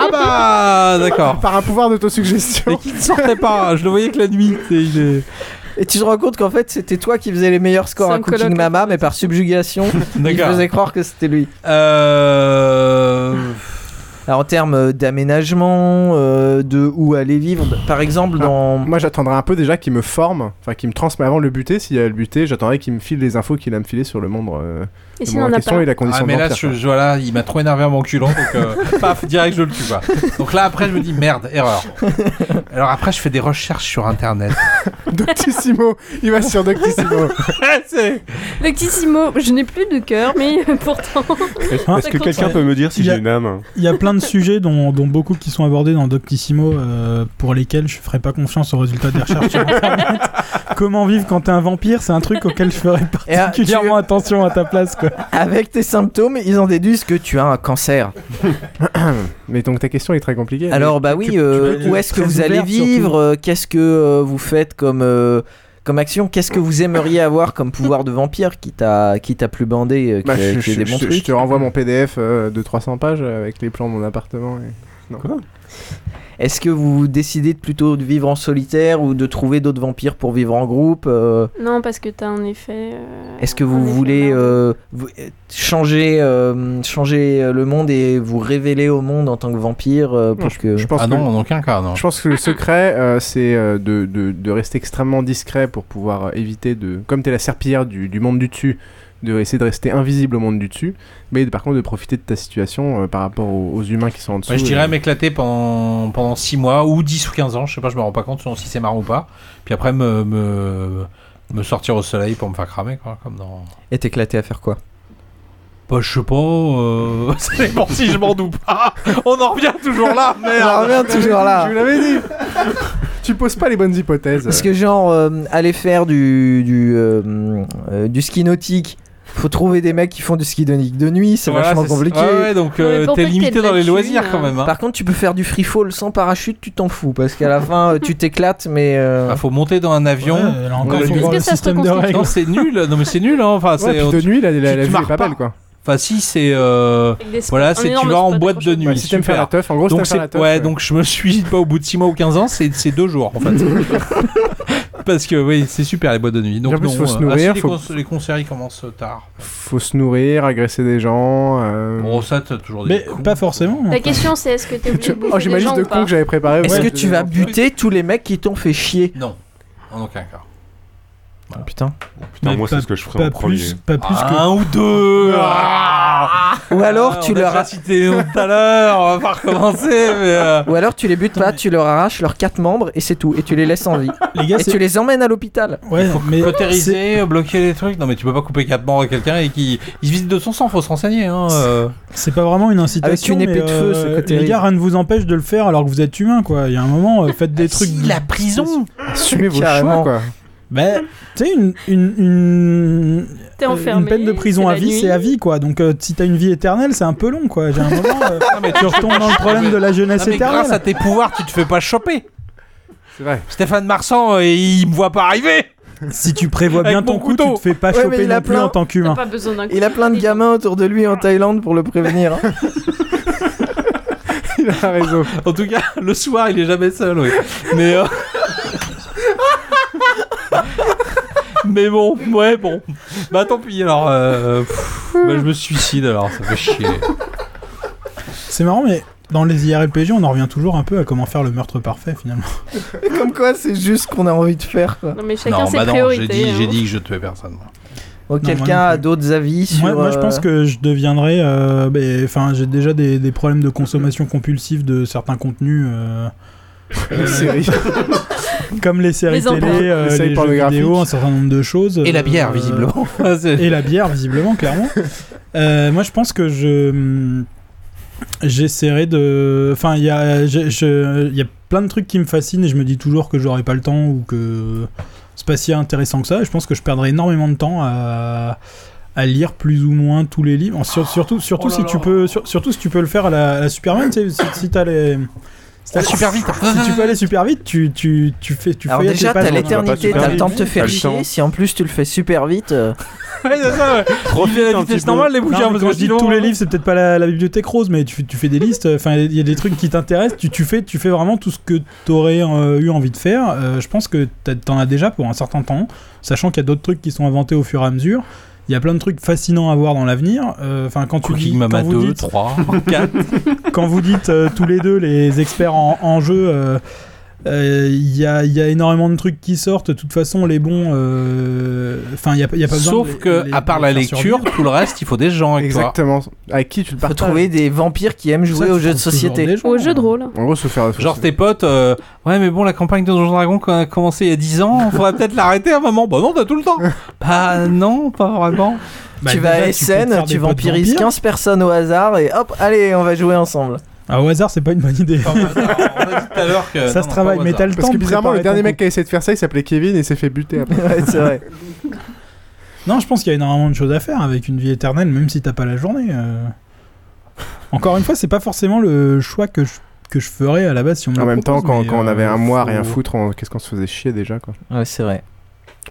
Speaker 9: Ah bah, d'accord.
Speaker 7: Par un pouvoir d'autosuggestion.
Speaker 9: Et qu'il ne sortait pas, hein. je le voyais que la nuit. c'est- il est-
Speaker 10: Et tu te rends compte qu'en fait, c'était toi qui faisais les meilleurs scores
Speaker 9: C'est
Speaker 10: à
Speaker 9: un
Speaker 10: Cooking
Speaker 9: colloque.
Speaker 10: Mama, mais par
Speaker 9: <laughs>
Speaker 10: subjugation, il
Speaker 9: D'accord.
Speaker 10: faisait croire que c'était lui.
Speaker 9: Euh.
Speaker 10: Alors, en termes euh, d'aménagement, euh, de où aller vivre, par exemple, dans.
Speaker 7: Moi, j'attendrai un peu déjà qu'il me forme, enfin qu'il me transmet avant de le buter. S'il y a le buter, j'attendrai qu'il me file les infos qu'il a me filer sur le monde. euh, le monde en question et la condition
Speaker 9: Ah, mais
Speaker 7: de
Speaker 9: là,
Speaker 7: vampire,
Speaker 9: je- je- voilà, il m'a trop
Speaker 10: <laughs>
Speaker 9: <laughs> énervé en m'enculant, donc euh, paf, direct, je le tue. Quoi. Donc là, après, je me dis merde, erreur. Alors après, je fais des recherches sur Internet.
Speaker 7: Doctissimo, il va sur
Speaker 6: <laughs>
Speaker 7: Doctissimo.
Speaker 6: Doctissimo, je n'ai plus de cœur, mais euh, pourtant.
Speaker 11: <laughs> Est-ce que quelqu'un peut me dire si
Speaker 13: Il y a-
Speaker 11: j'ai une âme
Speaker 13: Il y a plein de sujets, dont, dont beaucoup qui sont abordés dans Doctissimo, euh, pour lesquels je ne ferai pas confiance aux résultats des recherches sur Internet.
Speaker 9: <laughs>
Speaker 13: Comment vivre quand t'es un vampire, c'est un truc auquel je ferai particulièrement attention à ta place. Quoi.
Speaker 10: euh, Avec tes symptômes, ils en déduisent que tu as un cancer.
Speaker 7: <coughs> Mais donc ta question est très compliquée.
Speaker 10: Alors
Speaker 7: Mais
Speaker 10: bah
Speaker 7: tu-
Speaker 10: oui,
Speaker 7: tu peux
Speaker 10: euh,
Speaker 7: être
Speaker 10: où est-ce que
Speaker 7: très
Speaker 10: vous allez
Speaker 7: ouverte, surtout.
Speaker 10: vivre euh, Qu'est-ce que euh, vous faites comme euh, comme action Qu'est-ce que vous aimeriez avoir comme pouvoir de vampire qui t'a qui t'a plus bandé euh, qui
Speaker 7: Bah,
Speaker 10: a-
Speaker 7: je,
Speaker 10: qui a
Speaker 7: je-
Speaker 10: des
Speaker 7: je-
Speaker 10: bons
Speaker 7: je- je
Speaker 10: trucs
Speaker 7: te renvoie mon PDF euh, de 300 pages avec les plans de mon appartement. Et... Non.
Speaker 10: Est-ce que vous décidez de plutôt de vivre en solitaire ou de trouver d'autres vampires pour vivre en groupe euh,
Speaker 6: Non, parce que t'as un effet. euh,
Speaker 10: Est-ce que vous voulez euh, vous- euh, changer, euh, changer euh, le monde et vous révéler au monde en tant que vampire euh, pour
Speaker 7: je,
Speaker 10: que...
Speaker 7: je pense que-
Speaker 9: Ah non.
Speaker 7: Je pense que le secret, euh, c'est euh, de, de- de rester extrêmement discret pour pouvoir euh, éviter de. Comme t'es la serpillière du, du monde du dessus, de essayer de rester invisible au monde du dessus, mais de- par contre de profiter de ta situation euh, par rapport aux, aux humains qui sont en dessous. euh.
Speaker 9: Moi, je dirais
Speaker 7: et-
Speaker 9: m'éclater pendant, pendant 6 mois ou 10 ou 15 ans, je sais pas, je me rends pas compte selon si c'est marrant ou pas. Puis après, me, me, me sortir au soleil pour me faire cramer, quoi, comme <laughs> dans.
Speaker 10: Et t'éclater à faire quoi
Speaker 9: Bah, je sais pas, euh... <laughs> ça dépend si je m'en doute pas. On en revient toujours là, merde.
Speaker 10: On en revient toujours là.
Speaker 7: Je vous l'avais dit Tu poses pas les bonnes hypothèses.
Speaker 10: Parce que genre, euh, aller faire du, du, euh, euh, du ski nautique, faut trouver des mecs qui font du ski nautique de nuit, c'est
Speaker 9: Voilà,
Speaker 10: vachement
Speaker 9: c'est-
Speaker 10: compliqué.
Speaker 9: ouais, ouais, donc, euh, Mais pour t'es pas que limité t'aies de dans la les thune, loisirs, quand euh. même, hein.
Speaker 10: Par contre, tu peux faire du free fall sans parachute, tu t'en fous, parce qu'à la fin, euh, tu t'éclates, mais... euh,
Speaker 9: Ah, faut monter dans un avion.
Speaker 10: Ouais, là encore,
Speaker 9: Euh,
Speaker 10: faut
Speaker 9: du-
Speaker 10: voir Est-ce le que ça se système de reconstitue règles.
Speaker 9: Non, c'est nul. Non, mais c'est nul. Hein. Enfin,
Speaker 7: Ouais,
Speaker 9: c'est
Speaker 7: puis de nuit, la- la-
Speaker 9: tu
Speaker 7: la
Speaker 9: te
Speaker 7: vue est
Speaker 9: marres
Speaker 7: pas belle, quoi.
Speaker 9: Enfin, si c'est euh,
Speaker 7: des spots, un
Speaker 9: voilà, c'est tu
Speaker 7: énorme
Speaker 9: vas en
Speaker 7: spot
Speaker 9: boîte de nuit.
Speaker 7: Ouais, Bah, si t'aimes faire
Speaker 9: super.
Speaker 7: la teuf, en gros, si
Speaker 9: donc
Speaker 7: t'aimes faire
Speaker 9: c'est-
Speaker 7: la teuf,
Speaker 9: ouais,
Speaker 7: ouais.
Speaker 9: donc je me suis pas au bout de 6 mois ou 15 ans, c'est c'est deux jours en fait.
Speaker 7: <laughs>
Speaker 9: Parce que oui, c'est super les boîtes de nuit. Donc
Speaker 7: En plus,
Speaker 9: non,
Speaker 7: faut se
Speaker 9: euh, ah,
Speaker 7: nourrir,
Speaker 9: si, les
Speaker 7: faut-
Speaker 9: cons- les concerts ils commencent tard.
Speaker 7: Faut se nourrir, agresser des gens. euh,
Speaker 9: Bon, ça t'as toujours des
Speaker 13: Mais pas forcément.
Speaker 6: La question, c'est est-ce que t'es obligé de bouffer
Speaker 7: Oh, j'ai
Speaker 6: des
Speaker 7: ma liste
Speaker 6: gens
Speaker 7: de
Speaker 6: ou pas
Speaker 7: cons que j'avais préparé.
Speaker 10: Est-ce
Speaker 7: ouais,
Speaker 10: que tu vas buter tous les mecs qui t'ont fait chier
Speaker 9: Non, en aucun cas.
Speaker 10: Putain.
Speaker 11: Putain, moi, c'est ce que je ferais en premier.
Speaker 13: Pas plus
Speaker 9: Ah,
Speaker 13: que-
Speaker 9: un ou deux. Ah,
Speaker 10: Ou alors tu leur
Speaker 9: as cité tout à l'heure, on va pas recommencer. Mais euh,
Speaker 10: Ou alors tu les butes pas, tu leur arraches leurs quatre membres et c'est tout, et tu les laisses en vie.
Speaker 13: <laughs> Les gars,
Speaker 10: et
Speaker 13: c'est-
Speaker 10: tu les emmènes à l'hôpital.
Speaker 13: Ouais, Ah, mais
Speaker 9: cautériser, euh, bloquer les trucs. Non mais tu peux pas couper quatre membres à quelqu'un et qui il se visite de son sang, faut se renseigner. Hein, euh.
Speaker 13: C'est pas vraiment une incitation.
Speaker 9: Avec une épée
Speaker 13: mais,
Speaker 9: de feu,
Speaker 13: euh,
Speaker 9: c'est pas terrible.
Speaker 13: Les gars, rien ne vous empêche de le faire alors que vous êtes humain, quoi. Il y a un moment, euh, faites des trucs.
Speaker 9: Ah la prison
Speaker 7: Assumez vos
Speaker 13: Carrément.
Speaker 7: choix, quoi.
Speaker 13: Bah, tu sais, une, une, une,
Speaker 6: T'es
Speaker 13: euh,
Speaker 6: enfermé,
Speaker 13: une peine de prison
Speaker 6: c'est
Speaker 13: à
Speaker 6: la
Speaker 13: vie,
Speaker 6: nuit.
Speaker 13: c'est à vie, quoi. Donc, euh, si t'as une vie éternelle, c'est un peu long, quoi. J'ai un
Speaker 9: <laughs>
Speaker 13: moment, euh, tu retombes dans le problème de la jeunesse
Speaker 9: Non, mais
Speaker 13: éternelle.
Speaker 9: Grâce à tes pouvoirs, tu te fais pas choper.
Speaker 7: C'est vrai.
Speaker 9: Stéphane Marsan, euh, il me voit pas arriver.
Speaker 13: Si tu prévois bien
Speaker 9: Avec mon
Speaker 13: ton coup, tu
Speaker 9: couteau.
Speaker 13: te fais pas
Speaker 10: Ouais, mais
Speaker 13: choper
Speaker 10: il a
Speaker 13: non plus
Speaker 10: plein-
Speaker 13: en tant qu'humain.
Speaker 10: Il a plein de gamins autour de lui en Thaïlande pour le prévenir. hein.
Speaker 7: Il a raison.
Speaker 9: En tout cas, le soir, il est jamais seul, oui. Mais. euh, Mais bon, ouais, bon. Bah tant pis, alors. euh, pff, bah, je me suicide, alors, ça fait chier.
Speaker 13: C'est marrant, mais dans les IRLPG, on en revient toujours un peu à comment faire le meurtre parfait, finalement.
Speaker 10: <laughs> Comme quoi, c'est juste ce qu'on a envie de faire. Quoi.
Speaker 6: Non, mais
Speaker 9: non, bah non, j'ai dit,
Speaker 10: hein.
Speaker 9: j'ai dit que je tuais personne. moi.
Speaker 10: Oh,
Speaker 13: Non, moi
Speaker 10: Quelqu'un
Speaker 13: non
Speaker 10: a d'autres avis sur.
Speaker 13: Moi, moi, je pense
Speaker 10: euh,
Speaker 13: que je deviendrai. euh, ben, Enfin, j'ai déjà des, des problèmes de consommation compulsive de certains contenus. euh, euh,
Speaker 7: séries.
Speaker 13: <laughs> Comme les séries
Speaker 9: Les
Speaker 13: télé,
Speaker 9: enfants.
Speaker 13: euh,
Speaker 9: Les
Speaker 13: les,
Speaker 9: séries
Speaker 13: jeux
Speaker 9: pornographiques.
Speaker 13: vidéo, un certain nombre de choses.
Speaker 9: Et la
Speaker 13: euh, <laughs>
Speaker 9: bière, visiblement.
Speaker 13: et la bière, visiblement, clairement. <laughs> Euh, moi, je pense que je. hum, J'essaierai de. Enfin, il y a, je- je- il y a plein de trucs qui me fascinent et je me dis toujours que j'aurai pas le temps ou que c'est pas si intéressant que ça. Et je pense que je perdrai énormément de temps à, à lire plus ou moins tous les livres. Sur- surtout, surtout, si tu peux, sur- surtout si tu peux le faire à la, à la Superman, tu sais, si, si t'as les. si t'as-
Speaker 9: Ah, super vite.
Speaker 13: Si tu peux aller super vite, tu, tu, tu fais. Tu
Speaker 10: Alors
Speaker 13: feuillettes
Speaker 10: déjà,
Speaker 13: les pages
Speaker 10: t'as
Speaker 13: dans un-
Speaker 10: l'éternité, t'as le temps de te faire chier. Si en plus tu le fais super vite. euh,
Speaker 9: Ouais, c'est ça, ouais. Refais la vitesse normale, les
Speaker 13: Non,
Speaker 9: bouquins,
Speaker 13: mais
Speaker 9: parce
Speaker 13: quand
Speaker 9: que
Speaker 13: hein, je dis tous les livres, c'est peut-être pas la, la bibliothèque rose, mais tu, tu fais des listes. Enfin, il y a des trucs qui t'intéressent. Tu, tu fais, tu fais vraiment tout ce que t'aurais euh, eu envie de faire. Euh, je pense que t'as- t'en as déjà pour un certain temps, sachant qu'il y a d'autres trucs qui sont inventés au fur et à mesure. Il y a plein de trucs fascinants à voir dans l'avenir. Euh, Enfin, quand tu
Speaker 9: Cooking
Speaker 13: dis,
Speaker 9: Mama
Speaker 13: quand vous
Speaker 9: 2,
Speaker 13: dites- <laughs>
Speaker 9: 3, 4.
Speaker 13: quand vous dites euh, tous les deux les experts en, en jeu. euh, euh, il y, a, il y a énormément de trucs qui sortent. De toute façon, les bons. euh, Enfin, il n'y a, il y a pas besoin.
Speaker 9: Sauf que, à part la lecture, tout le reste, il faut des gens avec toi.
Speaker 7: Exactement. Avec qui tu le
Speaker 9: partages
Speaker 10: trouver des vampires qui aiment jouer
Speaker 9: Ça,
Speaker 10: aux
Speaker 9: tu
Speaker 10: jeux de
Speaker 9: trouves toujours
Speaker 10: société.
Speaker 9: des gens. Aux
Speaker 13: hein.
Speaker 9: jeux de
Speaker 6: rôle.
Speaker 7: En gros, se faire.
Speaker 9: Genre tes potes, euh, ouais, mais bon, la campagne de Donjons Dragon qu'on a commencé il y a 10 ans, on faudrait peut-être <laughs> l'arrêter à un moment. Bah non, t'as tout le
Speaker 7: <laughs>
Speaker 9: temps. Bah non, pas vraiment.
Speaker 10: Bah,
Speaker 13: Bah,
Speaker 10: tu vas à SN, tu, vampirises 15 personnes au hasard et hop, allez, on va jouer ensemble.
Speaker 13: Ah, au hasard, c'est pas une bonne idée. Ça se travaille, mais t'as le
Speaker 7: Parce
Speaker 13: temps de
Speaker 7: que bizarrement,
Speaker 13: préparer
Speaker 7: le dernier
Speaker 13: ton
Speaker 7: mec qui a essayé de faire ça, il s'appelait Kevin et s'est fait buter après.
Speaker 10: <laughs> Ouais, c'est vrai.
Speaker 13: Non, je pense qu'il y a énormément de choses à faire avec une vie éternelle, même si t'as pas la journée. euh. Encore une fois, c'est pas forcément le choix que je, que je ferais à la base si on me
Speaker 7: En
Speaker 13: le
Speaker 7: même temps,
Speaker 13: propose,
Speaker 7: quand,
Speaker 13: mais,
Speaker 7: quand on
Speaker 13: euh,
Speaker 7: avait un mois,
Speaker 13: faut-
Speaker 7: rien foutre, on- qu'est-ce qu'on se faisait chier déjà quoi.
Speaker 10: Ouais, c'est vrai.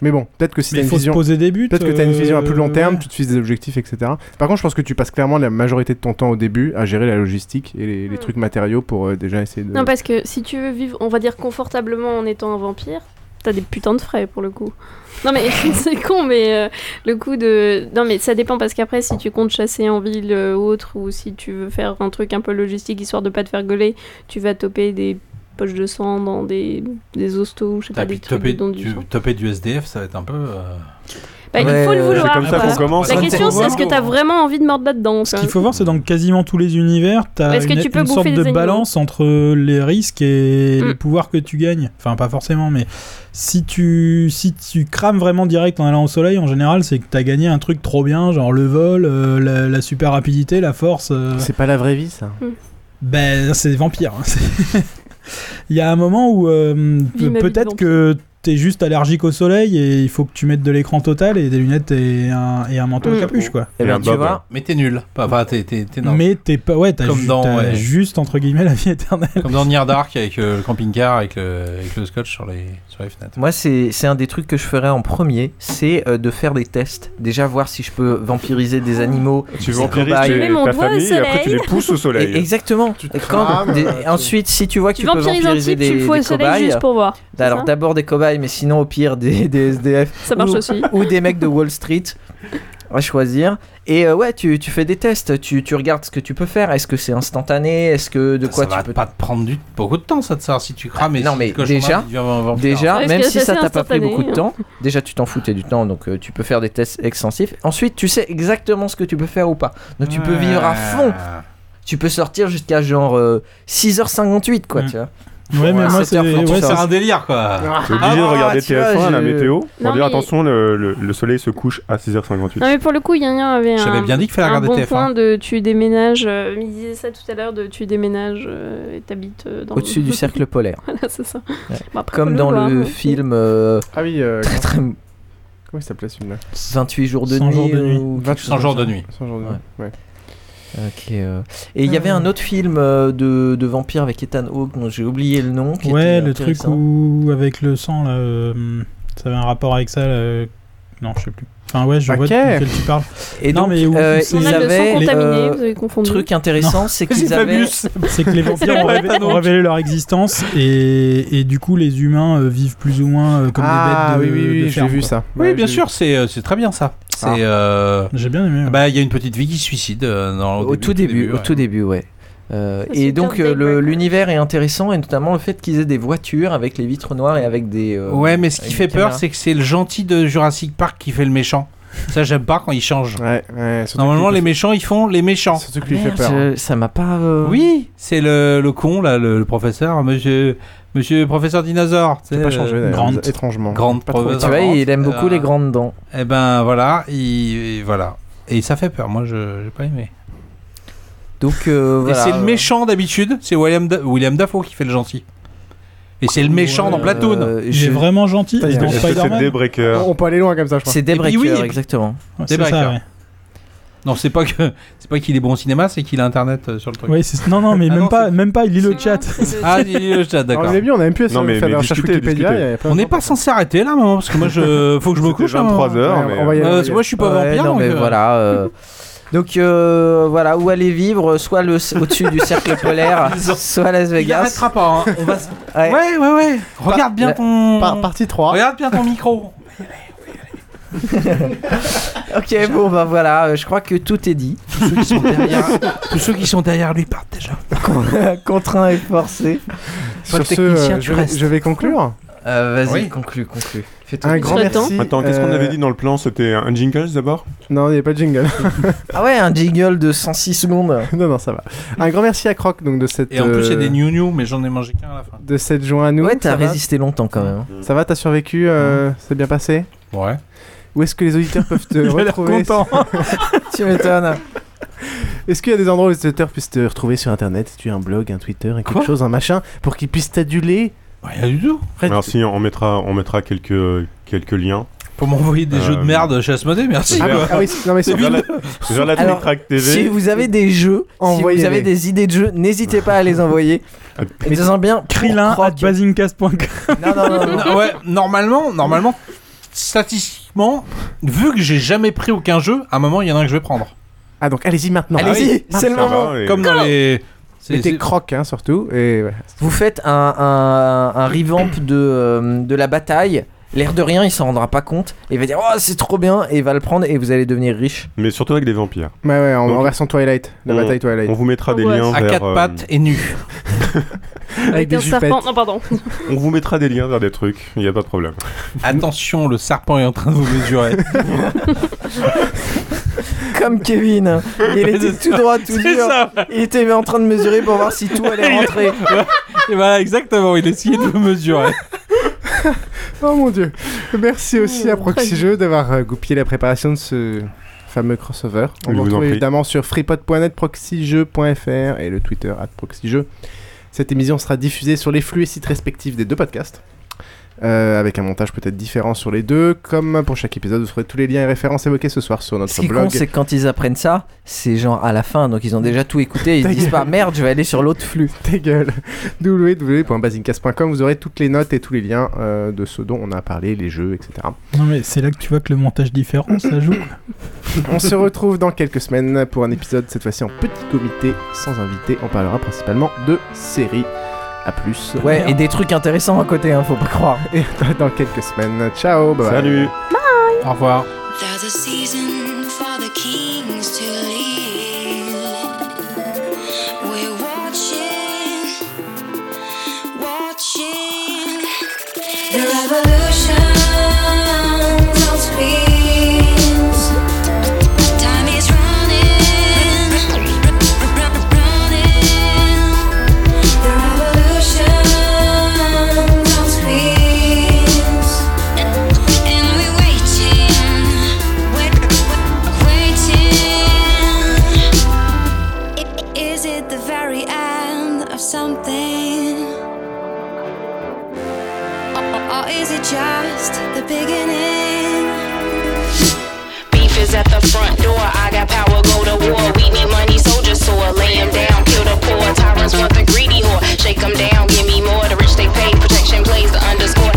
Speaker 7: Mais bon, peut-être que si
Speaker 13: Mais
Speaker 7: t'as une
Speaker 13: faut se
Speaker 7: vision,
Speaker 13: poser des buts,
Speaker 7: peut-être que t'as une vision à plus long
Speaker 13: euh,
Speaker 7: terme,
Speaker 13: ouais.
Speaker 7: tu te fixes des objectifs, etc. Par contre, je pense que tu passes clairement la majorité de ton temps au début à gérer la logistique et les, les trucs matériaux pour euh, déjà essayer de.
Speaker 6: Non, parce que si tu veux vivre, on va dire, confortablement en étant un vampire, t'as des putains de frais pour le coup. Non, mais <laughs> c'est con, mais euh, le coup de. Non, mais ça dépend parce qu'après, si tu comptes chasser en ville euh, ou autre, ou si tu veux faire un truc un peu logistique histoire de pas te faire gueuler, tu vas toper des poches de sang dans des, des hostos, je sais
Speaker 9: Ah,
Speaker 6: pas,
Speaker 9: puis
Speaker 6: des trucs
Speaker 9: Taper
Speaker 6: de dons du
Speaker 9: du,
Speaker 6: sang.
Speaker 9: taper du SDF, ça va être un peu. euh,
Speaker 6: Bah, il faut le vouloir.
Speaker 9: C'est comme ça qu'on
Speaker 6: voilà.
Speaker 9: commence.
Speaker 6: La
Speaker 9: Faut
Speaker 6: question, c'est est-ce que t'as vraiment envie de mordre là-dedans
Speaker 13: Ce qu'il faut voir, c'est dans quasiment tous les univers, t'as
Speaker 6: Bah, Est-ce
Speaker 13: une,
Speaker 6: que tu peux
Speaker 13: une sorte
Speaker 6: bouffer des
Speaker 13: de
Speaker 6: animaux
Speaker 13: balance entre les risques et
Speaker 6: Mm.
Speaker 13: les pouvoirs que tu gagnes. Enfin, pas forcément, mais si tu, si tu crames vraiment direct en allant au soleil, en général, c'est que t'as gagné un truc trop bien, genre le vol, euh, la, la super rapidité, la force. euh.
Speaker 7: C'est pas la vraie vie ça.
Speaker 6: Mm.
Speaker 13: Ben, c'est vampire. hein, <laughs> c'est- Il y a un moment où euh,
Speaker 7: Vive ma vie de
Speaker 13: peut-être que t'es juste allergique au soleil et il faut que tu mettes de l'écran total et des lunettes et un, et un manteau à
Speaker 9: Mm.
Speaker 13: capuche, quoi.
Speaker 7: Eh ben,
Speaker 9: Et un bob. hein. Mais t'es nul. Pas- Enfin, t'es t'es- t'es énorme.
Speaker 13: Mais t'es pas, ouais, t'as
Speaker 9: Comme
Speaker 13: ju-
Speaker 9: dans,
Speaker 13: t'as
Speaker 9: ouais.
Speaker 13: juste entre guillemets la vie éternelle.
Speaker 9: Comme dans Near Dark avec euh, le camping-car, avec le, avec le scotch sur les, sur les fenêtres.
Speaker 10: Moi, c'est c'est un des trucs que je ferais en premier, c'est euh, de faire des tests. Déjà, voir si je peux vampiriser des animaux.
Speaker 11: Ah. Tu
Speaker 10: des
Speaker 11: vampirises
Speaker 10: cobayes.
Speaker 11: tes- Tu mets mon ta doigt au famille et après, soleil. tu les pousses au soleil.
Speaker 10: Et- exactement. Quand-
Speaker 6: crames,
Speaker 10: des-
Speaker 6: euh,
Speaker 10: et ensuite, si tu vois que
Speaker 6: Tu
Speaker 10: tu, peux
Speaker 6: vampirises un
Speaker 10: vampiriser
Speaker 6: type,
Speaker 10: des,
Speaker 6: tu le fous au
Speaker 10: des
Speaker 6: soleil
Speaker 10: cobayes,
Speaker 6: juste pour voir, c'est
Speaker 10: Alors
Speaker 6: ça
Speaker 10: d'abord des cobayes, mais sinon au pire des, des SDF.
Speaker 6: Ça marche
Speaker 10: ou,
Speaker 6: aussi.
Speaker 10: Ou des mecs de Wall Street à choisir. Et euh, ouais, tu, tu fais des tests, tu, tu regardes ce que tu peux faire. Est-ce que c'est instantané Est-ce que de quoi
Speaker 9: ça
Speaker 10: tu
Speaker 9: va
Speaker 10: peux
Speaker 9: pas te prendre du, beaucoup de temps, ça, de savoir si tu crames et
Speaker 10: non,
Speaker 9: si
Speaker 10: mais
Speaker 9: tu coches
Speaker 10: déjà-
Speaker 9: un, tu deviens un vampire.
Speaker 10: Déjà,
Speaker 9: Ouais,
Speaker 10: même
Speaker 9: parce
Speaker 10: si
Speaker 9: que c'est
Speaker 10: ça t'a
Speaker 9: assez
Speaker 10: pas pris
Speaker 9: instantané,
Speaker 10: beaucoup de
Speaker 9: hein.
Speaker 10: temps, déjà tu t'en foutais du temps, donc euh, tu peux faire des tests extensifs. Ensuite, tu sais exactement ce que tu peux faire ou pas. Donc tu peux vivre à fond. Tu peux sortir jusqu'à genre euh, 6h58,
Speaker 9: Mm.
Speaker 10: quoi, tu vois.
Speaker 13: Ouais, mais moi, c'est- ouais,
Speaker 11: c'est un
Speaker 9: délire, quoi.
Speaker 7: Ah,
Speaker 11: T'es obligé de regarder TF1, la météo, pour
Speaker 6: Non,
Speaker 11: dire
Speaker 6: mais-
Speaker 11: attention, le, le- le soleil se couche à 6h58.
Speaker 6: Non mais pour le coup, Yanyan avait
Speaker 11: Je
Speaker 6: un,
Speaker 11: t'avais bien dit qu'il fallait
Speaker 6: un
Speaker 11: regarder
Speaker 6: bon
Speaker 11: TF1.
Speaker 6: point de tu déménages, euh, il disait ça tout à l'heure, de tu déménages euh, et t'habites euh, dans...
Speaker 10: Au-dessus du cercle polaire.
Speaker 6: <laughs> voilà, c'est ça.
Speaker 10: Ouais.
Speaker 6: Bon, Bah, après, faut
Speaker 10: Comme dans
Speaker 6: voir, hein,
Speaker 10: le
Speaker 6: mais-
Speaker 10: film euh,
Speaker 7: Ah oui.
Speaker 10: <laughs>
Speaker 7: euh,
Speaker 10: très, très-
Speaker 7: Comment il s'appelait celui-là
Speaker 10: 28 jours de
Speaker 7: 100
Speaker 10: nuit.
Speaker 7: jours de nuit.
Speaker 10: ou quelque
Speaker 7: 28
Speaker 10: chose
Speaker 7: jours
Speaker 10: comme
Speaker 7: de
Speaker 10: ça.
Speaker 7: nuit. 100 jours de nuit, ouais.
Speaker 10: Euh, qui est, euh, Et il y avait un autre film euh, de, de vampire avec Ethan Hawke dont j'ai oublié le nom. <laughs> qui
Speaker 13: Ouais,
Speaker 10: était
Speaker 13: le truc
Speaker 10: intéressant.
Speaker 13: où avec le sang là, euh, ça avait un rapport avec ça. là, euh, Non, je sais plus. Enfin ouais, je
Speaker 10: Ok.
Speaker 13: vois de quel tu parles.
Speaker 10: Et
Speaker 13: non
Speaker 10: donc,
Speaker 13: mais où
Speaker 10: euh,
Speaker 13: c'est-
Speaker 10: ils avaient
Speaker 6: contaminé,
Speaker 10: euh,
Speaker 6: vous avez confondu.
Speaker 10: Truc intéressant,
Speaker 13: Non.
Speaker 10: c'est qu'ils avaient. <laughs>
Speaker 13: C'est que les vampires ont, révé- ont révélé leur existence et, et du coup les humains euh, vivent plus ou moins euh, comme
Speaker 7: Ah,
Speaker 13: des bêtes de,
Speaker 7: oui, oui,
Speaker 13: de
Speaker 7: oui,
Speaker 13: ferme,
Speaker 7: j'ai vu
Speaker 13: quoi.
Speaker 7: ça.
Speaker 9: Oui, bien sûr, c'est euh, c'est très bien ça. C'est.
Speaker 13: Ah.
Speaker 9: euh,
Speaker 13: J'ai bien aimé.
Speaker 9: Bah, il y a une petite vie qui se suicide euh, dans,
Speaker 10: Au tout début, au tout début, ouais. Euh,
Speaker 9: c'est
Speaker 10: et donc
Speaker 9: Dark
Speaker 10: euh, le- l'univers est intéressant et notamment le fait qu'ils aient des voitures avec les vitres noires et avec des euh,
Speaker 9: Ouais, mais ce qui
Speaker 10: avec
Speaker 9: fait
Speaker 10: des
Speaker 9: peur,
Speaker 10: caméras.
Speaker 9: c'est que c'est le gentil de Jurassic Park qui fait le méchant. Ça, j'aime pas quand il change. Normalement, les méchants, ils font les méchants.
Speaker 7: Surtout que
Speaker 10: lui fait Merde, peur.
Speaker 7: hein.
Speaker 10: euh, Ça m'a pas.
Speaker 9: Oui, c'est le, le con, là, le, le professeur, monsieur, monsieur le professeur dinosaure.
Speaker 7: J'ai
Speaker 9: tu
Speaker 7: pas
Speaker 9: sais,
Speaker 7: changé,
Speaker 9: euh,
Speaker 7: d'ailleurs,
Speaker 9: Grant.
Speaker 7: étrangement.
Speaker 9: Grant,
Speaker 7: Pas trop.
Speaker 9: professeur
Speaker 10: Tu vois,
Speaker 9: Grant.
Speaker 10: il aime beaucoup les grandes dents.
Speaker 9: Eh ben voilà, il, et voilà. Et ça fait peur, moi, je j'ai pas aimé.
Speaker 10: Donc euh,
Speaker 9: Et
Speaker 10: voilà.
Speaker 9: c'est le méchant d'habitude, c'est William, Da- William Dafoe qui fait le gentil. Et c'est le méchant dans Platoon.
Speaker 7: euh,
Speaker 13: J'ai vraiment gentil.
Speaker 9: Est-ce
Speaker 13: dans
Speaker 9: que c'est
Speaker 13: Spider-Man.
Speaker 11: Daybreaker
Speaker 7: On peut aller loin comme ça, je crois.
Speaker 10: C'est Daybreaker,
Speaker 9: Et puis oui, et puis-
Speaker 10: exactement.
Speaker 13: Ouais,
Speaker 9: Des
Speaker 13: c'est ça,
Speaker 9: breakers.
Speaker 13: ouais.
Speaker 9: Non, c'est pas que c'est pas qu'il est bon au cinéma, c'est qu'il a internet euh, sur le truc.
Speaker 13: Ouais, c'est- non,
Speaker 9: <laughs>
Speaker 13: non, mais même, pas, même pas, il lit le chat.
Speaker 9: Ah, il lit le chat, d'accord.
Speaker 7: Alors, on l'a vu, on a même pu
Speaker 9: Non, mais-
Speaker 7: faire
Speaker 9: mais
Speaker 7: des recherches
Speaker 9: discutez,
Speaker 7: Wikipédia.
Speaker 9: discutez.
Speaker 7: il y a plein
Speaker 9: On
Speaker 7: de-
Speaker 9: n'est pas censé arrêter là, maman, parce que moi, je faut que je me couche. hein, maman.
Speaker 11: 23 heures,
Speaker 9: Ouais,
Speaker 11: mais-
Speaker 9: on va y aller,
Speaker 11: Euh,
Speaker 9: on va y aller. moi, je suis pas
Speaker 10: Ouais,
Speaker 9: vampire,
Speaker 10: non,
Speaker 9: donc,
Speaker 10: mais
Speaker 9: euh,
Speaker 10: voilà. euh, Donc euh, voilà, où aller vivre Soit le, au-dessus du
Speaker 9: <laughs>
Speaker 10: cercle polaire, soit Las
Speaker 9: Il
Speaker 10: Vegas.
Speaker 9: arrêtera pas. hein. On va se-
Speaker 10: <laughs> Ouais,
Speaker 9: ouais, ouais. Regarde bien
Speaker 10: la-
Speaker 9: ton.
Speaker 10: par- <laughs>
Speaker 9: partie 3. Regarde bien ton micro.
Speaker 8: ok, bon, bah voilà, euh, je crois que tout est dit. Tous ceux qui sont
Speaker 10: <laughs>
Speaker 8: derrière, tous ceux qui sont derrière lui partent déjà. <laughs> Contraint et forcé. Toi, le
Speaker 7: Sur ce,
Speaker 8: technicien,
Speaker 7: euh,
Speaker 8: tu
Speaker 7: je, vais-
Speaker 8: restes.
Speaker 7: je vais conclure.
Speaker 8: Euh, Vas-y,
Speaker 7: Oui.
Speaker 8: conclue, conclue. Fais-toi
Speaker 7: Un
Speaker 8: plaisir.
Speaker 7: grand merci.
Speaker 11: Attends, qu'est-ce qu'on
Speaker 7: Euh,
Speaker 11: avait dit dans le plan C'était un jingle d'abord
Speaker 7: Non, il n'y a pas
Speaker 11: <laughs>
Speaker 7: de jingle.
Speaker 8: ah ouais, un jingle de 106 secondes.
Speaker 7: <laughs> non, non, ça va. Un grand merci à Croc donc, de cette.
Speaker 9: Et en plus, il y a des
Speaker 7: euh,
Speaker 9: new new, mais j'en ai mangé qu'un à la fin.
Speaker 7: de cette joint à nous. Ouais,
Speaker 9: t'as résisté
Speaker 8: longtemps quand même.
Speaker 7: Ça va, t'as survécu, euh, c'est bien passé
Speaker 9: Ouais.
Speaker 7: Où est-ce que les auditeurs
Speaker 11: <laughs>
Speaker 7: peuvent te
Speaker 9: Il a l'air
Speaker 7: retrouver
Speaker 9: <laughs> content.
Speaker 8: Tu m'étonnes.
Speaker 7: <laughs> Est-ce qu'il y a des endroits où les auditeurs puissent te retrouver sur internet Si tu as un blog, un Twitter, un quelque chose, un machin, pour qu'ils puissent t'aduler
Speaker 11: Ah
Speaker 9: Bah, Rien du tout.
Speaker 11: Alors si, on mettra, on mettra quelques, quelques liens.
Speaker 9: Pour m'envoyer des jeux de merde chez Asmodée, merci.
Speaker 11: Ah,
Speaker 9: quoi.
Speaker 11: ah oui, c'est- non, mais <laughs> c'est-
Speaker 9: Débile.
Speaker 11: C'est vers la
Speaker 8: Alors,
Speaker 11: Tricrac
Speaker 8: Si
Speaker 11: TV.
Speaker 8: vous avez des jeux, si
Speaker 11: Envoyez-les.
Speaker 8: vous avez des idées de jeux, n'hésitez pas à les
Speaker 11: <laughs>
Speaker 8: envoyer. Et disons bien, Krilin Non, non, non, non.
Speaker 9: Non, ouais, normalement, normalement, statistiquement, vu que j'ai jamais pris aucun jeu, à un moment, il y en a un que je vais prendre. Ah
Speaker 7: Ah, donc allez-y maintenant.
Speaker 9: Allez-y, c'est le moment. Comme dans les.
Speaker 7: Et tes crocs, hein, surtout. Et ouais.
Speaker 8: Vous faites un, un, un revamp de, euh, de la bataille. L'air de rien, il s'en rendra pas compte. Et il va dire Oh, c'est trop bien. Et il va le prendre et vous allez devenir riche.
Speaker 11: Mais surtout avec des vampires.
Speaker 7: Ouais, Bah ouais, en,
Speaker 11: Donc,
Speaker 7: en version Twilight, la
Speaker 11: on-
Speaker 7: bataille Twilight.
Speaker 11: on vous mettra des Ouais. liens À vers, quatre euh, pattes <laughs>
Speaker 9: et nu. Hmm.
Speaker 10: <laughs>
Speaker 6: Avec un serpent. Non, pardon.
Speaker 11: On vous mettra des liens vers des trucs, il n'y a pas de problème.
Speaker 9: Attention, le serpent est en train de vous
Speaker 11: <laughs>
Speaker 9: mesurer.
Speaker 8: <laughs> Comme Kevin. Il
Speaker 9: Ouais,
Speaker 8: était
Speaker 9: <laughs> c'est
Speaker 8: tout
Speaker 9: ça.
Speaker 8: droit, tout
Speaker 9: C'est
Speaker 8: dur.
Speaker 9: ça, ouais.
Speaker 8: Il était en train de mesurer pour voir si tout
Speaker 9: <laughs>
Speaker 8: allait rentrer.
Speaker 9: Et voilà, exactement, il essayait de vous mesurer.
Speaker 7: Oh mon dieu. Merci aussi à Proxy Jeux d'avoir euh, goupillé la préparation de ce fameux crossover. On
Speaker 11: Je vous en
Speaker 7: vous retrouve
Speaker 11: prie.
Speaker 7: évidemment sur freepod.net, proxyjeux.fr et le Twitter at proxyjeux. Cette émission sera diffusée sur les flux et sites respectifs des deux podcasts. euh, avec un montage peut-être différent sur les deux. Comme pour chaque épisode, vous trouverez tous les liens et références évoqués ce soir sur notre
Speaker 8: Ce qui
Speaker 7: blog.
Speaker 8: compte, c'est que quand ils apprennent ça, c'est genre à la fin. Donc ils ont déjà tout écouté. Ils se
Speaker 7: Ta
Speaker 8: disent
Speaker 7: gueule.
Speaker 8: pas Merde, je vais aller sur l'autre flux.
Speaker 7: <laughs> Ta gueule. www.basincast.com, vous aurez toutes les notes et tous les liens euh, de ce dont on a parlé, les jeux, etc.
Speaker 13: Non, mais c'est là que tu vois que le montage différent, ça joue.
Speaker 9: <laughs>
Speaker 7: On se retrouve dans quelques semaines pour un épisode, cette fois-ci en petit comité, sans invité. On parlera principalement de séries. À plus.
Speaker 8: Ouais, et des trucs intéressants à côté, hein, faut pas croire.
Speaker 7: <laughs> Et dans quelques semaines. Ciao, bye.
Speaker 11: Salut.
Speaker 7: Bye. Au revoir.
Speaker 17: There's a season for the kings to leave. We're watching, watching the revolutions on screens. Time is running, running. The revolutions on screens, and we're waiting. Waiting. I- Is it the very end of something? Or- Or is it just the beginning?
Speaker 18: Beef is at the front door. I got power, go to war. We need money, soldiers sore. Lay 'em down, kill the poor. Tyrants want the greedy whore. Shake 'em down, give me more. The rich they pay, protection plays the underscore.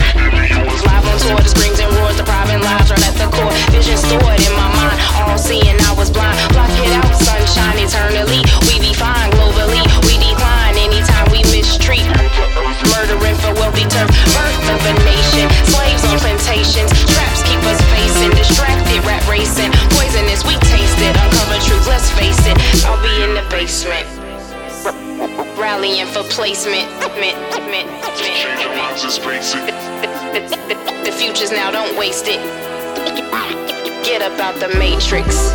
Speaker 18: Live on tour, the screams and roars, the private lives right at the core. Vision stored in my mind, all seeing I was blind. Block it out, sunshine eternally. We be fine globally. We decline anytime we mistreat. Murdering for what we turf. Birth of a nation, slaves on plantations. Traps keep us facing, distracted, rat racing. Poisonous, we taste it. Uncover truth, let's face it. I'll be in the basement. R- Rallying for placement. Mint, mint, mint. The future's now, don't waste it. Get up out the matrix.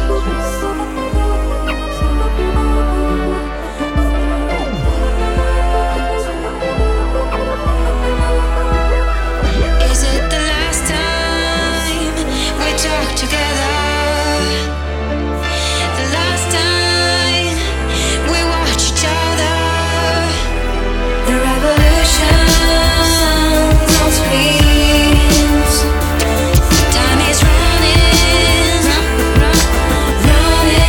Speaker 17: Is it the last time we talk together? The last time we watch each other? The revolutions on screens. Time is running, running.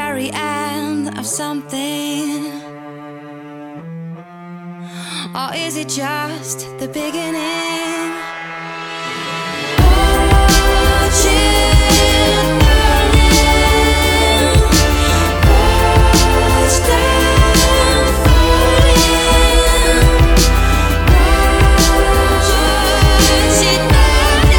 Speaker 17: very end of something? Or is it just the beginning? Oh, children, watch them falling. Watch it burning.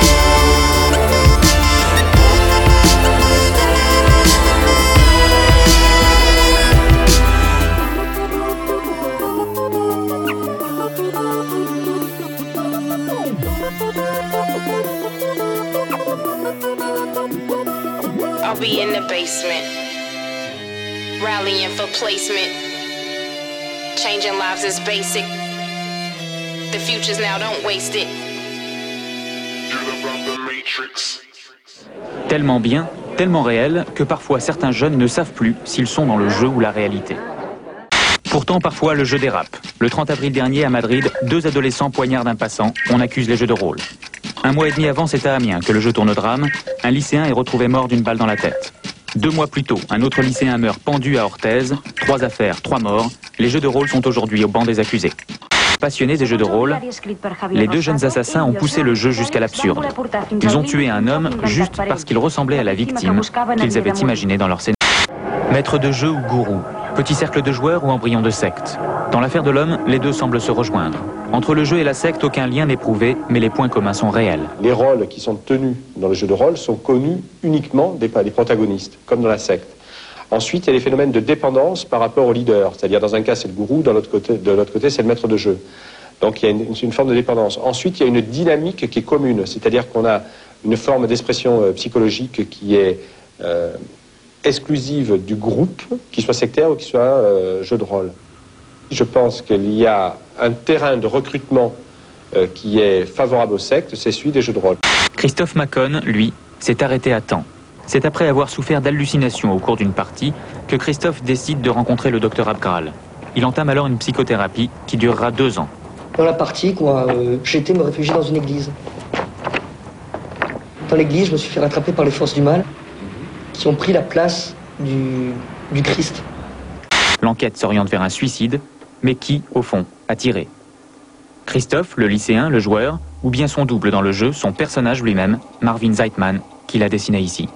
Speaker 18: I'll be in the basement, rallying for placement. Changing lives is basic. The future's now, don't waste it.
Speaker 3: Tellement bien, tellement réel, que parfois certains jeunes ne savent plus s'ils sont dans le jeu ou la réalité. Pourtant, parfois, le jeu dérape. Le 30 avril dernier, à Madrid, deux adolescents poignardent un passant. On accuse les jeux de rôle. Un mois et demi avant, c'est à Amiens que le jeu tourne au drame. Un lycéen est retrouvé mort d'une balle dans la tête. Deux mois plus tôt, un autre lycéen meurt pendu à Orthez. Trois affaires, trois morts. Les jeux de rôle sont aujourd'hui au banc des accusés. Passionnés des jeux de rôle, les deux jeunes assassins ont poussé le jeu jusqu'à l'absurde. Ils ont tué un homme juste parce qu'il ressemblait à la victime qu'ils avaient imaginée dans leur scénario. Maître de jeu ou gourou, petit cercle de joueurs ou embryon de secte. Dans l'affaire de l'homme, les deux semblent se rejoindre. Entre le jeu et la secte, aucun lien n'est prouvé, mais les points communs sont réels.
Speaker 5: Les rôles qui sont tenus dans le jeu de rôle sont connus uniquement des, pa- des protagonistes, comme dans la secte. Ensuite, il y a les phénomènes de dépendance par rapport au leader, c'est-à-dire dans un cas c'est le gourou, dans l'autre côté, de l'autre côté c'est le maître de jeu. Donc il y a une, une forme de dépendance. Ensuite, il y a une dynamique qui est commune, c'est-à-dire qu'on a une forme d'expression euh, psychologique qui est euh, exclusive du groupe, qu'il soit sectaire ou qu'il soit euh, jeu de rôle. Je pense qu'il y a un terrain de recrutement euh, qui est favorable aux sectes, c'est celui des jeux de rôle.
Speaker 3: Christophe Macon, lui, s'est arrêté à temps. C'est après avoir souffert d'hallucinations au cours d'une partie que Christophe décide de rencontrer le docteur Abgral. Il entame alors une psychothérapie qui durera deux ans.
Speaker 19: Dans la partie, quoi, euh, j'étais me réfugier dans une église. Dans l'église, je me suis fait rattraper par les forces du mal qui ont pris la place du, du Christ.
Speaker 3: L'enquête s'oriente vers un suicide, mais qui, au fond, a tiré Christophe, le lycéen, le joueur, ou bien son double dans le jeu, son personnage lui-même, Marvin Zeitman, qu'il a dessiné ici.